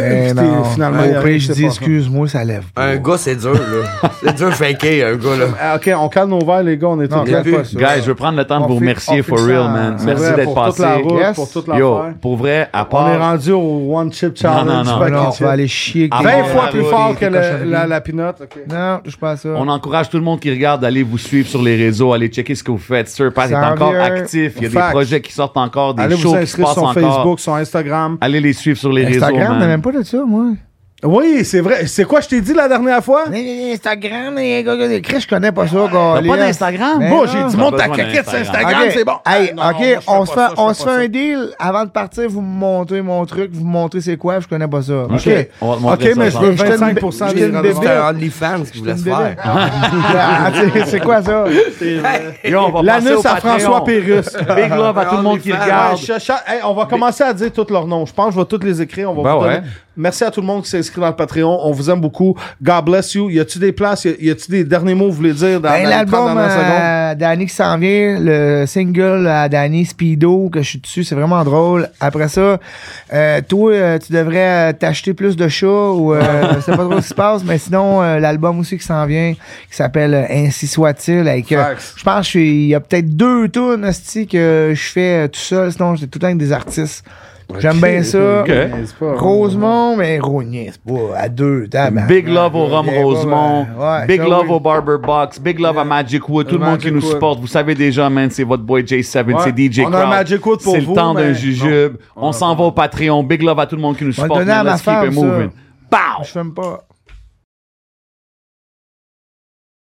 Speaker 3: Eh
Speaker 2: Puis
Speaker 3: non.
Speaker 2: t'es- finalement, il
Speaker 3: Au
Speaker 2: arrive,
Speaker 3: pire,
Speaker 2: c'est
Speaker 3: je dis
Speaker 2: pas ça.
Speaker 3: excuse-moi, ça lève. pas.
Speaker 7: Un gars, c'est dur, là. C'est dur faker, un gars, là.
Speaker 2: Ah, ok, on calme nos verres, les gars, on est
Speaker 3: Non,
Speaker 2: au
Speaker 7: il y
Speaker 2: clair.
Speaker 7: a plus.
Speaker 3: pas ça.
Speaker 4: Guys, je veux prendre le temps de
Speaker 3: On
Speaker 4: vous
Speaker 3: fait-
Speaker 4: remercier
Speaker 3: on fait
Speaker 4: for
Speaker 3: ça
Speaker 4: real,
Speaker 3: en-
Speaker 4: man.
Speaker 2: hein. C'est
Speaker 4: Merci
Speaker 2: vrai,
Speaker 4: d'être
Speaker 2: pour Toute la
Speaker 4: passé.
Speaker 2: route,
Speaker 3: Yes.
Speaker 2: Pour toute
Speaker 4: Yo,
Speaker 2: l'affaire.
Speaker 4: pour vrai, à
Speaker 2: On est
Speaker 4: part.
Speaker 2: rendu au One Chip Challenge.
Speaker 4: non, non,
Speaker 2: du
Speaker 4: non,
Speaker 2: paquet
Speaker 3: Non, on
Speaker 2: de chips.
Speaker 3: va aller chier.
Speaker 4: Ah,
Speaker 3: avec
Speaker 2: 20
Speaker 4: on
Speaker 3: des-
Speaker 2: fois
Speaker 4: va
Speaker 2: plus
Speaker 4: aller
Speaker 2: fort
Speaker 3: des-
Speaker 2: que
Speaker 3: des
Speaker 2: le-
Speaker 3: cochonneries.
Speaker 2: la, la pinotte. ok.
Speaker 3: Non, je pas à ça.
Speaker 4: On encourage tout le monde qui regarde d'aller vous suivre sur les réseaux, aller checker ce que vous faites. Surpass est
Speaker 3: Ça en
Speaker 4: encore
Speaker 3: vient.
Speaker 4: actif. Il y a
Speaker 2: Fact.
Speaker 4: des projets qui sortent encore, des
Speaker 2: Allez vous
Speaker 4: shows qui se
Speaker 2: inscrire
Speaker 4: passent
Speaker 2: sur
Speaker 4: encore.
Speaker 2: Facebook, sur Instagram.
Speaker 4: Allez les suivre sur les réseaux.
Speaker 3: Instagram,
Speaker 4: man.
Speaker 3: n'a même pas de ça, moi.
Speaker 2: Oui, c'est vrai. C'est quoi, je t'ai dit la dernière fois?
Speaker 3: Instagram, les gars, les crèches, je connais pas ça.
Speaker 4: T'as pas d'Instagram?
Speaker 3: Ben
Speaker 2: Bon,
Speaker 3: non.
Speaker 2: j'ai dit,
Speaker 4: T'as
Speaker 2: monte
Speaker 4: pas
Speaker 2: ta
Speaker 4: besoin
Speaker 2: caquette sur
Speaker 4: d'Instagram.
Speaker 2: Instagram, c'est bon.
Speaker 3: Hey,
Speaker 2: Ah, non, moi,
Speaker 3: ok,
Speaker 2: je fais
Speaker 3: on
Speaker 2: pas ça,
Speaker 3: se fait,
Speaker 2: je fais
Speaker 3: on
Speaker 2: pas
Speaker 3: se fait un deal. Avant de partir, vous me montrez mon truc, vous me montrez c'est quoi, je connais pas ça.
Speaker 4: Ok. On va te
Speaker 2: Ok,
Speaker 4: montrer ça,
Speaker 2: mais je veux
Speaker 3: Jean.
Speaker 2: 25%
Speaker 3: J'étais
Speaker 2: des
Speaker 3: une
Speaker 2: rendements.
Speaker 7: C'est un OnlyFans qui voulait se faire.
Speaker 3: Ah, c'est- c'est quoi ça?
Speaker 4: Yo, on va passer au
Speaker 2: L'anus à
Speaker 4: Patreon.
Speaker 2: François Pérus.
Speaker 4: Big love à tout le monde qui
Speaker 7: OnlyFans.
Speaker 2: Ah,
Speaker 4: regarde.
Speaker 2: cha- cha- hey, on va commencer à dire tous leurs noms. Je pense que je vais tous les écrire. On va
Speaker 4: Ben
Speaker 2: vous
Speaker 4: ouais.
Speaker 2: donner- Merci à tout le monde qui s'est inscrit dans le Patreon. On vous aime beaucoup. God bless you. Y a-tu des places? Y a- Y a-tu des derniers mots que vous voulez dire dans, dans
Speaker 3: Ben,
Speaker 2: les 30
Speaker 3: l'album
Speaker 2: dernières secondes?
Speaker 3: euh, Danny qui s'en vient, le single à Danny Speedo que je suis dessus, c'est vraiment drôle. Après ça, euh, toi, euh, tu devrais euh, t'acheter plus de chats ou euh, je sais pas trop ce qui se passe, mais sinon euh, l'album aussi qui s'en vient, qui s'appelle euh, Ainsi soit-il, avec euh,
Speaker 2: Facts.
Speaker 3: je pense que je suis- il y a peut-être deux tunes hostie, que je fais euh, tout seul, sinon j'étais tout le temps avec des artistes. J'aime bien ça.
Speaker 4: Ok.
Speaker 3: Rosemont, mais Rognier, c'est pas à deux. tabarnak.
Speaker 4: Big love au Rome
Speaker 3: Ouais,
Speaker 4: Rosemont.
Speaker 3: euh, ouais,
Speaker 4: Big
Speaker 3: ça
Speaker 4: love
Speaker 3: oui.
Speaker 4: au Barber Box. Big love à Magic Wood. Tout le monde qui
Speaker 2: Magic
Speaker 4: nous
Speaker 2: Wood.
Speaker 4: supporte. Vous savez déjà, man, c'est votre boy J7, c'est DJ
Speaker 2: On
Speaker 4: Crowd.
Speaker 2: a un Magic Wood pour
Speaker 4: C'est
Speaker 2: vous,
Speaker 4: le temps d'un
Speaker 2: mais-
Speaker 4: jujube. On s'en va au Patreon. Big love à tout le monde qui nous
Speaker 3: On va le
Speaker 4: supporte.
Speaker 3: donner à
Speaker 4: man.
Speaker 3: ma
Speaker 4: Let's keep
Speaker 3: femme,
Speaker 4: it
Speaker 3: ça.
Speaker 4: moving. Pow!
Speaker 3: Je fume pas.